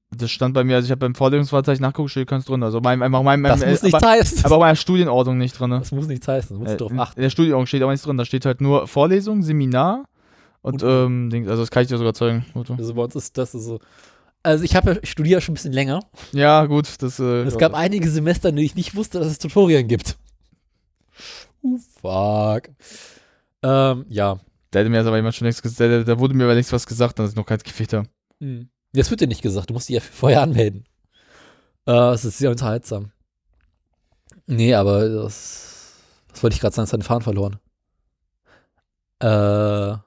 [SPEAKER 3] Das stand bei mir, also ich habe beim Vorlesungsfahrzeichen nachgeguckt, steht ganz drin. Also mein, einfach mein, mein,
[SPEAKER 2] Das muss nichts
[SPEAKER 3] aber,
[SPEAKER 2] heißen.
[SPEAKER 3] Aber Äh, auch meiner Studienordnung nicht drin. Das
[SPEAKER 2] muss nichts heißen, da musst du drauf
[SPEAKER 3] in, in der Studienordnung steht aber nichts drin. Da steht halt nur Vorlesung, Seminar und, ähm, Ding, also das kann ich dir sogar zeigen. Warte.
[SPEAKER 2] Also bei uns ist das so. Also ich habe ja, studiere ja schon ein bisschen länger.
[SPEAKER 3] Ja, gut, das. Äh,
[SPEAKER 2] Es
[SPEAKER 3] ja.
[SPEAKER 2] gab einige Semester, in denen ich nicht wusste, dass es Tutorien gibt. Uh, fuck. Ähm, ja.
[SPEAKER 3] Da hätte mir jetzt aber jemand schon nichts gesagt, da, da wurde mir aber nichts was gesagt, dann ist noch kein Gefecht da.
[SPEAKER 2] Hm. Das wird dir nicht gesagt, du musst dich ja vorher anmelden. Äh, es ist sehr unterhaltsam. Nee, aber das. Was wollte ich gerade sagen? Es hat den Faden verloren. Äh.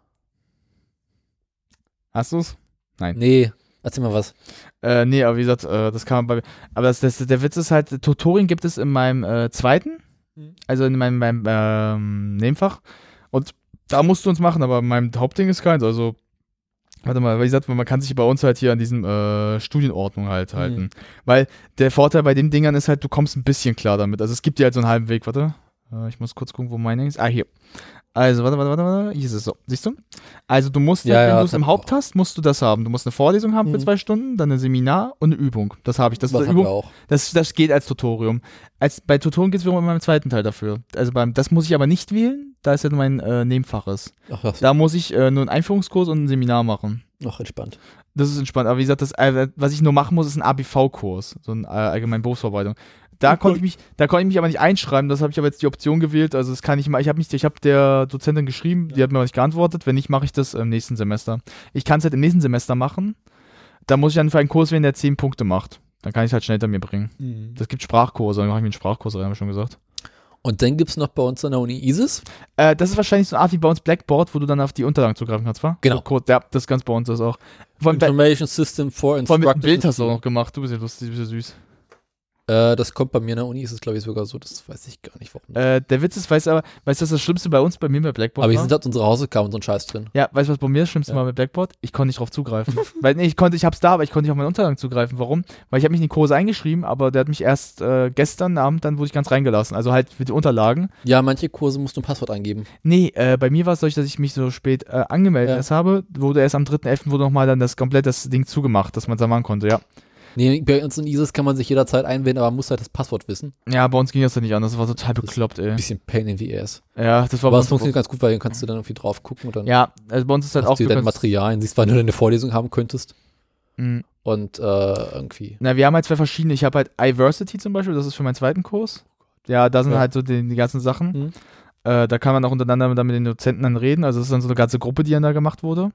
[SPEAKER 3] Hast du's? Nein.
[SPEAKER 2] Nee, erzähl mal was.
[SPEAKER 3] Äh, nee, aber wie gesagt, äh, das kann man bei mir. Aber das, das, der Witz ist halt, Tutorien gibt es in meinem äh, zweiten,
[SPEAKER 2] Mhm.
[SPEAKER 3] also in meinem, meinem ähm, Nebenfach. Und da musst du uns machen, aber mein Hauptding ist keins. Also, warte mal, wie gesagt, man kann sich bei uns halt hier an diesem äh, Studienordnung
[SPEAKER 2] Mhm.
[SPEAKER 3] halt halten. Weil der Vorteil bei den Dingern ist halt, du kommst ein bisschen klar damit. Also, es gibt dir halt so einen halben Weg, warte. Äh, ich muss kurz gucken, wo mein Ding ist. Ah, hier. Also, warte, warte, warte, warte. Hier ist es so. Siehst du? Also, du musst,
[SPEAKER 2] Ja,
[SPEAKER 3] wenn
[SPEAKER 2] ja,
[SPEAKER 3] du es
[SPEAKER 2] das
[SPEAKER 3] im Haupt hast, musst du das haben. Du musst eine Vorlesung haben für zwei Stunden, dann ein Seminar und eine Übung. Das habe ich. Das, ist
[SPEAKER 2] Was
[SPEAKER 3] eine
[SPEAKER 2] haben wir
[SPEAKER 3] Übung.
[SPEAKER 2] auch.
[SPEAKER 3] Das, das geht als Tutorium. Als, bei Tutorium geht es wiederum in meinem zweiten Teil dafür. Also, beim, das muss ich aber nicht wählen, da es ja nur mein äh, Nebenfach ist. da muss ich äh, nur einen Einführungskurs und ein Seminar machen.
[SPEAKER 2] Noch entspannt.
[SPEAKER 3] Das ist entspannt. Aber wie gesagt, das, äh, was ich nur machen muss, ist ein ABV-Kurs, so ein äh, allgemein Berufsverbreitung. Da konnte ich mich, da konnte ich mich aber nicht einschreiben. Das habe ich aber jetzt die Option gewählt. Also das kann ich mal. Ich habe mich, ich habe der Dozentin geschrieben, die hat mir aber nicht geantwortet. Wenn nicht, mache ich das im nächsten Semester. Ich kann es halt im nächsten Semester machen. Da muss ich dann für einen Kurs wählen, der 10 Punkte macht. Dann kann ich es halt schnell hinter mir bringen.
[SPEAKER 2] Mhm.
[SPEAKER 3] Das gibt Sprachkurse. Dann mache ich mir einen Sprachkurs rein, haben wir schon gesagt.
[SPEAKER 2] Und dann gibt es noch bei uns an der Uni ISIS.
[SPEAKER 3] Äh, das ist wahrscheinlich so eine Art wie bei uns Blackboard, wo du dann auf die Unterlagen zugreifen kannst, wa?
[SPEAKER 2] Genau.
[SPEAKER 3] So kurz, ja, das ist ganz bei uns das auch. Von,
[SPEAKER 2] Information System for
[SPEAKER 3] von mit einem
[SPEAKER 2] Instructive
[SPEAKER 3] Bild hast du auch
[SPEAKER 2] System.
[SPEAKER 3] noch gemacht. Du bist ja lustig, du bist ja süß.
[SPEAKER 2] Äh, das kommt bei mir an der Uni, ist es glaube ich sogar so, das weiß ich gar nicht warum.
[SPEAKER 3] Äh, der Witz ist, weißt du aber, weißt du, was das Schlimmste bei uns, bei mir bei Blackboard
[SPEAKER 2] Aber hier
[SPEAKER 3] war?
[SPEAKER 2] sind halt unsere Hausaufgaben und so ein Scheiß drin.
[SPEAKER 3] ja, weißt du, was bei mir das Schlimmste war mit Blackboard? Ich konnte nicht drauf zugreifen. Weil nee, ich konnte, ich hab's da, aber ich konnte nicht auf meinen Unterlagen zugreifen. Warum? Weil ich habe mich in die Kurse eingeschrieben, aber der hat mich erst äh, gestern Abend, dann wurde ich ganz reingelassen. Also halt für die Unterlagen.
[SPEAKER 2] Ja, manche Kurse musst du ein Passwort eingeben.
[SPEAKER 3] Nee, äh, bei mir war es so, dass ich mich so spät äh, angemeldet erst habe. Wurde erst am 3.11. wurde nochmal dann das komplett das Ding zugemacht, dass man es da machen konnte, ja.
[SPEAKER 2] Nee, bei uns in ISIS kann man sich jederzeit einwählen, aber man muss halt das Passwort wissen.
[SPEAKER 3] Ja, bei uns ging das dann nicht anders. Das war total bekloppt, ey.
[SPEAKER 2] Bisschen Pain in the ass.
[SPEAKER 3] Ja, das war bei
[SPEAKER 2] Aber es
[SPEAKER 3] uns
[SPEAKER 2] funktioniert ganz gut, weil dann kannst du dann irgendwie drauf gucken und dann.
[SPEAKER 3] Ja, also bei uns ist halt
[SPEAKER 2] hast
[SPEAKER 3] auch,
[SPEAKER 2] du
[SPEAKER 3] du
[SPEAKER 2] deine
[SPEAKER 3] kannst-
[SPEAKER 2] Materialien, siehst, wann du eine Vorlesung haben könntest.
[SPEAKER 3] Mhm.
[SPEAKER 2] Und äh, irgendwie.
[SPEAKER 3] Na, wir haben halt zwei verschiedene. Ich habe halt Iversity zum Beispiel, das ist für meinen zweiten Kurs. Ja, da sind
[SPEAKER 2] Ja.
[SPEAKER 3] halt so die, die ganzen Sachen. Äh, da kann man auch untereinander dann mit den Dozenten dann reden. Also das ist dann so eine ganze Gruppe, die dann da gemacht wurde.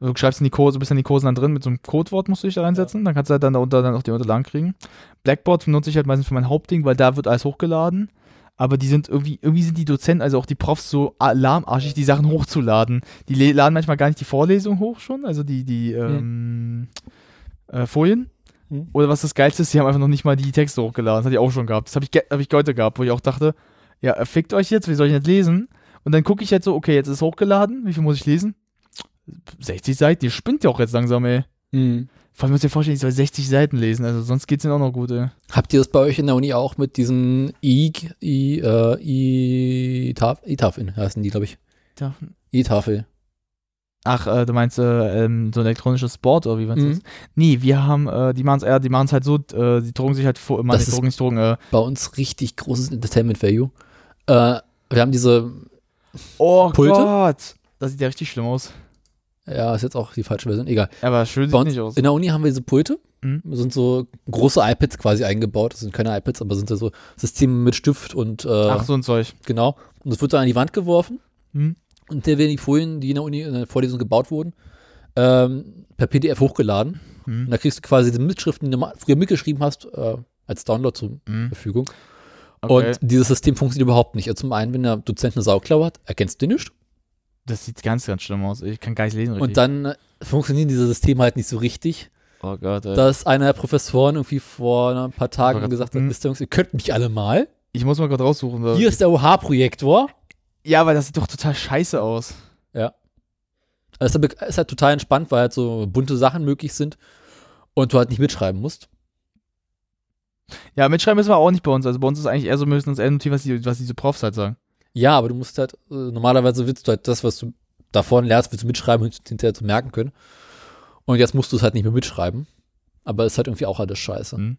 [SPEAKER 3] Du schreibst in die Kurse, bist in die Kurse dann drin mit so einem Codewort musst du dich da reinsetzen. Dann kannst du halt dann darunter dann auch die Unterlagen kriegen. Blackboard nutze ich halt meistens für mein Hauptding, weil da wird alles hochgeladen. Aber die sind irgendwie, irgendwie sind die Dozenten, also auch die Profs, so alarmarschig, die Sachen hochzuladen. Die le- laden manchmal gar nicht die Vorlesung hoch schon, also die, die, ähm, äh, Folien. Oder was das Geilste ist, sie haben einfach noch nicht mal die Texte hochgeladen. Das hatte ich auch schon gehabt. Das habe ich, ge- hab ich heute gehabt, wo ich auch dachte, ja, äh, fickt euch jetzt, wie soll ich das lesen? Und dann gucke ich jetzt so, okay, jetzt ist es hochgeladen, wie viel muss ich lesen? 60 Seiten, ihr spinnt ja auch jetzt langsam, ey. Vor allem müsst ihr vorstellen, ich soll 60 Seiten lesen, also sonst geht's ihnen auch noch gut, ey.
[SPEAKER 2] Habt ihr das bei euch in der Uni auch mit diesen I, I, äh, I, Taf, I-Tafeln heißen die, glaube ich.
[SPEAKER 3] Tafeln.
[SPEAKER 2] I-Tafel.
[SPEAKER 3] Ach, äh, du meinst äh, ähm, so elektronisches Board oder wie man
[SPEAKER 2] Mhm.
[SPEAKER 3] das? Nee, wir haben, äh, die machen es eher, die machen es halt so, äh, die drucken sich halt vor, immer,
[SPEAKER 2] Das
[SPEAKER 3] die
[SPEAKER 2] ist
[SPEAKER 3] drucken nicht drucken, äh,
[SPEAKER 2] bei uns richtig großes Entertainment Value. Äh, wir haben diese
[SPEAKER 3] oh
[SPEAKER 2] Pulte.
[SPEAKER 3] Gott, das sieht ja richtig schlimm aus.
[SPEAKER 2] Ja, ist jetzt auch die falsche Version, egal.
[SPEAKER 3] Aber schön
[SPEAKER 2] Bei
[SPEAKER 3] sieht
[SPEAKER 2] uns
[SPEAKER 3] nicht aus.
[SPEAKER 2] In der Uni haben wir diese Pulte,
[SPEAKER 3] Mhm.
[SPEAKER 2] sind so große iPads quasi eingebaut. Das sind keine iPads, aber sind da so Systeme mit Stift und. Äh,
[SPEAKER 3] Ach, so ein Zeug.
[SPEAKER 2] Genau. Und das wird dann an die Wand geworfen.
[SPEAKER 3] Mhm.
[SPEAKER 2] Und der werden die Folien, die in der Uni in der Vorlesung gebaut wurden, ähm, per PDF hochgeladen.
[SPEAKER 3] Mhm.
[SPEAKER 2] Und da kriegst du quasi die Mitschriften, die du mal früher mitgeschrieben hast, äh, als Download zur
[SPEAKER 3] Mhm.
[SPEAKER 2] Verfügung.
[SPEAKER 3] Okay.
[SPEAKER 2] Und dieses System funktioniert überhaupt nicht. Also Zum einen, wenn der Dozent eine Sauklaue hat, erkennst du den nicht.
[SPEAKER 3] Das sieht ganz, ganz schlimm aus. Ich kann gar nicht lesen, richtig.
[SPEAKER 2] Und dann äh, funktionieren diese Systeme halt nicht so richtig.
[SPEAKER 3] Oh Gott, ey.
[SPEAKER 2] Dass einer der Professoren irgendwie vor ein paar
[SPEAKER 3] Oh
[SPEAKER 2] Tagen
[SPEAKER 3] Gott.
[SPEAKER 2] gesagt hat, Mist, Jungs, ihr könnt mich alle mal.
[SPEAKER 3] Ich muss mal gerade raussuchen. weil-
[SPEAKER 2] Hier ist der OH-Projektor.
[SPEAKER 3] Ja, aber das sieht doch total scheiße aus.
[SPEAKER 2] Ja. Also es ist halt- ist halt total entspannt, weil halt so bunte Sachen möglich sind und du halt nicht mitschreiben musst.
[SPEAKER 3] Ja, mitschreiben müssen wir auch nicht bei uns. Also bei uns ist eigentlich eher so, wir müssen uns eher notieren, was, die, was diese Profs halt sagen.
[SPEAKER 2] Ja, aber du musst halt, äh, normalerweise willst du halt das, was du davon lernst, willst du mitschreiben und hinterher zu merken können. Und jetzt musst du es halt nicht mehr mitschreiben. Aber es ist halt irgendwie auch alles scheiße.
[SPEAKER 3] Mhm.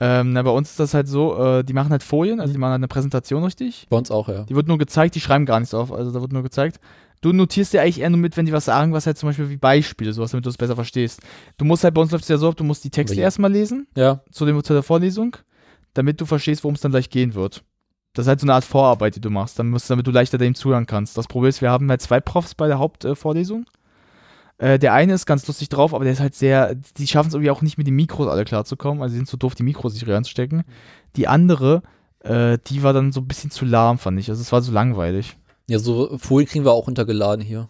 [SPEAKER 3] Ähm, na, bei uns ist das halt so, äh, die machen halt Folien,
[SPEAKER 2] Mhm.
[SPEAKER 3] also die machen halt eine Präsentation richtig.
[SPEAKER 2] Bei uns auch, ja.
[SPEAKER 3] Die wird nur gezeigt, die schreiben gar nichts auf, also da wird nur gezeigt. Du notierst dir eigentlich eher nur mit, wenn die was sagen, was halt zum Beispiel wie Beispiele, sowas, damit du es besser verstehst. Du musst halt, bei uns läuft es ja so ab, du musst die Texte
[SPEAKER 2] Ja.
[SPEAKER 3] erstmal lesen,
[SPEAKER 2] Ja.
[SPEAKER 3] zu, dem, zu der Vorlesung, damit du verstehst, worum es dann gleich gehen wird. Das ist halt so eine Art Vorarbeit, die du machst, damit, damit du leichter dem zuhören kannst. Das Problem ist, wir haben halt zwei Profs bei der Hauptvorlesung. Äh, der eine ist ganz lustig drauf, aber der ist halt sehr, die schaffen es irgendwie auch nicht mit den Mikros alle klarzukommen, also die sind so doof, die Mikros sich reinzustecken. Die andere, äh, die war dann so ein bisschen zu lahm, fand ich. Also es war so langweilig.
[SPEAKER 2] Ja, so Folien kriegen wir auch untergeladen hier.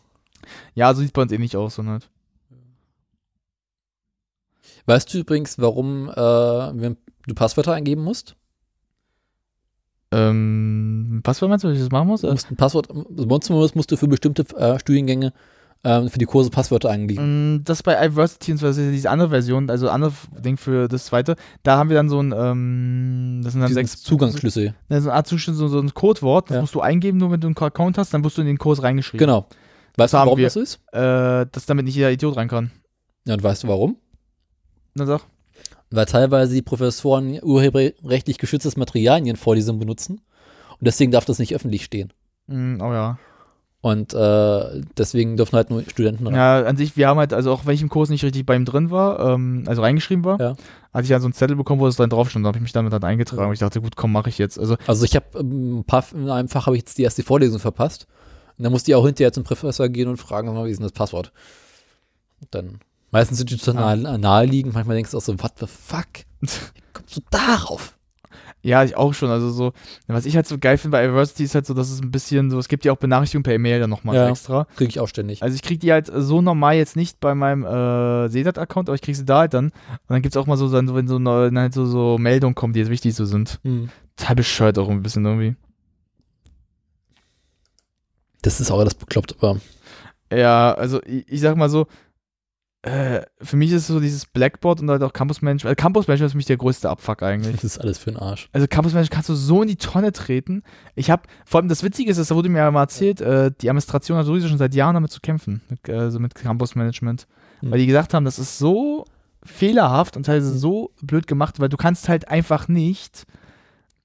[SPEAKER 3] Ja, so sieht bei uns eh nicht aus, sondern halt.
[SPEAKER 2] Weißt du übrigens, warum äh, wenn du Passwörter eingeben musst?
[SPEAKER 3] Ähm, Passwort meinst du, was ich das machen muss?
[SPEAKER 2] Du musst ein Passwort, also bei uns zumindest musst du für bestimmte äh, Studiengänge, ähm, für die Kurse Passwörter eingeben.
[SPEAKER 3] Mm, Das bei Iversity und so, das ist ja diese andere Version, also andere F- Ding für das zweite, da haben wir dann so ein, ähm, das sind dann
[SPEAKER 2] Diesen
[SPEAKER 3] sechs
[SPEAKER 2] Zugangsschlüssel.
[SPEAKER 3] Das ist ein Art Zuschnitt, so, so ein Codewort, das musst du eingeben, nur wenn du einen Account hast, dann wirst du in den Kurs reingeschrieben.
[SPEAKER 2] Genau. Weißt du,
[SPEAKER 3] haben
[SPEAKER 2] warum
[SPEAKER 3] wir.
[SPEAKER 2] das so ist?
[SPEAKER 3] Äh, dass damit nicht jeder Idiot rein kann.
[SPEAKER 2] Ja, und weißt du warum?
[SPEAKER 3] Na sag.
[SPEAKER 2] Weil teilweise die Professoren urheberrechtlich geschütztes Material in ihren Vorlesungen benutzen. Und deswegen darf das nicht öffentlich stehen.
[SPEAKER 3] Mm, oh ja.
[SPEAKER 2] Und äh, deswegen dürfen halt nur Studenten rein.
[SPEAKER 3] Ja, an sich, wir haben halt, also auch wenn ich im Kurs nicht richtig bei ihm drin war, ähm, also reingeschrieben war, hatte ich dann so einen Zettel bekommen, wo das dann drauf stand, da habe ich mich damit dann eingetragen und ich dachte, gut, komm, mache ich jetzt. Also,
[SPEAKER 2] Also ich habe ein paar, in einem Fach habe ich jetzt die erste Vorlesung verpasst. Und dann musste ich auch hinterher zum Professor gehen und fragen, sag mal, wie ist denn das Passwort? Und dann meistens sind die total nahe, naheliegend, manchmal denkst du auch so, what the fuck? Wie kommst du darauf?
[SPEAKER 3] Ja, ich auch schon. Also so, was ich halt so geil finde bei Adversity ist halt so, dass es ein bisschen so, es gibt ja auch Benachrichtigungen per E-Mail dann nochmal
[SPEAKER 2] Ja,
[SPEAKER 3] extra.
[SPEAKER 2] Kriege ich auch ständig.
[SPEAKER 3] Also ich kriege die halt so normal jetzt nicht bei meinem äh, Sedat-Account, aber ich kriege sie da halt dann. Und dann gibt es auch mal so, dann, so, wenn so, neu- dann halt so, so Meldungen kommen, die jetzt wichtig so sind.
[SPEAKER 2] Mhm.
[SPEAKER 3] Total bescheuert auch ein bisschen irgendwie.
[SPEAKER 2] Das ist auch das bekloppt, aber
[SPEAKER 3] Ja, also ich, ich sag mal so, äh, für mich ist so dieses Blackboard und halt auch Campus Management. Also Campus Management ist für mich der größte Abfuck eigentlich.
[SPEAKER 2] das ist alles für den Arsch.
[SPEAKER 3] Also Campus Management kannst du so in die Tonne treten. Ich habe, vor allem das Witzige ist, das wurde mir ja mal erzählt, äh, die Administration hat sowieso schon seit Jahren damit zu kämpfen, mit, äh, so mit Campus Management.
[SPEAKER 2] Hm.
[SPEAKER 3] Weil die gesagt haben, das ist so fehlerhaft und teilweise so blöd gemacht, weil du kannst halt einfach nicht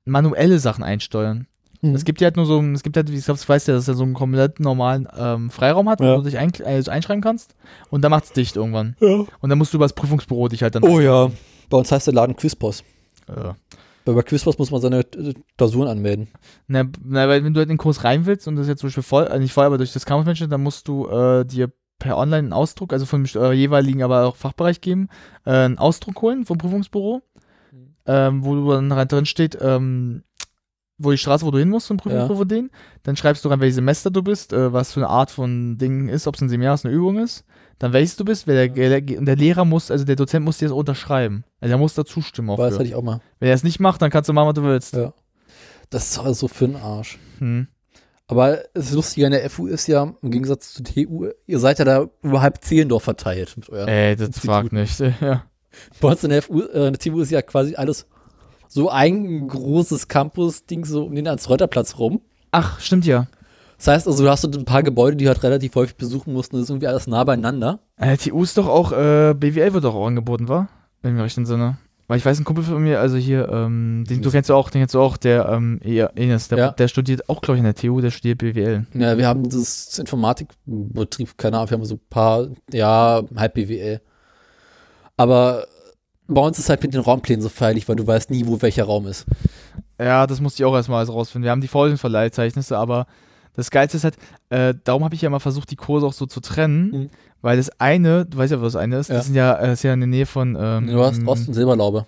[SPEAKER 3] manuelle Sachen einsteuern.
[SPEAKER 2] Hm.
[SPEAKER 3] Es gibt ja halt nur so, ein- es gibt halt, ich glaube, das weißt du ja, dass er so einen komplett normalen ähm, Freiraum hat,
[SPEAKER 2] Ja.
[SPEAKER 3] wo du dich ein, also einschreiben kannst und dann macht's dicht irgendwann.
[SPEAKER 2] Ja.
[SPEAKER 3] Und dann musst du über das Prüfungsbüro dich halt dann äh,
[SPEAKER 2] Oh ja, bei uns heißt der Laden Quizboss.
[SPEAKER 3] Ja.
[SPEAKER 2] Bei, bei Quizboss muss man seine äh, Klausuren anmelden.
[SPEAKER 3] Na, na, weil wenn du halt in den Kurs rein willst und das jetzt zum Beispiel voll, äh, nicht voll, aber durch das Campus Management, dann musst du äh, dir per Online einen Ausdruck, also vom äh, jeweiligen, aber auch Fachbereich geben, äh, einen Ausdruck holen vom Prüfungsbüro,
[SPEAKER 2] Mhm.
[SPEAKER 3] ähm, wo du dann rein drin steht, ähm, wo die Straße, wo du hin musst zum Prüfungsbüro
[SPEAKER 2] Ja.
[SPEAKER 3] den, dann schreibst du rein, welches Semester du bist, äh, was für eine Art von Ding ist, ob es ein Seminar ist, eine Übung ist, dann welches du bist, wer der, der, und der Lehrer muss, also der Dozent muss dir das unterschreiben. Also er muss da zustimmen auch.
[SPEAKER 2] Boah, das
[SPEAKER 3] für.
[SPEAKER 2] hatte ich auch mal.
[SPEAKER 3] Wenn er es nicht macht, dann kannst du machen, was du willst.
[SPEAKER 2] Ja. Das ist alles so für den Arsch.
[SPEAKER 3] Hm.
[SPEAKER 2] Aber das Lustige an der FU ist ja, im Gegensatz zur TU, ihr seid ja da überhalb Zehlendorf verteilt. Mit euren
[SPEAKER 3] Ey, Äh, das frag
[SPEAKER 2] Instituten.
[SPEAKER 3] nicht. Ja.
[SPEAKER 2] Bei uns in der FU, äh, in der TU ist ja quasi alles so ein großes Campus-Ding so um den Hans-Reuter-Platz rum.
[SPEAKER 3] Ach, stimmt ja.
[SPEAKER 2] Das heißt also, du hast so ein paar Gebäude, die du halt relativ häufig besuchen musst und das ist irgendwie alles nah beieinander.
[SPEAKER 3] Äh, TU ist doch auch, äh, BWL wird doch auch angeboten, war? Wenn ich mich recht entsinne. Weil ich weiß, ein Kumpel von mir, also hier, ähm, den du kennst du auch, den kennst du auch, der, ähm, E- Enes, der,
[SPEAKER 2] Ja.
[SPEAKER 3] der studiert auch, glaube ich, in der TU, der studiert BWL.
[SPEAKER 2] Ja, wir haben das Informatikbetrieb, keine Ahnung, wir haben so ein paar, ja, halb BWL. Aber bei uns ist halt mit den Raumplänen so feierlich, weil du weißt nie, wo welcher Raum ist.
[SPEAKER 3] Ja, das musste ich auch erstmal alles rausfinden. Wir haben die Vorlesungsverleihzeichnisse, aber das Geilste ist halt, äh, darum habe ich ja mal versucht, die Kurse auch so zu trennen, weil das eine, du weißt ja, was das eine ist,
[SPEAKER 2] Mhm. Ja.
[SPEAKER 3] das, sind ja, äh, das ist ja in der Nähe von, ähm,
[SPEAKER 2] Du hast Ost- und Silberlaube.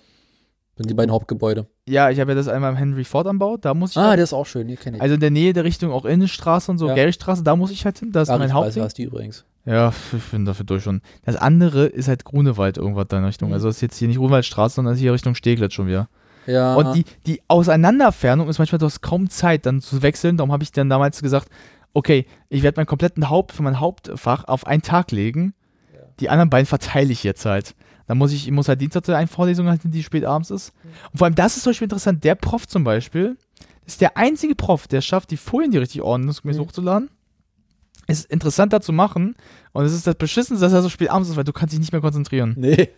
[SPEAKER 2] Das sind die beiden Hauptgebäude.
[SPEAKER 3] Ja, ich habe ja das einmal im Henry Ford am Bau, da muss ich.
[SPEAKER 2] Ah,
[SPEAKER 3] halt-
[SPEAKER 2] der ist auch schön, den kenne ich.
[SPEAKER 3] Also in der Nähe der Richtung auch Innenstraße und so,
[SPEAKER 2] Ja.
[SPEAKER 3] Gerichtstraße, da muss ich halt hin, da ist mein Hauptding.
[SPEAKER 2] heißt die übrigens.
[SPEAKER 3] Ja, f- ich bin dafür durch schon. Das andere ist halt Grunewald irgendwas da in Richtung. Also ist jetzt hier nicht Grunewaldstraße, sondern ist hier Richtung Steglitz schon wieder.
[SPEAKER 2] Ja.
[SPEAKER 3] Und die, die Auseinanderfernung ist manchmal, du hast kaum Zeit, dann zu wechseln. Darum habe ich dann damals gesagt, okay, ich werde meinen kompletten Haupt für mein Hauptfach auf einen Tag legen. die anderen beiden verteile ich jetzt halt. Dann muss ich, ich muss halt Dienstag eine Vorlesung halten, die spät abends ist. Und vor allem, das ist zum Beispiel interessant. Der Prof zum Beispiel ist der einzige Prof, der schafft, die Folien die richtig ordnungsgemäß hochzuladen. Ist interessanter zu machen. Und es ist das Beschissenste, dass er so spät abends ist, weil du kannst dich nicht mehr konzentrieren.
[SPEAKER 2] Nee.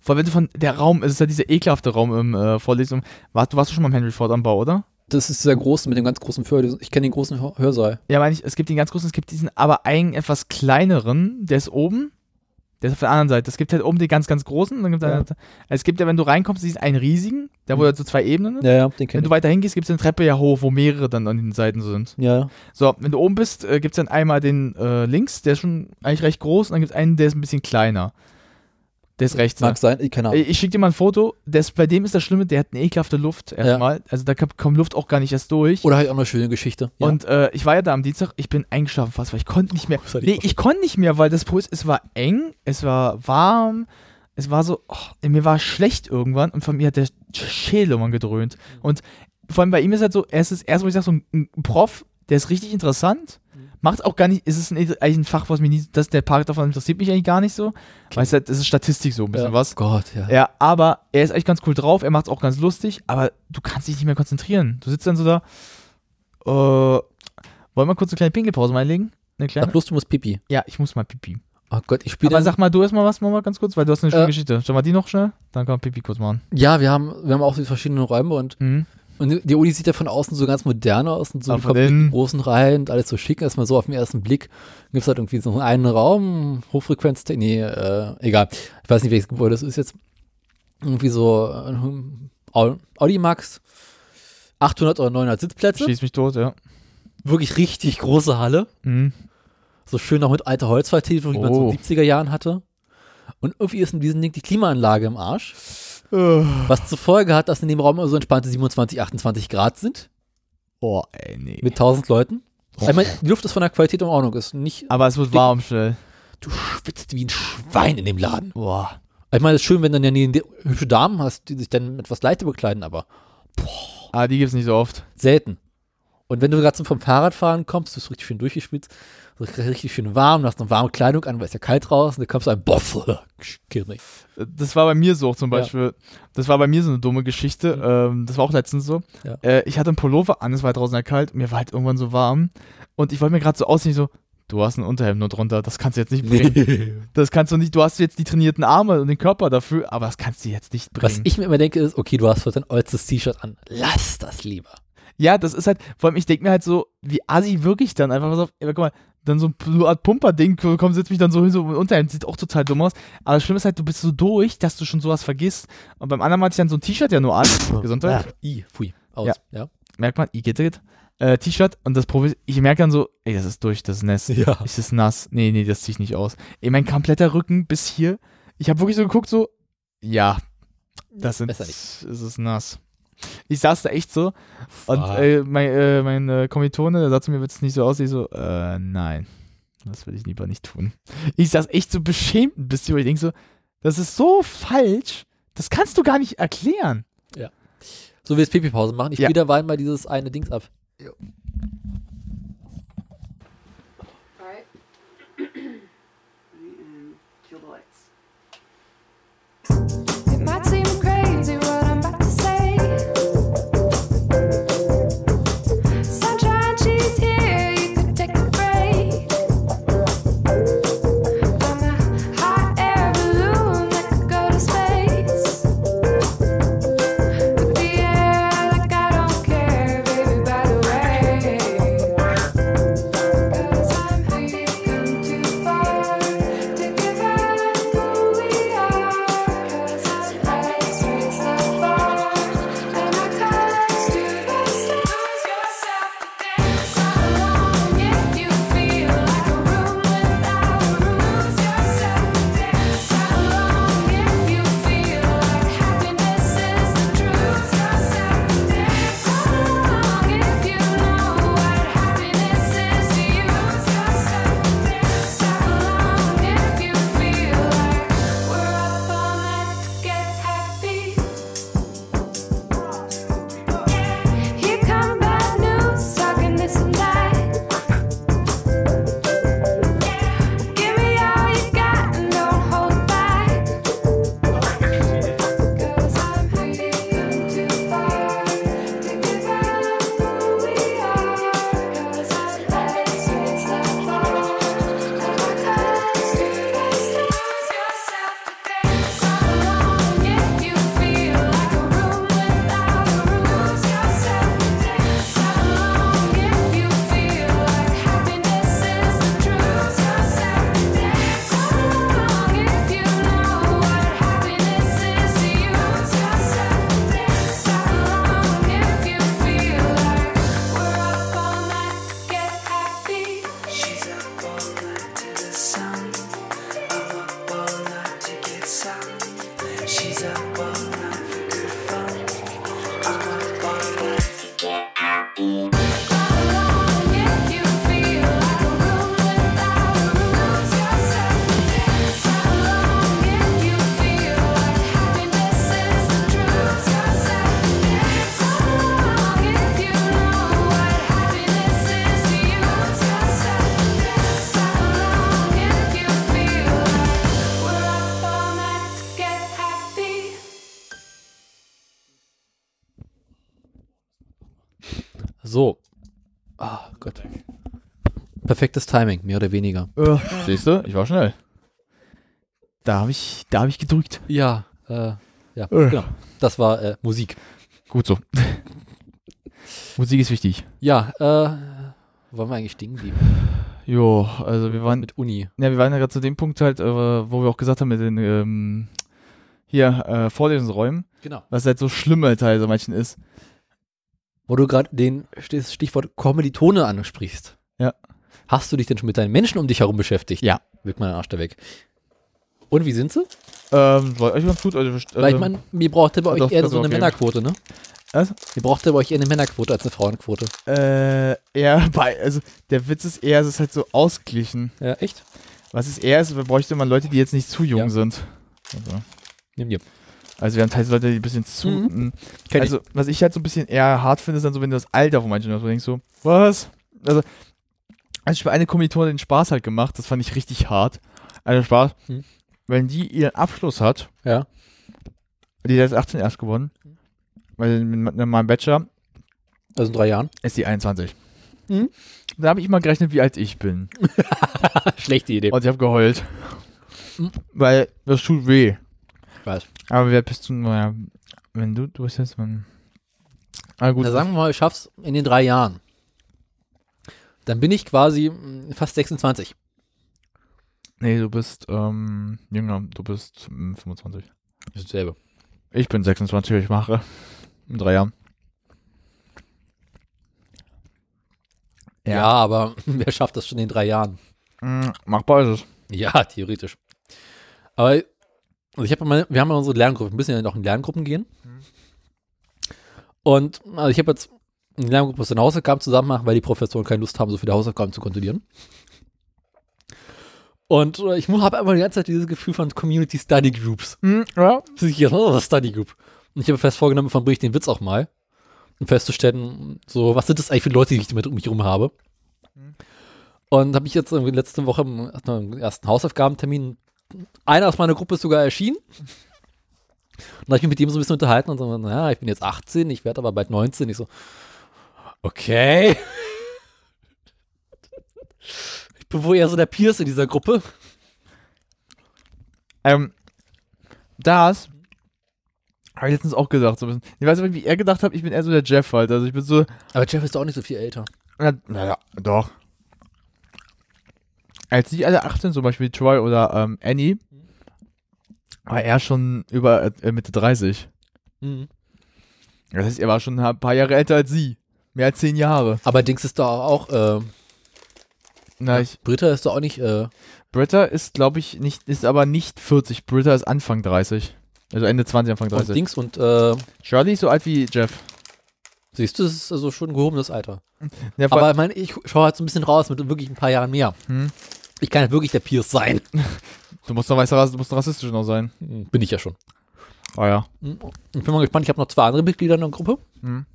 [SPEAKER 3] Vor allem, wenn du von der Raum, es ist ja dieser ekelhafte Raum im äh, Vorlesung. Warst, du warst doch schon mal im Henry Ford am Bau, oder?
[SPEAKER 2] Das ist dieser große mit dem ganz großen Hörsaal. Ich kenne den großen Hör- Hörsaal.
[SPEAKER 3] Ja, meine ich, es gibt den ganz großen, es gibt diesen aber einen etwas kleineren, der ist oben, der ist auf der anderen Seite. Es gibt halt oben den ganz, ganz großen. und Dann gibt
[SPEAKER 2] Ja. Mhm.
[SPEAKER 3] ja. Es gibt ja, wenn du reinkommst, diesen einen riesigen, der wo halt so zwei Ebenen ist.
[SPEAKER 2] Ja, ja, den kenn
[SPEAKER 3] Wenn du
[SPEAKER 2] ich.
[SPEAKER 3] weiter hingehst, gibt es eine Treppe ja hoch, wo mehrere dann an den Seiten sind.
[SPEAKER 2] Ja, ja.
[SPEAKER 3] So, wenn du oben bist, äh, gibt es dann einmal den äh, links, der ist schon eigentlich recht groß, und dann gibt es einen, der ist ein bisschen kleiner. Der ist rechts.
[SPEAKER 2] Mag sein, ich- keine Ahnung.
[SPEAKER 3] Äh, Ich schicke dir mal ein Foto. Das, bei dem ist das Schlimme, der hat eine ekelhafte Luft erstmal. Also da kommt- kommt Luft auch gar nicht erst durch.
[SPEAKER 2] Oder halt auch eine schöne Geschichte. Ja.
[SPEAKER 3] Und äh, ich war ja da am Dienstag, ich bin eingeschlafen fast, weil ich konnte nicht mehr. Nee, ich konnte nicht mehr, weil das Puls, es war eng, es war warm, es war so, oh, mir war schlecht irgendwann und von mir hat der Schädel immer gedröhnt.
[SPEAKER 2] Mhm.
[SPEAKER 3] Und vor allem bei ihm ist halt so, er ist das erste, wo ich sage, so ein, ein Prof, der ist richtig interessant,
[SPEAKER 2] Mhm.
[SPEAKER 3] macht auch gar nicht, es ist ein, eigentlich ein Fach, was mich nie, das, der Part davon interessiert mich eigentlich gar nicht so, weil es halt, es ist Statistik so ein bisschen
[SPEAKER 2] Ja.
[SPEAKER 3] was.
[SPEAKER 2] Gott, ja.
[SPEAKER 3] Ja, aber er ist eigentlich ganz cool drauf, er macht es auch ganz lustig, aber du kannst dich nicht mehr konzentrieren. Du sitzt dann so da, äh, wollen wir kurz eine kleine Pinkelpause einlegen? Eine kleine?
[SPEAKER 2] Ach, bloß du musst pipi.
[SPEAKER 3] Ja, ich muss mal pipi.
[SPEAKER 2] Oh Gott, ich spiele.
[SPEAKER 3] Aber sag mal du erstmal was, Mama, ganz kurz, weil du hast eine schöne
[SPEAKER 2] Äh.
[SPEAKER 3] Geschichte. Schau mal die noch schnell, dann kann man pipi kurz machen.
[SPEAKER 2] Ja, wir haben, wir haben auch die verschiedenen Räume und, und die Uni sieht ja von außen so ganz modern aus und so
[SPEAKER 3] Aber Mhm. von
[SPEAKER 2] komplett
[SPEAKER 3] innen-
[SPEAKER 2] die großen Reihen und alles so schick. Erstmal so auf den ersten Blick gibt es halt irgendwie so einen Raum, Hochfrequenz, nee, äh, egal. Ich weiß nicht, welches Gebäude das ist jetzt. Irgendwie so äh, Au- Audimax, 800 oder 900 Sitzplätze.
[SPEAKER 3] Schieß mich tot, ja.
[SPEAKER 2] Wirklich richtig große Halle.
[SPEAKER 3] Mhm.
[SPEAKER 2] So schön auch mit alter Holzvertäfelung, die man so
[SPEAKER 3] Oh.
[SPEAKER 2] in den 70er Jahren hatte. Und irgendwie ist in diesem Ding die Klimaanlage im Arsch. Was zur Folge hat, dass in dem Raum immer so entspannte 27, 28 Grad sind.
[SPEAKER 3] Oh, ey, nee.
[SPEAKER 2] Mit 1000 Leuten. Ich meine, die Luft ist von der Qualität in Ordnung. Ist nicht
[SPEAKER 3] Aber es wird warm schnell.
[SPEAKER 2] Du schwitzt wie ein Schwein in dem Laden.
[SPEAKER 3] Boah.
[SPEAKER 2] Ich meine, es ist schön, wenn du dann ja die hübsche Damen hast, die sich dann etwas leichter bekleiden, aber
[SPEAKER 3] Ah, die gibt's nicht so oft.
[SPEAKER 2] Selten. Und wenn du gerade so vom Fahrradfahren kommst, du bist richtig schön durchgeschwitzt, so richtig schön warm, du hast eine warme Kleidung an, weil es ja kalt draußen, dann kommst du ein Boff, kill mich.
[SPEAKER 3] Das war bei mir so
[SPEAKER 2] Ja.
[SPEAKER 3] zum
[SPEAKER 2] Mhm.
[SPEAKER 3] Beispiel. Das war bei mir so eine dumme Geschichte. Ähm, das war auch letztens so.
[SPEAKER 2] Ja.
[SPEAKER 3] Äh, ich hatte einen Pullover an, es war draußen ja kalt, mir war halt irgendwann so warm. Und ich wollte mir gerade so aussehen, so, du hast ein Unterhemd nur drunter, das kannst du jetzt nicht bringen. Das kannst du nicht, du hast jetzt die trainierten Arme und den Körper dafür, aber das kannst du jetzt nicht bringen.
[SPEAKER 2] Was ich mir immer denke ist, okay, du hast heute ein altes T-Shirt an, lass das lieber.
[SPEAKER 3] Ja, das ist halt, vor allem ich denke mir halt so, wie assi wirklich dann einfach, pass auf, aber guck mal, dann so ein so eine Art Pumper-Ding, komm, setz mich dann so hin, so unter, sieht auch total dumm aus. Aber das Schlimme ist halt, du bist so durch, dass du schon sowas vergisst. Und beim anderen hatte ich dann so ein T-Shirt ja nur an. Gesundheit.
[SPEAKER 2] Ah, i, pfui, aus, ja.
[SPEAKER 3] Merkt man, i gedreht. Äh, T-Shirt und das Problem ist, ich merke dann so, ey, das ist durch, das ist nass.
[SPEAKER 2] Ja.
[SPEAKER 3] Ist das nass? Nee, nee, das zieh ich nicht aus. Ey, mein kompletter Rücken bis hier. Ich habe wirklich so geguckt, so, ja, das sind,
[SPEAKER 2] Besser
[SPEAKER 3] es ist nass. Ich saß da echt so und äh, mein, äh, mein äh, Kommilitone, der sagt zu mir, wird es nicht so aussehen, so, äh, nein, das will ich lieber nicht tun. Ich saß echt so beschämt ein bisschen, wo ich denke so, das ist so falsch, das kannst du gar nicht erklären.
[SPEAKER 2] Ja. So wie es Pipi-Pause machen, ich
[SPEAKER 3] Ja.
[SPEAKER 2] spiele dabei mal dieses eine Dings ab.
[SPEAKER 17] It might seem crazy what I'm about to say. Sunshine, she's here. You could take a break from the hot air balloon that could go to space. Could be air like I don't care, baby. By the way, 'Cause I'm who you've come too far to give up who we are. 'Cause I'm
[SPEAKER 2] So. Ah, Gott. Perfektes Timing, mehr oder weniger.
[SPEAKER 3] Äh, siehst du, ich war schnell. Da habe ich, da hab ich gedrückt.
[SPEAKER 2] Ja, äh, ja, genau. Das war äh, Musik.
[SPEAKER 3] Gut so. Musik ist wichtig.
[SPEAKER 2] Ja, äh, wollen wir eigentlich stehen bleiben?
[SPEAKER 3] Jo, also wir waren.
[SPEAKER 2] Mit Uni.
[SPEAKER 3] Ja, wir waren ja gerade zu dem Punkt halt, äh, wo wir auch gesagt haben, mit den ähm, hier äh, Vorlesungsräumen.
[SPEAKER 2] Genau.
[SPEAKER 3] Was halt so schlimm halt teilweise manchen ist.
[SPEAKER 2] Wo du gerade den das Stichwort Kommilitone ansprichst.
[SPEAKER 3] Ja.
[SPEAKER 2] Hast du dich denn schon mit deinen Menschen um dich herum beschäftigt?
[SPEAKER 3] Ja.
[SPEAKER 2] Wirkt mal den Arsch da weg. Und wie sind sie?
[SPEAKER 3] Ähm, war eigentlich ganz gut. Also,
[SPEAKER 2] Weil ich meine, ihr braucht ja bei
[SPEAKER 3] doch,
[SPEAKER 2] euch eher
[SPEAKER 3] das
[SPEAKER 2] so
[SPEAKER 3] war
[SPEAKER 2] eine
[SPEAKER 3] okay.
[SPEAKER 2] Männerquote, ne?
[SPEAKER 3] Was?
[SPEAKER 2] Ihr braucht ja bei euch eher eine Männerquote als eine Frauenquote.
[SPEAKER 3] Äh, eher bei, also der Witz ist eher, es ist halt so ausgeglichen.
[SPEAKER 2] Ja, echt?
[SPEAKER 3] Was ist eher, ist, wir bräuchte man Leute, die jetzt nicht zu jung sind. Also.
[SPEAKER 2] Ja, ja.
[SPEAKER 3] Also wir haben teilweise Leute, die ein bisschen zu.
[SPEAKER 2] Mhm.
[SPEAKER 3] Mhm.
[SPEAKER 2] Kenn ich.
[SPEAKER 3] Also, was ich halt so ein bisschen eher hart finde, ist dann so, wenn du das Alter von manchen hast, wo du denkst so, was? Also, als ich bei einer Kommilitone den Spaß halt gemacht, das fand ich richtig hart. Also Spaß.
[SPEAKER 2] Mhm.
[SPEAKER 3] Wenn die ihren Abschluss hat,
[SPEAKER 2] ja.
[SPEAKER 3] die hat jetzt 18 erst gewonnen, weil mit meinem Bachelor
[SPEAKER 2] Also in drei Jahren.
[SPEAKER 3] ist die 21.
[SPEAKER 2] Mhm.
[SPEAKER 3] Da habe ich mal gerechnet, wie alt ich bin.
[SPEAKER 2] Schlechte Idee.
[SPEAKER 3] Und ich habe geheult.
[SPEAKER 2] Mhm.
[SPEAKER 3] Weil das tut weh.
[SPEAKER 2] weiß.
[SPEAKER 3] Aber wer bist du? Naja, wenn du, du bist jetzt mein. Ah, gut.
[SPEAKER 2] Na, sagen wir mal, ich schaff's in den drei Jahren. Dann bin ich quasi mh, fast 26.
[SPEAKER 3] nee, du bist ähm, jünger, du bist ähm, 25.
[SPEAKER 2] Ist dasselbe.
[SPEAKER 3] Ich bin 26, ich mache in drei Jahren.
[SPEAKER 2] Ja,
[SPEAKER 3] Ja.
[SPEAKER 2] aber wer schafft das schon in drei Jahren?
[SPEAKER 3] Mm, machbar ist es.
[SPEAKER 2] Ja, theoretisch. Aber also ich habe mal, wir haben ja unsere Lerngruppen, wir müssen ja noch in Lerngruppen gehen. Und also ich habe jetzt eine Lerngruppe aus den Hausaufgaben zusammen machen, weil die Professoren keine Lust haben, so viele Hausaufgaben zu kontrollieren. Und äh, ich habe einfach die ganze Zeit dieses Gefühl von Community Study Groups.
[SPEAKER 3] Hm, ja.
[SPEAKER 2] Das ist hier, oh, Study Group. Und ich habe fest vorgenommen, von bringe ich den Witz auch mal, um festzustellen, so, was sind das eigentlich für Leute, die ich mit um mich herum habe. Mhm. Und habe ich jetzt irgendwie letzte Woche im, im ersten Hausaufgabentermin, einer aus meiner Gruppe ist sogar erschienen. Und da habe ich mich mit dem so ein bisschen unterhalten und so, naja, ich bin jetzt 18, ich werde aber bald 19. Ich so, okay. Ich bin wohl eher so der Pierce in dieser Gruppe.
[SPEAKER 3] Ähm, das habe ich letztens auch gedacht. So ein bisschen. Ich weiß nicht, wie er gedacht hat, ich bin eher so der Jeff halt. Also ich bin so.
[SPEAKER 2] Aber Jeff ist doch auch nicht so viel älter.
[SPEAKER 3] Na, na ja, doch. Als die alle 18, zum Beispiel Troy oder ähm, Annie,
[SPEAKER 2] Mhm.
[SPEAKER 3] war er schon über äh, Mitte 30.
[SPEAKER 2] Mhm.
[SPEAKER 3] Das heißt, er war schon ein paar Jahre älter als sie. Mehr als 10 Jahre.
[SPEAKER 2] Aber Dings ist da auch, äh,
[SPEAKER 3] Na, ich,
[SPEAKER 2] Britta ist doch auch nicht, äh,
[SPEAKER 3] Britta ist, glaube ich, nicht, ist aber nicht 40. Britta ist Anfang 30. Also Ende 20, Anfang 30.
[SPEAKER 2] und Dings und, äh,
[SPEAKER 3] Shirley ist so alt wie Jeff.
[SPEAKER 2] siehst du, das ist also schon ein gehobenes Alter.
[SPEAKER 3] Ja, vor-
[SPEAKER 2] Aber ich meine, ich schaue halt so ein bisschen raus mit wirklich ein paar Jahren mehr.
[SPEAKER 3] Hm.
[SPEAKER 2] Ich kann halt wirklich der Pierce sein.
[SPEAKER 3] Du musst doch weißer Rass- du musst doch rassistisch noch sein.
[SPEAKER 2] Hm, Bin ich ja schon.
[SPEAKER 3] Ah ja.
[SPEAKER 2] Ich bin mal gespannt, ich habe noch zwei andere Mitglieder in der Gruppe,
[SPEAKER 3] Hm.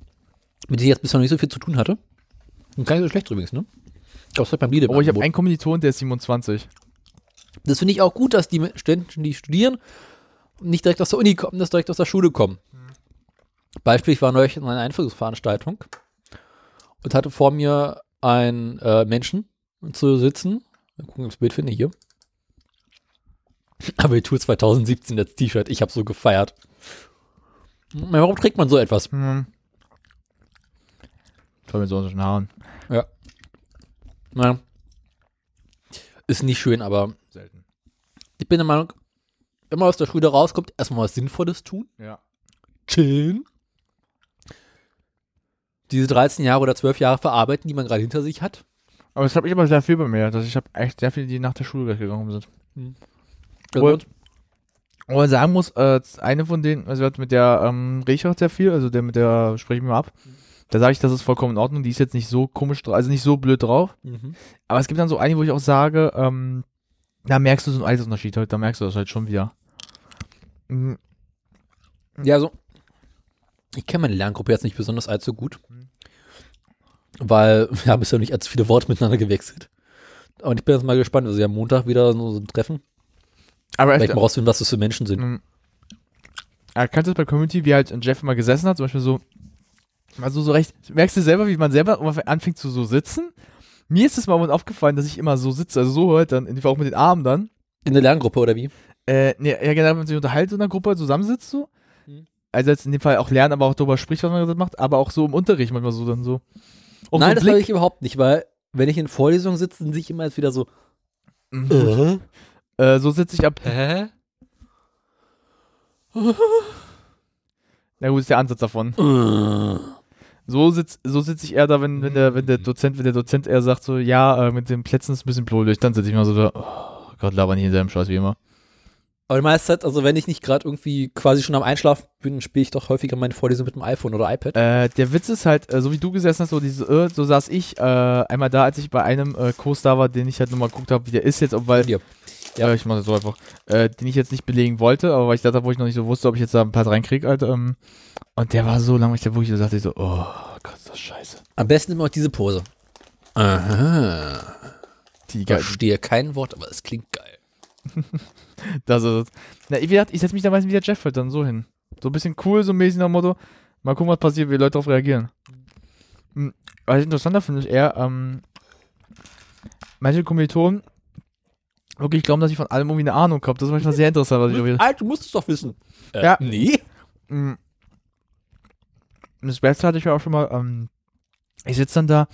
[SPEAKER 2] mit denen ich jetzt bisher noch nicht so viel zu tun hatte. Und gar nicht so schlecht übrigens, ne? Ich glaube, es hat beim Lieder
[SPEAKER 3] Oh, ich habe einen Kommiliton, der ist 27.
[SPEAKER 2] Das finde ich auch gut, dass die Studenten, die studieren, nicht direkt aus der Uni kommen, dass direkt aus der Schule kommen. Beispiel, ich war neulich in einer Einführungsveranstaltung und hatte vor mir einen äh, Menschen zu sitzen. Mal gucken, ob ich das Bild finde hier. Abitur 2017, das T-Shirt, ich habe so gefeiert. Warum trägt man so etwas?
[SPEAKER 3] Hm. Toll mit so unseren Haaren.
[SPEAKER 2] Ja. Naja. Ist nicht schön, aber
[SPEAKER 3] Selten.
[SPEAKER 2] ich bin der Meinung, wenn man aus der Schule rauskommt, erstmal was Sinnvolles tun.
[SPEAKER 3] Ja.
[SPEAKER 2] Chillen. Diese 13 Jahre oder 12 Jahre verarbeiten, die man gerade hinter sich hat.
[SPEAKER 3] Aber das habe ich aber sehr viel bei mir. Dass ich habe echt sehr viele, die nach der Schule gleich gegangen sind.
[SPEAKER 2] Also,
[SPEAKER 3] Obwohl- Wo man sagen muss, äh, eine von denen, also hat mit der ähm, rede ich auch sehr viel, also der mit der spreche ich mir ab. Da sage ich, das ist vollkommen in Ordnung. Die ist jetzt nicht so komisch, dra- also nicht so blöd drauf.
[SPEAKER 2] Mhm.
[SPEAKER 3] Aber es gibt dann so einige, wo ich auch sage, ähm, da merkst du so einen Altersunterschied halt, da merkst du das halt schon wieder. Mhm.
[SPEAKER 2] Ja, so. Ich kenne meine Lerngruppe jetzt nicht besonders allzu gut, weil wir haben bisher nicht allzu viele Worte miteinander gewechselt. Und ich bin jetzt mal gespannt. Also, ja, am Montag wieder so ein Treffen.
[SPEAKER 3] Aber
[SPEAKER 2] Vielleicht
[SPEAKER 3] echt,
[SPEAKER 2] mal rausfinden, was das für Menschen sind.
[SPEAKER 3] Ah, Mhm. Äh, Kannst du das bei Community, wie halt Jeff immer gesessen hat, zum Beispiel so, Also so recht. Merkst du selber, wie man selber immer anfängt zu so sitzen? Mir ist es mal irgendwann aufgefallen, dass ich immer so sitze, also so heute, dann, auch mit den Armen dann.
[SPEAKER 2] In der Lerngruppe oder wie?
[SPEAKER 3] Äh, nee, ja, genau, wenn man sich unterhält in der Gruppe, zusammensitzt so.
[SPEAKER 2] Mhm.
[SPEAKER 3] Also jetzt in dem Fall auch lernen, aber auch darüber spricht, was man gerade macht, aber auch so im Unterricht manchmal so dann so. Auch
[SPEAKER 2] Nein,
[SPEAKER 3] so
[SPEAKER 2] das
[SPEAKER 3] Blick-
[SPEAKER 2] habe ich überhaupt nicht, weil wenn ich in Vorlesungen sitze, dann sehe ich immer jetzt wieder so,
[SPEAKER 3] Mhm. Äh, so sitze ich ab.
[SPEAKER 2] Hä?
[SPEAKER 3] Na gut, ist der Ansatz davon. so sitze so sitz ich eher da, wenn, wenn, der, wenn der Dozent, wenn der Dozent eher sagt, so, ja, äh, mit den Plätzen ist ein bisschen blöd, dann sitze ich mal so da, oh Gott, laber nicht in seinem Scheiß wie immer.
[SPEAKER 2] aber die meiste Zeit, also wenn ich nicht gerade irgendwie quasi schon am Einschlafen bin, spiele ich doch häufiger meine Vorlesung mit dem iPhone oder iPad.
[SPEAKER 3] Äh, der Witz ist halt, äh, so wie du gesessen hast, so, diese, äh, so saß ich äh, einmal da, als ich bei einem äh, Kurs da war, den ich halt nochmal geguckt habe, wie der ist jetzt, ob weil. Äh, ich mache das so einfach. Äh, den ich jetzt nicht belegen wollte, aber weil ich dachte, wo ich noch nicht so wusste, ob ich jetzt da ein paar reinkriege, halt. Ähm, und der war so langweilig, der wirklich so sagte ich so, oh Gott, ist das scheiße.
[SPEAKER 2] Am besten immer auch diese Pose. Aha.
[SPEAKER 3] Die
[SPEAKER 2] ich verstehe kein Wort, aber es klingt geil.
[SPEAKER 3] Das ist es. Na, wie gesagt, ich setze mich da meistens wie der Jeff halt dann so hin. So ein bisschen cool, so mäßig nach dem Motto, mal gucken, was passiert, wie die Leute darauf reagieren. Hm, Was ich interessanter finde, ist eher, ähm, manche Kommilitonen wirklich glauben, dass ich von allem irgendwie eine Ahnung habe. Das ist manchmal sehr interessant, was ich darüber
[SPEAKER 2] Alter, Ah, du musst es doch wissen. Äh,
[SPEAKER 3] Ja.
[SPEAKER 2] Nee.
[SPEAKER 3] Mm. Das Beste hatte ich ja auch schon mal. Ähm, ich sitze dann da,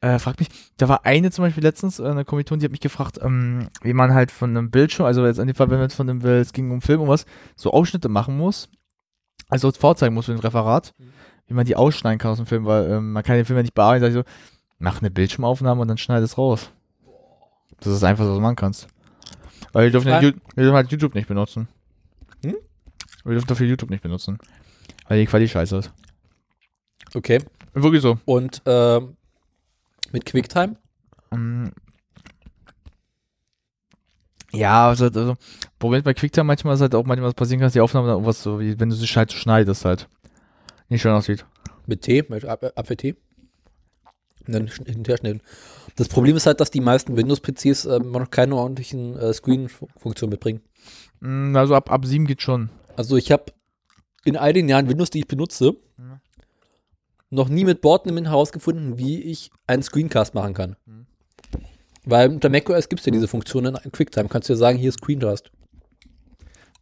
[SPEAKER 3] äh, frag mich, da war eine zum Beispiel letztens, äh, eine Kommilitonin, die hat mich gefragt, ähm, wie man halt von einem Bildschirm, also jetzt in dem Fall, wenn man jetzt von dem, weil es ging um Film und was, so Ausschnitte machen muss, also vorzeigen muss für ein Referat, wie man die ausschneiden kann aus dem Film, weil ähm, man kann den Film ja nicht bearbeiten, sag ich so, mach eine Bildschirmaufnahme und dann schneide es raus. Das ist einfach, was du machen kannst. Weil wir dürfen, ja,
[SPEAKER 2] Frage-
[SPEAKER 3] Ju- wir dürfen halt YouTube nicht benutzen.
[SPEAKER 2] Hm?
[SPEAKER 3] Wir dürfen dafür YouTube nicht benutzen. Weil die Quali scheiße ist.
[SPEAKER 2] Okay.
[SPEAKER 3] Wirklich so.
[SPEAKER 2] Und ähm, mit QuickTime?
[SPEAKER 3] Ähm, Ja, also, also Problem bei QuickTime manchmal ist halt auch manchmal was passieren kann, dass die Aufnahme dann irgendwas so, wie wenn du sie scheiße schneidest halt. Nicht schön aussieht.
[SPEAKER 2] Mit Tee, mit Ap Apfeltee. Und dann schn- hinterher schnell. Das Problem ist halt, dass die meisten Windows-PCs äh, immer noch keine ordentlichen äh, Screen-Funktion mitbringen.
[SPEAKER 3] Mm, Also ab, ab 7 geht schon.
[SPEAKER 2] Also ich habe in all den Jahren Windows, die ich benutze, noch nie mit Boardnamen herausgefunden, wie ich einen Screencast machen kann. Weil unter macOS gibt es ja diese Funktion in QuickTime. Kannst du ja sagen, hier ist Screencast.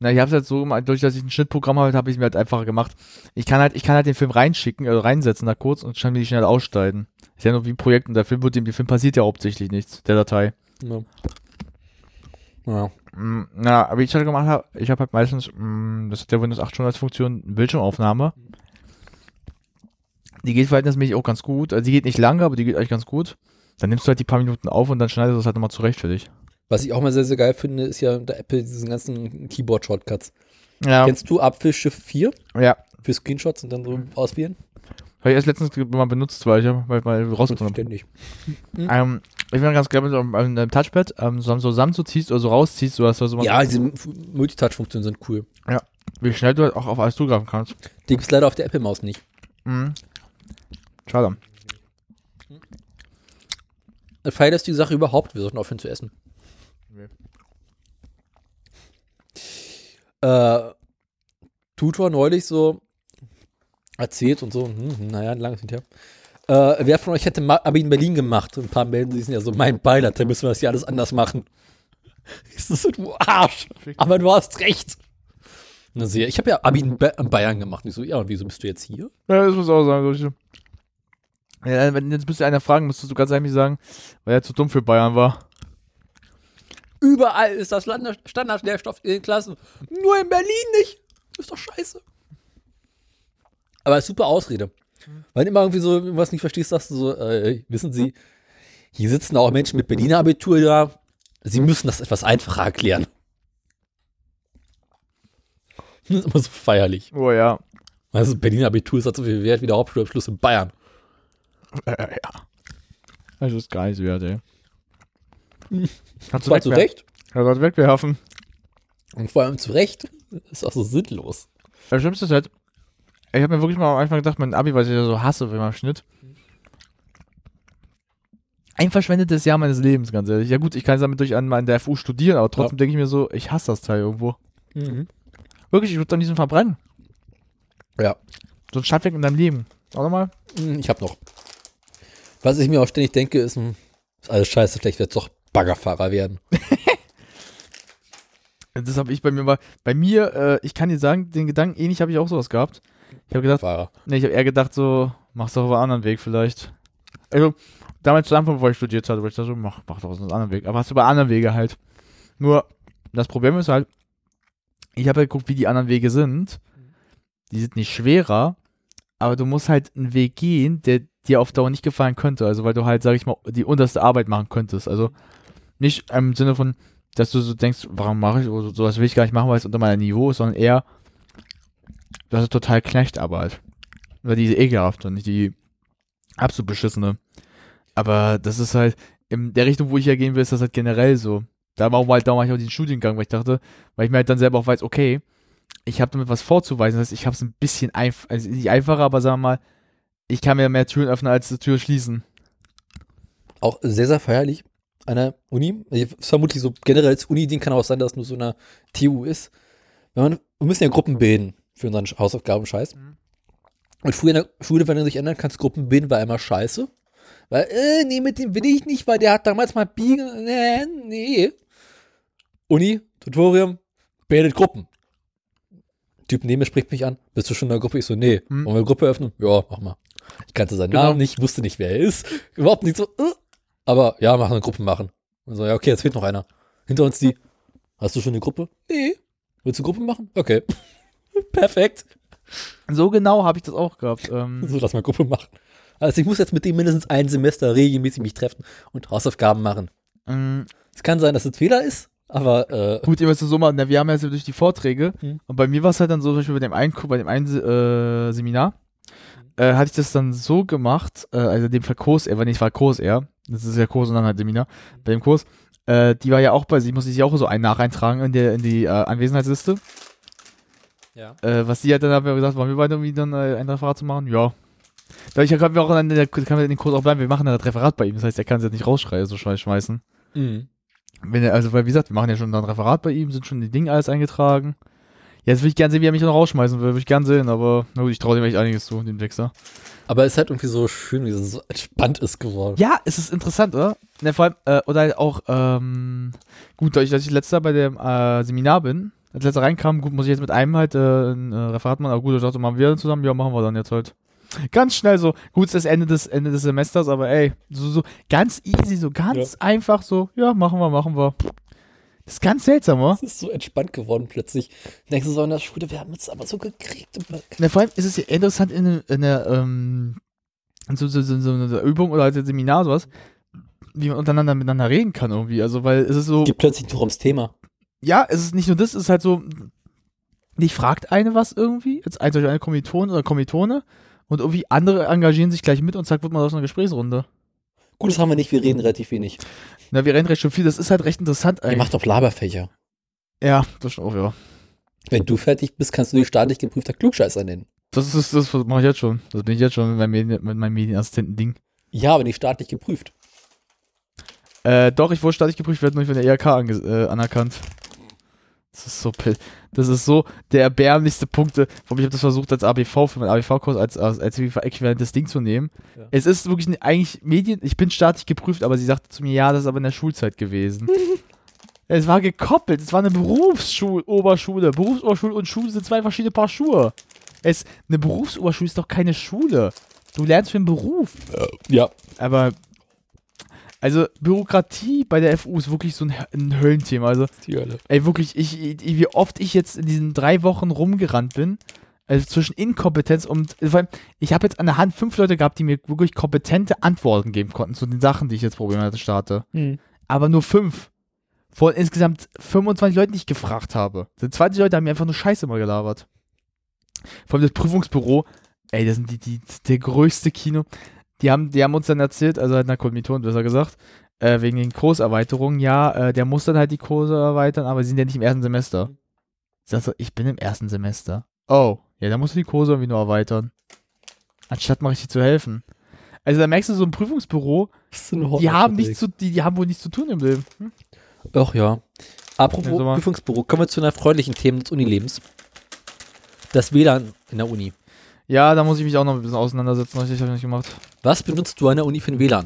[SPEAKER 3] Na, ich hab's halt so gemacht, durch dass ich ein Schnittprogramm habe, habe ich mir halt einfacher gemacht. Ich kann halt, ich kann halt den Film reinschicken, also reinsetzen da kurz und kann mir die schnell halt ausschneiden. Ist ja nur wie ein Projekt und der Film wird dem, dem Film passiert ja hauptsächlich nichts, der Datei.
[SPEAKER 2] Ja. Ja.
[SPEAKER 3] Mm, Na, aber ich halt gemacht habe, ich habe halt meistens, mm, das hat der Windows 8 schon als Funktion, eine Bildschirmaufnahme. Die geht verhältnismäßig auch ganz gut. Also die geht nicht lange, aber die geht eigentlich ganz gut. Dann nimmst du halt die paar Minuten auf und dann schneidest du das halt nochmal zurecht für dich.
[SPEAKER 2] Was ich auch mal sehr, sehr geil finde, ist ja unter Apple diesen ganzen Keyboard-Shortcuts.
[SPEAKER 3] Ja.
[SPEAKER 2] Kennst du Apfel Shift 4?
[SPEAKER 3] Ja.
[SPEAKER 2] Für Screenshots und dann so auswählen?
[SPEAKER 3] Habe ich erst letztens ge- mal benutzt, weil ich hab- weil ich mal rausgenommen
[SPEAKER 2] Ständig.
[SPEAKER 3] Ähm, ich bin ganz gerne mit so einem- einem einem Touchpad, ähm, so, so zusammenzuziehst oder so rausziehst, so dass du so
[SPEAKER 2] Ja, diese F- Multitouch-Funktionen sind cool.
[SPEAKER 3] Ja. Wie schnell du halt auch auf alles zugreifen kannst.
[SPEAKER 2] Die gibt es leider auf der Apple-Maus nicht.
[SPEAKER 3] Mhm. Schade.
[SPEAKER 2] Dann feierst du die Sache überhaupt. Wir sollten aufhören zu essen.
[SPEAKER 3] Nee.
[SPEAKER 2] Äh, Tutor neulich so erzählt und so, hm, naja, ein langes hinterher. Äh, wer von euch hätte Ma- Abi in Berlin gemacht? Ein paar melden sich sind ja so, mein Beileid, da müssen wir das ja alles anders machen. Ist das so, du Arsch. Aber du hast recht. Na, sehr. Ich habe ja Abi in, Ba- in Bayern gemacht. Ich so, ja, und wieso bist du jetzt hier?
[SPEAKER 3] Ja, das muss auch sagen. So, ich, ja, also, wenn jetzt müsste einer fragen, müsstest du ganz ehrlich sagen, weil er zu dumm für Bayern war.
[SPEAKER 2] Überall ist das Land- Standardlehrstoff in den Klassen. Nur in Berlin nicht. Ist doch scheiße. Aber super Ausrede. Wenn immer irgendwie so was nicht verstehst, sagst du so, äh, wissen Sie, hier sitzen auch Menschen mit Berliner Abitur da. Sie müssen das etwas einfacher erklären. Das ist immer so feierlich.
[SPEAKER 3] Oh ja.
[SPEAKER 2] Also Berliner Abitur ist halt so viel wert wie der Hauptschulabschluss in Bayern.
[SPEAKER 3] Äh, ja. Das ist gar nichts wert, ey. Kannst
[SPEAKER 2] Zwar zu
[SPEAKER 3] wegwer-
[SPEAKER 2] Recht.
[SPEAKER 3] Ja, kannst du wegwerfen.
[SPEAKER 2] Und vor allem zu Recht. Ist auch so sinnlos.
[SPEAKER 3] Das Schlimmste ist halt, ich habe mir wirklich mal am Anfang gedacht, mein Abi, weil ich ja so hasse, wenn man Schnitt. Ein verschwendetes Jahr meines Lebens, ganz ehrlich. Ja gut, ich kann es damit durch an an der FU studieren, aber trotzdem denke ich mir so, ich hasse das Teil irgendwo.
[SPEAKER 2] Mhm.
[SPEAKER 3] Wirklich, ich würde es am liebsten verbrennen.
[SPEAKER 2] Ja.
[SPEAKER 3] So ein Stadtwerk in deinem Leben. Auch nochmal?
[SPEAKER 2] Hm, Ich habe noch. Was ich mir auch ständig denke, ist, hm, ist alles scheiße, vielleicht wird doch Baggerfahrer werden.
[SPEAKER 3] Das habe ich bei mir mal. Bei mir, äh, ich kann dir sagen, den Gedanken ähnlich habe ich auch sowas gehabt. Ich habe gedacht, nee, ich habe eher gedacht, so, mach's doch auf einen anderen Weg vielleicht. Also, damals zu Anfang, bevor ich studiert hatte, wo ich dachte, so, mach, mach doch so einen anderen Weg. Aber hast du bei anderen Wege halt. Nur, das Problem ist halt, ich habe halt geguckt, wie die anderen Wege sind. Die sind nicht schwerer, aber du musst halt einen Weg gehen, der dir auf Dauer nicht gefallen könnte. Also, weil du halt, sag ich mal, die unterste Arbeit machen könntest. Also, nicht im Sinne von, dass du so denkst, warum mache ich so- sowas, will ich gar nicht machen, weil es unter meinem Niveau ist, sondern eher, das ist total Knechtarbeit. Oder diese ekelhaft und nicht die absolut beschissene. Aber das ist halt, in der Richtung, wo ich ja gehen will, ist das halt generell so. Da war auch mal, da mache ich auch diesen Studiengang, weil ich dachte, weil ich mir halt dann selber auch weiß, okay, ich habe damit was vorzuweisen. Das heißt, ich habe es ein bisschen einfach, also nicht einfacher, aber sagen wir mal, ich kann mir mehr Türen öffnen als die Tür schließen.
[SPEAKER 2] auch sehr, sehr feierlich an der Uni. Also Ist vermutlich so generell als Uni-Ding kann auch sein, dass es nur so eine TU ist. Wenn man, wir müssen ja Gruppen bilden für unseren Sch- Hausaufgaben-Scheiß. Und früher in der Schule, wenn du dich ändern kannst, Gruppen bilden war immer scheiße. Weil, äh, nee, mit dem will ich nicht, weil der hat damals mal biegen. Nee, nee. Uni, Tutorium, bildet Gruppen. Typ neben mir spricht mich an. Bist du schon in der Gruppe? Ich so, nee.
[SPEAKER 3] Hm.
[SPEAKER 2] Wollen wir Gruppe öffnen? Ja, mach mal. Ich kannte seinen
[SPEAKER 3] Genau.
[SPEAKER 2] Namen nicht, wusste nicht, wer er ist. Überhaupt nicht so, äh. Aber ja, machen eine Gruppe machen. Und so, ja, okay, jetzt fehlt noch einer. Hinter uns die. Hast du schon eine Gruppe? Nee. Willst du Gruppe machen? Okay. Perfekt.
[SPEAKER 3] So genau habe ich das auch gehabt. Ähm,
[SPEAKER 2] So, lass mal Gruppe machen. Also ich muss jetzt mit dem mindestens ein Semester regelmäßig mich treffen und Hausaufgaben machen.
[SPEAKER 3] ähm,
[SPEAKER 2] Es kann sein, dass es ein Fehler ist, aber äh,
[SPEAKER 3] Gut, ihr müsst es so machen, ne, wir haben ja jetzt durch die Vorträge und bei mir war es halt dann so, zum Beispiel bei dem einen, Ku- bei dem einen äh, Seminar, äh, hatte ich das dann so gemacht, äh, also in dem Fall Kurs, er war nicht, war Kurs er, das ist ja Kurs und dann halt Seminar, bei dem Kurs, äh, die war ja auch bei, sie musste sich auch so einen nacheintragen in, der, in die äh, Anwesenheitsliste.
[SPEAKER 2] Ja.
[SPEAKER 3] Äh, was sie halt dann aber gesagt, wollen wir beide irgendwie dann äh, ein Referat zu machen? Ja. Dadurch können wir auch dann in, der, können wir in den Kurs auch bleiben, wir machen dann das Referat bei ihm, das heißt, er kann es jetzt nicht rausschreien, so schmei- schmeißen.
[SPEAKER 2] Mhm.
[SPEAKER 3] Wenn er, also, weil, wie gesagt, wir machen ja schon dann ein Referat bei ihm, sind schon die Dinge alles eingetragen. Jetzt würde ich gerne sehen, wie er mich noch rausschmeißen will, würde ich gerne sehen, aber na gut, ich traue dem echt einiges zu, dem Wichser.
[SPEAKER 2] aber es ist halt irgendwie so schön, wie es so entspannt ist geworden.
[SPEAKER 3] Ja, es ist interessant, oder? Ne, vor allem, äh, oder halt auch, ähm, gut, dadurch, dass ich letzter bei dem äh, Seminar bin, als letzter reinkam, gut, muss ich jetzt mit einem halt äh, ein äh, Referat machen, aber gut, ich dachte, machen wir dann zusammen, ja, machen wir dann jetzt halt. Ganz schnell so, gut, es ist Ende des, Ende des Semesters, aber ey, so, so ganz easy, so ganz einfach so, ja, machen wir, machen wir. Das ist ganz seltsam, oder?
[SPEAKER 2] Es ist so entspannt geworden plötzlich. Nächste Saison in der Schule, wir haben es aber so gekriegt.
[SPEAKER 3] Na, vor allem ist es ja interessant in, in der ähm, in so, so, so, so einer Übung oder als ein Seminar sowas, wie man untereinander miteinander reden kann irgendwie. Also weil es ist so.
[SPEAKER 2] Geht plötzlich nur ums Thema.
[SPEAKER 3] Ja, es ist nicht nur das, es ist halt so, dich fragt eine was irgendwie, jetzt ein, zum Beispiel eine Kommilitonin oder Kommilitone und irgendwie andere engagieren sich gleich mit und zack, wird man aus einer Gesprächsrunde.
[SPEAKER 2] Gut, das haben wir nicht, wir reden relativ wenig.
[SPEAKER 3] Na, wir reden recht schon viel, das ist halt recht interessant
[SPEAKER 2] Ihr
[SPEAKER 3] eigentlich.
[SPEAKER 2] macht doch Laberfächer.
[SPEAKER 3] Ja, das schon auch, ja.
[SPEAKER 2] Wenn du fertig bist, kannst du dich staatlich geprüfter Klugscheißer nennen.
[SPEAKER 3] Das ist, das mache ich jetzt schon. Das bin ich jetzt schon mit meinem, Medien, mit meinem Medienassistenten-Ding.
[SPEAKER 2] Ja, aber nicht staatlich geprüft.
[SPEAKER 3] Äh, doch, ich wurde staatlich geprüft, werde nur nicht von der ERK ange- äh, anerkannt. Das ist so piss. Das ist so der erbärmlichste Punkt. äh, warum Ich habe das versucht, als ABV, für meinen ABV-Kurs, als, als, als irgendwie äquivalentes Ding zu nehmen. Es ist wirklich ne- eigentlich Medien, ich bin staatlich geprüft, aber sie sagte zu mir, ja, das ist aber in der Schulzeit gewesen. es war gekoppelt, es war eine Berufsschule, Oberschule. Berufsoberschule und Schule sind zwei verschiedene Paar Schuhe. Es, eine Berufsoberschule ist doch keine Schule. Du lernst für einen Beruf.
[SPEAKER 2] Ja.
[SPEAKER 3] Aber also Bürokratie bei der FU ist wirklich so ein, ein Höllenthema. Also,
[SPEAKER 2] Die Hölle.
[SPEAKER 3] ey, wirklich, ich, ich, wie oft ich jetzt in diesen drei Wochen rumgerannt bin, also zwischen Inkompetenz und, vor allem, ich habe jetzt an der Hand fünf Leute gehabt, die mir wirklich kompetente Antworten geben konnten zu den Sachen, die ich jetzt Probleme hatte, starte.
[SPEAKER 2] Hm.
[SPEAKER 3] Aber nur fünf. Von insgesamt 25 Leuten, die ich gefragt habe. Die 20 Leute haben mir einfach nur Scheiße mal gelabert. Vor allem das Prüfungsbüro, ey, das sind die, die, der größte Kino. Die haben, die haben uns dann erzählt, also hat Kommilitonen besser gesagt, äh, wegen den Kurserweiterungen, ja, äh, der muss dann halt die Kurse erweitern, aber sie sind ja nicht im ersten Semester. Ich sag so, ich bin im ersten Semester. Oh, ja, dann musst du die Kurse irgendwie nur erweitern. Anstatt mal richtig zu helfen. Also da merkst du so ein Prüfungsbüro,
[SPEAKER 2] Oh,
[SPEAKER 3] die haben nichts zu, die, die haben wohl nichts zu tun im Leben. Hm?
[SPEAKER 2] Ach ja. Apropos
[SPEAKER 3] Ja, sag mal.
[SPEAKER 2] Prüfungsbüro, kommen wir zu einer freundlichen Themen des Unilebens. Das WLAN in der Uni.
[SPEAKER 3] Ja, da muss ich mich auch noch ein bisschen auseinandersetzen, das habe ich nicht gemacht.
[SPEAKER 2] Was benutzt du an der Uni für ein WLAN?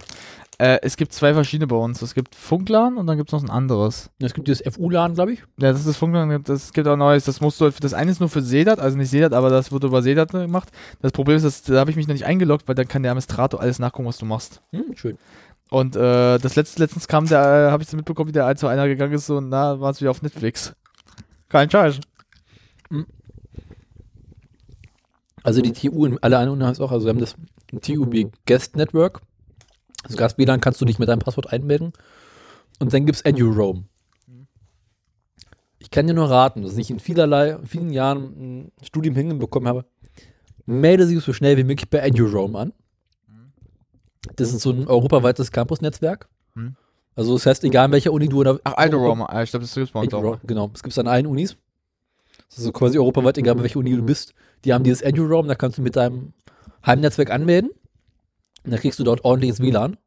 [SPEAKER 3] Äh, es gibt zwei verschiedene bei uns. Es gibt Funklan und dann gibt es noch ein anderes.
[SPEAKER 2] Es gibt dieses FU-LAN, glaube ich.
[SPEAKER 3] Ja, das ist das Funklan, das gibt auch neues. Das musst du halt, das eine ist nur für SEDAT, also nicht SEDAT, aber das wird über SEDAT gemacht. Das Problem ist, dass, da habe ich mich noch nicht eingeloggt, weil dann kann der Administrator alles nachgucken, was du machst.
[SPEAKER 2] Hm, schön.
[SPEAKER 3] Und äh, das letzte, letztens kam, da habe ich so mitbekommen, wie der zu einer gegangen ist und na, war es wieder auf Netflix. Kein Scheiß.
[SPEAKER 2] Also die TU und alle anderen haben es auch. Also wir haben das TUB Guest Network. Also Das Gast-WLAN kannst du dich mit deinem Passwort einmelden. Und dann gibt es EduRoam. Ich kann dir nur raten, dass ich in vielerlei, in vielen Jahren ein Studium hinbekommen habe. Melde sich so schnell wie möglich bei EduRoam an. Das ist so ein europaweites Campus-Netzwerk.
[SPEAKER 3] Hm.
[SPEAKER 2] Also das heißt, egal in welcher Uni du in der
[SPEAKER 3] Ach, EduRoam, äh, ich glaube, das gibt es bei uns auch.
[SPEAKER 2] EduRoam, genau. Es gibt es an allen Unis. Das ist so quasi europaweit, egal bei welcher Uni du bist. Die haben dieses EduRoam, da kannst du mit deinem Heimnetzwerk anmelden. Und dann kriegst du dort ordentliches WLAN.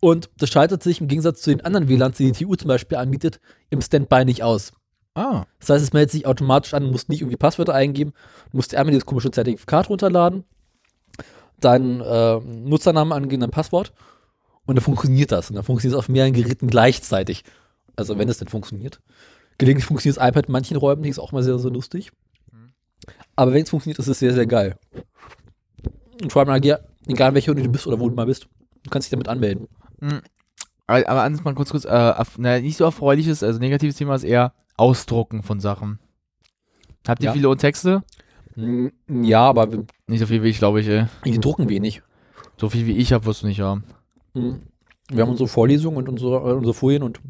[SPEAKER 2] Und das schaltet sich im Gegensatz zu den anderen WLANs, die die TU zum Beispiel anbietet, im Standby nicht aus.
[SPEAKER 3] Ah.
[SPEAKER 2] Das heißt, es meldet sich automatisch an, du musst nicht irgendwie Passwörter eingeben, du musst dir einmal dieses komische Zertifikat runterladen, deinen äh, Nutzernamen angeben, dein Passwort und dann funktioniert das. Und dann funktioniert es auf mehreren Geräten gleichzeitig. Also wenn es denn funktioniert. Gelegentlich funktioniert das iPad in manchen Räumen, die ist auch mal sehr, sehr lustig. Aber wenn es funktioniert, ist es sehr, sehr geil. Und vor allem, egal in welcher Uni du bist oder wo du mal bist, du kannst dich damit anmelden.
[SPEAKER 3] Mhm. Aber aber anders mal kurz, kurz, äh, erf- naja, nicht so erfreuliches, also negatives Thema ist eher Ausdrucken von Sachen. Habt ihr
[SPEAKER 2] Ja.
[SPEAKER 3] viele Texte?
[SPEAKER 2] Mm, Ja, aber wir,
[SPEAKER 3] Nicht so viel wie ich, glaube ich, ey.
[SPEAKER 2] wir drucken wenig.
[SPEAKER 3] So viel wie ich hab, wirst du nicht haben.
[SPEAKER 2] Mm. Wir haben unsere Vorlesungen und unsere, äh, unsere Folien und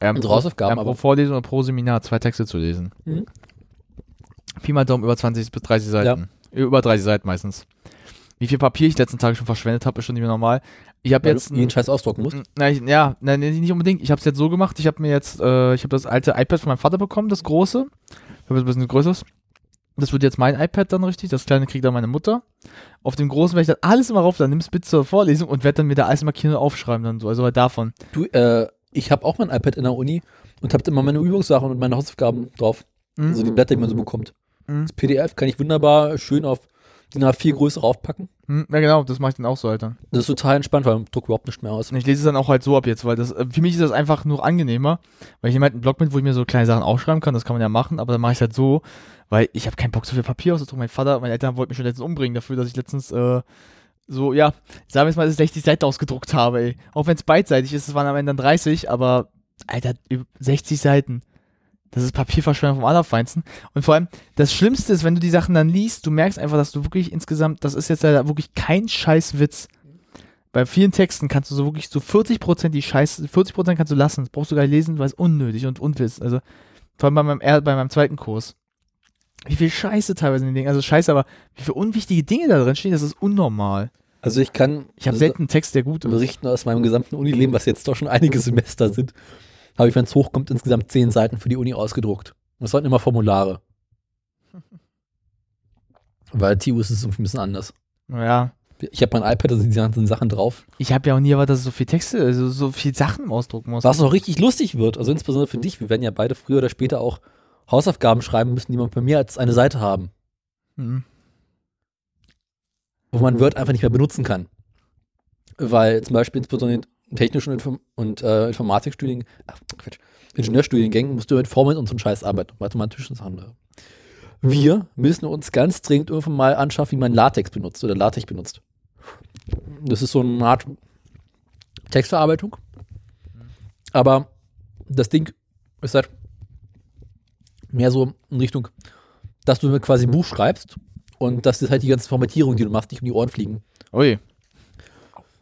[SPEAKER 3] Ähm,
[SPEAKER 2] unsere Hausaufgaben,
[SPEAKER 3] ähm, pro
[SPEAKER 2] aber
[SPEAKER 3] Vorlesung oder pro Seminar zwei Texte zu lesen.
[SPEAKER 2] Mhm.
[SPEAKER 3] Pi mal Daumen über 20 bis 30 Seiten. Über 30 Seiten meistens. Wie viel Papier ich letzten Tage schon verschwendet habe, ist schon nicht mehr normal. Ich habe
[SPEAKER 2] Weil
[SPEAKER 3] jetzt
[SPEAKER 2] du jeden Scheiß ausdrucken musst.
[SPEAKER 3] Na, ich, ja, nein, nee, nicht unbedingt. Ich habe es jetzt so gemacht. Ich habe mir jetzt, äh, ich habe das alte iPad von meinem Vater bekommen, das große. Ich habe jetzt ein bisschen größeres. Das wird jetzt mein iPad dann richtig. Das kleine kriegt dann meine Mutter. Auf dem großen werde ich dann alles immer rauf. Dann nimm's bitte zur Vorlesung und werde dann mir da alles markieren und aufschreiben dann so. Also halt davon.
[SPEAKER 2] Du, äh, ich habe auch mein iPad in der Uni und habe immer meine Übungssachen und meine Hausaufgaben drauf.
[SPEAKER 3] Mhm.
[SPEAKER 2] Also die Blätter, die man so bekommt.
[SPEAKER 3] Mhm.
[SPEAKER 2] Das PDF kann ich wunderbar schön auf die A4 Größe raufpacken.
[SPEAKER 3] Hm, ja genau, das mache ich dann auch so halt dann.
[SPEAKER 2] Das ist total entspannt, weil man druckt überhaupt nicht mehr aus.
[SPEAKER 3] Und ich lese es dann auch halt so ab jetzt, weil das äh, für mich ist das einfach nur angenehmer, weil ich nehme halt einen Blog mit, wo ich mir so kleine Sachen aufschreiben kann, das kann man ja machen, aber dann mache ich es halt so, weil ich habe keinen Bock so viel Papier auszudrucken. Mein Vater, meine Eltern wollten mich schon letztens umbringen dafür, dass ich letztens äh, so, ja, sagen wir jetzt mal, dass ich 60 Seiten ausgedruckt habe, ey. Auch wenn es beidseitig ist, es waren am Ende dann 30, aber Alter, üb- 60 Seiten. Das ist Papierverschwendung vom Allerfeinsten. Und vor allem, das Schlimmste ist, wenn du die Sachen dann liest, du merkst einfach, dass du wirklich insgesamt, das ist jetzt leider wirklich kein Scheißwitz. Bei vielen Texten kannst du so wirklich zu 40% die Scheiße, 40% kannst du lassen. Das brauchst du gar nicht lesen, weil es unnötig und unwiss. Also, vor allem bei meinem, er- bei meinem zweiten Kurs. Wie viel Scheiße teilweise in den Dingen, also Scheiße, aber wie viele unwichtige Dinge da drin stehen, das ist unnormal.
[SPEAKER 2] Also ich kann
[SPEAKER 3] Ich habe selten einen Text, der gut ist.
[SPEAKER 2] berichten aus meinem gesamten Unileben, was jetzt doch schon einige Semester sind, habe ich, wenn es hochkommt, insgesamt zehn Seiten für die Uni ausgedruckt. Und das waren immer Formulare. Weil TU ist es irgendwie ein bisschen anders.
[SPEAKER 3] Naja,
[SPEAKER 2] Ich habe mein iPad, da sind die ganzen Sachen drauf.
[SPEAKER 3] ich habe ja auch nie erwartet, dass es so viel Texte, also so viel Sachen ausdrucken muss.
[SPEAKER 2] Was noch richtig lustig wird, also insbesondere für dich, wir werden ja beide früher oder später auch Hausaufgaben schreiben müssen, die man bei mir als eine Seite haben,
[SPEAKER 3] Hm.
[SPEAKER 2] wo man Word einfach nicht mehr benutzen kann. Weil zum Beispiel insbesondere in technischen Inform und äh, Informatikstudien, ach, Quatsch, Ingenieurstudiengängen musst du mit Formeln und so einen Scheiß arbeiten, um mathematischen Sachen. Wir müssen uns ganz dringend irgendwann mal anschaffen, wie man Latex benutzt oder LaTeX benutzt. Das ist so eine Art Textverarbeitung. Aber das Ding ist halt mehr so in Richtung, dass du quasi ein Buch schreibst und dass das halt die ganzen Formatierungen, die du machst, nicht um die Ohren fliegen.
[SPEAKER 3] Ui,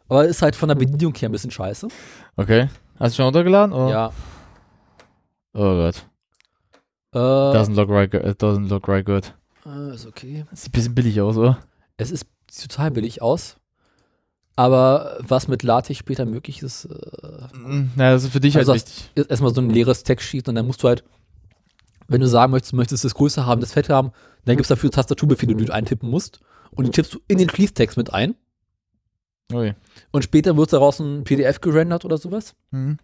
[SPEAKER 2] Aber ist halt von der Bedienung her ein bisschen scheiße.
[SPEAKER 3] okay. Hast du schon runtergeladen? Oder?
[SPEAKER 2] Ja.
[SPEAKER 3] Oh Gott.
[SPEAKER 2] Äh,
[SPEAKER 3] Doesn't look right, go- it doesn't look right good.
[SPEAKER 2] äh, ist okay.
[SPEAKER 3] Sieht ein bisschen billig aus, oder?
[SPEAKER 2] Es ist sieht total billig aus. Aber was mit LaTeX später möglich ist, äh,
[SPEAKER 3] Hm, Naja, das ist für dich
[SPEAKER 2] Also
[SPEAKER 3] halt
[SPEAKER 2] hast-
[SPEAKER 3] wichtig.
[SPEAKER 2] ist erstmal so ein leeres Textsheet und dann musst du halt, wenn du sagen möchtest, du möchtest das größer haben, das fett haben, dann gibt es dafür Tastaturbefehle, die du eintippen musst. Und die tippst du in den Fließtext mit ein.
[SPEAKER 3] Ui.
[SPEAKER 2] Und später wird daraus ein PDF gerendert oder sowas.
[SPEAKER 3] Hm.
[SPEAKER 2] halt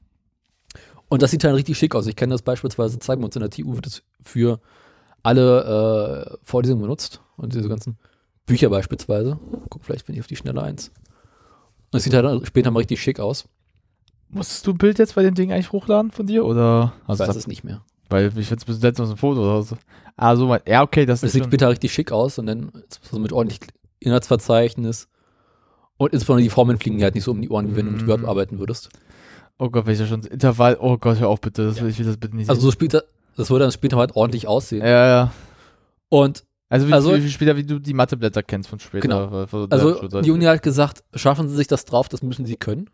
[SPEAKER 2] Und das sieht dann richtig schick aus. Ich kann das beispielsweise zeigen. Bei uns in der TU wird es für alle äh, Vorlesungen benutzt und diese ganzen Bücher beispielsweise. Guck, vielleicht bin ich auf die Schnelle eins. Und es sieht halt dann später mal richtig schick aus.
[SPEAKER 3] Musstest du ein Bild jetzt bei dem Ding eigentlich hochladen von dir? Oder?
[SPEAKER 2] weiß
[SPEAKER 3] Also das-
[SPEAKER 2] es nicht mehr.
[SPEAKER 3] Weil ich jetzt bis jetzt noch so ein Foto oder so. Ah, so weit. Ja, okay, das,
[SPEAKER 2] Das
[SPEAKER 3] ist
[SPEAKER 2] sieht
[SPEAKER 3] schon-
[SPEAKER 2] später richtig schick aus und dann so mit ordentlich Inhaltsverzeichnis. Und insbesondere die Formeln fliegen dir halt nicht so um die Ohren, wie wenn du mit
[SPEAKER 3] Mhm.
[SPEAKER 2] Word arbeiten würdest.
[SPEAKER 3] Oh Gott, welcher schon. Intervall. Oh Gott, hör auf bitte. Das, Ich will das bitte nicht
[SPEAKER 2] Also so später, das würde dann später halt ordentlich aussehen.
[SPEAKER 3] Ja, ja.
[SPEAKER 2] Und
[SPEAKER 3] Also wie,
[SPEAKER 2] also-
[SPEAKER 3] wie, wie später, wie du die Matheblätter kennst von später.
[SPEAKER 2] Genau.
[SPEAKER 3] von- von der
[SPEAKER 2] Also
[SPEAKER 3] Schulzeit.
[SPEAKER 2] die Uni hat gesagt, schaffen sie sich das drauf, das müssen sie können.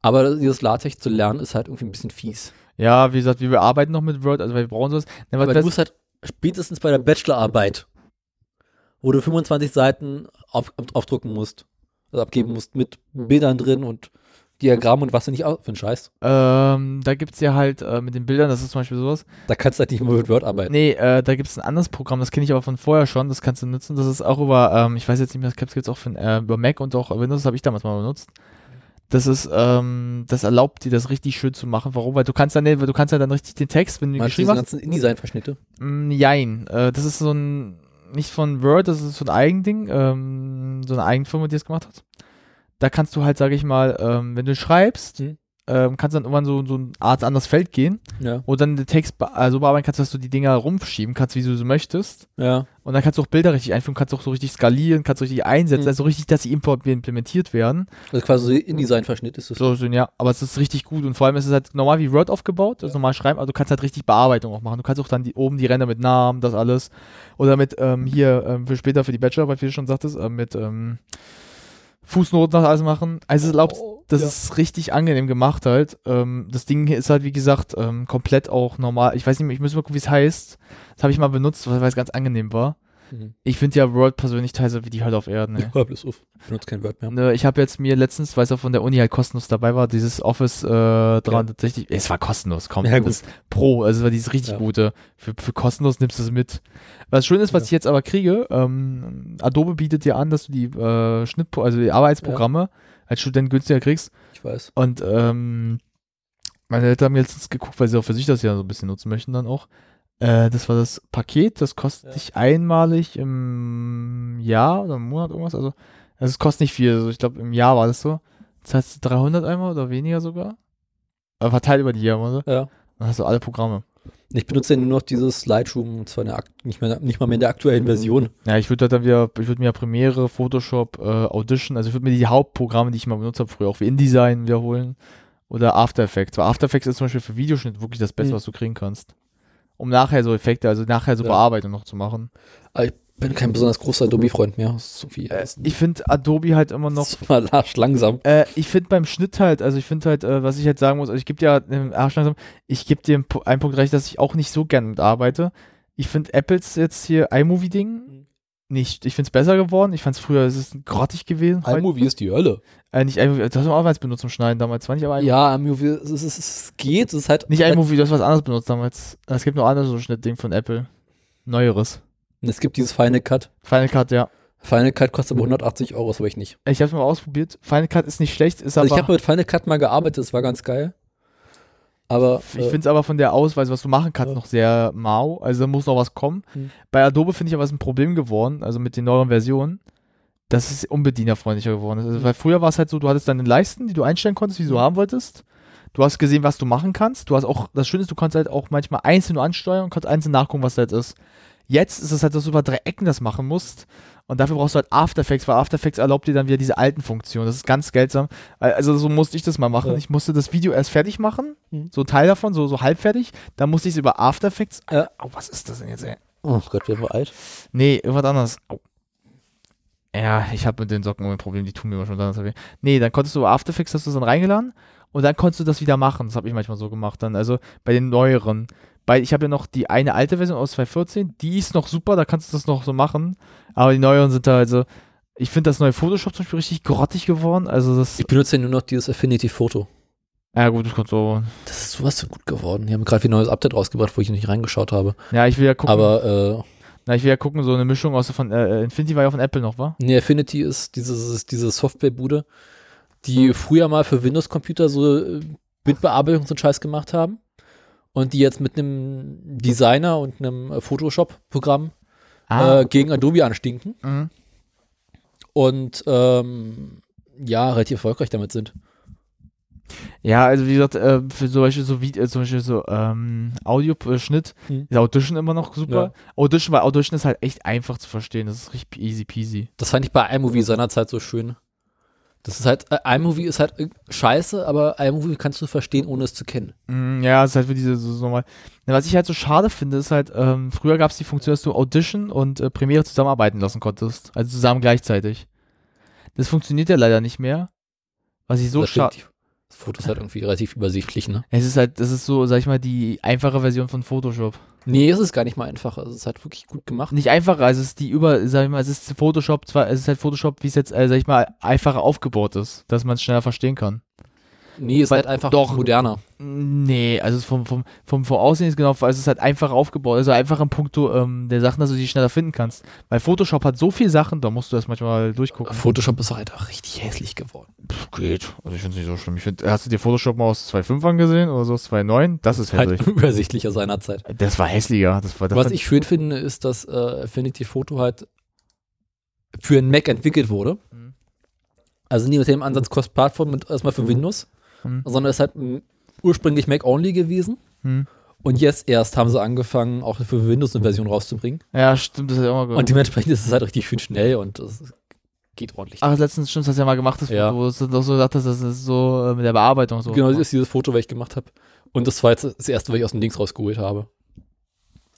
[SPEAKER 2] Aber dieses LaTeX zu lernen, ist halt irgendwie ein bisschen fies.
[SPEAKER 3] ja, wie gesagt, wir arbeiten noch mit Word, also wir brauchen sowas. Nein, was-
[SPEAKER 2] Aber
[SPEAKER 3] was-
[SPEAKER 2] du musst halt spätestens bei der Bachelorarbeit, wo du 25 Seiten auf, auf, aufdrucken musst, also abgeben musst mit Bildern drin und Diagrammen und was du nicht au- für einen Scheiß.
[SPEAKER 3] ähm, da gibt es ja halt äh, mit den Bildern, das ist zum Beispiel sowas.
[SPEAKER 2] Da kannst du halt nicht mehr mit Word arbeiten.
[SPEAKER 3] Nee, äh, da gibt es ein anderes Programm, das kenne ich aber von vorher schon, das kannst du nutzen. Das ist auch über, ähm, ich weiß jetzt nicht mehr, das gibt es auch von, äh, über Mac und auch Windows, das habe ich damals mal benutzt. Das ist, ähm, das erlaubt dir, das richtig schön zu machen. Warum? Weil du kannst dann, weil du kannst ja dann richtig den Text, wenn du ihn
[SPEAKER 2] Meinst du
[SPEAKER 3] geschrieben
[SPEAKER 2] diese
[SPEAKER 3] hast.
[SPEAKER 2] ganzen InDesign-Verschnitte?
[SPEAKER 3] Mm, Jein. Äh, das ist so ein, nicht von Word, das ist so ein Eigending, ähm, so eine Eigenfirma, die es gemacht hat. Da kannst du halt, sage ich mal, ähm, wenn du schreibst,
[SPEAKER 2] Hm.
[SPEAKER 3] ähm, kannst dann irgendwann so, so eine Art anderes Feld gehen,
[SPEAKER 2] Ja.
[SPEAKER 3] wo dann den Text be äh, so bearbeiten kannst, dass du die Dinger rumschieben kannst, wie du so möchtest.
[SPEAKER 2] Ja.
[SPEAKER 3] Und dann kannst du auch Bilder richtig einfügen, kannst auch so richtig skalieren, kannst richtig einsetzen,
[SPEAKER 2] Mhm.
[SPEAKER 3] also richtig, dass sie import- implementiert werden.
[SPEAKER 2] Also quasi so InDesign-Verschnitt ist es.
[SPEAKER 3] So schön, ja. Aber es ist richtig gut und vor allem ist es halt normal wie Word aufgebaut, also normal schreiben, aber du kannst halt richtig Bearbeitung auch machen. Du kannst auch dann die, oben die Ränder mit Namen, das alles. Oder mit ähm, hier ähm, für später für die Bachelorarbeit, wie du schon sagtest, ähm, mit ähm, Fußnoten das alles machen. Also es erlaubt,
[SPEAKER 2] Oh,
[SPEAKER 3] das ist richtig angenehm gemacht halt. Ähm, das Ding hier ist halt, wie gesagt, ähm, komplett auch normal. Ich weiß nicht mehr, ich muss mal gucken, wie es heißt. Das habe ich mal benutzt, weil es ganz angenehm war.
[SPEAKER 2] Mhm.
[SPEAKER 3] Ich finde ja Word persönlich teilweise wie die Hölle auf Erden. ey.
[SPEAKER 2] Hör bloß auf. Benutzt kein Word mehr.
[SPEAKER 3] Ne, ich habe jetzt mir letztens, weil es auch von der Uni halt kostenlos dabei war, dieses Office äh, 360. Es war kostenlos, komm.
[SPEAKER 2] Ja, gut.
[SPEAKER 3] Das Pro, also es war dieses richtig
[SPEAKER 2] Ja.
[SPEAKER 3] gute. Für, für kostenlos nimmst du es mit. Was schön ist, was ich jetzt aber kriege, ähm, Adobe bietet dir an, dass du die äh, Schnitt, also die Arbeitsprogramme als Student günstiger kriegst.
[SPEAKER 2] Ich weiß.
[SPEAKER 3] Und ähm, meine Eltern haben jetzt geguckt, weil sie auch für sich das ja so ein bisschen nutzen möchten dann auch. Äh, das war das Paket, das kostet dich einmalig im Jahr oder im Monat irgendwas. Also also es kostet nicht viel. Also ich glaube, im Jahr war das so. Das heißt 300 einmal oder weniger sogar. Aber verteilt über die Jahre, oder?
[SPEAKER 2] Ja.
[SPEAKER 3] Dann hast du alle Programme.
[SPEAKER 2] Ich benutze ja nur noch dieses Lightroom, und zwar in der Akt nicht, mehr, nicht mal mehr in der aktuellen Version.
[SPEAKER 3] Ja, ich würde dann wieder, ich würde mir Premiere, Photoshop, äh, Audition, also ich würde mir die Hauptprogramme, die ich mal benutzt habe früher, auch wie InDesign wiederholen oder After Effects. Weil After Effects ist zum Beispiel für Videoschnitt wirklich das Beste,
[SPEAKER 2] Mhm.
[SPEAKER 3] was du kriegen kannst. Um nachher so Effekte, also nachher so
[SPEAKER 2] Ja.
[SPEAKER 3] Bearbeitung noch zu machen.
[SPEAKER 2] Aber ich bin kein besonders großer Adobe-Freund mehr. Das ist so viel.
[SPEAKER 3] Äh, Ich finde Adobe halt immer noch
[SPEAKER 2] Mal Arsch langsam.
[SPEAKER 3] Äh, ich finde beim Schnitt halt, also ich finde halt, äh, was ich halt sagen muss, also ich gebe dir ähm, Arsch langsam, ich gebe dir einen, Pu- einen Punkt recht, dass ich auch nicht so gerne mit arbeite. Ich finde Apples jetzt hier
[SPEAKER 2] Mhm.
[SPEAKER 3] iMovie-Ding nicht. Ich finde es besser geworden. Ich fand es früher, es ist grottig gewesen.
[SPEAKER 2] iMovie ist die Hölle.
[SPEAKER 3] Äh, nicht iMovie, das haben wir auch als benutzt zum Schneiden damals, zwar nicht, aber
[SPEAKER 2] Ja, iMovie, es, es, es, es geht. Es ist halt.
[SPEAKER 3] nicht iMovie, du hast was anderes benutzt damals. Es gibt noch anderes so Schnittding von Apple. Neueres.
[SPEAKER 2] Es gibt dieses Final Cut.
[SPEAKER 3] Final Cut, ja.
[SPEAKER 2] Final Cut kostet
[SPEAKER 3] Mhm.
[SPEAKER 2] aber 180 Euro, das habe ich nicht.
[SPEAKER 3] Ich habe es mal ausprobiert. Final Cut ist nicht schlecht, ist
[SPEAKER 2] Also ich
[SPEAKER 3] aber.
[SPEAKER 2] habe mit Final Cut mal gearbeitet, das war ganz geil. Aber
[SPEAKER 3] Ich finde es aber von der Ausweise, was du machen kannst, noch sehr mau. Also da muss noch was kommen.
[SPEAKER 2] Hm.
[SPEAKER 3] Bei Adobe finde ich aber es ist ein Problem geworden, also mit den neueren Versionen, dass es unbedienerfreundlicher geworden ist.
[SPEAKER 2] Hm.
[SPEAKER 3] Also, weil früher war es halt so, du hattest deine Leisten, die du einstellen konntest, wie du haben wolltest. Du hast gesehen, was du machen kannst. Du hast auch, das Schöne ist, du kannst halt auch manchmal einzeln nur ansteuern und kannst einzeln nachgucken, was da jetzt ist. Jetzt ist es halt, dass du über drei Ecken das machen musst. Und dafür brauchst du halt After Effects, weil After Effects erlaubt dir dann wieder diese alten Funktionen. Das ist ganz seltsam. Also so musste ich das mal machen.
[SPEAKER 2] Ja.
[SPEAKER 3] Ich musste das Video erst fertig machen, so ein Teil davon, so, so halbfertig. Dann musste ich es über After Effects. Alter, Au, was ist das denn jetzt, ey?
[SPEAKER 2] Oh Gott, werden wir alt.
[SPEAKER 3] Nee, irgendwas anderes. Au. Ja, ich habe mit den Socken immer ein Problem, die tun mir immer schon dann weh. Nee, dann konntest du über After Effects, hast du es dann reingeladen und dann konntest du das wieder machen. Das habe ich manchmal so gemacht dann, also bei den neueren. Bei, ich habe ja noch die eine alte Version aus 2014, die ist noch super, da kannst du das noch so machen, aber die neueren sind da also, ich finde das neue Photoshop zum Beispiel richtig grottig geworden, also das,
[SPEAKER 2] Ich benutze ja nur noch dieses Affinity Photo.
[SPEAKER 3] ja gut, das kannst du,
[SPEAKER 2] Das ist sowas von gut geworden. Die haben gerade wieder ein neues Update rausgebracht, wo ich noch nicht reingeschaut habe.
[SPEAKER 3] ja, ich will ja gucken,
[SPEAKER 2] Aber äh,
[SPEAKER 3] na, ich will ja gucken, so eine Mischung aus von, äh, Infinity war ja von Apple noch, war?
[SPEAKER 2] äh, nee, Affinity ist dieses, diese Softwarebude,
[SPEAKER 3] Hm.
[SPEAKER 2] die früher mal für Windows-Computer so äh, Bildbearbeitung so einen Scheiß gemacht haben. und die jetzt mit einem Designer und einem äh, Photoshop-Programm
[SPEAKER 19] Ah.
[SPEAKER 2] äh, gegen Adobe anstinken.
[SPEAKER 3] Mhm.
[SPEAKER 2] Und ähm, ja, relativ erfolgreich damit sind.
[SPEAKER 3] Ja, also wie gesagt, äh, für zum Beispiel so, wie, äh, zum Beispiel so ähm, Audioschnitt
[SPEAKER 2] Hm.
[SPEAKER 3] ist Audition immer noch super.
[SPEAKER 2] Ja.
[SPEAKER 3] Audition, weil Audition ist halt echt einfach zu verstehen. Das ist richtig easy peasy.
[SPEAKER 2] Das fand ich bei
[SPEAKER 3] Mhm.
[SPEAKER 2] iMovie seinerzeit so schön. Das ist halt, äh, iMovie ist halt äh, scheiße, aber iMovie kannst du verstehen, ohne es zu kennen.
[SPEAKER 3] Mm, Ja, ist halt für diese so, so normal. Na, Was ich halt so schade finde, ist halt, ähm, früher gab es die Funktion, dass du Audition und äh, Premiere zusammenarbeiten lassen konntest. Also zusammen gleichzeitig. Das funktioniert ja leider nicht mehr. Was ich so
[SPEAKER 2] Das stimmt.
[SPEAKER 3] schade.
[SPEAKER 2] Das Foto ist halt irgendwie relativ übersichtlich, ne?
[SPEAKER 3] Es ist halt, das ist so, sag ich mal, die einfache Version von Photoshop.
[SPEAKER 2] Nee, es ist gar nicht mal einfacher. Es ist halt wirklich gut gemacht.
[SPEAKER 3] Nicht einfacher, also es ist die über, sag ich mal, es ist Photoshop, zwar, es ist halt Photoshop, wie es jetzt, äh, sag ich mal, einfacher aufgebaut ist, dass man es schneller verstehen kann.
[SPEAKER 2] Nee, es ist halt einfach doch, moderner.
[SPEAKER 3] Nee, also es vom, vom, vom, vom Aussehen ist genau, also es ist halt einfach aufgebaut, also einfach im Punkto ähm, der Sachen, dass du sie schneller finden kannst. Weil Photoshop hat so viele Sachen, da musst du erst manchmal durchgucken.
[SPEAKER 2] Photoshop ist halt auch richtig hässlich geworden.
[SPEAKER 3] Pff, geht. Also ich finde es nicht so schlimm. Ich find, hast du dir Photoshop mal aus 2.5 angesehen oder so aus 2.9? Das ist
[SPEAKER 2] Halt
[SPEAKER 3] hässlich.
[SPEAKER 2] übersichtlicher seinerzeit.
[SPEAKER 3] Das war hässlicher. Das war, das
[SPEAKER 2] Was
[SPEAKER 3] war-
[SPEAKER 2] ich schön finde, ist, dass äh, Affinity Photo halt für einen Mac entwickelt wurde.
[SPEAKER 3] Mhm.
[SPEAKER 2] Also nicht mit dem Ansatz Cross-Plattform mit- erstmal für Windows,
[SPEAKER 3] Mhm.
[SPEAKER 2] sondern es ist halt m, ursprünglich Mac-only gewesen.
[SPEAKER 3] Mhm.
[SPEAKER 2] Und jetzt erst haben sie angefangen, auch für Windows eine Version rauszubringen.
[SPEAKER 3] Ja, stimmt, das ist ja immer
[SPEAKER 2] Und dementsprechend ist es halt richtig schön schnell und es geht ordentlich.
[SPEAKER 3] Ach, letztens stimmt, das hast du ja mal gemacht, das
[SPEAKER 2] Ja.
[SPEAKER 3] Foto, wo du es doch so gesagt hast, das ist so äh, mit der Bearbeitung so.
[SPEAKER 2] Genau, das ist dieses Foto, was ich gemacht habe. Und das war jetzt das erste, was ich aus dem Dings rausgeholt habe.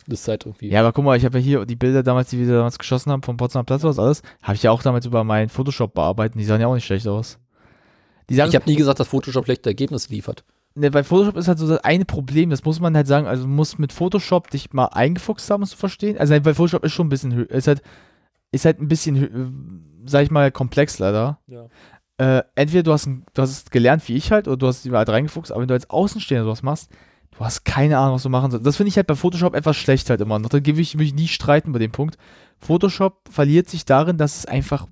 [SPEAKER 2] Das ist halt irgendwie.
[SPEAKER 3] Ja, aber guck mal, ich habe ja hier die Bilder damals, die wir damals geschossen haben vom Potsdamer Platz aus, alles, habe ich ja auch damals über meinen Photoshop bearbeiten. Die sahen ja auch nicht schlecht aus. Die sahen,
[SPEAKER 2] ich habe nie gesagt, dass Photoshop schlechte Ergebnisse liefert.
[SPEAKER 3] ne, bei Photoshop ist halt so das eine Problem, das muss man halt sagen, also du musst mit Photoshop dich mal eingefuchst haben, um es zu verstehen. Also weil Photoshop ist schon ein bisschen, hö- ist halt, ist halt ein bisschen, hö- sag ich mal, komplex leider.
[SPEAKER 2] Ja.
[SPEAKER 3] Äh, entweder du hast, ein- du hast es gelernt wie ich halt oder du hast dich mal halt reingefuchst, aber wenn du als Außenstehender sowas machst, du hast keine Ahnung, was du machen sollst. Das finde ich halt bei Photoshop etwas schlecht halt immer noch. Da gebe ich mich nie streiten bei dem Punkt. Photoshop verliert sich darin, dass es einfach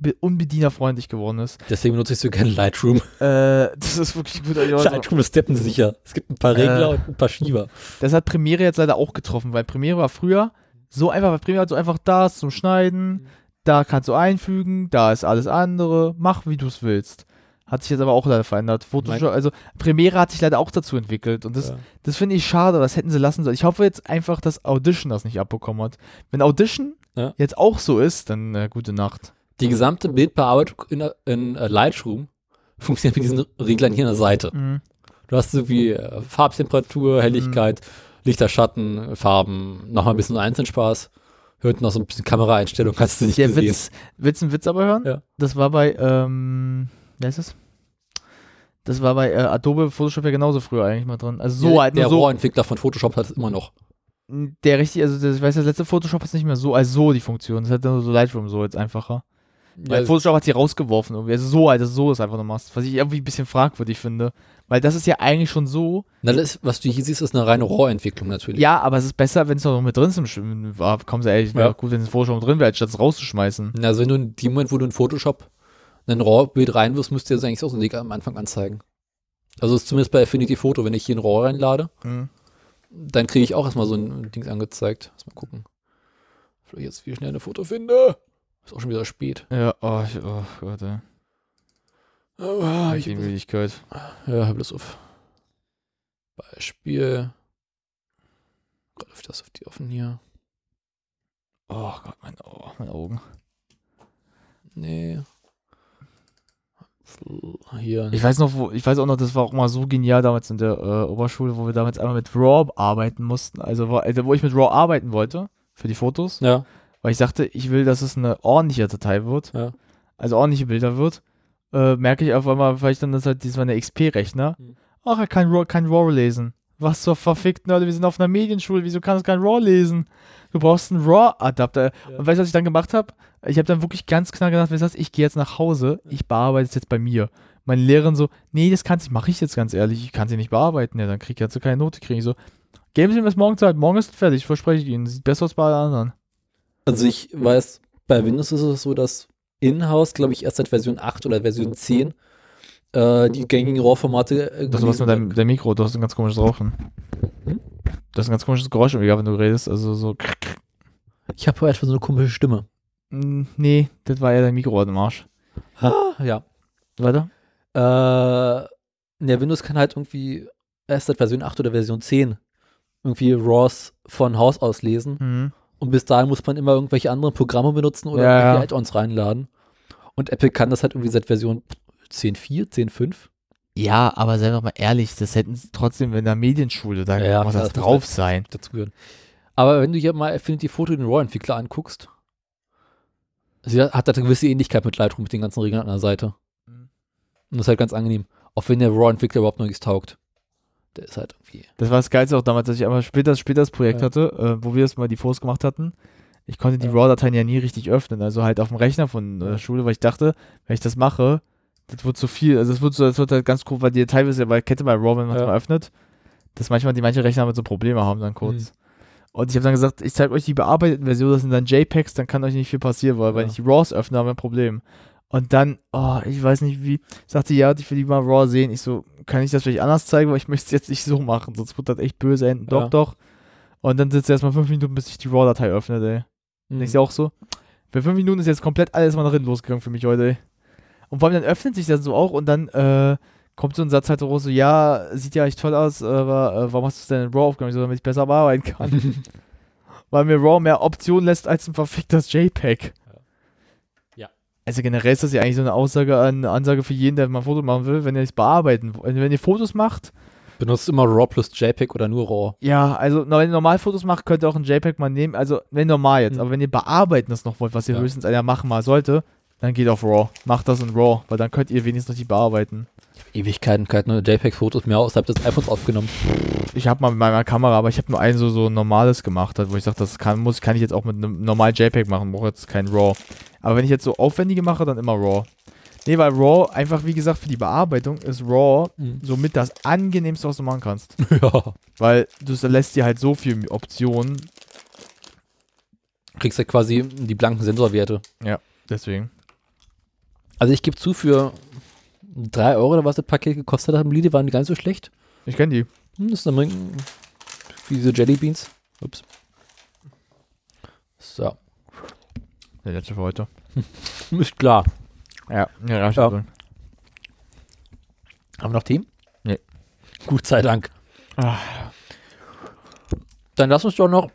[SPEAKER 3] be- unbedienerfreundlich geworden ist.
[SPEAKER 2] Deswegen benutze ich so gerne Lightroom.
[SPEAKER 3] Äh, das ist wirklich gut.
[SPEAKER 2] Lightroom ist deppensicher. Es gibt ein paar Regler
[SPEAKER 3] Äh.
[SPEAKER 2] und ein paar Schieber.
[SPEAKER 3] Das hat Premiere jetzt leider auch getroffen, weil Premiere war früher so einfach, weil Premiere hat so einfach das zum Schneiden, da kannst du einfügen, da ist alles andere, mach wie du es willst. Hat sich jetzt aber auch leider verändert. Photoshop, also Premiere hat sich leider auch dazu entwickelt und das, das finde ich schade, das hätten sie lassen sollen. Ich hoffe jetzt einfach, dass Audition das nicht abbekommen hat. Wenn Audition
[SPEAKER 2] Ja.
[SPEAKER 3] jetzt auch so ist, dann äh, gute Nacht.
[SPEAKER 2] Die gesamte Bildbearbeitung in, in äh, Lightroom funktioniert mit diesen Reglern hier an der Seite.
[SPEAKER 3] Mhm.
[SPEAKER 2] Du hast so wie äh, Farbtemperatur, Helligkeit,
[SPEAKER 3] Mhm.
[SPEAKER 2] Lichter, Schatten, Farben, nochmal ein bisschen Einzelspaß. Hört noch so ein bisschen Kameraeinstellung, hast du nicht
[SPEAKER 3] Der
[SPEAKER 2] gesehen.
[SPEAKER 3] Witz, willst du einen Witz aber hören?
[SPEAKER 2] Ja.
[SPEAKER 3] Das war bei, ähm, wer ist das? Das war bei äh, Adobe Photoshop ja genauso früher eigentlich mal drin. Also so
[SPEAKER 2] der,
[SPEAKER 3] halt nur
[SPEAKER 2] der
[SPEAKER 3] so.
[SPEAKER 2] Rohrentwickler von Photoshop hat es immer noch.
[SPEAKER 3] Der richtig, also das, ich weiß, das letzte Photoshop ist nicht mehr so, also so die Funktion. Das hat nur so Lightroom so jetzt einfacher. Weil
[SPEAKER 2] Ja,
[SPEAKER 3] Photoshop hat sie rausgeworfen irgendwie. Also so, also so ist einfach noch machst. Was ich irgendwie ein bisschen fragwürdig finde. Weil das ist ja eigentlich schon so.
[SPEAKER 2] Na, das, ist- was du hier siehst, ist eine reine Rohrentwicklung natürlich.
[SPEAKER 3] Ja, aber es ist besser, wenn es noch mit drin ist. im Schwimmen. Ah, Komm, sei ehrlich, wäre
[SPEAKER 2] Ja.
[SPEAKER 3] auch gut, wenn es Photoshop drin wäre, statt es rauszuschmeißen.
[SPEAKER 2] Na, Also wenn du in dem Moment, wo du in Photoshop ein RAW-Bild reinwirfst, müsste dir das eigentlich auch so ein Ding am Anfang anzeigen. Also ist zumindest bei Affinity Photo, wenn ich hier ein RAW reinlade,
[SPEAKER 3] Mhm.
[SPEAKER 2] dann kriege ich auch erstmal so ein Ding angezeigt. Lass mal gucken. Vielleicht jetzt, wie schnell ein Foto finde. Ist auch schon wieder spät.
[SPEAKER 3] Ja, oh, ich, oh Gott, ey.
[SPEAKER 2] Ah, ich
[SPEAKER 3] die
[SPEAKER 2] hab-
[SPEAKER 3] Müdigkeit.
[SPEAKER 2] Ja, hör bloß auf. Beispiel. Gerade läuft das auf die offen hier.
[SPEAKER 3] Oh Gott, mein, oh, meine Augen.
[SPEAKER 2] Nee. Hier.
[SPEAKER 3] Ich weiß noch, wo, ich weiß auch noch, das war auch mal so genial damals in der äh, Oberschule, wo wir damals einmal mit RAW arbeiten mussten. Also wo, also wo ich mit RAW arbeiten wollte für die Fotos.
[SPEAKER 2] Ja.
[SPEAKER 3] Weil ich sagte, ich will, dass es eine ordentliche Datei wird. Also ordentliche Bilder wird. Äh, merke ich auf einmal, weil ich dann das halt, das war eine XP-Rechner. Ach, er kann RAW, kann RAW lesen. Was zur verfickten Leute, wir sind auf einer Medienschule, wieso kann es kein RAW lesen? Du brauchst einen RAW-Adapter. Und weißt du, was ich dann gemacht habe? Ich habe dann wirklich ganz klar gedacht, weißt du was, ich gehe jetzt nach Hause, ich bearbeite es jetzt bei mir. Meine Lehrerin so, nee, das kannst du, mache ich jetzt ganz ehrlich, ich kann sie nicht bearbeiten, ja, dann krieg ich jetzt so keine Note kriegen. Ich so, geben Sie mir das morgen Zeit, morgen ist es fertig, verspreche ich Ihnen, sieht besser aus bei allen anderen.
[SPEAKER 2] Also ich weiß, bei Windows ist es so, dass in-house, glaube ich, erst seit Version 8 oder Version 10 äh, die gängigen RAW-Formate. äh,
[SPEAKER 3] Das ist was mit deinem, deinem Mikro, du hast ein ganz komisches Rauchen. Hm? Du hast ein ganz komisches Geräusch, irgendwie, wenn du redest. Also so.
[SPEAKER 2] Ich habe heute so eine komische Stimme.
[SPEAKER 3] Mm, Nee, das war ja dein Mikro halt im Arsch.
[SPEAKER 2] Ah, ja.
[SPEAKER 3] Weiter?
[SPEAKER 2] Äh, ja, Windows kann halt irgendwie erst seit Version 8 oder Version 10 irgendwie RAWs von Haus aus lesen.
[SPEAKER 3] Mhm.
[SPEAKER 2] Und bis dahin muss man immer irgendwelche anderen Programme benutzen oder
[SPEAKER 3] Ja,
[SPEAKER 2] irgendwelche
[SPEAKER 3] ja.
[SPEAKER 2] Add-ons reinladen. Und Apple kann das halt irgendwie seit Version 10.4, 10.5.
[SPEAKER 3] Ja, aber seien wir mal ehrlich, das hätten sie trotzdem in der Medienschule, da muss
[SPEAKER 2] klar,
[SPEAKER 3] das
[SPEAKER 2] muss
[SPEAKER 3] drauf
[SPEAKER 2] halt
[SPEAKER 3] sein.
[SPEAKER 2] Dazugehören. Aber wenn du hier mal Affinity Photo den RAW-Entwickler anguckst, sie hat da eine gewisse Ähnlichkeit mit Lightroom, mit den ganzen Regeln an der Seite.
[SPEAKER 3] Mhm.
[SPEAKER 2] Und das ist halt ganz angenehm. Auch wenn der RAW-Entwickler überhaupt noch nichts taugt. Der ist halt irgendwie.
[SPEAKER 3] Das war das Geilste auch damals, dass ich einmal später, später das Projekt
[SPEAKER 2] Ja.
[SPEAKER 3] hatte, äh, wo wir das mal die Fotos gemacht hatten. Ich konnte die RAW-Dateien ja nie richtig öffnen, also halt auf dem Rechner von der Schule, weil ich dachte, wenn ich das mache, das wird zu viel. Also das wird, so, das wird halt ganz grob, weil die Datei ist ja bei Kette bei RAW, wenn man es
[SPEAKER 2] Ja.
[SPEAKER 3] mal öffnet, dass manchmal die manche Rechner mit so Probleme haben dann
[SPEAKER 2] Mhm.
[SPEAKER 3] kurz. Und ich habe dann gesagt, ich zeige euch die bearbeiteten Versionen, das sind dann JPEGs, dann kann euch nicht viel passieren, weil wenn ich die RAWs öffne, haben wir ein Problem. Und dann, oh, ich weiß nicht wie, sagte, ja, ich will die mal RAW sehen. Ich so, kann ich das vielleicht anders zeigen, weil ich möchte es jetzt nicht so machen, sonst wird das echt böse enden. Doch,
[SPEAKER 2] Ja.
[SPEAKER 3] doch. Und dann sitzt er erstmal fünf Minuten, bis ich die RAW-Datei öffne, ey.
[SPEAKER 2] Mhm.
[SPEAKER 3] Mhm. Denkst du auch so? Bei fünf Minuten ist jetzt komplett alles mal nach hinten losgegangen für mich heute, ey. Und vor allem dann öffnet sich das so auch und dann äh, kommt so ein Satz halt raus, so, ja, sieht ja echt toll aus, aber äh, warum hast du es denn in RAW aufgenommen? Ich so, damit ich besser bearbeiten kann. Weil mir RAW mehr Optionen lässt als ein verficktes JPEG.
[SPEAKER 2] Ja.
[SPEAKER 3] Also generell ist das ja eigentlich so eine Aussage, eine Ansage für jeden, der mal ein Foto machen will, wenn ihr es bearbeiten wollt. Wenn ihr Fotos macht,
[SPEAKER 2] Benutzt immer RAW plus JPEG oder nur RAW.
[SPEAKER 3] ja, also na, wenn ihr normal Fotos macht, könnt ihr auch ein JPEG mal nehmen. Also wenn normal jetzt, aber wenn ihr bearbeiten das noch wollt, was ihr
[SPEAKER 2] Ja.
[SPEAKER 3] höchstens einer machen mal sollte, dann geht auf RAW. Macht das in RAW, weil dann könnt ihr wenigstens noch die bearbeiten.
[SPEAKER 2] Ewigkeiten, keine JPEG-Fotos mehr außerhalb des iPhones aufgenommen.
[SPEAKER 3] Ich habe mal mit meiner Kamera, aber ich habe nur ein so, so ein normales gemacht, halt, wo ich sage, das kann, muss, kann ich jetzt auch mit einem normalen JPEG machen, brauche jetzt kein RAW. Aber wenn ich jetzt so aufwendige mache, dann immer RAW. Nee, weil RAW einfach, wie gesagt, für die Bearbeitung ist RAW somit das angenehmste, was du machen kannst.
[SPEAKER 2] ja.
[SPEAKER 3] Weil du lässt dir halt so viele Optionen,
[SPEAKER 2] Kriegst ja quasi die blanken Sensorwerte.
[SPEAKER 3] Ja, deswegen.
[SPEAKER 2] Also ich gebe zu, für 3 Euro oder was das Paket gekostet hat, die waren die gar nicht so schlecht.
[SPEAKER 3] Ich kenne die.
[SPEAKER 2] Hm, Das sind dann wie diese Jellybeans. Ups. So.
[SPEAKER 3] Der letzte für heute.
[SPEAKER 2] Ist klar.
[SPEAKER 3] Ja, ja, ja,
[SPEAKER 2] Ja. Haben wir noch Themen?
[SPEAKER 3] Nee.
[SPEAKER 2] Gut sei Dank. Dann lass uns doch noch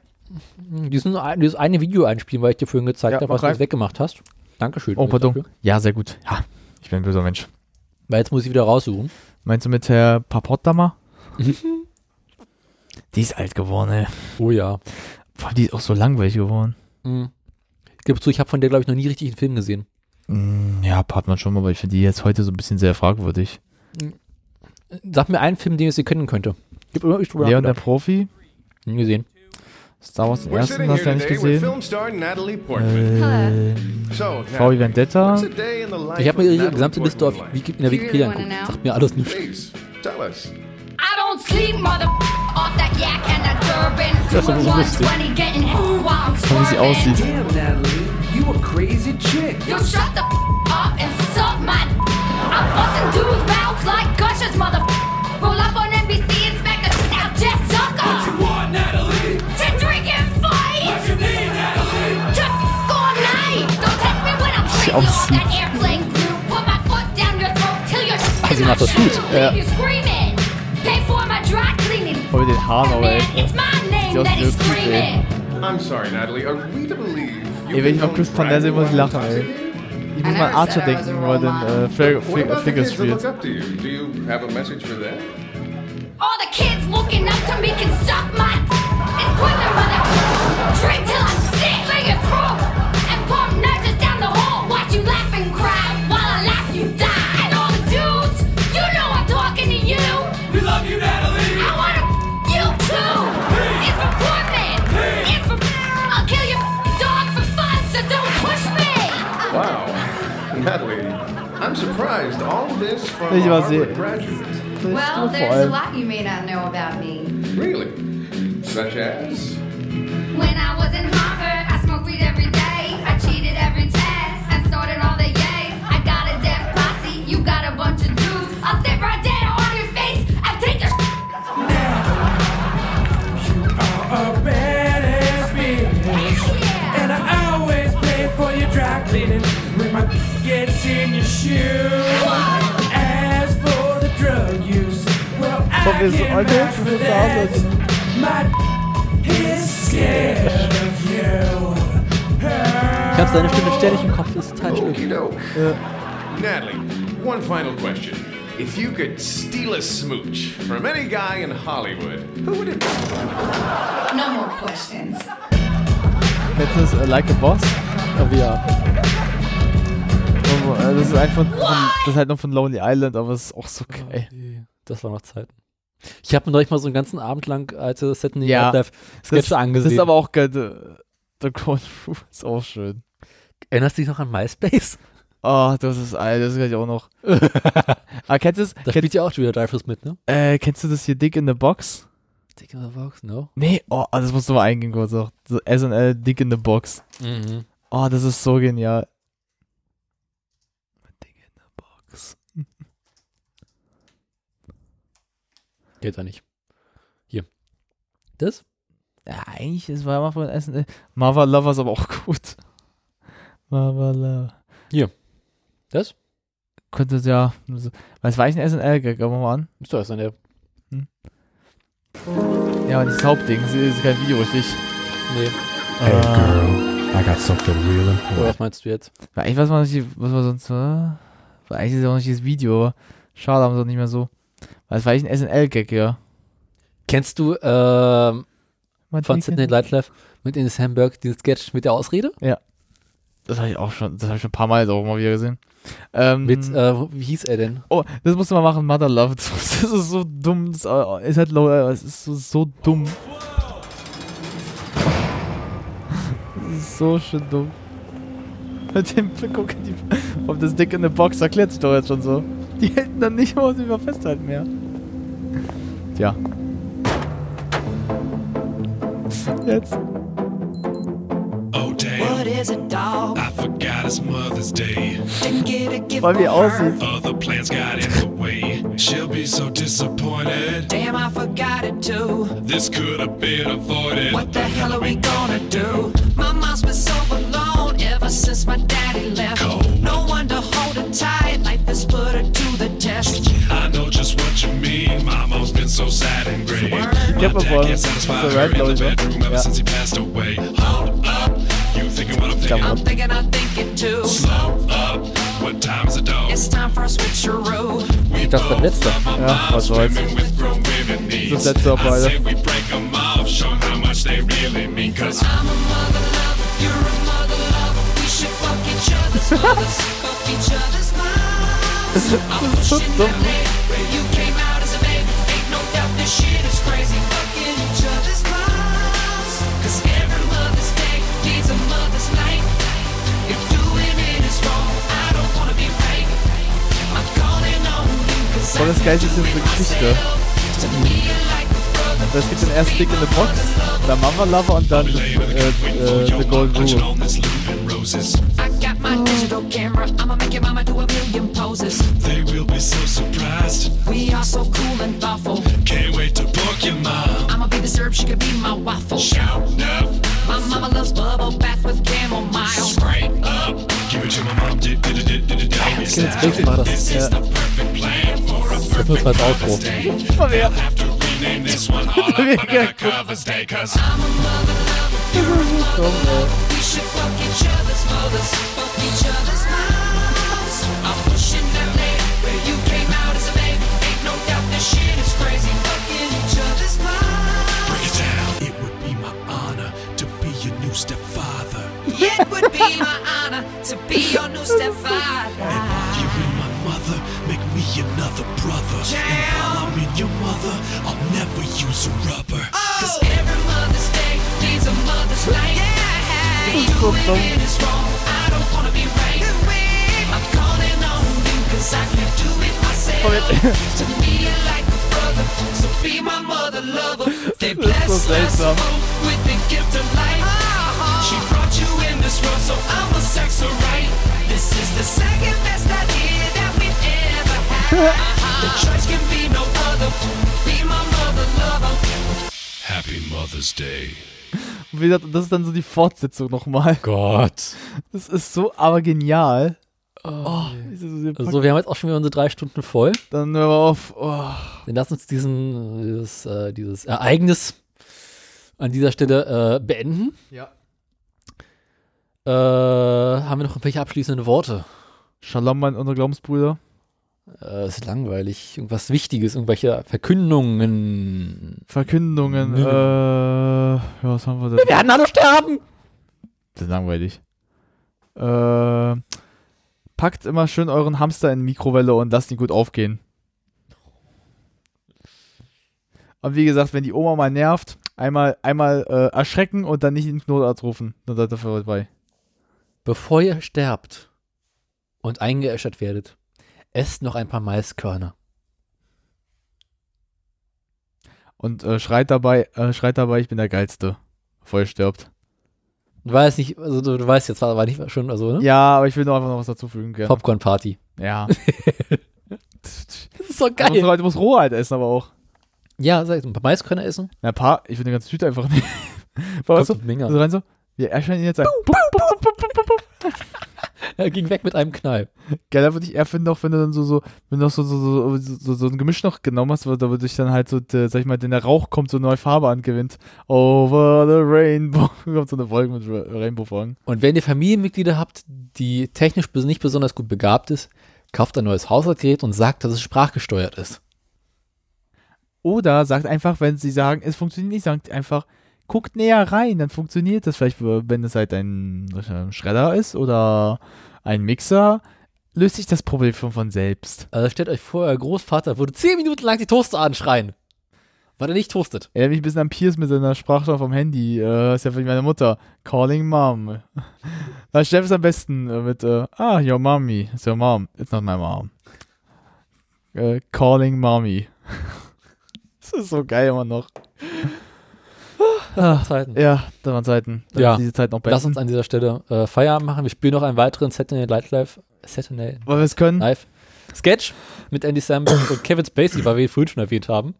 [SPEAKER 2] diesen, ein- dieses eine Video einspielen, weil ich dir vorhin gezeigt
[SPEAKER 3] Ja,
[SPEAKER 2] habe,
[SPEAKER 3] mach
[SPEAKER 2] was du
[SPEAKER 3] rein.
[SPEAKER 2] jetzt weggemacht hast. Dankeschön.
[SPEAKER 3] Oh, pardon.
[SPEAKER 2] dafür.
[SPEAKER 3] Ja, sehr gut. Ja, ich bin ein böser Mensch.
[SPEAKER 2] Weil jetzt muss ich wieder raussuchen.
[SPEAKER 3] Meinst du mit Herr Papottama? die ist alt geworden, ey.
[SPEAKER 2] Oh ja.
[SPEAKER 3] Vor allem, die ist auch so langweilig geworden.
[SPEAKER 2] Mhm. Ich gebe zu, ich habe von der, glaube ich, noch nie richtig einen Film gesehen.
[SPEAKER 3] Mm, Ja, hat man schon mal, aber ich finde die jetzt heute so ein bisschen sehr fragwürdig.
[SPEAKER 2] Sag mir einen Film, den ich sie kennen könnte. Gib immer ich drüber
[SPEAKER 3] Leon der
[SPEAKER 2] nachgedacht.
[SPEAKER 3] Profi?
[SPEAKER 2] Nie gesehen.
[SPEAKER 3] Star Wars den
[SPEAKER 6] We're
[SPEAKER 3] ersten
[SPEAKER 6] sitting
[SPEAKER 3] hast
[SPEAKER 6] here
[SPEAKER 3] du ja nicht
[SPEAKER 6] today with
[SPEAKER 3] gesehen.
[SPEAKER 6] film star Natalie Portman.
[SPEAKER 3] Ähm,
[SPEAKER 6] So,
[SPEAKER 3] V wie Vendetta.
[SPEAKER 6] what's a day in the life
[SPEAKER 2] Ich habe mir
[SPEAKER 6] of
[SPEAKER 2] ihre
[SPEAKER 6] Natalie
[SPEAKER 2] gesamte Liste auf
[SPEAKER 6] Portman like?
[SPEAKER 2] Wiki, in der Wikipedia angeguckt. Sagt mir alles nichts.
[SPEAKER 6] Please, tell us.
[SPEAKER 17] I don't sleep, mother off that yak and that Durban.
[SPEAKER 3] Das ist aber so
[SPEAKER 17] Doing
[SPEAKER 3] lustig.
[SPEAKER 17] 120, getting hit while I'm
[SPEAKER 3] Schau, wie sie
[SPEAKER 17] swerving.
[SPEAKER 3] aussieht.
[SPEAKER 17] You a crazy chick. You shut the up and suck my. I'm busting dudes' mouths like gushers, mother. Roll up on NBC and smack the now Jet Sucker. What you want, Natalie? To drink and fight. What you need, Natalie? To all night. Don't test me when I'm crazy off
[SPEAKER 2] aussieht.
[SPEAKER 17] that airplane crew. Put my foot down your throat till you're.
[SPEAKER 2] Also macht das gut.
[SPEAKER 17] Leave You screaming. Pay for my dry cleaning.
[SPEAKER 3] Voll mit den Haaren, aber ey.
[SPEAKER 17] It's my name
[SPEAKER 3] Just
[SPEAKER 17] that
[SPEAKER 3] look
[SPEAKER 17] he's
[SPEAKER 3] good,
[SPEAKER 17] screaming.
[SPEAKER 6] I'm sorry, Natalie. Are we to believe you've
[SPEAKER 3] Ey, wenn ich
[SPEAKER 6] been
[SPEAKER 3] mal Uh, Chris
[SPEAKER 6] going
[SPEAKER 3] Pandell sehe, muss ich
[SPEAKER 6] driving
[SPEAKER 3] lachen, ey. Ich muss
[SPEAKER 6] I
[SPEAKER 3] mal an
[SPEAKER 6] never
[SPEAKER 3] Archer
[SPEAKER 6] said I was
[SPEAKER 3] denken,
[SPEAKER 6] a
[SPEAKER 3] weil
[SPEAKER 6] role
[SPEAKER 3] dann äh,
[SPEAKER 6] around-
[SPEAKER 3] Flag-
[SPEAKER 6] What
[SPEAKER 3] Flag-
[SPEAKER 6] about the
[SPEAKER 3] Figures
[SPEAKER 6] kids that look
[SPEAKER 3] spielt.
[SPEAKER 6] up to you? Do you have a message for them?
[SPEAKER 17] All the kids looking up to me can suck my and quit their mother. Drink till I'm sick, let your throat and pump nudges down the hall. Watch you laugh and cry while I laugh, you die. And all the dudes, you know I'm talking to you. We love you, Natalie. I wanna you too. It's for poor men. It's for I'll kill your dog for fun, so don't push me.
[SPEAKER 6] Wow, Natalie, I'm surprised. All this from a
[SPEAKER 3] Ich weiß
[SPEAKER 6] Harvard
[SPEAKER 3] nicht.
[SPEAKER 6] graduate.
[SPEAKER 3] Vor
[SPEAKER 7] Well, there's a
[SPEAKER 3] allem.
[SPEAKER 7] lot you may not know about me.
[SPEAKER 6] Really? Such as?
[SPEAKER 7] When I was in Harvard, I smoked weed every day. I cheated every test. I snorted all the yay. I got a deaf posse. You got a bunch of dudes.
[SPEAKER 5] you. As for the drug use, well,
[SPEAKER 20] Komm,
[SPEAKER 5] I
[SPEAKER 20] wir sind
[SPEAKER 5] can't
[SPEAKER 20] heute
[SPEAKER 5] vouch
[SPEAKER 20] schon
[SPEAKER 5] for
[SPEAKER 20] so
[SPEAKER 5] that.
[SPEAKER 20] aus,
[SPEAKER 5] My is scared of you.
[SPEAKER 2] Ich habe seine Stimme ständig im Kopf, das ist total schlimm.
[SPEAKER 21] Natalie, one final question. If you could steal a smooch from any guy in Hollywood, who would it be?
[SPEAKER 22] No more questions.
[SPEAKER 3] Kennst du das äh, Like a Boss?
[SPEAKER 2] Oh ja.
[SPEAKER 3] Äh, Das ist einfach von, das ist halt noch von Lonely Island, aber es ist auch so geil.
[SPEAKER 2] Das war noch Zeiten. Ich habe mir neulich mal so einen ganzen Abend lang alte Saturday
[SPEAKER 3] Ja.
[SPEAKER 2] Night Live
[SPEAKER 3] Das,
[SPEAKER 2] Sketche
[SPEAKER 3] das
[SPEAKER 2] angesehen.
[SPEAKER 3] ist aber auch geil. The, the Crown Room ist auch schön.
[SPEAKER 2] Erinnerst du dich noch an MySpace?
[SPEAKER 3] Oh, das ist alt, das kann ich auch noch. aber kennst du das?
[SPEAKER 2] Da spielt ja auch Julia Dreyfus mit, ne?
[SPEAKER 3] Äh, kennst du das hier Dick in the Box?
[SPEAKER 2] Dick in the Box, no?
[SPEAKER 3] Nee, oh, das musst du mal eingehen kurz noch. So SNL Dick in the Box.
[SPEAKER 2] Mhm.
[SPEAKER 3] Oh, das ist so genial.
[SPEAKER 2] Geht da nicht. Hier. Das?
[SPEAKER 3] Ja, eigentlich, es war immer von SNL. Marva Lover ist aber auch gut. Marva Lover.
[SPEAKER 2] Hier. Das?
[SPEAKER 3] Könnte es ja. also- Was war ich Äh, ein SNL-Gag? Aber mal an.
[SPEAKER 2] Ist doch SNL.
[SPEAKER 3] Hm. Ja, aber nicht das Hauptding. Das ist kein Video, richtig?
[SPEAKER 2] Nee.
[SPEAKER 3] Äh,
[SPEAKER 23] I got something real
[SPEAKER 2] Oder
[SPEAKER 23] important.
[SPEAKER 2] was meinst du jetzt?
[SPEAKER 3] Weil eigentlich weiß man nicht, was war sonst. Äh? Weil eigentlich ist ja auch nicht das Video, aber schade, haben sie auch nicht mehr so. Weil es war eigentlich ein SNL-Gag, ja.
[SPEAKER 2] Kennst du ähm, von
[SPEAKER 3] Dick in
[SPEAKER 2] Saturday Night Live mit Ines Hamburg den Sketch mit der Ausrede?
[SPEAKER 3] Ja. Das habe ich auch schon, das habe ich schon ein paar Mal jetzt auch mal wieder gesehen. Ähm,
[SPEAKER 2] Mit, äh, wie hieß er denn?
[SPEAKER 3] Oh, das musst du mal machen, Mother Love. Das ist so dumm. Das äh, ist halt low, äh, es ist so, so dumm. Das ist so schön dumm. Mit dem Guck, die, auf das Dick in the Box erklärt sich doch jetzt schon so. Die hätten dann nicht mal was über festhalten mehr. Tja. Jetzt.
[SPEAKER 6] Oh damn.
[SPEAKER 17] What is it, dog?
[SPEAKER 6] I forgot it's Mother's Day.
[SPEAKER 17] Weil wir aussehen.
[SPEAKER 6] Other plans got in the way. She'll be so disappointed.
[SPEAKER 17] Damn, I forgot it too.
[SPEAKER 6] This could have been avoided.
[SPEAKER 17] What the hell are we gonna do? My mom's been so alone ever since my daddy left. No one to hold her tight. Life has put her to the test.
[SPEAKER 6] I know just what you mean. Mama's been so sad and gray. My
[SPEAKER 17] Get my
[SPEAKER 6] dad
[SPEAKER 17] ball.
[SPEAKER 6] can't satisfy
[SPEAKER 17] It's
[SPEAKER 6] her
[SPEAKER 17] alright,
[SPEAKER 6] in the
[SPEAKER 17] Lois, huh?
[SPEAKER 6] bedroom ever
[SPEAKER 17] Yeah.
[SPEAKER 6] since he passed away. Hold up. You thinking what I'm thinking?
[SPEAKER 17] I'm thinking I think it too.
[SPEAKER 6] Slow up. What time's it dog?
[SPEAKER 17] It's time for a switcheroo.
[SPEAKER 2] Ich dachte, das letzte.
[SPEAKER 3] Ja, was soll's. Das letzte auf beide.
[SPEAKER 17] We should fuck each other's mothers. fuck each other's
[SPEAKER 3] Das
[SPEAKER 17] minds.
[SPEAKER 3] ist-
[SPEAKER 17] I'm
[SPEAKER 3] das ist so
[SPEAKER 17] pushing
[SPEAKER 3] dumm.
[SPEAKER 17] that lady. Where you came out as a baby. Ain't no doubt this shit is crazy. Fucking each other's minds. 'Cause every mother's day needs a mother's night. If doing it is wrong, I don't wanna be right. I'm calling on you 'cause
[SPEAKER 3] Voll das geilste ist diese Geschichte. Das gibt den ersten Dick in the Box, dann Mama Lover und dann äh, äh, The Golden Rule.
[SPEAKER 17] I got my digital camera. I'ma make your mama do a million poses.
[SPEAKER 6] They will be so surprised.
[SPEAKER 17] We are so cool and thoughtful.
[SPEAKER 6] Can't wait to book your mom.
[SPEAKER 17] I'ma be the syrup, she could be my waffle.
[SPEAKER 6] Shout up.
[SPEAKER 17] My mama loves bubble bath with chamomile. Spray
[SPEAKER 6] up. Give it to my mom. Did, did, did, did, did.
[SPEAKER 2] Ich kenne jetzt Briggs mal das. Ja. Das wird halt Outro.
[SPEAKER 6] They'll have to rename this one all up under the covers day, cause
[SPEAKER 17] We should fuck each other's mothers. Fuck each other's moms. I'm pushing that lady where you came out as a baby. Ain't no doubt this shit is crazy. Fucking each other's moms.
[SPEAKER 6] break it down. It would be my honor to be your new stepfather.
[SPEAKER 17] It would be my honor to be your new stepfather.
[SPEAKER 6] You and my mother make me another brother. And while I'm in your mother, I'll never use a rubber.
[SPEAKER 17] Cause Oh, every mother's day needs a mother's night. Yeah.
[SPEAKER 6] It's so dumb.
[SPEAKER 17] Doing it is wrong. I don't wanna be right. I'm calling on you 'cause I can do it myself. to me, you're like a brother. So be my mother lover. They bless
[SPEAKER 3] so
[SPEAKER 17] us
[SPEAKER 3] seltsam.
[SPEAKER 17] both with the gift of life. She brought you in this world, so I'ma sex her right. This is the second best idea that we've ever had. The choice can be no other. Be my mother lover.
[SPEAKER 6] Happy Mother's Day.
[SPEAKER 3] Und wie gesagt, das ist dann so die Fortsetzung nochmal.
[SPEAKER 2] Gott.
[SPEAKER 3] Das ist so aber genial. Oh, ich
[SPEAKER 2] So, Also, wir haben jetzt auch schon wieder unsere drei Stunden voll.
[SPEAKER 3] Dann hör mal auf. Oh.
[SPEAKER 2] Dann lass uns diesen, dieses, äh, dieses Ereignis an dieser Stelle äh, beenden.
[SPEAKER 3] Ja.
[SPEAKER 2] Äh, haben wir noch irgendwelche abschließenden Worte?
[SPEAKER 3] Shalom, mein unser Glaubensbruder.
[SPEAKER 2] Äh, ist langweilig. Irgendwas Wichtiges, irgendwelche Verkündungen.
[SPEAKER 3] Verkündungen.
[SPEAKER 2] Nö.
[SPEAKER 3] Äh, ja, was haben wir denn?
[SPEAKER 2] Wir werden alle sterben!
[SPEAKER 3] Das ist langweilig. Äh, packt immer schön euren Hamster in die Mikrowelle und lasst ihn gut aufgehen. Und wie gesagt, wenn die Oma mal nervt, einmal, einmal äh, erschrecken und dann nicht in den Notarzt rufen. Dann seid ihr vorbei.
[SPEAKER 2] Bevor ihr sterbt und eingeäschert werdet, esst noch ein paar Maiskörner.
[SPEAKER 3] Und äh, schreit dabei, äh, schreit dabei, ich bin der Geilste. Bevor ihr stirbt.
[SPEAKER 2] Du weißt nicht, also du, du weißt jetzt, war war nicht schon, also, ne?
[SPEAKER 3] Ja, aber ich will noch einfach noch was dazufügen. Gerne.
[SPEAKER 2] Popcorn Party.
[SPEAKER 3] Ja.
[SPEAKER 2] Das ist doch
[SPEAKER 3] Also,
[SPEAKER 2] geil.
[SPEAKER 3] Leute muss roh halt essen, aber auch.
[SPEAKER 2] Ja, sag ich, ein paar Maiskörner essen.
[SPEAKER 3] Na, paar, ich würde eine ganze Tüte einfach nehmen. Weißt du,
[SPEAKER 2] Kommt Menge.
[SPEAKER 3] so rein so, wir erscheinen ihn jetzt ein.
[SPEAKER 2] Er ging weg mit einem Knall.
[SPEAKER 3] Geiler würde ich eher finden, auch wenn du dann so, so, wenn du noch so, so, so, so, so, so ein Gemisch noch genommen hast, wo- da würde ich dann halt so, der, sag ich mal, wenn der Rauch kommt, so eine neue Farbe angewinnt. Over the Rainbow. kommt so eine Wolke mit Ra- Rainbow-Folgen.
[SPEAKER 2] Und wenn ihr Familienmitglieder habt, die technisch bes- nicht besonders gut begabt ist, kauft ein neues Haushaltsgerät und sagt, dass es sprachgesteuert ist.
[SPEAKER 3] Oder sagt einfach, wenn sie sagen, es funktioniert nicht, sagt einfach, guckt näher rein, dann funktioniert das vielleicht, wenn es halt ein äh, Schredder ist oder ein Mixer, löst sich das Problem von, von selbst.
[SPEAKER 2] Also stellt euch vor, euer Großvater würde zehn Minuten lang die Toaster anschreien, weil er nicht toastet.
[SPEAKER 3] Erinnert mich ein bisschen an Piers mit seiner Sprachschau vom Handy. Äh, ist ja von meiner Mutter. Calling Mom. Na, Chef ist am besten äh, mit, äh, ah, your mommy. It's your mom. It's not my mom. Äh, calling Mommy. das ist so geil immer noch.
[SPEAKER 2] Ah, Zeiten.
[SPEAKER 3] Ja, da waren Zeiten. Dann
[SPEAKER 2] Ja.
[SPEAKER 3] ist Diese Zeit noch
[SPEAKER 2] Lass uns
[SPEAKER 3] besser.
[SPEAKER 2] an dieser Stelle äh, Feierabend machen. Wir spielen noch einen weiteren Saturday Night Live. Saturday
[SPEAKER 3] Weil wir es können.
[SPEAKER 2] Live Sketch mit Andy Samberg und Kevin Spacey, weil wir ihn vorhin schon erwähnt haben.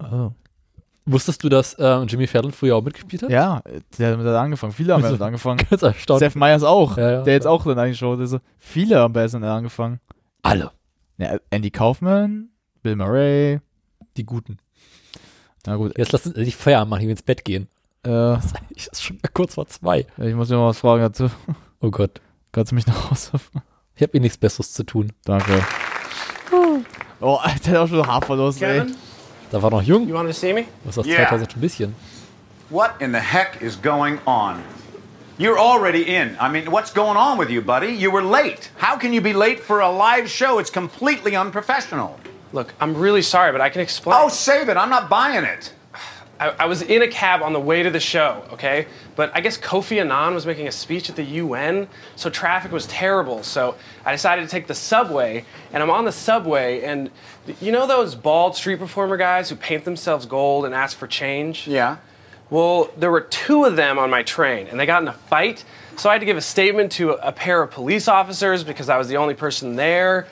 [SPEAKER 3] Oh.
[SPEAKER 2] Wusstest du, dass äh, Jimmy Fallon früher auch mitgespielt hat?
[SPEAKER 3] Ja, äh, der hat damit angefangen. Viele haben damit angefangen.
[SPEAKER 2] Ganz erstaunlich.
[SPEAKER 3] Seth Meyers auch.
[SPEAKER 2] Ja, ja.
[SPEAKER 3] Der jetzt auch dann eingeschaut ist. Viele haben bei SNL angefangen.
[SPEAKER 2] Alle.
[SPEAKER 3] Ja, Andy Kaufman, Bill Murray.
[SPEAKER 2] Die Guten.
[SPEAKER 3] Na gut,
[SPEAKER 2] Jetzt lass uns endlich Feierabend machen, hier ins Bett gehen.
[SPEAKER 3] äh,
[SPEAKER 2] Ich ist schon kurz vor zwei.
[SPEAKER 3] Ich muss dir mal was fragen dazu.
[SPEAKER 2] Oh Gott.
[SPEAKER 3] Kannst du mich nach Hause fahren?
[SPEAKER 2] Ich habe eh nichts Besseres zu tun.
[SPEAKER 3] Danke. Oh, Alter, der hat auch schon Haarverlust, ey.
[SPEAKER 5] Kevin,
[SPEAKER 2] Da war noch jung.
[SPEAKER 5] you want to see me?
[SPEAKER 2] Was aus
[SPEAKER 5] Ja.
[SPEAKER 2] 2000 schon ein bisschen.
[SPEAKER 5] What in the heck is going on? You're already in. I mean, what's going on with you, buddy? You were late. How can you be late for a live show? It's completely unprofessional.
[SPEAKER 6] Look, I'm really sorry, but I can explain.
[SPEAKER 5] Oh, save it. I'm not buying it.
[SPEAKER 6] I, I was in a cab on the way to the show, okay? But I guess Kofi Annan was making a speech at the UN, so traffic was terrible. So I decided to take the subway, and I'm on the subway, and you know those bald street performer guys who paint themselves gold and ask for change?
[SPEAKER 5] Yeah.
[SPEAKER 6] Well, there were two of them on my train, and they got in a fight. So I had to give a statement to a pair of police officers because I was the only person there.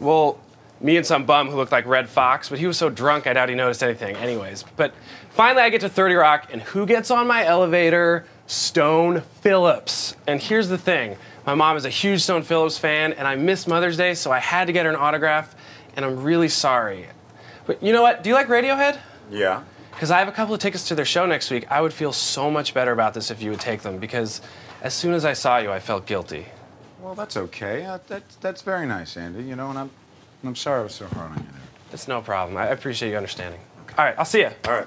[SPEAKER 6] Well, me and some bum who looked like Red Fox, but he was so drunk I doubt he noticed anything, anyways. But finally, I get to 30 Rock, and who gets on my elevator? Stone Phillips. And here's the thing my mom is a huge Stone Phillips fan, and I missed Mother's Day, so I had to get her an autograph, and I'm really sorry. But you know what? Do you like Radiohead?
[SPEAKER 5] Yeah.
[SPEAKER 6] Because I have a couple of tickets to their show next week. I would feel so much better about this if you would take them, because as soon as I saw you, I felt guilty.
[SPEAKER 5] Well, that's okay. Uh, that, that's very nice, Andy. You know, and I'm, I'm sorry I was so hard on you there.
[SPEAKER 6] It's no problem. I appreciate you understanding. All right, I'll see you.
[SPEAKER 5] All right.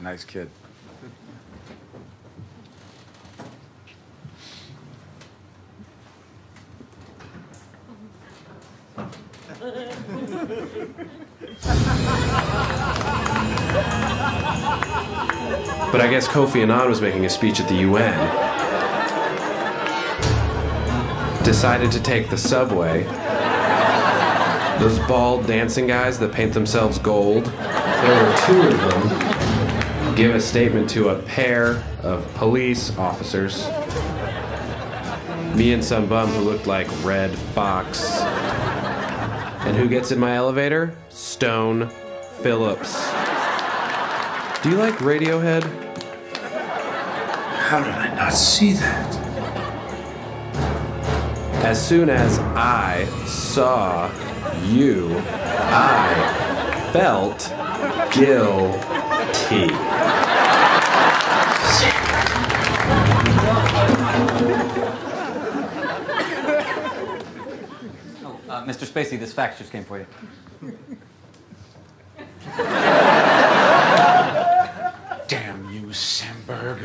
[SPEAKER 5] Nice kid.
[SPEAKER 6] But I guess Kofi Annan was making a speech at the UN. Decided to take the subway. Those bald dancing guys that paint themselves gold. There were two of them. Give a statement to a pair of police officers. Me and some bum who looked like Red Fox. And who gets in my elevator? Stone Phillips. Do you like Radiohead?
[SPEAKER 24] How did I not see that?
[SPEAKER 6] As soon as I saw you, I felt guilty.
[SPEAKER 25] Oh, uh, Mr. Spacey, this fax just came for you.
[SPEAKER 26] Damn you, Samberg.